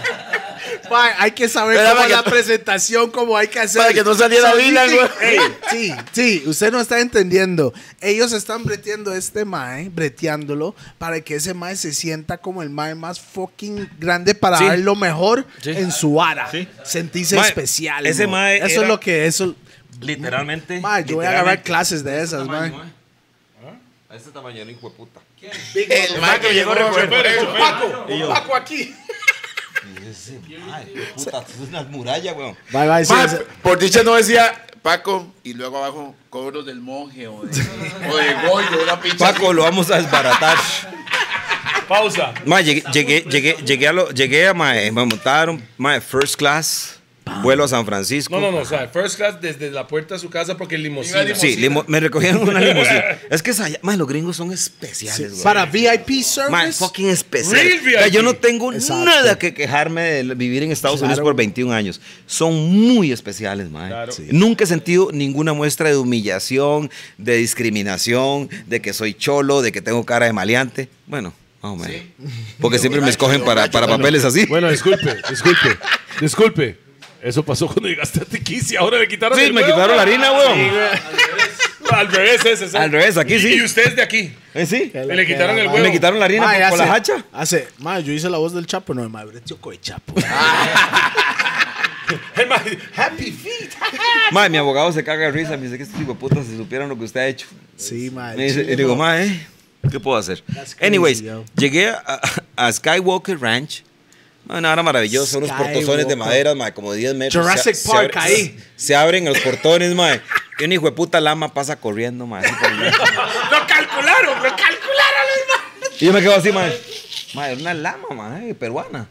[SPEAKER 1] Mae, hay que saber
[SPEAKER 4] Pero
[SPEAKER 1] cómo
[SPEAKER 4] para
[SPEAKER 1] es la
[SPEAKER 4] que-
[SPEAKER 1] presentación, cómo hay que hacer.
[SPEAKER 4] para que no saliera
[SPEAKER 1] Sí, sí,
[SPEAKER 4] Dylan,
[SPEAKER 1] sí.
[SPEAKER 4] güey.
[SPEAKER 1] Ey, Sí, sí, usted no está entendiendo. Ellos están breteando este mae, breteándolo, para que ese mae se sienta como el mae más fucking grande para
[SPEAKER 2] Sí.
[SPEAKER 1] dar lo mejor
[SPEAKER 2] Sí.
[SPEAKER 1] en su vara.
[SPEAKER 2] Sí.
[SPEAKER 1] Sentirse
[SPEAKER 2] Mae,
[SPEAKER 1] especial.
[SPEAKER 2] ese
[SPEAKER 1] mo.
[SPEAKER 2] mae
[SPEAKER 1] Eso
[SPEAKER 2] era-
[SPEAKER 1] es lo que eso.
[SPEAKER 2] Literalmente.
[SPEAKER 1] Mae, yo voy a agarrar clases de esas, mae.
[SPEAKER 2] A este tamaño, hijo de puta.
[SPEAKER 4] El man que llegó
[SPEAKER 5] Paco, Paco.
[SPEAKER 2] Y yo,
[SPEAKER 1] Paco aquí.
[SPEAKER 2] puta, es una muralla, weón.
[SPEAKER 1] Bye, bye, sí,
[SPEAKER 4] Ma,
[SPEAKER 1] ese-
[SPEAKER 4] Por dicha no decía Paco y luego abajo cobros del monje o de, o de Goyo, una pinche.
[SPEAKER 2] Paco, lo vamos a desbaratar.
[SPEAKER 5] Pausa.
[SPEAKER 2] Mae, llegué, llegué, llegué, llegué a lo, llegué a mae, me montaron, mae, first class. Vuelo a San Francisco.
[SPEAKER 5] No, no, no, o sea, first class desde la puerta de su casa porque el limosina.
[SPEAKER 2] Sí, limo- me recogieron una limusina. es que esa, mae, los gringos son especiales, güey.
[SPEAKER 1] Para VIP service.
[SPEAKER 2] Mae, fucking especial.
[SPEAKER 5] Real
[SPEAKER 2] O sea, yo no tengo
[SPEAKER 1] Exacto.
[SPEAKER 2] nada que quejarme de vivir en Estados Unidos por 21 años. Son muy especiales, mae. Sí. Nunca he sentido ninguna muestra de humillación, de discriminación, de que soy cholo, de que tengo cara de maleante. Bueno, más o menos. Porque siempre me escogen para, para papeles así.
[SPEAKER 3] Bueno, disculpe, disculpe, disculpe. Eso pasó cuando llegaste a Tiquicia. Ahora le quitaron
[SPEAKER 2] Sí,
[SPEAKER 5] el
[SPEAKER 2] me
[SPEAKER 5] huevo,
[SPEAKER 2] quitaron la harina,
[SPEAKER 5] güey.
[SPEAKER 2] weón.
[SPEAKER 5] Al revés ese. ese.
[SPEAKER 2] Al revés, aquí
[SPEAKER 5] Y-
[SPEAKER 2] sí.
[SPEAKER 5] Y ustedes de aquí.
[SPEAKER 2] Eh, sí.
[SPEAKER 5] Le quitaron el huevo.
[SPEAKER 2] Me quitaron la harina
[SPEAKER 1] Mae,
[SPEAKER 2] por- por la
[SPEAKER 1] hace-
[SPEAKER 2] hacha.
[SPEAKER 1] Hace, mae, yo hice la voz del Chapo, no, mae, tío con el Chapo.
[SPEAKER 5] El mae-
[SPEAKER 2] Mae, mi abogado se caga de risa. Me dice que este tipo de putas si supieran lo que usted ha hecho.
[SPEAKER 1] Sí, mae.
[SPEAKER 2] Me dice,
[SPEAKER 1] chile,
[SPEAKER 2] y digo,
[SPEAKER 1] no.
[SPEAKER 2] mae, ¿eh? ¿qué puedo hacer?
[SPEAKER 1] That's crazy,
[SPEAKER 2] Anyways,
[SPEAKER 1] yo.
[SPEAKER 2] llegué a, a Skywalker Ranch. Mae, Una hora maravillosa, unos portones de
[SPEAKER 1] Skywalker.
[SPEAKER 2] madera, mae, como 10 metros.
[SPEAKER 1] Jurassic Park,
[SPEAKER 2] abre-
[SPEAKER 1] ahí.
[SPEAKER 2] Se abren los portones, mae. Y un hijo de puta lama pasa corriendo, mae. así por el medio.
[SPEAKER 5] Lo calcularon, lo calcularon.
[SPEAKER 2] y yo me quedo así, mae. Mae, una lama, mae, peruana.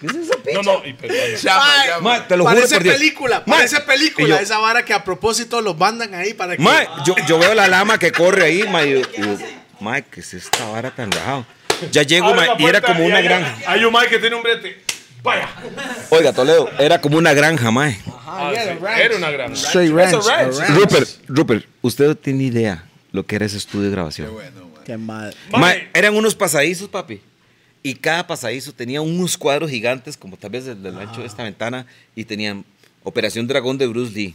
[SPEAKER 2] ¿Qué es esa
[SPEAKER 5] No,
[SPEAKER 2] picha?
[SPEAKER 5] no, y pues, perdón.
[SPEAKER 4] Llama, llama.
[SPEAKER 2] Mae, te lo juro
[SPEAKER 1] parece
[SPEAKER 2] por Dios.
[SPEAKER 1] película,
[SPEAKER 2] Mae,
[SPEAKER 1] parece película.
[SPEAKER 2] y yo-
[SPEAKER 1] esa vara que a propósito los mandan ahí para que. Ah,
[SPEAKER 2] Mae, yo, yo veo la lama que corre ahí, mae. y yo- y yo, Mae, ¿qué es esta vara tan rajado? Ya llego,
[SPEAKER 5] Abre
[SPEAKER 2] mae,
[SPEAKER 5] la
[SPEAKER 2] y era
[SPEAKER 5] puerta
[SPEAKER 2] como una
[SPEAKER 5] hay-
[SPEAKER 2] granja.
[SPEAKER 5] Hay un mae que tiene un brete. Vaya.
[SPEAKER 2] Oiga, Toledo, era como una granja, mae.
[SPEAKER 1] Ah, yeah, the ranch.
[SPEAKER 5] Era una granja.
[SPEAKER 1] Straight ranch.
[SPEAKER 5] It's a ranch.
[SPEAKER 1] a
[SPEAKER 2] Rupert, Rupert, usted no tiene idea lo que era ese estudio de grabación.
[SPEAKER 1] Qué mal.
[SPEAKER 2] Mae, eran unos pasadizos, papi. Y cada pasadizo tenía unos cuadros gigantes, como tal vez del, del ancho de esta ventana, y tenían Operación Dragón de Bruce Lee.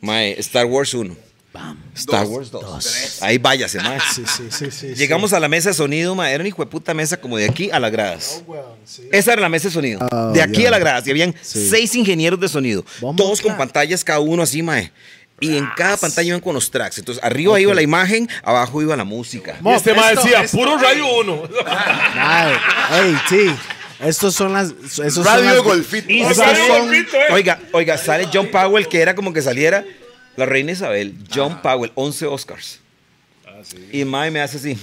[SPEAKER 2] Mae, Star Wars 1. Star Wars 2. Ahí váyase, mae.
[SPEAKER 1] Sí, sí, sí, sí.
[SPEAKER 2] Llegamos a la mesa de sonido, mae. Era una hijo de puta mesa como de aquí a las gradas.
[SPEAKER 1] sí. Weón, sí.
[SPEAKER 2] Esa era la mesa de sonido. de aquí a la grada. Y habían seis ingenieros de sonido.
[SPEAKER 1] Ah, Vamos
[SPEAKER 2] todos con
[SPEAKER 1] acá.
[SPEAKER 2] pantallas cada uno así, mae. Y en cada pantalla iban con los tracks. Entonces, arriba iba la imagen, abajo iba la música.
[SPEAKER 1] Mo,
[SPEAKER 5] Y este mae
[SPEAKER 1] esto-
[SPEAKER 5] decía,
[SPEAKER 1] esto-
[SPEAKER 5] puro rayo uno.
[SPEAKER 1] Mae, ey, sí. Estos son las. Estos son
[SPEAKER 4] Radio
[SPEAKER 1] las-
[SPEAKER 4] Golfito.
[SPEAKER 1] Esas
[SPEAKER 5] Radio
[SPEAKER 1] son-
[SPEAKER 5] Golfito, eh.
[SPEAKER 2] Oiga, oiga, sale John Powell, que era como que saliera la reina Isabel. John Powell, 11 Oscars. Ah, Y mae me hace así.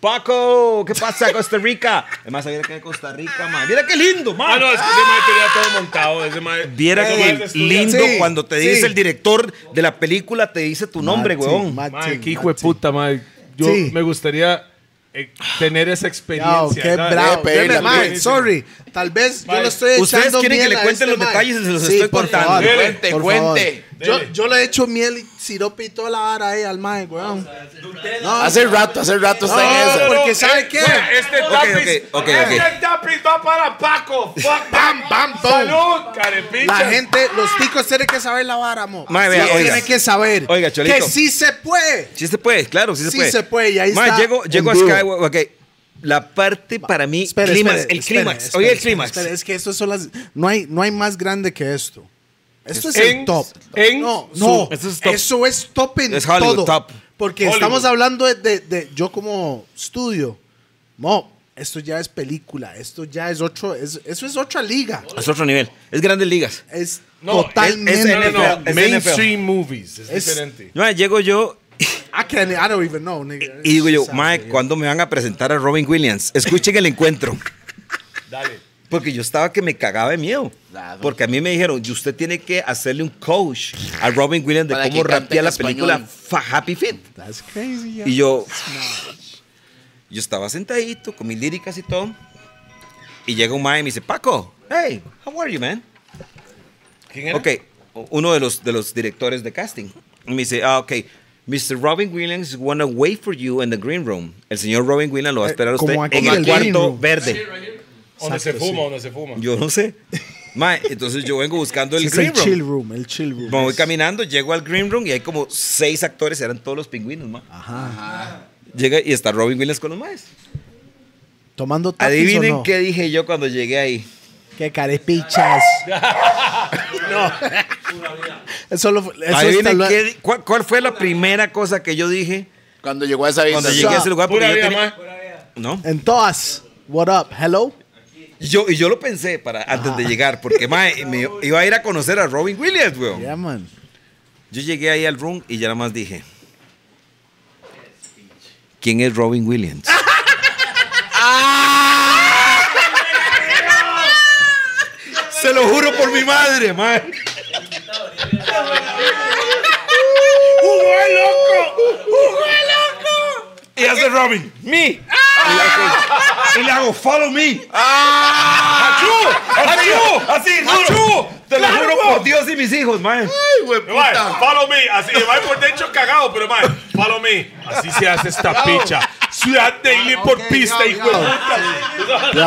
[SPEAKER 2] Paco, ¿qué pasa, Costa Rica? Además, mira que de Costa Rica, mae. Mira qué lindo, mae.
[SPEAKER 5] Ah, no, es que ese mae tenía todo montado. Ese mae.
[SPEAKER 2] Viera
[SPEAKER 5] ese
[SPEAKER 2] que
[SPEAKER 5] mae es de estudio.
[SPEAKER 2] lindo
[SPEAKER 1] Sí,
[SPEAKER 2] cuando te
[SPEAKER 1] sí.
[SPEAKER 2] dice el director de la película, te dice tu nombre,
[SPEAKER 1] Mad
[SPEAKER 2] weón.
[SPEAKER 1] team, mad
[SPEAKER 5] Mae,
[SPEAKER 1] team,
[SPEAKER 3] Qué hijo
[SPEAKER 1] mad
[SPEAKER 3] de puta, mae. Yo
[SPEAKER 1] Sí.
[SPEAKER 3] me gustaría eh, tener esa experiencia.
[SPEAKER 1] Wow, qué
[SPEAKER 5] ¿sabes?
[SPEAKER 1] bravo.
[SPEAKER 4] Pedir
[SPEAKER 1] Deme,
[SPEAKER 4] la
[SPEAKER 1] mae,
[SPEAKER 5] experiencia.
[SPEAKER 1] sorry. Tal vez yo
[SPEAKER 5] Mae,
[SPEAKER 1] lo estoy echando
[SPEAKER 2] ustedes quieren que
[SPEAKER 1] miel
[SPEAKER 2] le
[SPEAKER 1] a
[SPEAKER 2] cuenten
[SPEAKER 1] este
[SPEAKER 2] los
[SPEAKER 1] mae.
[SPEAKER 2] detalles y se los estoy
[SPEAKER 1] por
[SPEAKER 2] contando.
[SPEAKER 1] favor,
[SPEAKER 4] Cuente,
[SPEAKER 1] por
[SPEAKER 4] cuente.
[SPEAKER 1] favor.
[SPEAKER 5] Dele.
[SPEAKER 1] Yo, yo le he hecho miel y sirope y toda la vara ahí al mae, weón. No,
[SPEAKER 4] Hace rato, hace rato está en
[SPEAKER 1] No,
[SPEAKER 4] esa.
[SPEAKER 1] porque ¿sabe
[SPEAKER 5] eh,
[SPEAKER 1] qué?
[SPEAKER 5] bueno, Este
[SPEAKER 2] Ok,
[SPEAKER 5] tapiz,
[SPEAKER 2] ok, ok,
[SPEAKER 5] este
[SPEAKER 2] ok.
[SPEAKER 5] tapiz va para Paco. Fuck,
[SPEAKER 1] Bam, bam, boom.
[SPEAKER 5] Salud, carepicha.
[SPEAKER 1] La gente, los ticos tienen que saber la vara, mo.
[SPEAKER 2] Mae, vea,
[SPEAKER 1] Sí,
[SPEAKER 2] oiga.
[SPEAKER 1] tienen que saber
[SPEAKER 2] Oiga, Cholito.
[SPEAKER 1] que sí se puede.
[SPEAKER 2] Sí se puede, claro, sí se
[SPEAKER 1] Sí
[SPEAKER 2] puede.
[SPEAKER 1] se puede, y ahí
[SPEAKER 2] Mae,
[SPEAKER 1] está
[SPEAKER 2] llego, llego a
[SPEAKER 1] en vivo.
[SPEAKER 2] Skywalk, ok. La parte para mí,
[SPEAKER 1] Espere,
[SPEAKER 2] clímax,
[SPEAKER 1] espere,
[SPEAKER 2] el
[SPEAKER 1] espere,
[SPEAKER 2] clímax.
[SPEAKER 1] espere,
[SPEAKER 2] Oye, el
[SPEAKER 1] espere,
[SPEAKER 2] clímax.
[SPEAKER 1] espere, Es que esto son las. No hay, no hay más grande que esto. Esto es,
[SPEAKER 5] En-
[SPEAKER 1] el top.
[SPEAKER 5] en
[SPEAKER 1] no, no.
[SPEAKER 2] su- esto es top.
[SPEAKER 1] eso es top en
[SPEAKER 2] Es Hollywood
[SPEAKER 1] todo.
[SPEAKER 2] top.
[SPEAKER 1] Porque
[SPEAKER 5] Hollywood.
[SPEAKER 1] estamos hablando de, de- de- yo como estudio. Mo, esto ya es película. Esto ya es otro. es- eso es otra liga.
[SPEAKER 2] Es otro nivel. Es grandes ligas.
[SPEAKER 1] Es
[SPEAKER 5] No, es- es
[SPEAKER 1] totalmente.
[SPEAKER 5] No, no,
[SPEAKER 2] NFL.
[SPEAKER 5] no.
[SPEAKER 2] Es
[SPEAKER 5] Mainstream movies. Es,
[SPEAKER 1] Es-
[SPEAKER 5] diferente.
[SPEAKER 2] Mae, llego yo
[SPEAKER 1] I, can't, I don't even know, nigga.
[SPEAKER 2] y digo yo,
[SPEAKER 1] It's uh,
[SPEAKER 2] Mae,
[SPEAKER 1] out there.
[SPEAKER 2] ¿cuándo me van a presentar a Robin Williams? Escuchen el encuentro.
[SPEAKER 5] Dale.
[SPEAKER 2] Porque yo estaba que me cagaba de miedo.
[SPEAKER 4] Claro.
[SPEAKER 2] Porque a mí me dijeron, "Y usted tiene que hacerle un coach a Robin Williams de
[SPEAKER 4] Para
[SPEAKER 2] cómo
[SPEAKER 4] que cante
[SPEAKER 2] rapear
[SPEAKER 4] en
[SPEAKER 2] la
[SPEAKER 4] español.
[SPEAKER 2] película Fa- Happy Feet.
[SPEAKER 1] That's crazy, yeah.
[SPEAKER 2] Y yo, yo estaba sentadito con mis líricas y todo. Y llega un mae y me dice, Paco, hey, how are you, man?
[SPEAKER 5] ¿Quién era?
[SPEAKER 2] Ok, uno de los, de los directores de casting. Y me dice, ah, ok, Mr. Robin Williams wanna wait for you in the green room. El señor Robin Williams lo va a
[SPEAKER 1] Eh,
[SPEAKER 2] esperar a usted
[SPEAKER 1] como aquí
[SPEAKER 2] en
[SPEAKER 1] en
[SPEAKER 2] el
[SPEAKER 1] el green
[SPEAKER 2] cuarto
[SPEAKER 1] room.
[SPEAKER 2] verde.
[SPEAKER 5] Donde se
[SPEAKER 1] Exacto,
[SPEAKER 5] fuma,
[SPEAKER 1] sí.
[SPEAKER 5] donde se fuma.
[SPEAKER 2] Yo no sé. Mae, entonces yo vengo buscando el
[SPEAKER 1] Es
[SPEAKER 2] green
[SPEAKER 1] el
[SPEAKER 2] room.
[SPEAKER 1] chill room, el chill room.
[SPEAKER 2] Me voy caminando, llego al green room y hay como seis actores, eran todos los pingüinos, mae. Llega y está Robin Williams con los maes.
[SPEAKER 1] Tomando tapiz
[SPEAKER 2] Adivinen
[SPEAKER 1] o no?
[SPEAKER 2] qué dije yo cuando llegué ahí.
[SPEAKER 1] Qué carepichas. no. Eso lo eso
[SPEAKER 2] Adivinen
[SPEAKER 1] está-
[SPEAKER 2] qué di- cuál, cuál fue la primera cosa que yo dije
[SPEAKER 4] Cuando llegó a esa
[SPEAKER 2] cuando
[SPEAKER 4] vista.
[SPEAKER 2] llegué a ese lugar. porque
[SPEAKER 5] Pura
[SPEAKER 2] yo
[SPEAKER 5] vida,
[SPEAKER 2] tenía-
[SPEAKER 5] mae.
[SPEAKER 2] ¿No?
[SPEAKER 1] En todas. What up? Hello.
[SPEAKER 2] Y yo, y yo lo pensé para, antes de llegar, porque mae, me iba a ir a conocer a Robin Williams, weón.
[SPEAKER 1] Yeah, man.
[SPEAKER 2] Yo llegué ahí al room y ya nada más dije. ¿Quién es Robin Williams? Se Se lo juro por mi madre, mae. Y hace Robin, me. Y le hace- Y le hago, follow me. Ah. ¡Achú! ¡Achú! Así, ¡Achú! Te lo juro por Dios y mis hijos, mae.
[SPEAKER 5] Mae, follow me. Así, mae, por dentro cagado, pero mae, follow me. Así se hace esta picha. Ciudad Daily por pista, hijo de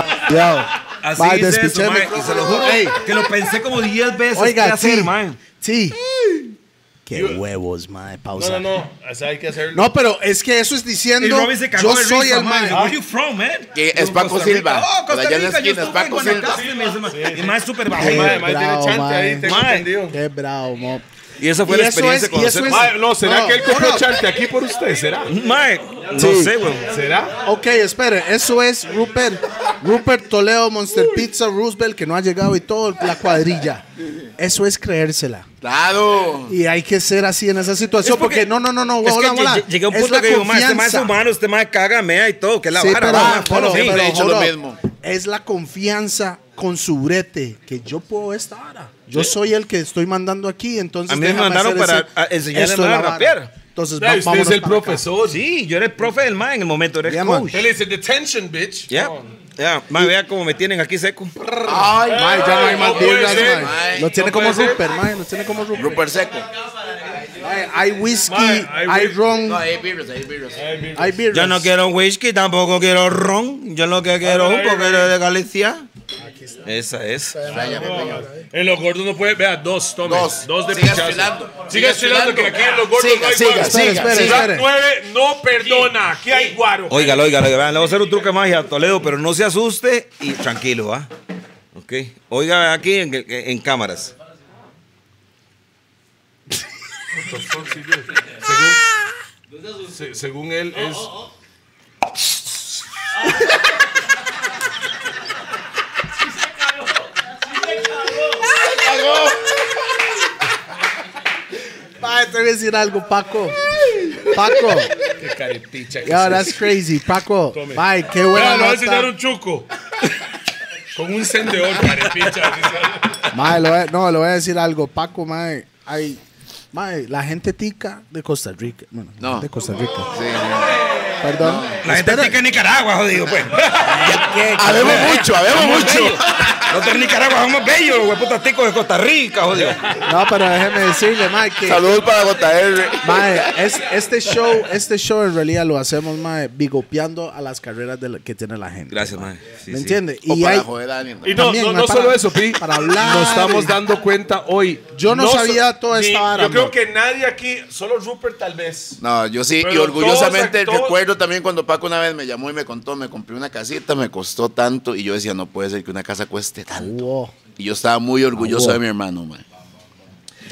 [SPEAKER 2] Así
[SPEAKER 1] Va,
[SPEAKER 2] es
[SPEAKER 1] despiché
[SPEAKER 2] eso,
[SPEAKER 1] el
[SPEAKER 2] mae. Y
[SPEAKER 1] micrófono.
[SPEAKER 2] se lo juro, ey, que lo pensé como 10 veces qué
[SPEAKER 1] Oiga,
[SPEAKER 2] hacer,
[SPEAKER 1] sí.
[SPEAKER 2] mae.
[SPEAKER 1] Sí. Qué huevos, mae. Pausa.
[SPEAKER 5] No, no, no. O sea, hay que hacerlo.
[SPEAKER 1] No, pero es que eso es diciendo.
[SPEAKER 2] Y Robin se cagó
[SPEAKER 1] yo
[SPEAKER 2] de
[SPEAKER 1] soy
[SPEAKER 2] risa,
[SPEAKER 1] el
[SPEAKER 2] mae.
[SPEAKER 1] mae.
[SPEAKER 2] Where you from, man?
[SPEAKER 4] Que es
[SPEAKER 2] Yo,
[SPEAKER 4] Paco
[SPEAKER 2] Costa Rica.
[SPEAKER 4] Silva.
[SPEAKER 2] Oh, Costa
[SPEAKER 4] Por allá en la
[SPEAKER 2] Rica,
[SPEAKER 4] esquina,
[SPEAKER 2] yo
[SPEAKER 4] es
[SPEAKER 2] estuve en
[SPEAKER 4] Paco Silva.
[SPEAKER 2] Guanacaste, me dice, mae. Y mae, es súper bajo,
[SPEAKER 1] Qué
[SPEAKER 5] Mae,
[SPEAKER 2] mae.
[SPEAKER 5] mae, tiene
[SPEAKER 1] bravo,
[SPEAKER 5] chante ahí,
[SPEAKER 1] mae.
[SPEAKER 5] tengo
[SPEAKER 2] Mae.
[SPEAKER 5] entendido.
[SPEAKER 1] Qué bravo, mo.
[SPEAKER 2] Y esa fue
[SPEAKER 1] Y
[SPEAKER 2] la
[SPEAKER 1] eso
[SPEAKER 2] experiencia
[SPEAKER 1] es-
[SPEAKER 2] con
[SPEAKER 1] y eso
[SPEAKER 2] hacer-
[SPEAKER 1] es-
[SPEAKER 5] Mae, no, ¿será
[SPEAKER 1] No,
[SPEAKER 5] que él compró
[SPEAKER 1] no.
[SPEAKER 5] chante aquí por usted? ¿Será?
[SPEAKER 2] Mae, no
[SPEAKER 1] Sí.
[SPEAKER 2] sé, weón.
[SPEAKER 5] ¿Será?
[SPEAKER 1] Ok, espere, eso es Rupert, Rupert Toledo, Monster Pizza, Roosevelt, que no ha llegado y todo, la cuadrilla. Eso es creérsela.
[SPEAKER 4] Claro.
[SPEAKER 1] Y hay que ser así en esa situación,
[SPEAKER 2] Es
[SPEAKER 1] porque, no, no, no, no,
[SPEAKER 2] Es que
[SPEAKER 1] hola, hola.
[SPEAKER 2] lle- llegué a un
[SPEAKER 1] Es
[SPEAKER 2] punto
[SPEAKER 1] la
[SPEAKER 2] que digo, mae, este mae es
[SPEAKER 1] confianza.
[SPEAKER 2] humano, este mae caga, mea y todo, que es la
[SPEAKER 1] Sí,
[SPEAKER 2] vara,
[SPEAKER 1] pero- ah,
[SPEAKER 2] mae,
[SPEAKER 1] pero-
[SPEAKER 2] follow me.
[SPEAKER 4] Siempre he dicho
[SPEAKER 1] pero,
[SPEAKER 4] lo
[SPEAKER 1] hold up.
[SPEAKER 4] mismo.
[SPEAKER 1] Es la confianza con su brete que yo puedo estar. ahora. Yo soy el que estoy mandando aquí, entonces.
[SPEAKER 2] A mí me
[SPEAKER 1] déjame
[SPEAKER 2] mandaron
[SPEAKER 1] hacer
[SPEAKER 2] para
[SPEAKER 1] ese-
[SPEAKER 2] a- enseñarle
[SPEAKER 1] esto es
[SPEAKER 2] a
[SPEAKER 1] la vara.
[SPEAKER 2] rapear.
[SPEAKER 1] Entonces, va-
[SPEAKER 5] Mae, Usted es
[SPEAKER 1] vámonos
[SPEAKER 5] el
[SPEAKER 1] para acá.
[SPEAKER 5] profesor.
[SPEAKER 2] Sí, yo era el profe del mae en el momento, era el
[SPEAKER 1] Yeah, man.
[SPEAKER 2] coach.
[SPEAKER 5] Él es el detention, bitch.
[SPEAKER 2] Ya, ya, mae, vea cómo me tienen aquí seco.
[SPEAKER 4] Ay, mae, ya no hay más
[SPEAKER 5] no puede
[SPEAKER 4] birras,
[SPEAKER 5] ser.
[SPEAKER 4] mae.
[SPEAKER 1] Ay,
[SPEAKER 5] No
[SPEAKER 1] Lo tiene
[SPEAKER 5] puede
[SPEAKER 1] como
[SPEAKER 5] ser.
[SPEAKER 1] Rupert, mae, lo tiene como Rupert.
[SPEAKER 4] Rupert Seco.
[SPEAKER 1] Ay, Hay whisky,
[SPEAKER 5] Mae, hay
[SPEAKER 1] hay
[SPEAKER 5] whi-
[SPEAKER 1] ron,
[SPEAKER 4] hay birras, hay birras.
[SPEAKER 1] hay beer.
[SPEAKER 2] Yo no quiero whisky, tampoco quiero ron. Yo lo que quiero es un poquero de Galicia. Esa es.
[SPEAKER 5] En los gordos no puede. Vea, dos, tome. Dos.
[SPEAKER 4] Dos.
[SPEAKER 5] Dos de
[SPEAKER 4] Siga
[SPEAKER 5] pichazo.
[SPEAKER 4] estilando.
[SPEAKER 5] Siga
[SPEAKER 4] Siga
[SPEAKER 5] estilando, que aquí en los gordos
[SPEAKER 4] Siga,
[SPEAKER 5] no hay
[SPEAKER 4] siga,
[SPEAKER 5] guaro.
[SPEAKER 1] Espere,
[SPEAKER 4] Siga,
[SPEAKER 1] espere,
[SPEAKER 4] siga.
[SPEAKER 1] espere.
[SPEAKER 5] 9 no perdona. Aquí hay guaro.
[SPEAKER 2] Óigalo, óigalo, óigalo. vean, le voy a hacer un truco de magia a Toledo, pero no se asuste y tranquilo, ¿va? Ok. Oiga aquí en, en cámaras.
[SPEAKER 5] Se- según él, es.
[SPEAKER 1] Mae, te voy a decir algo, Paco. Paco,
[SPEAKER 5] Qué carepicha. que
[SPEAKER 1] yeah,
[SPEAKER 5] sos.
[SPEAKER 1] that's crazy, Paco.
[SPEAKER 5] Tome.
[SPEAKER 1] Mae, qué buena
[SPEAKER 5] Vea, le voy a
[SPEAKER 1] nota.
[SPEAKER 5] enseñar un chuco. Con un sendedor, carepicha. así sale.
[SPEAKER 1] Mae, lo voy- no, le voy a decir algo, Paco, mae. Ay, mae, la gente tica de Costa Rica. Bueno,
[SPEAKER 4] No.
[SPEAKER 1] de Costa Rica.
[SPEAKER 4] Sí, sí.
[SPEAKER 1] Perdón.
[SPEAKER 2] La gente tica en Nicaragua, jodido, pues.
[SPEAKER 4] Habemos mucho, habemos mucho.
[SPEAKER 2] Nosotros en Nicaragua somos bellos, los putas ticos de Costa Rica, jodido.
[SPEAKER 1] No, pero déjeme decirle, mae, que
[SPEAKER 4] Saludos para JR.
[SPEAKER 1] Mae, es- este show, este show en realidad lo hacemos, mae, bigopeando a las carreras de la- que tiene la gente.
[SPEAKER 2] Gracias, mae. Sí,
[SPEAKER 1] ¿Me
[SPEAKER 2] sí.
[SPEAKER 1] entiende?
[SPEAKER 4] O para
[SPEAKER 1] hay-
[SPEAKER 4] joder a alguien.
[SPEAKER 5] Y no,
[SPEAKER 1] También,
[SPEAKER 5] no,
[SPEAKER 1] mae,
[SPEAKER 5] no
[SPEAKER 1] para-
[SPEAKER 5] solo eso, Pi.
[SPEAKER 1] para hablar.
[SPEAKER 5] Nos estamos dando cuenta hoy.
[SPEAKER 1] Yo no
[SPEAKER 5] so-
[SPEAKER 1] sabía toda esta
[SPEAKER 5] ni-
[SPEAKER 1] vara,
[SPEAKER 5] Yo creo
[SPEAKER 1] amor.
[SPEAKER 5] que nadie aquí, solo Rupert tal vez.
[SPEAKER 4] No, yo sí, y
[SPEAKER 5] Pero
[SPEAKER 4] orgullosamente
[SPEAKER 5] todos- todos-
[SPEAKER 4] recuerdo también cuando Paco una vez me llamó y me contó, me compré una casita, me costó tanto, y yo decía, no puede ser que una casa cueste tanto.
[SPEAKER 1] Wow.
[SPEAKER 4] Y yo estaba muy orgulloso
[SPEAKER 1] Ah, wow.
[SPEAKER 4] de mi hermano, man.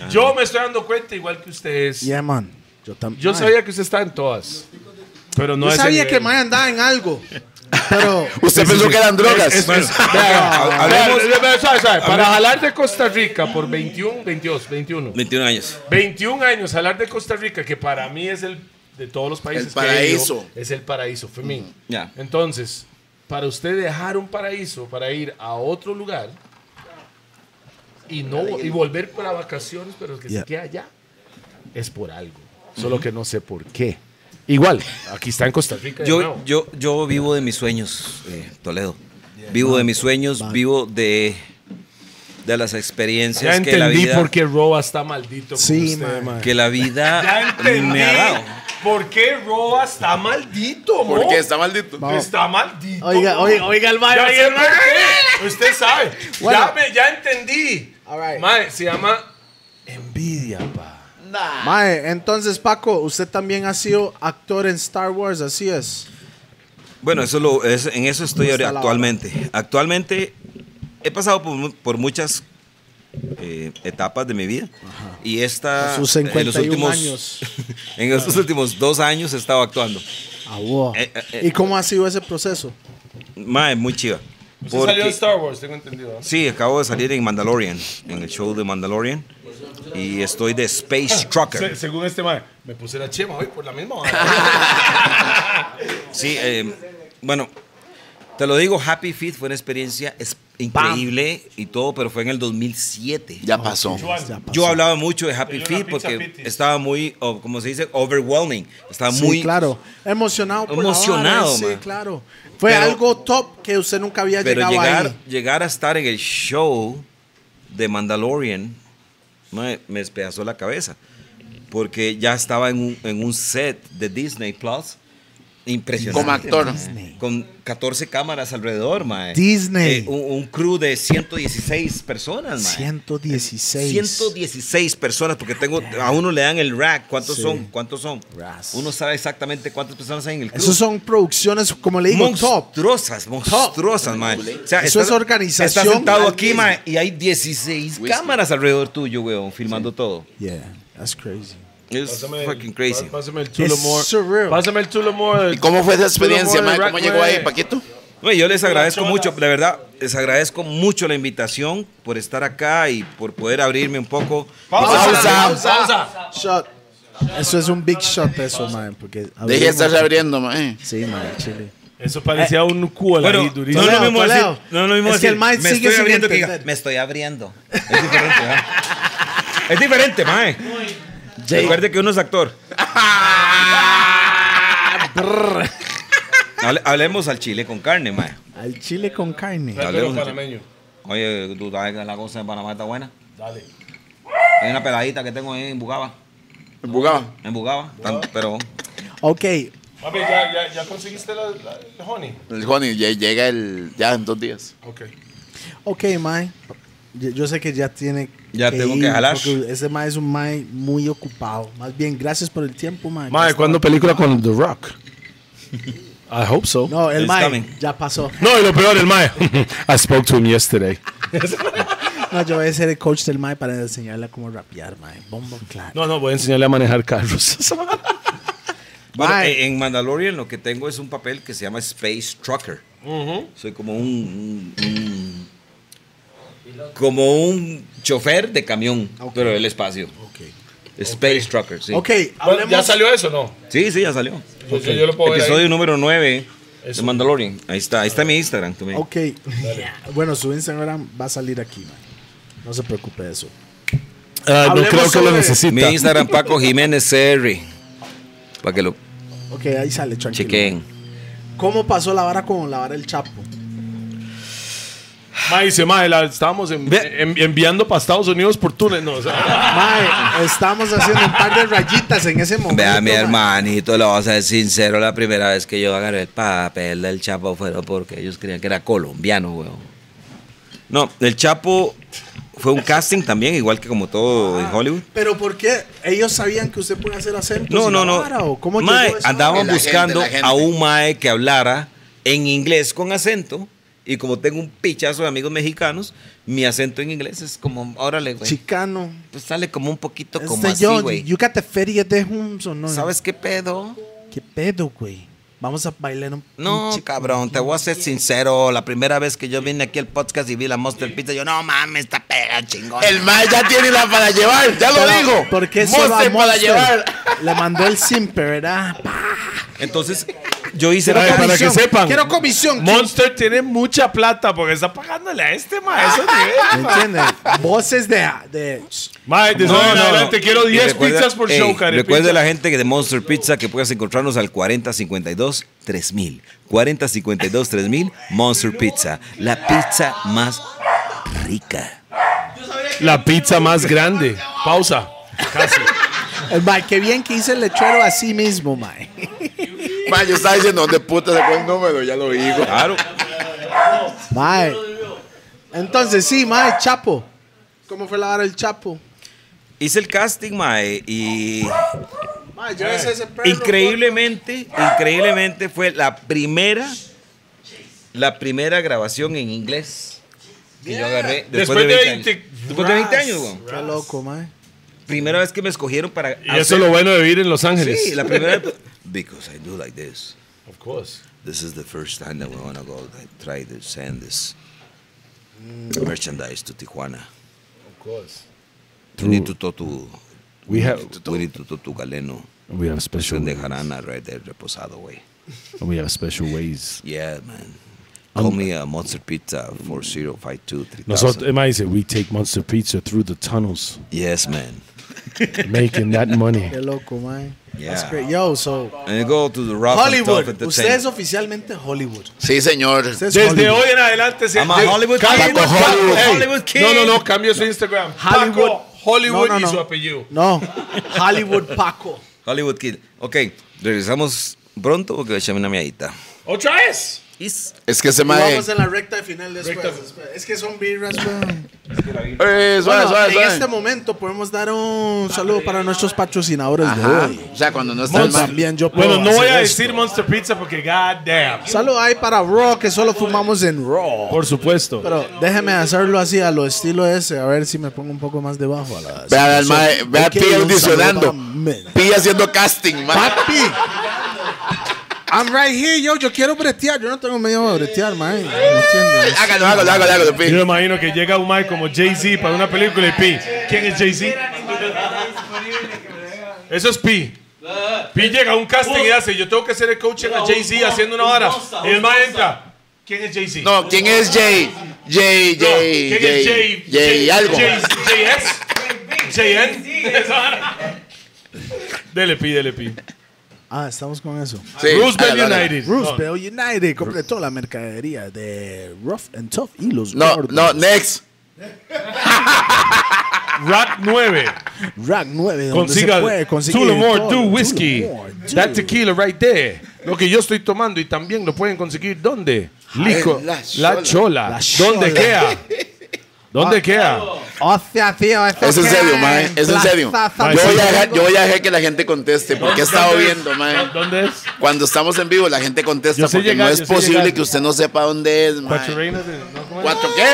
[SPEAKER 5] Yo me estoy dando cuenta igual que ustedes.
[SPEAKER 1] Yeah, man. Yo, tam-
[SPEAKER 5] Yo
[SPEAKER 1] mae.
[SPEAKER 5] sabía que usted está en todas. Pero no
[SPEAKER 1] Yo
[SPEAKER 5] es
[SPEAKER 1] sabía que mae andaba en algo. Pero
[SPEAKER 4] Usted pensó que eran drogas.
[SPEAKER 2] Bueno, Ah,
[SPEAKER 5] Vea,
[SPEAKER 2] hablemos-
[SPEAKER 5] vea, vea, suave, suave. Para jalar de Costa Rica por 21, 22, 21.
[SPEAKER 2] 21 años.
[SPEAKER 5] 21 años jalar de Costa Rica, que para mí es el de todos los países.
[SPEAKER 4] El
[SPEAKER 5] que he ido,
[SPEAKER 4] paraíso.
[SPEAKER 5] es el paraíso, for me.
[SPEAKER 2] Mm, Ya.
[SPEAKER 5] Entonces, para usted dejar un paraíso para ir a otro lugar y, no, y volver para vacaciones, pero que
[SPEAKER 1] Yeah.
[SPEAKER 5] se quede allá, es por algo. Solo que no sé por qué. Igual, aquí está en Costa Rica. de nuevo.
[SPEAKER 2] Yo, yo, yo vivo de mis sueños, eh, Toledo. Vivo de mis sueños, vivo de, de las experiencias
[SPEAKER 5] ya
[SPEAKER 2] que la
[SPEAKER 5] entendí
[SPEAKER 2] vida,
[SPEAKER 5] por qué Roa está maldito.
[SPEAKER 1] Sí,
[SPEAKER 5] con usted,
[SPEAKER 1] man.
[SPEAKER 5] man.
[SPEAKER 2] que la
[SPEAKER 5] Ya
[SPEAKER 2] vida
[SPEAKER 5] entendí
[SPEAKER 2] me ha dado.
[SPEAKER 5] por qué Roa está maldito. mo.
[SPEAKER 4] Porque está maldito.
[SPEAKER 5] Está maldito.
[SPEAKER 1] Oiga,
[SPEAKER 5] mo.
[SPEAKER 1] oiga, oiga el mae.
[SPEAKER 5] Ya
[SPEAKER 1] oiga
[SPEAKER 5] sé
[SPEAKER 1] el mae.
[SPEAKER 5] por qué. Usted sabe.
[SPEAKER 1] Bueno.
[SPEAKER 5] Ya, me- ya entendí.
[SPEAKER 1] All right.
[SPEAKER 5] Mae, se llama envidia, pa.
[SPEAKER 1] Mae, entonces Paco, usted también ha sido actor en Star Wars, así es.
[SPEAKER 2] Bueno, eso lo, es- en eso estoy
[SPEAKER 1] ¿Cómo está la
[SPEAKER 2] actualmente. Actualmente he pasado por, mu- por muchas eh, etapas de mi vida. Y
[SPEAKER 5] Ah,
[SPEAKER 2] esta,
[SPEAKER 1] A sus
[SPEAKER 2] en los
[SPEAKER 1] 51
[SPEAKER 2] últimos-
[SPEAKER 1] años.
[SPEAKER 2] en estos últimos dos años he estado actuando.
[SPEAKER 1] Ah, wow.
[SPEAKER 2] Eh, eh, eh.
[SPEAKER 1] ¿Y cómo ha sido ese proceso?
[SPEAKER 2] Mae, muy chiva.
[SPEAKER 5] Usted
[SPEAKER 2] Porque-
[SPEAKER 5] salió de Star Wars, tengo entendido.
[SPEAKER 2] Sí, acabo de salir en Mandalorian, en el show de Mandalorian. Y estoy de Space Trucker.
[SPEAKER 5] según este mae, me puse la chema hoy por la misma.
[SPEAKER 2] Sí, eh, bueno, Te lo digo, Happy Feet fue una experiencia es- increíble y todo, pero fue en el 2007.
[SPEAKER 4] Ya pasó.
[SPEAKER 2] Yo hablaba mucho de
[SPEAKER 5] Pedí
[SPEAKER 2] Happy
[SPEAKER 5] una
[SPEAKER 2] Feet
[SPEAKER 5] pizza
[SPEAKER 2] porque
[SPEAKER 5] Pitties.
[SPEAKER 2] estaba muy, o como se dice, overwhelming. Estaba
[SPEAKER 1] Sí,
[SPEAKER 2] muy...
[SPEAKER 1] claro. Emocionado. Por la
[SPEAKER 2] Emocionado,
[SPEAKER 1] vara, Sí,
[SPEAKER 2] man.
[SPEAKER 1] claro. Fue
[SPEAKER 2] Pero-
[SPEAKER 1] algo top que usted nunca había
[SPEAKER 2] Pero
[SPEAKER 1] llegado
[SPEAKER 2] llegar,
[SPEAKER 1] ahí.
[SPEAKER 2] llegar a estar en el show de Mandalorian mae, me despedazó la cabeza. Porque ya estaba en un, en un set de Disney Plus. Impresionante.
[SPEAKER 4] Como actor.
[SPEAKER 2] mae. Con 14 cámaras alrededor, mae.
[SPEAKER 1] Disney.
[SPEAKER 2] Eh, un, un crew de 116 personas, mae.
[SPEAKER 1] 116.
[SPEAKER 2] 116 personas, porque tengo, a uno le dan el rack. ¿Cuántos
[SPEAKER 1] Sí.
[SPEAKER 2] son? ¿Cuántos son?
[SPEAKER 1] Ras.
[SPEAKER 2] Uno sabe exactamente cuántas personas hay en el crew.
[SPEAKER 1] Esos son producciones, como le digo, top.
[SPEAKER 2] Monstruosas, monstruosas, mae. O sea,
[SPEAKER 1] Eso es organización.
[SPEAKER 2] Estás sentado
[SPEAKER 1] Al
[SPEAKER 2] aquí, mae, y hay 16
[SPEAKER 4] Whisky.
[SPEAKER 2] cámaras alrededor tuyo, weón, filmando todo.
[SPEAKER 1] Yeah, that's crazy.
[SPEAKER 2] Es fucking crazy.
[SPEAKER 5] Pásame el
[SPEAKER 1] It's surreal.
[SPEAKER 5] Pásame el Tulo More.
[SPEAKER 4] ¿Y cómo fue esa experiencia,
[SPEAKER 5] Tulo More
[SPEAKER 4] mae? ¿Cómo
[SPEAKER 5] Rack,
[SPEAKER 4] llegó ahí,
[SPEAKER 5] mae?
[SPEAKER 4] Paquito?
[SPEAKER 2] Güey, yo les agradezco
[SPEAKER 5] chola.
[SPEAKER 2] mucho, la verdad, les agradezco mucho la invitación por estar acá y por poder abrirme un poco.
[SPEAKER 4] Pausa.
[SPEAKER 1] Shot. Eso es un big shot, eso, man. Porque
[SPEAKER 4] Deje de estar eh. abriendo, mae.
[SPEAKER 1] Sí, man, chile.
[SPEAKER 5] Eso parecía un cual
[SPEAKER 2] Bueno,
[SPEAKER 5] ahí
[SPEAKER 2] no
[SPEAKER 5] durísimo.
[SPEAKER 2] es lo
[SPEAKER 1] Toledo,
[SPEAKER 2] mismo
[SPEAKER 1] Toledo.
[SPEAKER 2] decir- no es lo mismo
[SPEAKER 1] Es que el
[SPEAKER 2] decir,
[SPEAKER 1] mae
[SPEAKER 2] me
[SPEAKER 1] sigue
[SPEAKER 2] estoy
[SPEAKER 1] sin
[SPEAKER 2] abriendo que diga,
[SPEAKER 1] entender.
[SPEAKER 2] me estoy abriendo. Es diferente, ¿verdad? Es diferente, mae. Recuerde que uno es actor. Hable- hablemos al chile con carne, mae.
[SPEAKER 1] Al chile con carne.
[SPEAKER 2] Hablemos
[SPEAKER 5] Pero
[SPEAKER 2] al chile.
[SPEAKER 5] panameño.
[SPEAKER 2] Oye, tú sabes que la cosa en Panamá está buena. Hay una peladita que tengo ahí en Bugaba.
[SPEAKER 4] Bugaba.
[SPEAKER 2] En Bugaba. Tan- pero
[SPEAKER 1] Ok,
[SPEAKER 5] Papi, ¿ya, ya, ya conseguiste la, la- el honey?
[SPEAKER 4] El Honey ya llega el, ya en dos días.
[SPEAKER 5] Ok.
[SPEAKER 1] ok, mae. Yo- Yo sé que ya tiene.
[SPEAKER 2] Ya tengo que jalar.
[SPEAKER 1] porque Ese mae es un mae muy ocupado. Más bien, gracias por el tiempo, mae.
[SPEAKER 3] Mae,
[SPEAKER 1] Hasta-
[SPEAKER 3] ¿cuándo película con The Rock? I hope so. No,
[SPEAKER 1] No, el
[SPEAKER 2] It's
[SPEAKER 1] mae
[SPEAKER 2] coming.
[SPEAKER 1] ya pasó.
[SPEAKER 3] y lo peor, el Mae. I spoke to him yesterday.
[SPEAKER 1] No, yo voy a ser el coach del mae para enseñarle cómo rapear, mae. Bombo, claro.
[SPEAKER 3] No, no, voy a enseñarle a manejar carros.
[SPEAKER 2] bueno,
[SPEAKER 1] Mae.
[SPEAKER 2] eh, en Mandalorian lo que tengo es un papel que se llama Space Trucker. Soy como un, un- un- como un chofer de camión, pero del espacio. Space Trucker, sí.
[SPEAKER 1] Ok,
[SPEAKER 5] Bueno, ¿Ya
[SPEAKER 1] hablemos.
[SPEAKER 5] salió eso no?
[SPEAKER 2] Sí, sí, ya salió.
[SPEAKER 5] Yo, yo- yo lo puedo ver ahí.
[SPEAKER 2] Episodio número 9 de
[SPEAKER 5] Eso.
[SPEAKER 2] Mandalorian. Ahí está, ahí está mi Instagram también.
[SPEAKER 1] Ok, bueno, su Instagram va a salir aquí, mae. No se preocupe de eso.
[SPEAKER 3] Ah, no
[SPEAKER 1] Hablemos
[SPEAKER 3] creo que lo
[SPEAKER 1] sobre-
[SPEAKER 3] necesita.
[SPEAKER 2] Mi Instagram Paco Jiménez CR. Para que lo
[SPEAKER 1] Ok, ahí sale, tranquilo.
[SPEAKER 2] chequen.
[SPEAKER 1] ¿Cómo pasó la vara con la vara del Chapo?
[SPEAKER 5] Mae, dice, mae, la- estábamos en-
[SPEAKER 2] Ve-
[SPEAKER 5] en- enviando para Estados Unidos por túnel. No, o sea,
[SPEAKER 1] Mae, estamos haciendo un par de rayitas en ese momento.
[SPEAKER 2] Vea, mi
[SPEAKER 1] mae.
[SPEAKER 2] hermanito, lo voy a ser sincero, la primera vez que yo agarré el papel del Chapo fue porque ellos creían que era colombiano, weón. No, el Chapo fue un casting también, igual que como todo en Hollywood.
[SPEAKER 1] Pero ¿por qué? ¿Ellos sabían que usted puede hacer acentos?
[SPEAKER 2] No,
[SPEAKER 1] y la
[SPEAKER 2] no, no.
[SPEAKER 1] vara, ¿o ¿Cómo
[SPEAKER 2] Mae,
[SPEAKER 1] llegó esa vara?
[SPEAKER 2] andaban
[SPEAKER 4] La gente,
[SPEAKER 2] buscando
[SPEAKER 4] la gente.
[SPEAKER 2] a un mae que hablara en inglés con acento. Y como tengo un pichazo de amigos mexicanos, mi acento en inglés es como, órale, güey.
[SPEAKER 1] Chicano.
[SPEAKER 2] Pues sale como un poquito como
[SPEAKER 1] Este,
[SPEAKER 2] así,
[SPEAKER 1] yo,
[SPEAKER 2] güey.
[SPEAKER 1] you got the feria de Homes, ¿o no?
[SPEAKER 2] ¿Sabes qué pedo?
[SPEAKER 1] ¿Qué pedo, güey? Vamos a bailar un
[SPEAKER 2] No,
[SPEAKER 1] pinche-
[SPEAKER 2] cabrón, te voy a ser sincero. La primera vez que yo vine aquí al podcast y vi la Monster Pizza, yo, no mames, esta pega chingón.
[SPEAKER 4] El mae ya tiene la para llevar, ya lo
[SPEAKER 1] Pero,
[SPEAKER 4] digo.
[SPEAKER 1] ¿Por qué
[SPEAKER 4] Monster
[SPEAKER 1] solo a
[SPEAKER 4] para
[SPEAKER 1] Monster?
[SPEAKER 4] llevar?
[SPEAKER 1] Le mandó el simper, ¿verdad?
[SPEAKER 2] Entonces, yo hice
[SPEAKER 3] Ay,
[SPEAKER 2] la
[SPEAKER 3] para que sepan.
[SPEAKER 1] Quiero comisión.
[SPEAKER 5] Monster tiene mucha plata porque está pagándole a este, mae. Eso es nivel,
[SPEAKER 1] ¿Me entiendes? Voces de... de
[SPEAKER 5] Mae, de ahora en adelante quiero
[SPEAKER 2] Y
[SPEAKER 5] 10
[SPEAKER 2] recuerda-
[SPEAKER 5] pizzas por
[SPEAKER 2] ey,
[SPEAKER 5] show, Karen.
[SPEAKER 2] Recuerde la gente que de Monster Pizza que puedes encontrarnos al 4052 3000. 4052 3000 Monster Pizza, la pizza más rica.
[SPEAKER 3] La pizza más grande.
[SPEAKER 5] Pausa. Casi.
[SPEAKER 1] Eh, Mae, qué bien que hice el lechuero así mismo, mae.
[SPEAKER 4] Mae, yo estaba diciendo, ¿dónde puta sacó el número? Ya lo digo.
[SPEAKER 2] Claro.
[SPEAKER 1] Mae. Entonces, sí, mae, Chapo. ¿Cómo fue la vara del Chapo?
[SPEAKER 2] Hice el casting, mae, y
[SPEAKER 1] Mae, llévese ese perro.
[SPEAKER 2] increíblemente, increíblemente fue la primera la primera grabación en inglés que yo agarré después, de 20, años. Después de 20 años, weón.
[SPEAKER 1] pues. Qué loco, mae.
[SPEAKER 2] Primera vez que me escogieron para
[SPEAKER 3] Y eso es lo bueno de vivir en Los Ángeles.
[SPEAKER 2] Sí, la primera Because I do like this.
[SPEAKER 5] Of course.
[SPEAKER 2] This is the first time that we want to go and try to send this merchandise to Tijuana.
[SPEAKER 5] Of course.
[SPEAKER 2] We need to talk to
[SPEAKER 3] We have,
[SPEAKER 2] we need to talk to Galeno.
[SPEAKER 3] we have special
[SPEAKER 2] Son de Jarana right there reposado, güey.
[SPEAKER 3] we have special ways.
[SPEAKER 2] Yeah, man. Call me a Monster Pizza 4052
[SPEAKER 3] Nosotros,
[SPEAKER 2] 3000.
[SPEAKER 3] Emma dice, we take Monster Pizza through the tunnels,
[SPEAKER 2] Yes, man.
[SPEAKER 3] making that money.
[SPEAKER 1] Qué loco, man. That's
[SPEAKER 2] Yeah.
[SPEAKER 1] great. Yo, so.
[SPEAKER 2] And you go to the rock and tough
[SPEAKER 1] Hollywood. Usted es
[SPEAKER 2] entertainment.
[SPEAKER 1] oficialmente Hollywood.
[SPEAKER 4] Sí, señor.
[SPEAKER 1] Usted es
[SPEAKER 5] Desde
[SPEAKER 1] Hollywood.
[SPEAKER 5] hoy en adelante se
[SPEAKER 2] I'm a Hollywood king.
[SPEAKER 4] Paco Hollywood.
[SPEAKER 5] Hey,
[SPEAKER 2] Hollywood king.
[SPEAKER 5] No, no, no, cambio su Instagram.
[SPEAKER 1] Hollywood.
[SPEAKER 5] Paco Hollywood
[SPEAKER 1] No, no,
[SPEAKER 5] y su
[SPEAKER 1] no.
[SPEAKER 5] apellido.
[SPEAKER 1] No. Hollywood Paco.
[SPEAKER 2] Hollywood king. Ok, regresamos pronto porque voy a echarme una miadita.
[SPEAKER 5] ¿Otra vez?
[SPEAKER 4] Es que se mae.
[SPEAKER 1] Vamos en la recta de final después. Es que son birras, weón.
[SPEAKER 4] Eh, suave,
[SPEAKER 1] Bueno,
[SPEAKER 4] suave,
[SPEAKER 1] en
[SPEAKER 4] suave.
[SPEAKER 1] este momento podemos dar un saludo para nuestros patrocinadores de
[SPEAKER 4] Ajá.
[SPEAKER 1] hoy.
[SPEAKER 4] O sea, cuando no está el
[SPEAKER 1] Monster.
[SPEAKER 4] man.
[SPEAKER 1] También yo puedo
[SPEAKER 5] Bueno, no voy
[SPEAKER 1] hacer
[SPEAKER 5] a
[SPEAKER 1] esto.
[SPEAKER 5] decir Monster Pizza porque goddamn.
[SPEAKER 1] Saludo ahí para Raw, que solo fumamos en Raw.
[SPEAKER 3] Por supuesto.
[SPEAKER 1] Pero déjeme hacerlo así, a lo estilo ese, a ver si me pongo un poco más debajo. A la
[SPEAKER 4] Ve al mae, ve a
[SPEAKER 1] Hay que
[SPEAKER 4] Pi
[SPEAKER 1] ir un saludo
[SPEAKER 4] audicionando.
[SPEAKER 1] para men.
[SPEAKER 4] Pi haciendo casting, mae.
[SPEAKER 1] Papi, I'm right here, yo. Yo quiero bretear. Yo no tengo medio de bretear, man. ¿Me entiendes?
[SPEAKER 4] Hágalo, hágalo, hágalo, hágalo,
[SPEAKER 5] Yo me
[SPEAKER 4] Pi.
[SPEAKER 5] imagino que llega un Mike como Jay-Z para una película y Pi. ¿Quién es Jay-Z? Eso es Pi. Pi llega a un casting y hace, yo tengo que ser el coaching a Jay-Z haciendo una vara. Y el Mike entra. ¿Quién es Jay-Z?
[SPEAKER 4] No, ¿quién es Jay? Jay,
[SPEAKER 5] No,
[SPEAKER 4] Jay,
[SPEAKER 5] ¿Quién es
[SPEAKER 4] Jay,
[SPEAKER 5] Jay?
[SPEAKER 4] Jay, algo.
[SPEAKER 5] Jay- JS? JN? Esa vara. Dele Pi, dele Pi.
[SPEAKER 1] Ah, estamos con eso.
[SPEAKER 4] Sí,
[SPEAKER 5] Roosevelt
[SPEAKER 4] hágalo, hágalo.
[SPEAKER 5] United.
[SPEAKER 1] Roosevelt United completó la mercadería de Rough and Tough y los
[SPEAKER 4] No,
[SPEAKER 1] gordos.
[SPEAKER 4] no, next.
[SPEAKER 5] Rack 9.
[SPEAKER 1] Rack 9, donde se
[SPEAKER 5] Consiga
[SPEAKER 1] puede conseguir
[SPEAKER 5] Tullamore
[SPEAKER 1] todo.
[SPEAKER 5] Dew Whiskey.
[SPEAKER 1] Tullamore Dew.
[SPEAKER 5] That tequila right there. Lo que yo estoy tomando y también lo pueden conseguir ¿dónde? Lico.
[SPEAKER 4] En
[SPEAKER 5] La Chola.
[SPEAKER 4] La Chola.
[SPEAKER 1] La
[SPEAKER 5] ¿Dónde
[SPEAKER 1] Chola. Ah,
[SPEAKER 5] queda? ¿Dónde queda?
[SPEAKER 1] O sea, tío, eso
[SPEAKER 4] Es en
[SPEAKER 1] que
[SPEAKER 4] serio,
[SPEAKER 1] hay
[SPEAKER 4] mae. Es en
[SPEAKER 1] plaza-
[SPEAKER 4] serio.
[SPEAKER 1] plaza-
[SPEAKER 4] Yo voy a dejar, yo voy a dejar que la gente conteste, porque he
[SPEAKER 1] oh,
[SPEAKER 4] estado viendo, ¿eh? mae.
[SPEAKER 5] ¿Dónde es?
[SPEAKER 4] Cuando estamos en vivo, la gente contesta
[SPEAKER 5] Yo sé
[SPEAKER 4] porque
[SPEAKER 5] llegar,
[SPEAKER 4] no
[SPEAKER 5] yo
[SPEAKER 4] es
[SPEAKER 5] sé
[SPEAKER 4] posible
[SPEAKER 5] llegar.
[SPEAKER 4] que usted no sepa dónde es, mae.
[SPEAKER 5] Cuatro Reinas de- no, ¿cómo es?
[SPEAKER 4] ¿Cuatro qué?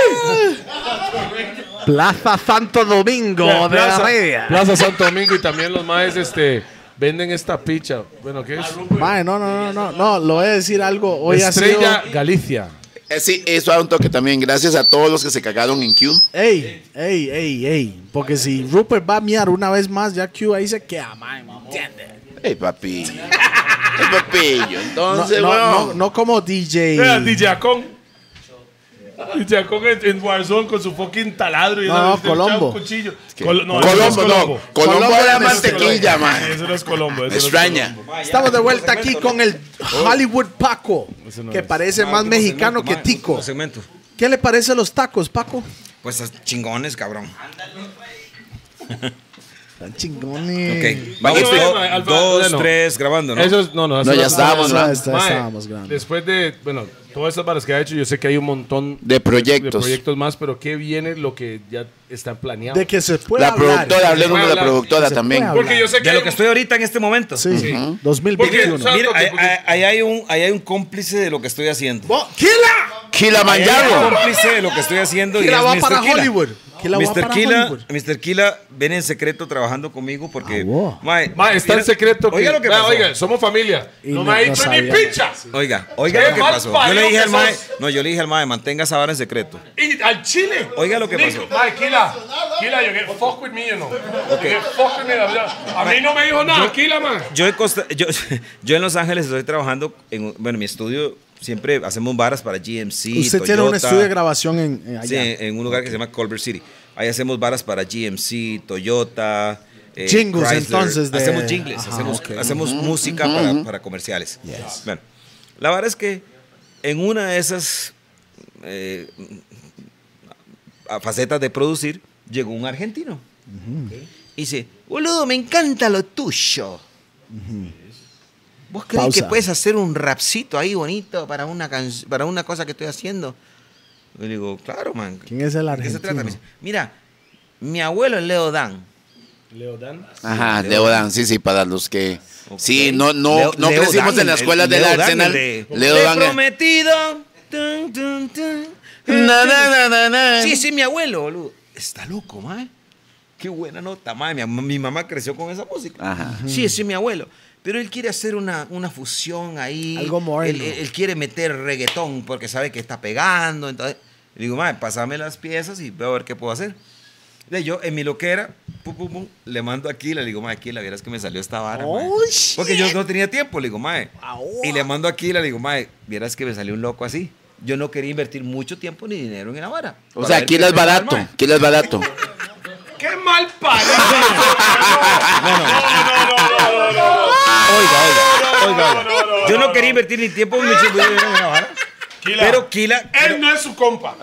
[SPEAKER 1] Plaza Santo Domingo
[SPEAKER 5] Ya,
[SPEAKER 1] de la
[SPEAKER 5] Plaza-
[SPEAKER 1] Media.
[SPEAKER 5] Plaza Santo Domingo y también los maes este, venden esta picha. Bueno, ¿qué es?
[SPEAKER 1] Mae, no, no, no, no, no, lo voy a decir algo. Hoy ha sido.
[SPEAKER 5] Estrella Galicia.
[SPEAKER 4] Eh, sí, eso da un toque también. Gracias a todos los que se cagaron en Q.
[SPEAKER 1] Ey, ey, ey, ey. Porque si Rupert va a miar una vez más, ya Q ahí se queda, ah, mae, ¿me entiendes?
[SPEAKER 4] Ey, papi. Ey, papillo.
[SPEAKER 1] No,
[SPEAKER 4] Entonces,
[SPEAKER 1] no,
[SPEAKER 4] weón.
[SPEAKER 1] no, no como DJ.
[SPEAKER 5] Vea, DJ Acon. DJ Acon en, en Warzone con su fucking taladro y
[SPEAKER 1] No,
[SPEAKER 5] una- un
[SPEAKER 1] Colombo.
[SPEAKER 5] cuchillo.
[SPEAKER 4] ¿Qué?
[SPEAKER 5] Col- no, eso no es
[SPEAKER 4] Colombo, no. Colombo
[SPEAKER 1] Colombo
[SPEAKER 4] de la
[SPEAKER 1] era
[SPEAKER 4] mantequilla, man.
[SPEAKER 5] Eso no es Colombo. eso no es
[SPEAKER 4] Extraña.
[SPEAKER 1] Estamos de vuelta aquí con el Hollywood Paco,
[SPEAKER 2] Oh,
[SPEAKER 5] no
[SPEAKER 1] que
[SPEAKER 5] es.
[SPEAKER 2] Ah,
[SPEAKER 1] parece más mexicano que Tico.
[SPEAKER 2] segmento.
[SPEAKER 1] ¿Qué le parece los tacos, Paco?
[SPEAKER 2] Pues es chingones, cabrón.
[SPEAKER 1] Mm. Tan chingones.
[SPEAKER 2] Ok,
[SPEAKER 5] Vamos,
[SPEAKER 2] vamos.
[SPEAKER 5] Alfa,
[SPEAKER 2] do-
[SPEAKER 5] Alfa,
[SPEAKER 2] dos,
[SPEAKER 5] no.
[SPEAKER 2] tres, grabando, ¿no?
[SPEAKER 5] Eso es, no, no, eso
[SPEAKER 4] No, ya
[SPEAKER 5] es-
[SPEAKER 4] está. Estábamos
[SPEAKER 1] Eso-
[SPEAKER 4] grandes.
[SPEAKER 1] eso-
[SPEAKER 5] Mae,
[SPEAKER 1] Estábamos grandes.
[SPEAKER 5] Después de, bueno, todas estas balas que ha hecho, yo sé que hay un montón
[SPEAKER 4] De
[SPEAKER 5] de
[SPEAKER 4] proyectos.
[SPEAKER 5] proyectos más, pero ¿qué viene lo que ya está planeado?
[SPEAKER 1] De que se puede
[SPEAKER 4] La
[SPEAKER 1] hablar.
[SPEAKER 4] productora, hablemos de
[SPEAKER 5] Hablar.
[SPEAKER 4] la productora
[SPEAKER 1] Se
[SPEAKER 4] también.
[SPEAKER 1] puede
[SPEAKER 5] Porque yo sé que.
[SPEAKER 2] De
[SPEAKER 5] hay
[SPEAKER 2] lo que
[SPEAKER 5] un-
[SPEAKER 2] estoy ahorita en este momento.
[SPEAKER 1] Sí,
[SPEAKER 4] Ujú.
[SPEAKER 1] 2021.
[SPEAKER 5] Porque, o sea,
[SPEAKER 2] Mira,
[SPEAKER 5] Porque-
[SPEAKER 2] ahí, ahí- ahí hay un, ahí hay un cómplice de lo que estoy haciendo. Ahí hay un
[SPEAKER 4] Kilimanjaro.
[SPEAKER 2] cómplice de lo que estoy haciendo. Y
[SPEAKER 1] Kila
[SPEAKER 2] es
[SPEAKER 1] va
[SPEAKER 2] Mr.
[SPEAKER 1] para
[SPEAKER 2] Kila.
[SPEAKER 1] Hollywood. Kila va
[SPEAKER 2] Mr.
[SPEAKER 1] para
[SPEAKER 2] Kila,
[SPEAKER 1] Hollywood.
[SPEAKER 2] Mr. Kila viene en secreto trabajando conmigo porque.
[SPEAKER 1] Ah, wow.
[SPEAKER 2] Mae,
[SPEAKER 5] Ma, está en
[SPEAKER 2] mira-
[SPEAKER 5] secreto. que-
[SPEAKER 2] Oiga lo que
[SPEAKER 5] Ma,
[SPEAKER 2] pasó.
[SPEAKER 5] Oiga, somos familia.
[SPEAKER 1] Y
[SPEAKER 5] no
[SPEAKER 1] no-
[SPEAKER 5] me ha
[SPEAKER 1] no
[SPEAKER 5] dicho ni
[SPEAKER 1] sabía.
[SPEAKER 5] picha.
[SPEAKER 2] Oiga, oiga
[SPEAKER 5] Qué
[SPEAKER 2] lo que
[SPEAKER 5] mal
[SPEAKER 2] pasó. Yo
[SPEAKER 5] parido
[SPEAKER 2] le dije
[SPEAKER 5] que
[SPEAKER 2] al mae,
[SPEAKER 5] sos.
[SPEAKER 2] no, yo le dije al mae, mantenga esa vara en secreto.
[SPEAKER 5] Y al Chile.
[SPEAKER 2] Oiga lo que
[SPEAKER 5] Nico,
[SPEAKER 2] pasó.
[SPEAKER 5] Mae, Kila. Kila, yo que fuck with me, you know. You get fuck with me. la verdad. A mí no me dijo nada, Kila, man.
[SPEAKER 2] Yo, en Costa- yo, yo en Los Ángeles estoy trabajando en, un- bueno, mi estudio siempre hacemos varas para GMC.
[SPEAKER 1] Usted tiene un
[SPEAKER 2] Toyota.
[SPEAKER 1] estudio de grabación en, en allá.
[SPEAKER 2] Sí, en en un lugar que se llama Culver City. Ahí hacemos varas para GMC, Toyota. eh,
[SPEAKER 1] Jingles,
[SPEAKER 2] Chrysler.
[SPEAKER 1] entonces, de-
[SPEAKER 2] Hacemos jingles,
[SPEAKER 1] Ajá,
[SPEAKER 2] hacemos,
[SPEAKER 1] ok.
[SPEAKER 2] hacemos música para, para comerciales. Bueno, la verdad es que en una de esas eh, a- facetas de producir llegó un argentino. Y dice, boludo, me encanta lo tuyo. ¿Vos crees
[SPEAKER 1] Pausa.
[SPEAKER 2] que puedes hacer un rapcito ahí bonito para una, can- para una cosa que estoy haciendo? Y le digo, claro, man.
[SPEAKER 1] ¿Quién es el
[SPEAKER 2] ¿De qué se trata?
[SPEAKER 1] argentino?
[SPEAKER 2] Me dice, Mira, mi abuelo es Leo Dan.
[SPEAKER 4] Ajá, Leo Dan, sí, sí, para los que.
[SPEAKER 2] Ok.
[SPEAKER 4] Sí, no, no,
[SPEAKER 2] Leo-
[SPEAKER 4] no
[SPEAKER 2] Leo
[SPEAKER 4] crecimos
[SPEAKER 2] Dan,
[SPEAKER 4] en la
[SPEAKER 2] el-
[SPEAKER 4] escuela
[SPEAKER 2] el
[SPEAKER 4] del
[SPEAKER 2] Leo Dan,
[SPEAKER 4] Arsenal.
[SPEAKER 2] el de-
[SPEAKER 4] Leo
[SPEAKER 2] Te
[SPEAKER 4] Dan. eh.
[SPEAKER 2] prometido. Tun, tun, tun.
[SPEAKER 4] Na, na, na, na, na.
[SPEAKER 2] Sí, sí, mi abuelo, boludo. Está loco, mae. Qué buena nota, mae. Mi, am- mi mamá creció con esa música.
[SPEAKER 4] Ajá.
[SPEAKER 2] Sí, sí, mi abuelo. Pero él quiere hacer una, una fusión ahí.
[SPEAKER 1] Algo moderno.
[SPEAKER 2] Él, él- él quiere meter reggaetón porque sabe que está pegando. Entonces, le digo, mae, pásame las piezas y veo a ver qué puedo hacer. De yo, en mi loquera, pum, pum, pum, le mando aquí, le digo, mae, aquí, la vieras que me salió esta vara. mae". Porque yo no tenía tiempo, le digo, mae. Y le mando aquí, le digo, mae, vieras que me salió un loco así. yo no quería invertir mucho tiempo ni dinero en la vara.
[SPEAKER 4] O sea, aquí les barato, aquí les barato.
[SPEAKER 5] ¡Qué mal parido! No, no, no, no, no, no,
[SPEAKER 2] Oiga, oiga,
[SPEAKER 5] no, no, no,
[SPEAKER 2] Yo no quería invertir ni tiempo ni mucho dinero en la vara.
[SPEAKER 5] Kila.
[SPEAKER 2] Pero Ah. Kila,
[SPEAKER 5] Él no es su compa.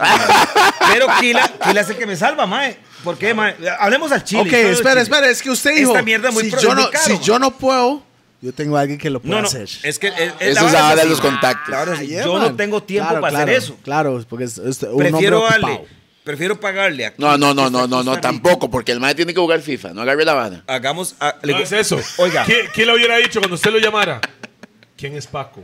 [SPEAKER 2] pero Kila, Kila es el que me salva, mae. ¿Por qué, mae? Hablemos al chile.
[SPEAKER 1] Ok,
[SPEAKER 2] todo el
[SPEAKER 1] espera,
[SPEAKER 2] chile.
[SPEAKER 1] espera, es que usted
[SPEAKER 2] Esta
[SPEAKER 1] dijo.
[SPEAKER 2] mierda muy
[SPEAKER 1] si,
[SPEAKER 2] pro-
[SPEAKER 1] yo
[SPEAKER 2] es
[SPEAKER 1] no,
[SPEAKER 2] muy caro,
[SPEAKER 1] si
[SPEAKER 2] man.
[SPEAKER 1] yo no puedo, yo tengo a alguien que lo pueda
[SPEAKER 2] No, no,
[SPEAKER 1] hacer.
[SPEAKER 2] es que... Es, es- la
[SPEAKER 4] Eso es
[SPEAKER 2] vara
[SPEAKER 4] ahora
[SPEAKER 2] así.
[SPEAKER 4] los contactos.
[SPEAKER 2] La vara es así.
[SPEAKER 1] Yeah,
[SPEAKER 2] Yo no
[SPEAKER 1] man.
[SPEAKER 2] tengo tiempo
[SPEAKER 1] Pues Claro,
[SPEAKER 2] para hacer
[SPEAKER 1] claro,
[SPEAKER 2] eso.
[SPEAKER 1] Claro, porque es, es un
[SPEAKER 2] Prefiero
[SPEAKER 1] hombre
[SPEAKER 2] darle,
[SPEAKER 1] ocupado.
[SPEAKER 2] prefiero pagarle a
[SPEAKER 4] No, no, no,
[SPEAKER 2] Costa-
[SPEAKER 4] no, no, no,
[SPEAKER 2] Costa Rica.
[SPEAKER 4] tampoco, porque el maestro tiene que jugar FIFA, no agarre la vara.
[SPEAKER 2] Hagamos. a- le-
[SPEAKER 5] No es eso.
[SPEAKER 2] Oiga,
[SPEAKER 5] ¿Qui- ¿Quién lo hubiera dicho cuando usted lo llamara? ¿Quién es Paco?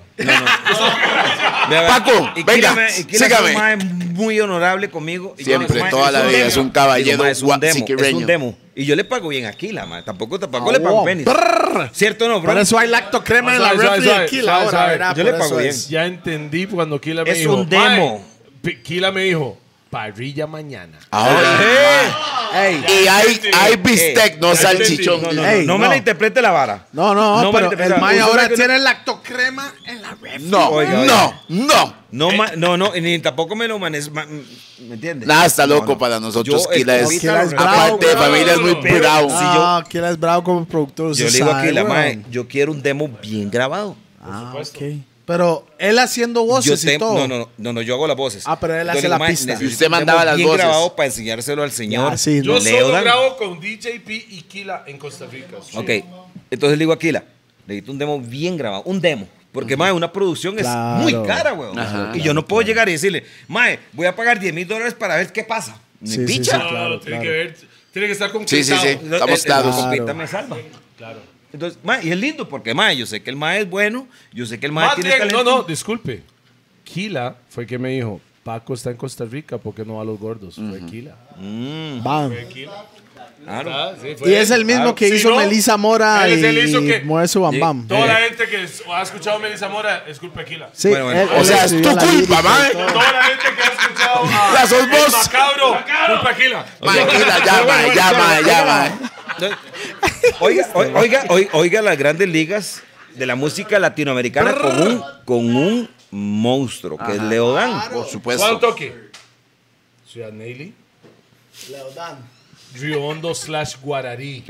[SPEAKER 2] vea,
[SPEAKER 4] Paco,
[SPEAKER 2] y
[SPEAKER 4] venga,
[SPEAKER 2] Kila me- y Kila es un
[SPEAKER 4] sígame.
[SPEAKER 2] mae muy honorable conmigo. y yo
[SPEAKER 4] Siempre,
[SPEAKER 2] le digo, mae,
[SPEAKER 4] toda la
[SPEAKER 2] un
[SPEAKER 4] vida,
[SPEAKER 2] demo.
[SPEAKER 4] es un caballero
[SPEAKER 2] Digo, mae, es un demo. Es
[SPEAKER 4] guasiquireño.
[SPEAKER 2] un demo. Y yo le pago bien a Kila, mae. Tampoco, tampoco
[SPEAKER 1] Ah,
[SPEAKER 2] le pago
[SPEAKER 4] oh,
[SPEAKER 1] wow.
[SPEAKER 2] penis.
[SPEAKER 1] Brrr.
[SPEAKER 2] ¿Cierto o no, bro?
[SPEAKER 1] Por eso hay lacto crema
[SPEAKER 5] Ah,
[SPEAKER 1] en la
[SPEAKER 5] sabe, sabe,
[SPEAKER 1] refri de
[SPEAKER 5] sabe,
[SPEAKER 1] Kila
[SPEAKER 5] sabe,
[SPEAKER 1] ahora,
[SPEAKER 5] sabe.
[SPEAKER 1] ¿verdad?
[SPEAKER 2] Yo le
[SPEAKER 1] Por eso
[SPEAKER 2] pago bien.
[SPEAKER 1] es.
[SPEAKER 5] Ya entendí cuando Kila me
[SPEAKER 2] Es
[SPEAKER 5] dijo.
[SPEAKER 2] un demo.
[SPEAKER 5] "Mae", P- Kila me dijo, parrilla mañana.
[SPEAKER 4] Ahora.
[SPEAKER 2] Eh,
[SPEAKER 1] Ey,
[SPEAKER 4] Y hay, hay bistec, no
[SPEAKER 5] ya entendí.
[SPEAKER 4] salchichón.
[SPEAKER 2] No, no, no,
[SPEAKER 1] Ey,
[SPEAKER 2] no me
[SPEAKER 1] no.
[SPEAKER 2] la interprete la vara.
[SPEAKER 1] No, no,
[SPEAKER 2] No,
[SPEAKER 1] pero
[SPEAKER 2] Marita,
[SPEAKER 1] el
[SPEAKER 2] pero-
[SPEAKER 1] May
[SPEAKER 2] ¿Usted
[SPEAKER 1] ahora
[SPEAKER 2] sabe que no-
[SPEAKER 1] tiene lacto crema en la refri.
[SPEAKER 4] No,
[SPEAKER 2] Oiga, oiga.
[SPEAKER 4] no, no.
[SPEAKER 2] No, ma- no, no, y ni tampoco me lo manes. ma- ¿Me entiendes?
[SPEAKER 4] Nada, está loco
[SPEAKER 2] No, no.
[SPEAKER 4] para nosotros, Kila
[SPEAKER 2] eh,
[SPEAKER 4] es-
[SPEAKER 2] ahorita
[SPEAKER 1] Kila
[SPEAKER 2] lo
[SPEAKER 1] es
[SPEAKER 2] respeto.
[SPEAKER 1] bravo,
[SPEAKER 4] Aparte de
[SPEAKER 5] bravo.
[SPEAKER 4] familia es muy
[SPEAKER 5] Pero-
[SPEAKER 4] bravo.
[SPEAKER 2] si
[SPEAKER 1] Ah, Kila es bravo como productor.
[SPEAKER 2] Yo
[SPEAKER 1] usted
[SPEAKER 2] le digo a
[SPEAKER 1] sabe,
[SPEAKER 2] Kila,
[SPEAKER 1] weón.
[SPEAKER 2] mae, yo quiero un demo bien grabado.
[SPEAKER 1] Ah, ok. Pero él haciendo
[SPEAKER 2] Yo
[SPEAKER 1] voces
[SPEAKER 2] te-
[SPEAKER 1] y todo.
[SPEAKER 2] no, no, no, no, no, yo hago las voces.
[SPEAKER 1] Ah, pero él
[SPEAKER 2] Yo le
[SPEAKER 1] hace
[SPEAKER 2] digo,
[SPEAKER 1] la
[SPEAKER 2] "Mae,
[SPEAKER 1] pista".
[SPEAKER 2] necesito
[SPEAKER 4] Y usted
[SPEAKER 2] un demo
[SPEAKER 4] mandaba las
[SPEAKER 2] bien
[SPEAKER 4] voces.
[SPEAKER 2] grabado para enseñárselo al señor.
[SPEAKER 1] Ah, sí,
[SPEAKER 5] Yo
[SPEAKER 2] Leo
[SPEAKER 5] solo
[SPEAKER 2] Dan.
[SPEAKER 5] grabo con DJP y Kila en Costa Rica.
[SPEAKER 2] Ok, entonces le digo a Aquila, necesito un demo bien grabado, un demo. Porque, mae, una producción
[SPEAKER 1] Claro.
[SPEAKER 2] es muy cara, weón. y yo no puedo llegar y decirle, mae, voy a pagar 10 mil dólares para ver qué pasa. Ni
[SPEAKER 1] Sí, sí,
[SPEAKER 2] picha.
[SPEAKER 1] sí,
[SPEAKER 5] No, no, no,
[SPEAKER 1] Claro,
[SPEAKER 5] tiene
[SPEAKER 1] claro.
[SPEAKER 5] que ver. Tiene que estar con
[SPEAKER 4] Sí, sí, sí.
[SPEAKER 2] El- el-
[SPEAKER 4] Estamos
[SPEAKER 2] el
[SPEAKER 4] claros.
[SPEAKER 2] compita
[SPEAKER 1] Claro.
[SPEAKER 2] me salva. Entonces, mae, y es lindo porque, mae, yo sé que el mae es bueno, yo sé que el mae
[SPEAKER 5] Más
[SPEAKER 2] tiene
[SPEAKER 5] bien, "Ah, no,
[SPEAKER 2] talento.
[SPEAKER 5] no, disculpe. Kila fue que me dijo, Paco está en Costa Rica, ¿por qué no va a los gordos? Fue Kila.
[SPEAKER 1] Bam.
[SPEAKER 2] Claro.
[SPEAKER 5] Ah, sí, fue
[SPEAKER 1] Y
[SPEAKER 5] él.
[SPEAKER 1] es el mismo
[SPEAKER 5] Claro.
[SPEAKER 1] que
[SPEAKER 5] Si
[SPEAKER 1] hizo
[SPEAKER 5] no,
[SPEAKER 1] Melissa Eh. Mora
[SPEAKER 5] él es el hizo
[SPEAKER 1] y
[SPEAKER 5] que-
[SPEAKER 1] Muerzo Bam
[SPEAKER 2] Sí.
[SPEAKER 1] Bam.
[SPEAKER 5] Toda la gente que es- ha escuchado a Melissa Mora es culpa de Kila.
[SPEAKER 1] Sí,
[SPEAKER 2] Bueno, bueno.
[SPEAKER 1] él-
[SPEAKER 4] O
[SPEAKER 1] él
[SPEAKER 4] sea, es
[SPEAKER 1] escribió
[SPEAKER 4] tu
[SPEAKER 1] la lírica
[SPEAKER 4] culpa,
[SPEAKER 1] y
[SPEAKER 4] mae.
[SPEAKER 1] todo.
[SPEAKER 5] Toda la gente que ha escuchado a
[SPEAKER 4] Ya sos
[SPEAKER 5] El
[SPEAKER 4] vos.
[SPEAKER 5] Macabro, culpa de Kila.
[SPEAKER 4] Mae, Kila, ya, mae, ya, mae, ya, mae.
[SPEAKER 2] Oiga, oiga, oiga, oiga, oiga las grandes ligas de la música latinoamericana con un, con un monstruo, que es Leo Dan.
[SPEAKER 4] Por
[SPEAKER 5] ¿Cuál
[SPEAKER 4] supuesto.
[SPEAKER 5] toque? Ciudad Neily. Leodán. Río Hondo slash Guararí.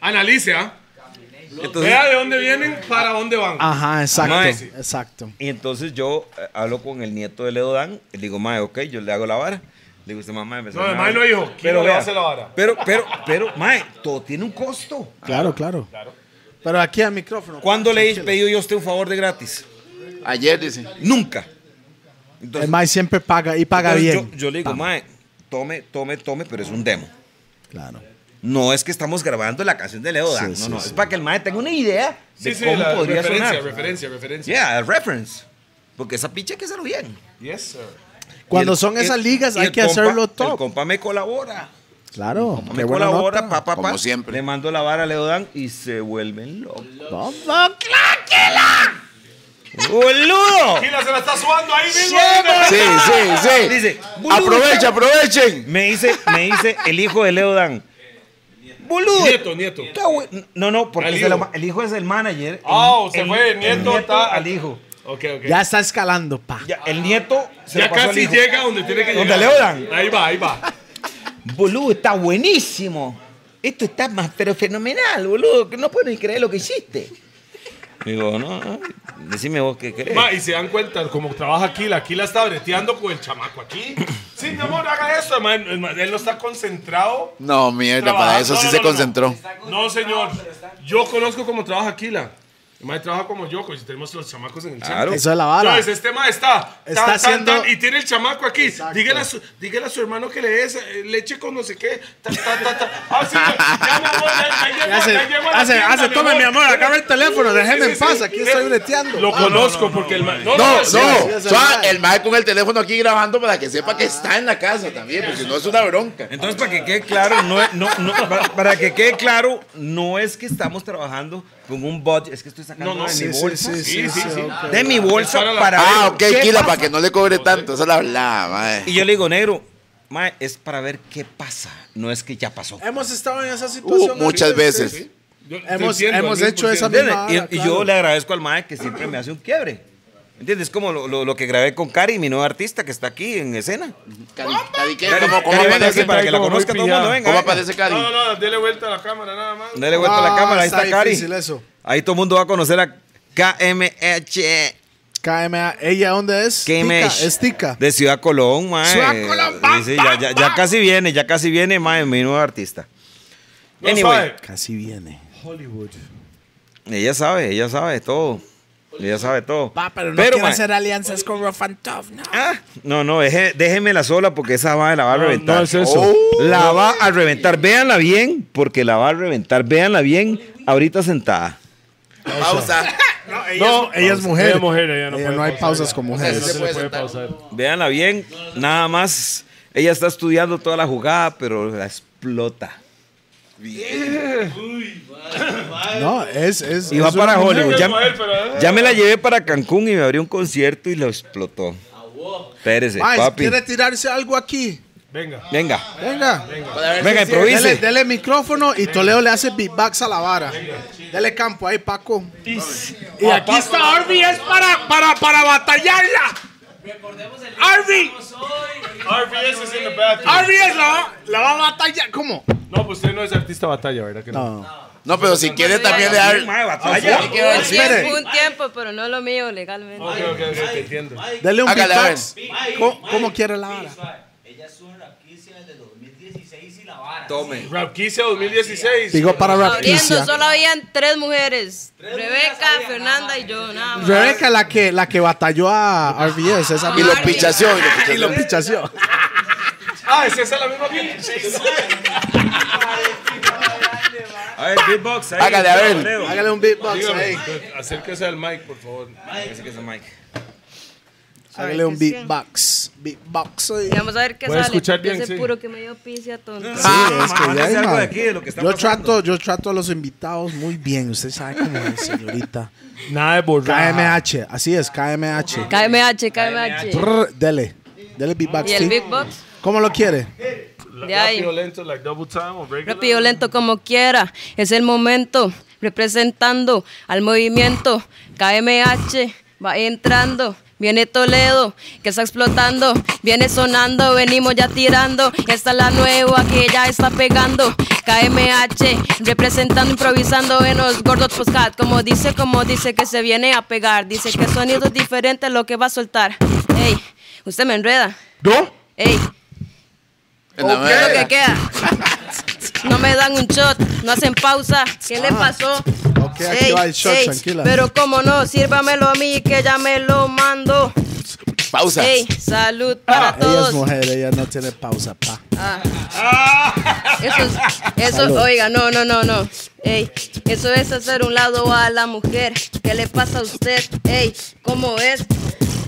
[SPEAKER 5] Analice, ¿ah?
[SPEAKER 2] Entonces, Ah,
[SPEAKER 5] Vea de dónde vienen, para dónde van.
[SPEAKER 1] Ajá, exacto.
[SPEAKER 2] Mae.
[SPEAKER 1] Exacto.
[SPEAKER 2] y entonces yo eh, hablo con el nieto de Leo Dan y le digo, mae, ok, yo le hago la vara. Le digo, "Este usted mamá me
[SPEAKER 5] No, el mae no dijo, ¿quién le
[SPEAKER 2] vea,
[SPEAKER 5] hace la vara?
[SPEAKER 2] Pero, pero, pero, mae, todo tiene un costo.
[SPEAKER 1] Claro, claro. Pero aquí al micrófono.
[SPEAKER 2] Ah,
[SPEAKER 1] pues,
[SPEAKER 2] ¿Cuándo le he pedido yo a usted un favor de gratis?
[SPEAKER 4] Ayer dice.
[SPEAKER 2] Nunca.
[SPEAKER 1] El May siempre paga y paga
[SPEAKER 2] Entonces,
[SPEAKER 1] bien.
[SPEAKER 2] Yo, yo le digo, mae, tome, tome, tome, pero es un demo.
[SPEAKER 1] Claro.
[SPEAKER 2] No es que estamos grabando la canción de Leo Dan.
[SPEAKER 1] Sí,
[SPEAKER 2] no,
[SPEAKER 1] sí,
[SPEAKER 2] no.
[SPEAKER 1] sí.
[SPEAKER 2] Es para que el mae tenga una idea de
[SPEAKER 5] Sí, sí,
[SPEAKER 2] cómo
[SPEAKER 5] la
[SPEAKER 2] podría
[SPEAKER 5] referencia,
[SPEAKER 2] sonar.
[SPEAKER 5] referencia, referencia.
[SPEAKER 2] Yeah, a reference. Porque esa picha hay que hacerlo bien.
[SPEAKER 5] Yes, sir.
[SPEAKER 2] Y
[SPEAKER 1] Cuando
[SPEAKER 2] el-
[SPEAKER 1] son esas
[SPEAKER 2] el-
[SPEAKER 1] ligas
[SPEAKER 2] y
[SPEAKER 1] hay
[SPEAKER 2] el
[SPEAKER 1] que
[SPEAKER 2] compa-
[SPEAKER 1] hacerlo
[SPEAKER 2] El
[SPEAKER 1] top.
[SPEAKER 2] compa me colabora.
[SPEAKER 1] Claro.
[SPEAKER 2] Me
[SPEAKER 1] qué buena
[SPEAKER 2] colabora,
[SPEAKER 1] nota.
[SPEAKER 2] papá, papá.
[SPEAKER 4] Como siempre.
[SPEAKER 2] Le mando la vara a Leo Dan y se vuelven locos.
[SPEAKER 1] Bam, bam.
[SPEAKER 2] ¡Boludo!
[SPEAKER 5] Kila se la está subando ahí mismo.
[SPEAKER 4] Sí, sí, sí.
[SPEAKER 2] Dice,
[SPEAKER 4] Aprovecha, aprovechen.
[SPEAKER 2] Me dice, me dice el hijo de Leo Dan. Boludo.
[SPEAKER 5] Nieto, nieto.
[SPEAKER 2] Está bu- No, no, porque
[SPEAKER 5] Al
[SPEAKER 2] se lo
[SPEAKER 5] hijo.
[SPEAKER 2] ma- el hijo es el manager.
[SPEAKER 5] Ah,
[SPEAKER 2] El-
[SPEAKER 5] o se fue, el nieto está-
[SPEAKER 2] al hijo.
[SPEAKER 5] Ok, ok.
[SPEAKER 1] Ya está escalando, pa.
[SPEAKER 2] Ya, el nieto se
[SPEAKER 5] Ya
[SPEAKER 2] lo pasó al
[SPEAKER 5] casi
[SPEAKER 2] hijo.
[SPEAKER 5] llega donde tiene que
[SPEAKER 2] ¿Dónde
[SPEAKER 5] llegar.
[SPEAKER 2] le dan?
[SPEAKER 5] Ahí va, ahí va.
[SPEAKER 2] Boludo, está buenísimo. Esto está más, pero fenomenal, boludo. que No puedo ni creer lo que hiciste. Digo, no, no, decime vos qué crees.
[SPEAKER 5] Ma, y se dan cuenta, como trabaja Kila, Kila está breteando con el chamaco aquí. Sí, mi amor, haga eso. ma, el ma- él no está concentrado.
[SPEAKER 4] No, mierda, para
[SPEAKER 5] trabajando.
[SPEAKER 4] eso
[SPEAKER 5] No,
[SPEAKER 4] sí
[SPEAKER 5] no,
[SPEAKER 4] se
[SPEAKER 5] no, no, no.
[SPEAKER 4] concentró.
[SPEAKER 5] No, señor. Yo conozco cómo trabaja Kila. El mae trabaja como yo, si tenemos los chamacos en el centro.
[SPEAKER 2] Claro.
[SPEAKER 1] Eso es la vara.
[SPEAKER 5] Entonces, este mae está,
[SPEAKER 1] Está
[SPEAKER 5] tan, tan,
[SPEAKER 1] haciendo-
[SPEAKER 5] tan, y tiene el chamaco aquí. Dígale a, su, dígale a su hermano que le des eh, leche con no sé qué. Ta, ta, ta, ta. Ah, sí, ya me voy, ya- ya llego,
[SPEAKER 1] Hace,
[SPEAKER 5] ya llego a la
[SPEAKER 1] hace,
[SPEAKER 5] tienda,
[SPEAKER 1] hace, tome mi amor, agarra el teléfono, déjeme
[SPEAKER 5] Sí, sí,
[SPEAKER 1] en paz,
[SPEAKER 5] sí.
[SPEAKER 1] aquí estoy breteando.
[SPEAKER 5] Lo conozco porque el mae. No,
[SPEAKER 4] No,
[SPEAKER 5] sí, sí,
[SPEAKER 4] no.
[SPEAKER 1] es el
[SPEAKER 4] Suá,
[SPEAKER 1] mae.
[SPEAKER 4] el mae con el teléfono aquí grabando para que sepa que está en la casa también, porque no es una bronca.
[SPEAKER 2] Entonces, para que quede claro, no, es- no, no, para, para que quede claro, no es que estamos trabajando con un budget, es que estoy sacando
[SPEAKER 5] No, no,
[SPEAKER 2] de
[SPEAKER 5] sí,
[SPEAKER 2] mi
[SPEAKER 1] Sí, sí,
[SPEAKER 2] bolsa.
[SPEAKER 1] sí, sí,
[SPEAKER 5] Sí, sí,
[SPEAKER 1] sí,
[SPEAKER 5] sí.
[SPEAKER 1] ok.
[SPEAKER 2] De mi bolsa
[SPEAKER 5] Para la-
[SPEAKER 2] para
[SPEAKER 4] Ah,
[SPEAKER 2] ver
[SPEAKER 4] ok,
[SPEAKER 2] qué
[SPEAKER 4] Kila,
[SPEAKER 2] pasa.
[SPEAKER 4] para que no le cobre tanto. Esa es la hablada, mae.
[SPEAKER 2] Y yo le digo, negro, mae, es para ver qué pasa, no es que ya pasó.
[SPEAKER 1] Hemos estado en esa situación.
[SPEAKER 4] Uh, muchas
[SPEAKER 1] ahorita,
[SPEAKER 4] veces.
[SPEAKER 1] sí.
[SPEAKER 5] Yo te
[SPEAKER 1] Hemos-
[SPEAKER 5] entiendo,
[SPEAKER 1] hemos
[SPEAKER 5] al
[SPEAKER 1] hecho esa
[SPEAKER 5] 1000%.
[SPEAKER 2] ¿Entiendes?
[SPEAKER 1] misma vara,
[SPEAKER 2] Y, y
[SPEAKER 1] claro.
[SPEAKER 2] yo le agradezco al mae que siempre me hace un quiebre. ¿Entiendes? Como lo, lo- lo que grabé con Cari, mi nueva artista que está aquí en escena.
[SPEAKER 4] Cari, Cari, ¿qué?
[SPEAKER 2] Cari,
[SPEAKER 4] ¿Cómo, cómo
[SPEAKER 2] Cari, ven
[SPEAKER 4] aparece?
[SPEAKER 2] aquí para que la
[SPEAKER 5] como muy
[SPEAKER 2] conozca todo el mundo.
[SPEAKER 5] pillada.
[SPEAKER 2] Venga,
[SPEAKER 4] ¿Cómo
[SPEAKER 2] venga.
[SPEAKER 4] aparece Cari?
[SPEAKER 5] No, no, dele vuelta a la cámara, nada más.
[SPEAKER 2] Dale vuelta a la
[SPEAKER 1] Ah,
[SPEAKER 2] cámara, ahí está,
[SPEAKER 1] difícil
[SPEAKER 2] Cari.
[SPEAKER 1] eso.
[SPEAKER 2] Ahí todo el mundo va a conocer a KMH.
[SPEAKER 1] KMA. ¿Ella dónde es?
[SPEAKER 2] KMH.
[SPEAKER 1] Tica, Es Tica.
[SPEAKER 2] De Ciudad Colón, mae.
[SPEAKER 1] Ciudad Colón, bam,
[SPEAKER 2] Sí, ya, ya- ya casi viene, ya casi viene, mae, mi nuevo artista.
[SPEAKER 5] No
[SPEAKER 2] Anyway,
[SPEAKER 5] sabe.
[SPEAKER 1] Casi viene.
[SPEAKER 2] ella sabe, ella sabe todo. Ella sabe todo. mae,
[SPEAKER 1] alianzas con Rough and Tough, ¿no?
[SPEAKER 2] ah, no, no, deje- déjemela sola porque esa va la va a
[SPEAKER 5] No,
[SPEAKER 2] reventar. Oh,
[SPEAKER 5] no es eso.
[SPEAKER 2] La va a reventar. Véanla bien, porque la va a reventar. Véanla bien, ahorita sentada.
[SPEAKER 4] Pausa.
[SPEAKER 5] No,
[SPEAKER 1] Ella es mujer.
[SPEAKER 5] Ella es mujer, ella no
[SPEAKER 1] Ella
[SPEAKER 5] puede
[SPEAKER 1] no hay
[SPEAKER 5] pausar.
[SPEAKER 1] pausas con
[SPEAKER 4] sea,
[SPEAKER 1] mujeres.
[SPEAKER 4] se puede sentar.
[SPEAKER 5] pausar.
[SPEAKER 2] Véanla bien, nada más. Ella está estudiando toda la jugada, pero la explota.
[SPEAKER 1] No, es. es
[SPEAKER 2] Y va
[SPEAKER 1] es una
[SPEAKER 2] para
[SPEAKER 1] mujer.
[SPEAKER 2] Hollywood. Ya,
[SPEAKER 5] mujer, pero-
[SPEAKER 2] ya me la llevé para Cancún y me abrió un concierto y lo explotó. Espérese,
[SPEAKER 1] Ay,
[SPEAKER 2] papi.
[SPEAKER 1] ¿Quiere tirarse algo aquí?
[SPEAKER 5] Venga.
[SPEAKER 2] Venga,
[SPEAKER 1] Venga.
[SPEAKER 2] venga,
[SPEAKER 1] Dele,
[SPEAKER 2] improvise.
[SPEAKER 1] dele micrófono y Toledo le hace beatbox a la vara. Dele campo ahí, Paco.
[SPEAKER 5] Y aquí está Arby, es para, para, para batallarla. Arby, RBS es in the bathroom.
[SPEAKER 1] Arias la, va- la va a batallar. ¿Cómo?
[SPEAKER 5] No, pues usted no es artista batalla, ¿verdad? Que no.
[SPEAKER 4] No, pero si quiere también le
[SPEAKER 2] Ay,
[SPEAKER 4] dar.
[SPEAKER 2] mae, batalla.
[SPEAKER 9] Ah, Sí,
[SPEAKER 1] espere.
[SPEAKER 9] fue un tiempo, pero no lo mío legalmente.
[SPEAKER 5] Ok, ok, ok, te entiendo.
[SPEAKER 1] Dele un
[SPEAKER 4] Hágale, a ver.
[SPEAKER 1] beatbox. ¿Cómo, cómo quiere la vara?
[SPEAKER 2] Tome.
[SPEAKER 5] Rapquicia 2016.
[SPEAKER 1] Digo para
[SPEAKER 9] Abriendo,
[SPEAKER 1] Rapkicia.
[SPEAKER 9] solo habían tres mujeres. Rebeca, Fernanda y yo, nada más.
[SPEAKER 1] Rebeca, la que, la que batalló a RBS. Esa
[SPEAKER 4] Y lo
[SPEAKER 9] Ay.
[SPEAKER 4] pichació. y lo
[SPEAKER 1] y lo
[SPEAKER 4] pichació.
[SPEAKER 1] pichació.
[SPEAKER 5] Ah, ¿es esa la misma que
[SPEAKER 2] A ver, beatbox. ahí,
[SPEAKER 4] Hágale, a ver.
[SPEAKER 2] Leo.
[SPEAKER 1] Hágale un beatbox ahí.
[SPEAKER 5] Dígame, acérquese al mic, por favor.
[SPEAKER 2] Ese que es el mic.
[SPEAKER 1] Hágale un beatbox. Beatbox ahí.
[SPEAKER 9] Y Vamos a ver qué
[SPEAKER 5] Voy a
[SPEAKER 9] sale.
[SPEAKER 5] escuchar
[SPEAKER 9] porque
[SPEAKER 5] bien,
[SPEAKER 9] ese
[SPEAKER 5] sí.
[SPEAKER 9] puro que me dio pizia tonto.
[SPEAKER 1] Sí, es que ya
[SPEAKER 2] mándese
[SPEAKER 1] es
[SPEAKER 2] algo
[SPEAKER 1] madre.
[SPEAKER 2] de aquí, de lo que está
[SPEAKER 1] yo
[SPEAKER 2] pasando.
[SPEAKER 1] trato, yo trato a los invitados muy bien. Usted sabe cómo es, señorita.
[SPEAKER 5] Nada de borrar.
[SPEAKER 1] KMH, así es, KMH.
[SPEAKER 9] KMH, KMH.
[SPEAKER 1] Brr, dele, dele beatbox.
[SPEAKER 9] Y el
[SPEAKER 1] sí.
[SPEAKER 9] big box,
[SPEAKER 1] ¿Cómo lo quiere?
[SPEAKER 9] de ahí.
[SPEAKER 5] Rápido, lento, like double time o regular.
[SPEAKER 9] Rápido, lento, como quiera. Es el momento. Representando al movimiento. KMH va entrando. Viene Toledo, que está explotando. Viene sonando, venimos ya tirando. Esta es la nueva que ya está pegando. KMH, representando, improvisando en los gordos podcast. Como dice, como dice que se viene a pegar. Dice que sonido es diferente lo que va a soltar. Ey, usted me enreda.
[SPEAKER 1] ¿No?
[SPEAKER 9] Ey,
[SPEAKER 4] En la
[SPEAKER 9] ¿Qué es lo
[SPEAKER 4] madera.
[SPEAKER 9] que queda? No me dan un shot, no hacen pausa. ¿Qué le pasó?
[SPEAKER 1] Ah. Ok, aquí va el shot, tranquila.
[SPEAKER 9] Pero como no, sírvamelo a mí que ya me lo mando.
[SPEAKER 4] Pausa.
[SPEAKER 9] Ey, salud para
[SPEAKER 1] Ah, Ella es
[SPEAKER 9] todos.
[SPEAKER 1] mujer, ella no tiene pausa, pa.
[SPEAKER 9] Eso es, eso,
[SPEAKER 1] Salud.
[SPEAKER 9] oiga, no, no, no, no. Ey, eso es hacer un lado a la mujer. ¿Qué le pasa a usted? Ey, ¿cómo es?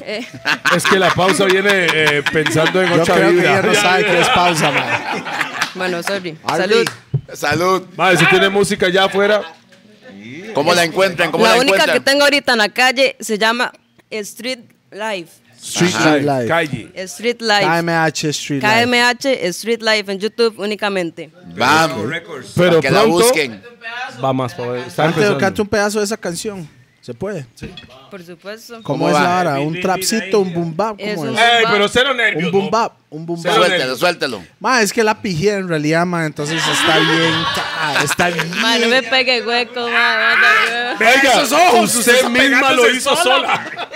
[SPEAKER 9] Eh,
[SPEAKER 5] Es que la pausa viene eh, pensando en
[SPEAKER 1] Yo
[SPEAKER 5] otra
[SPEAKER 1] creo que
[SPEAKER 5] vibra.
[SPEAKER 1] ella no sabe qué es pausa, man.
[SPEAKER 9] bueno, sorry.
[SPEAKER 1] Arby.
[SPEAKER 9] Salud.
[SPEAKER 4] Salud.
[SPEAKER 5] Madre, si tiene música allá afuera,
[SPEAKER 4] ¿Cómo la encuentran? ¿Cómo la,
[SPEAKER 9] La única que
[SPEAKER 4] encuentran?
[SPEAKER 9] tengo ahorita en la calle se llama Street Life.
[SPEAKER 1] Street Life.
[SPEAKER 5] calle.
[SPEAKER 9] Street Life.
[SPEAKER 1] KMH Street Life.
[SPEAKER 9] KMH Street Life en YouTube únicamente.
[SPEAKER 4] Vamos.
[SPEAKER 5] Pero
[SPEAKER 4] que la
[SPEAKER 5] pronto
[SPEAKER 4] busquen.
[SPEAKER 5] va más para ver. Está
[SPEAKER 1] Cante,
[SPEAKER 5] empezando.
[SPEAKER 1] cante un pedazo de esa canción. ¿Se puede?
[SPEAKER 9] Por supuesto.
[SPEAKER 1] ¿Cómo,
[SPEAKER 4] ¿Cómo
[SPEAKER 1] es
[SPEAKER 4] va?
[SPEAKER 1] la vara? ¿Un trapcito, un boom bap?
[SPEAKER 9] Es
[SPEAKER 1] ¿Cómo es?
[SPEAKER 9] un-
[SPEAKER 5] Ey, pero cero nervios.
[SPEAKER 1] Un boom
[SPEAKER 5] ¿no?
[SPEAKER 1] bap, un boom bap.
[SPEAKER 4] Suéltalo, suéltalo.
[SPEAKER 1] Ma, es que la pijé en realidad, ma, entonces está bien. ta, Está bien.
[SPEAKER 9] Ma, no me pegue hueco, ma,
[SPEAKER 1] Ah.
[SPEAKER 9] what the
[SPEAKER 5] Venga,
[SPEAKER 1] Esos ojos, usted
[SPEAKER 5] usted
[SPEAKER 1] está
[SPEAKER 5] misma lo
[SPEAKER 1] pegándose
[SPEAKER 5] hizo sola.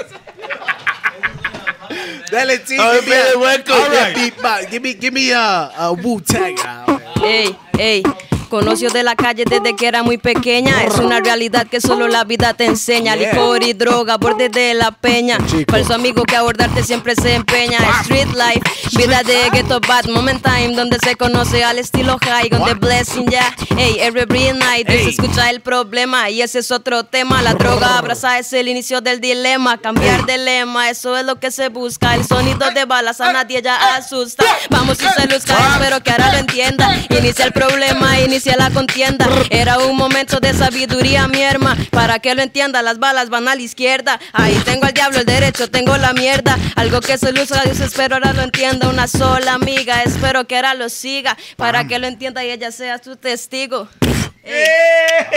[SPEAKER 1] Dale, sí,
[SPEAKER 4] Ay,
[SPEAKER 1] give me a-
[SPEAKER 4] pide hueco.
[SPEAKER 1] All right. Beat back. Give me, give me a, a Wu-Tang. Ah,
[SPEAKER 9] fuck. Ey, ey. Conoció de la calle desde que era muy pequeña. Es una realidad que solo la vida te enseña. Licor y droga, borde de la peña.
[SPEAKER 1] Chico.
[SPEAKER 9] Falso amigo que abordarte siempre se empeña. Street life, vida de ghetto bad. Moment time, donde se conoce al estilo high. Donde blessing ya. Ey, every night se escucha el problema. Y ese es otro tema. La droga abraza es el inicio del dilema. Cambiar de lema, eso es lo que se busca. El sonido de balas a nadie ya asusta. Vamos y se luzca, espero que ahora lo entienda. Inicia el problema, inicia la contienda. Era un momento de sabiduría, mi herma. Para que lo entienda, las balas van a la izquierda. Ahí tengo al diablo, el derecho, tengo la mierda. Algo que se luzca, Dios espero ahora lo entienda. Una sola amiga, espero que ahora lo siga. Para que lo entienda y ella sea su testigo.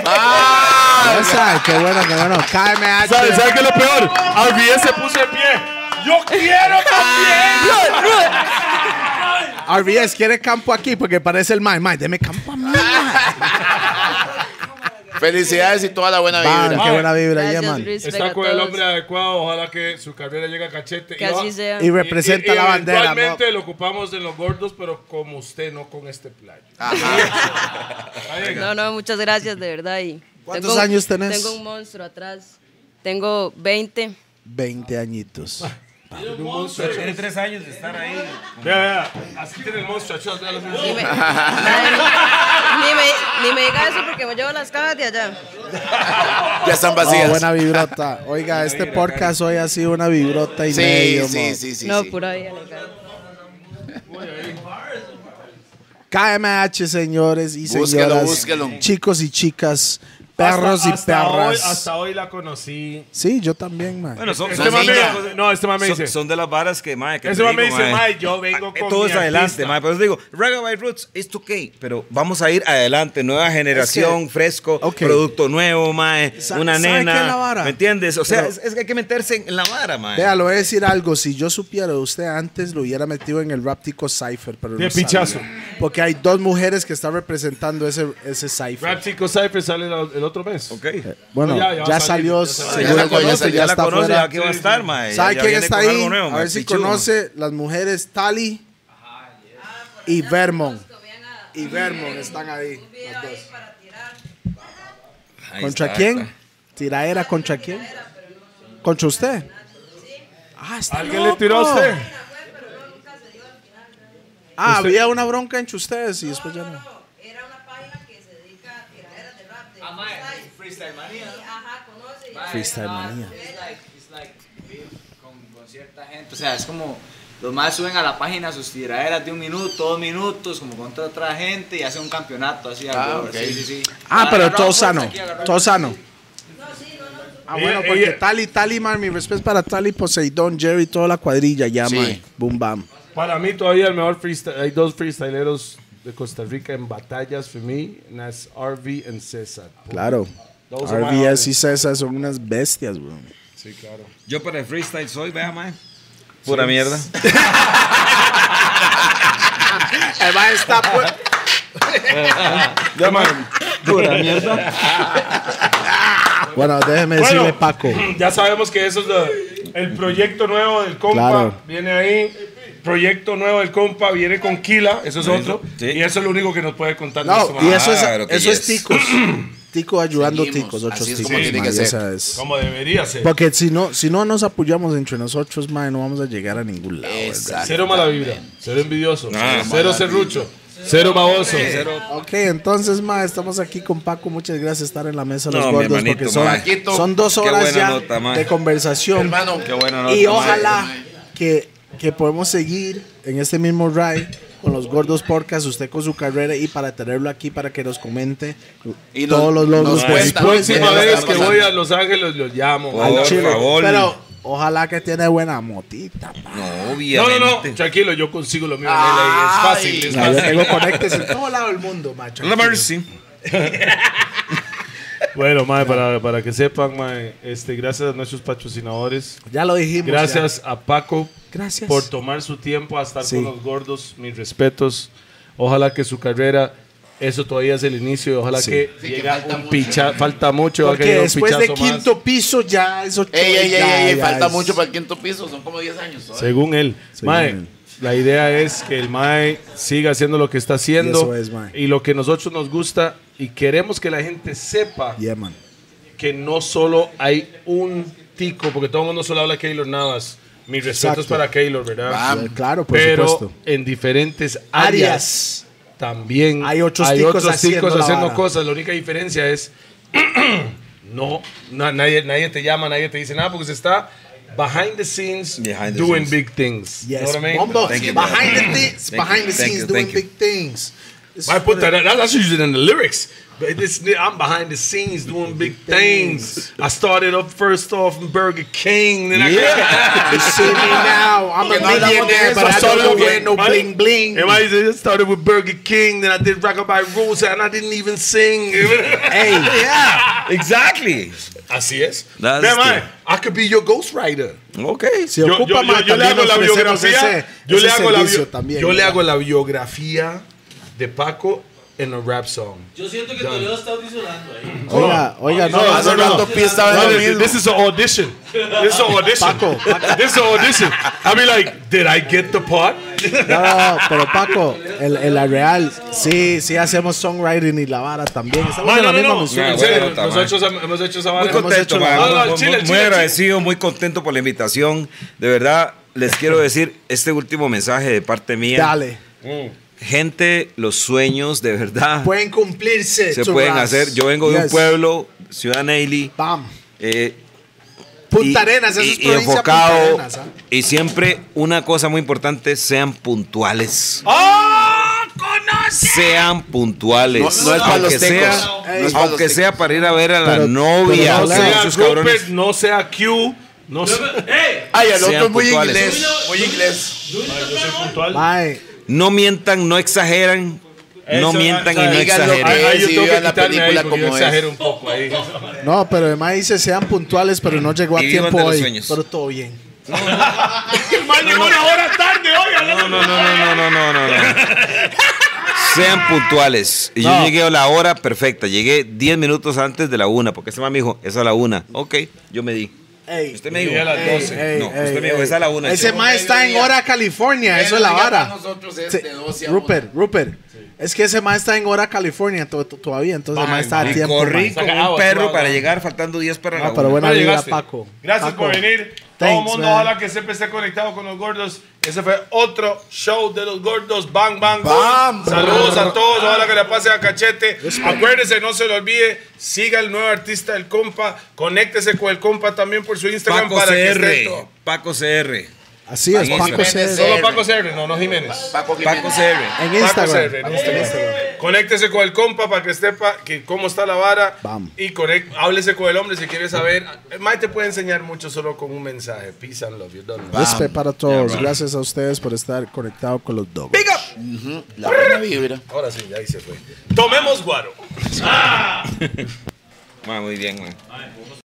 [SPEAKER 4] Ah,
[SPEAKER 1] No sabe, qué bueno, qué bueno. KMH.
[SPEAKER 5] ¿Sabes sabe qué es lo peor? Arbié se puso de pie. ¡Yo quiero también!
[SPEAKER 1] RBS quiere campo aquí porque parece el Mae. Mae, deme campo a
[SPEAKER 4] Ah,
[SPEAKER 1] mí.
[SPEAKER 4] Felicidades y toda la buena
[SPEAKER 1] Man,
[SPEAKER 4] vibra.
[SPEAKER 1] qué buena vibra, ya,
[SPEAKER 9] Gracias,
[SPEAKER 1] man.
[SPEAKER 9] Luis,
[SPEAKER 5] Está
[SPEAKER 9] venga,
[SPEAKER 5] con el
[SPEAKER 9] todos.
[SPEAKER 5] hombre adecuado. Ojalá que su carrera llegue a cachete.
[SPEAKER 9] Que
[SPEAKER 5] Y
[SPEAKER 9] así
[SPEAKER 5] va-
[SPEAKER 9] sea.
[SPEAKER 1] Y representa
[SPEAKER 5] y- y
[SPEAKER 1] la bandera. ¿no?
[SPEAKER 5] Eventualmente lo ocupamos en los gordos, pero como usted, no con este playo. Ahí llega.
[SPEAKER 9] No, no, muchas gracias, de verdad. Y
[SPEAKER 1] ¿Cuántos años tenés?
[SPEAKER 9] Tengo un monstruo atrás. Tengo 20.
[SPEAKER 1] 20 añitos.
[SPEAKER 6] Tiene tres años de estar ahí.
[SPEAKER 5] Vea, vea. Así tiene el monstruo. chicos, vea los
[SPEAKER 9] Ni me,
[SPEAKER 5] monstruos.
[SPEAKER 9] ni, me, ni me diga eso porque me llevo las cajas de allá.
[SPEAKER 4] Ya están
[SPEAKER 1] Oh,
[SPEAKER 4] vacías.
[SPEAKER 1] buena vibrota. Oiga, este podcast hoy ha sido una vibrota y
[SPEAKER 4] sí,
[SPEAKER 1] medio.
[SPEAKER 4] sí,
[SPEAKER 1] man.
[SPEAKER 4] sí, sí,
[SPEAKER 9] no,
[SPEAKER 4] sí.
[SPEAKER 9] pura vida. le cae.
[SPEAKER 1] KMH, señores y
[SPEAKER 4] Búsquelo,
[SPEAKER 1] señoras.
[SPEAKER 4] búsquelo.
[SPEAKER 1] Chicos y chicas, perros
[SPEAKER 5] Hasta-
[SPEAKER 1] y
[SPEAKER 5] hasta hoy-
[SPEAKER 1] perras.
[SPEAKER 5] hasta hoy la conocí.
[SPEAKER 1] Sí, yo también, man.
[SPEAKER 2] Bueno, son,
[SPEAKER 5] Este
[SPEAKER 2] son-
[SPEAKER 5] man me
[SPEAKER 4] niña.
[SPEAKER 5] dijo- no, este man me
[SPEAKER 2] son-
[SPEAKER 5] dice.
[SPEAKER 2] son de las varas que, mae, que
[SPEAKER 5] Ese
[SPEAKER 2] te
[SPEAKER 5] man me
[SPEAKER 2] digo,
[SPEAKER 5] dice,
[SPEAKER 2] mae,
[SPEAKER 5] mae, yo vengo
[SPEAKER 2] eh,
[SPEAKER 5] con
[SPEAKER 2] Todo
[SPEAKER 5] mi
[SPEAKER 2] es adelante,
[SPEAKER 5] artista.
[SPEAKER 2] mae. Por eso digo, Ragabay Roots, it's okay, pero vamos a ir adelante. Nueva generación, fresco,
[SPEAKER 1] ok.
[SPEAKER 2] producto nuevo, mae,
[SPEAKER 1] Sa-
[SPEAKER 2] una
[SPEAKER 1] ¿sabe qué es
[SPEAKER 2] nena.
[SPEAKER 1] la vara?
[SPEAKER 2] ¿Me entiendes? O sea,
[SPEAKER 1] Pero-
[SPEAKER 2] es, es que hay que meterse en la vara, mae.
[SPEAKER 1] Vea, le voy a decir algo. Si yo supiera de usted antes, lo hubiera metido en el Raptico Cypher. Pero
[SPEAKER 5] De
[SPEAKER 1] no sabía.
[SPEAKER 5] pichazo.
[SPEAKER 1] Porque hay dos mujeres que están representando ese, ese Cypher.
[SPEAKER 5] Rap Chico Cypher sale la- el otro mes.
[SPEAKER 2] Ok.
[SPEAKER 1] Bueno,
[SPEAKER 5] No,
[SPEAKER 1] ya,
[SPEAKER 5] ya- ya va a salir,
[SPEAKER 1] salió.
[SPEAKER 5] ya
[SPEAKER 1] eh,
[SPEAKER 5] salió.
[SPEAKER 2] Ya,
[SPEAKER 1] seguro
[SPEAKER 2] la
[SPEAKER 1] que ya,
[SPEAKER 2] conoce,
[SPEAKER 1] salió,
[SPEAKER 2] ya, la
[SPEAKER 1] está
[SPEAKER 2] conoce,
[SPEAKER 1] afuera.
[SPEAKER 2] ya que va a estar, mae.
[SPEAKER 1] ¿Sabe
[SPEAKER 2] Ya- ya
[SPEAKER 1] quién
[SPEAKER 2] viene
[SPEAKER 1] está
[SPEAKER 2] con
[SPEAKER 1] ahí?
[SPEAKER 2] algo nuevo,
[SPEAKER 1] a
[SPEAKER 2] mae,
[SPEAKER 1] ver si
[SPEAKER 2] pichudo, mae.
[SPEAKER 1] conoce las mujeres Tali y Vermont. Y Vermont están ahí. las dos.
[SPEAKER 2] Ahí
[SPEAKER 1] ¿Contra
[SPEAKER 2] está, ahí
[SPEAKER 1] quién?
[SPEAKER 2] está.
[SPEAKER 1] ¿Tiraera contra quién? ¿Contra usted? Ah, está
[SPEAKER 5] ¿Alguien le
[SPEAKER 1] loco.
[SPEAKER 5] tiró a usted?
[SPEAKER 1] Ah, había una bronca entre ustedes y después ya no.
[SPEAKER 9] Era una página que se dedica a tiraderas de rap. De freestyle. Freestyle manía. ajá, conoce.
[SPEAKER 1] Freestyle manía.
[SPEAKER 10] con, con cierta gente. O sea, es como los más suben a la página sus tiraderas de un minuto, dos minutos, como contra otra gente y hacen un campeonato así.
[SPEAKER 4] Ah,
[SPEAKER 10] algo,
[SPEAKER 4] ok.
[SPEAKER 10] sí, sí, sí.
[SPEAKER 1] Ah, pero
[SPEAKER 10] Agarramos
[SPEAKER 1] todo
[SPEAKER 10] fuerza
[SPEAKER 1] sano.
[SPEAKER 10] aquí, agarramos
[SPEAKER 1] Todo sano. Ah,
[SPEAKER 5] Ella-
[SPEAKER 1] bueno, porque
[SPEAKER 5] ella-
[SPEAKER 1] Tali, Tali, man, mi respeto para Tali, Poseidón, Jerry, toda la cuadrilla ya,
[SPEAKER 4] Sí.
[SPEAKER 1] man. Boom, bam.
[SPEAKER 5] Para mí todavía el mejor freestyle. Hay dos freestyleros de Costa Rica en batallas para mí. and that's RV and César.
[SPEAKER 1] Claro.
[SPEAKER 5] Those are my
[SPEAKER 1] RBS y César son unas bestias, bro.
[SPEAKER 5] Sí, claro.
[SPEAKER 2] Yo para el freestyle soy, vea, mae. Pura mierda.
[SPEAKER 1] Además está pu-
[SPEAKER 5] Ya, man.
[SPEAKER 2] Pura mierda.
[SPEAKER 1] Bueno, déjeme
[SPEAKER 5] Bueno.
[SPEAKER 1] decirle, Paco.
[SPEAKER 5] Ya sabemos que eso es lo- el proyecto nuevo del compa.
[SPEAKER 1] Claro.
[SPEAKER 5] Viene ahí. Proyecto nuevo del compa. Viene con Kila. Eso es otro.
[SPEAKER 2] Sí.
[SPEAKER 5] Y eso es lo único que nos puede contar. nuestro
[SPEAKER 1] No, y
[SPEAKER 5] man.
[SPEAKER 1] eso
[SPEAKER 4] Ah,
[SPEAKER 1] es,
[SPEAKER 2] Claro que
[SPEAKER 1] eso es
[SPEAKER 2] yes.
[SPEAKER 1] ticos. Tico ayudando
[SPEAKER 4] Seguimos.
[SPEAKER 1] ticos, ocho
[SPEAKER 4] Así es
[SPEAKER 1] ticos.
[SPEAKER 4] como tiene
[SPEAKER 1] man,
[SPEAKER 4] que
[SPEAKER 1] y
[SPEAKER 4] ser.
[SPEAKER 1] esa es-
[SPEAKER 5] Como debería ser.
[SPEAKER 1] Porque si no, si no nos apoyamos entre nosotros, man, no vamos a llegar a ningún lado. ¿verdad?
[SPEAKER 4] Exacto.
[SPEAKER 5] Cero mala vibra. Cero envidioso.
[SPEAKER 2] Ah,
[SPEAKER 5] cero serrucho. Cero baboso.
[SPEAKER 1] Ok, entonces, ma, estamos aquí con Paco. Muchas gracias por estar en la mesa de los
[SPEAKER 2] No, mi
[SPEAKER 1] gordos
[SPEAKER 2] hermanito,
[SPEAKER 1] porque son,
[SPEAKER 2] ma.
[SPEAKER 4] Paquito,
[SPEAKER 1] son dos
[SPEAKER 2] qué
[SPEAKER 1] horas
[SPEAKER 2] buena
[SPEAKER 1] ya
[SPEAKER 2] nota, ma.
[SPEAKER 1] de conversación.
[SPEAKER 4] Hermano,
[SPEAKER 2] Qué buena nota,
[SPEAKER 1] y
[SPEAKER 2] ma.
[SPEAKER 1] ojalá que, que podemos seguir en este mismo ride con los gordos podcast, usted con su carrera y para tenerlo aquí para que nos comente
[SPEAKER 4] Y nos-
[SPEAKER 1] todos los logros
[SPEAKER 4] nos cuenta.
[SPEAKER 1] positivos que
[SPEAKER 5] Pues, Próxima
[SPEAKER 1] nos
[SPEAKER 5] vez
[SPEAKER 1] está
[SPEAKER 5] que
[SPEAKER 1] pasando.
[SPEAKER 5] voy a Los Ángeles los llamo.
[SPEAKER 2] Por
[SPEAKER 1] al chile.
[SPEAKER 2] favor.
[SPEAKER 1] Pero ojalá que tiene buena motita. ma.
[SPEAKER 2] No,
[SPEAKER 5] No,
[SPEAKER 2] obviamente.
[SPEAKER 5] no, no, tranquilo, yo consigo lo mío en LA, es fácil, es
[SPEAKER 1] Ya, yo
[SPEAKER 5] fácil.
[SPEAKER 1] tengo conectes en todo lado del mundo, macho.
[SPEAKER 2] La Mercy.
[SPEAKER 5] Bueno, mae, para, para que sepan, mae, este, gracias a nuestros patrocinadores,
[SPEAKER 1] Ya lo dijimos. ya.
[SPEAKER 5] gracias a Paco
[SPEAKER 1] Gracias.
[SPEAKER 5] por tomar su tiempo a estar
[SPEAKER 1] Sí.
[SPEAKER 5] con los gordos, mis respetos. Ojalá que su carrera, eso todavía es el inicio, ojalá que llegue
[SPEAKER 4] falta
[SPEAKER 5] un
[SPEAKER 4] mucho.
[SPEAKER 5] picha, falta mucho, va a
[SPEAKER 1] Porque
[SPEAKER 5] caer un
[SPEAKER 1] después de
[SPEAKER 5] pichazo más.
[SPEAKER 1] quinto piso ya es ocho.
[SPEAKER 4] Ey, ey, ey,
[SPEAKER 1] ya,
[SPEAKER 4] ey, ey,
[SPEAKER 1] ya
[SPEAKER 4] falta
[SPEAKER 1] es-
[SPEAKER 4] mucho para el quinto piso, son como 10 años. ¿sabes?
[SPEAKER 5] Según él.
[SPEAKER 1] Según
[SPEAKER 5] mae,
[SPEAKER 1] él.
[SPEAKER 5] la idea es que el Mae siga haciendo lo que está haciendo
[SPEAKER 1] Y eso es, mae.
[SPEAKER 5] y lo que nosotros nos gusta y queremos que la gente sepa
[SPEAKER 1] Yeah, man.
[SPEAKER 5] que no solo hay un tico, porque todo el mundo solo habla de Keylor Navas. Mis respetos
[SPEAKER 1] Exacto.
[SPEAKER 5] para Keylor, ¿verdad?
[SPEAKER 4] Ah,
[SPEAKER 1] Yeah, claro, por
[SPEAKER 5] Pero
[SPEAKER 1] supuesto.
[SPEAKER 5] en diferentes
[SPEAKER 1] Arias.
[SPEAKER 5] áreas también
[SPEAKER 1] Hay otros ticos
[SPEAKER 5] otros
[SPEAKER 1] haciendo
[SPEAKER 5] ticos
[SPEAKER 1] la
[SPEAKER 5] haciendo
[SPEAKER 1] vara.
[SPEAKER 5] cosas. La única diferencia es no, na- nadie, nadie te llama, nadie te dice nada porque se está behind the scenes
[SPEAKER 2] Behind the
[SPEAKER 5] doing
[SPEAKER 2] scenes.
[SPEAKER 5] big things. You know
[SPEAKER 1] Yes.
[SPEAKER 5] what I mean?
[SPEAKER 1] Bombo.
[SPEAKER 2] Thank you,
[SPEAKER 1] behind
[SPEAKER 2] brother.
[SPEAKER 1] the things,
[SPEAKER 2] Thank
[SPEAKER 1] behind
[SPEAKER 2] you,
[SPEAKER 1] the
[SPEAKER 2] thank
[SPEAKER 1] scenes
[SPEAKER 2] you,
[SPEAKER 1] doing
[SPEAKER 2] thank you.
[SPEAKER 1] big things. This
[SPEAKER 5] Why
[SPEAKER 1] is
[SPEAKER 5] put
[SPEAKER 1] what
[SPEAKER 5] that? That's used in the lyrics. But this, I'm behind the scenes doing big things. I started up first off in Burger King. Then I
[SPEAKER 1] You see me now. I'm a millionaire, but I don't wear no bling bling.
[SPEAKER 5] And I said, I started with Burger King, then I did Rockabye Rules, and I didn't even sing. hey,
[SPEAKER 2] yeah, exactly.
[SPEAKER 5] Así es.
[SPEAKER 2] That's
[SPEAKER 5] Ve,
[SPEAKER 2] the-
[SPEAKER 5] mae, I could be your ghostwriter.
[SPEAKER 2] Ok.
[SPEAKER 1] Se ocupa más,
[SPEAKER 5] yo le
[SPEAKER 1] también
[SPEAKER 5] hago la
[SPEAKER 1] ofrecemos
[SPEAKER 5] biografía.
[SPEAKER 1] ese-
[SPEAKER 5] Yo
[SPEAKER 1] ese
[SPEAKER 5] le hago la
[SPEAKER 1] servicio
[SPEAKER 5] bio-
[SPEAKER 1] también,
[SPEAKER 5] yo le
[SPEAKER 1] ¿verdad?
[SPEAKER 5] hago la biografía de Paco en el rap song.
[SPEAKER 6] Yo siento que Toledo está audicionando ahí.
[SPEAKER 1] Oiga, oiga, no.
[SPEAKER 6] no,
[SPEAKER 1] no,
[SPEAKER 6] no,
[SPEAKER 1] no.
[SPEAKER 6] no.
[SPEAKER 4] Pi estaba en
[SPEAKER 5] No,
[SPEAKER 4] lo
[SPEAKER 5] this-
[SPEAKER 4] mismo.
[SPEAKER 5] This is an audition. This is an audition.
[SPEAKER 1] Paco, Paco.
[SPEAKER 5] This is an audition. I be like, did I get the part?
[SPEAKER 1] No, pero Paco, en, en la real, sí, sí hacemos songwriting y la vara también. Estamos
[SPEAKER 5] Mae,
[SPEAKER 1] en la
[SPEAKER 5] no, no,
[SPEAKER 1] misma
[SPEAKER 5] no.
[SPEAKER 1] música.
[SPEAKER 5] En serio, nosotros hem- hemos hecho esa
[SPEAKER 2] Muy
[SPEAKER 5] vara.
[SPEAKER 2] contento,
[SPEAKER 5] Hemos hecho-
[SPEAKER 2] man.
[SPEAKER 5] No, no,
[SPEAKER 2] Muy-
[SPEAKER 5] chile,
[SPEAKER 2] muy
[SPEAKER 5] chile, chile.
[SPEAKER 2] agradecido, muy contento por la invitación. De verdad, les quiero decir este último mensaje de parte mía.
[SPEAKER 1] Dale.
[SPEAKER 2] Gente, los sueños de verdad
[SPEAKER 1] Pueden cumplirse.
[SPEAKER 2] se
[SPEAKER 1] tus
[SPEAKER 2] pueden
[SPEAKER 1] raps.
[SPEAKER 2] hacer. Yo vengo de un
[SPEAKER 1] Yes.
[SPEAKER 2] pueblo, Ciudad Neily,
[SPEAKER 1] Bam.
[SPEAKER 2] eh,
[SPEAKER 1] Punta
[SPEAKER 2] y-
[SPEAKER 1] Arenas, eso
[SPEAKER 2] y-
[SPEAKER 1] es
[SPEAKER 2] y
[SPEAKER 1] provincia
[SPEAKER 2] enfocado.
[SPEAKER 1] Punta Arenas. ¿ah?
[SPEAKER 2] Y siempre una cosa muy importante, sean puntuales.
[SPEAKER 1] ¡Oh,
[SPEAKER 2] Sean puntuales.
[SPEAKER 4] No- no es para los
[SPEAKER 2] aunque
[SPEAKER 4] tecos.
[SPEAKER 2] sea,
[SPEAKER 4] Ey. No es para los
[SPEAKER 2] aunque
[SPEAKER 4] tecos.
[SPEAKER 2] sea para ir a ver a la
[SPEAKER 1] Pero-
[SPEAKER 2] novia.
[SPEAKER 1] pero
[SPEAKER 2] o
[SPEAKER 1] no
[SPEAKER 2] sea,
[SPEAKER 1] sean
[SPEAKER 5] No
[SPEAKER 2] esos
[SPEAKER 5] sea
[SPEAKER 2] cabrones
[SPEAKER 5] Rupert, no sea Q, no sea...
[SPEAKER 6] ¡Eh!
[SPEAKER 4] Ay, el
[SPEAKER 2] Sean
[SPEAKER 4] otro es muy
[SPEAKER 2] puntuales.
[SPEAKER 4] inglés. Muy inglés.
[SPEAKER 1] Mae,
[SPEAKER 2] No mientan, no exageran. no
[SPEAKER 5] Eso,
[SPEAKER 2] mientan
[SPEAKER 5] ah,
[SPEAKER 2] y no
[SPEAKER 5] ah,
[SPEAKER 4] díganlo,
[SPEAKER 2] exageren.
[SPEAKER 4] Ahí sí
[SPEAKER 5] tengo
[SPEAKER 4] veo
[SPEAKER 5] que
[SPEAKER 4] la
[SPEAKER 5] quitarme
[SPEAKER 4] película
[SPEAKER 5] ahí porque yo
[SPEAKER 4] como es.
[SPEAKER 5] exagero un poco ahí.
[SPEAKER 1] no, pero el mae dice sean puntuales, pero no llegó a
[SPEAKER 2] Y vivan
[SPEAKER 1] tiempo
[SPEAKER 2] de los
[SPEAKER 1] hoy.
[SPEAKER 2] sueños.
[SPEAKER 1] Pero todo bien.
[SPEAKER 5] El man llegó una hora tarde hoy.
[SPEAKER 2] No, no, no, no, no, no, no, no. Sean puntuales. Y
[SPEAKER 1] No.
[SPEAKER 2] Yo llegué a la hora perfecta. Llegué 10 minutos antes de la una, porque ese man me dijo, es a la una. Ok, yo me di.
[SPEAKER 1] Ey,
[SPEAKER 2] Usted me
[SPEAKER 5] Llegué
[SPEAKER 2] dijo,
[SPEAKER 5] a las
[SPEAKER 1] ey,
[SPEAKER 5] 12.
[SPEAKER 1] ey,
[SPEAKER 2] No,
[SPEAKER 1] ey,
[SPEAKER 2] usted me dijo,
[SPEAKER 1] ey.
[SPEAKER 2] es a la una.
[SPEAKER 1] Ese
[SPEAKER 2] Yo,
[SPEAKER 1] mae está en hora California, eso es la vara. Sí, Rupert, Rupert. Es que ese mae está en hora California to- to- todavía, entonces el mae está a
[SPEAKER 2] y
[SPEAKER 1] tiempo.
[SPEAKER 2] corrí
[SPEAKER 1] mae.
[SPEAKER 2] con
[SPEAKER 5] Saca agua,
[SPEAKER 2] un perro
[SPEAKER 5] agua.
[SPEAKER 2] para llegar faltando 10 para la
[SPEAKER 1] No, pero
[SPEAKER 2] una.
[SPEAKER 1] buena
[SPEAKER 5] Ya
[SPEAKER 1] vida,
[SPEAKER 5] llegaste.
[SPEAKER 1] Paco.
[SPEAKER 5] Gracias por
[SPEAKER 1] Paco.
[SPEAKER 5] venir. Todo el
[SPEAKER 1] Thanks,
[SPEAKER 5] mundo,
[SPEAKER 1] man.
[SPEAKER 5] ojalá que siempre esté conectado con los gordos. Ese fue otro show de los gordos. Bang, bang,
[SPEAKER 4] Bam.
[SPEAKER 5] Saludos a todos. Ojalá que le pase a cachete. Acuérdense, no se lo olvide. Siga el nuevo artista del compa. Conéctese con el compa también por su Instagram
[SPEAKER 2] Paco
[SPEAKER 5] para que esté.
[SPEAKER 2] CR.
[SPEAKER 5] todo.
[SPEAKER 2] Paco CR.
[SPEAKER 1] Así es,
[SPEAKER 2] Ahí
[SPEAKER 1] Paco
[SPEAKER 2] está.
[SPEAKER 1] C.
[SPEAKER 5] Solo Paco CR, no, no Jiménez.
[SPEAKER 4] Paco
[SPEAKER 2] Paco
[SPEAKER 4] Jiménez.
[SPEAKER 2] CR.
[SPEAKER 1] En
[SPEAKER 5] Paco
[SPEAKER 1] Instagram.
[SPEAKER 5] CR, en
[SPEAKER 1] Paco
[SPEAKER 5] Instagram. Conéctese con el compa para que sepa que cómo está la vara.
[SPEAKER 1] Bam.
[SPEAKER 5] Y conect- háblese con el hombre si quiere saber. Mike te puede enseñar mucho solo con un mensaje. Peace and love. You don't know.
[SPEAKER 1] Respeto para todos. Gracias a ustedes por estar conectado con los dogs.
[SPEAKER 4] La buena vibra.
[SPEAKER 5] Ahora sí, ahí se fue. Tomemos guaro.
[SPEAKER 2] Ah, muy bien, man.
[SPEAKER 6] Ay, podemos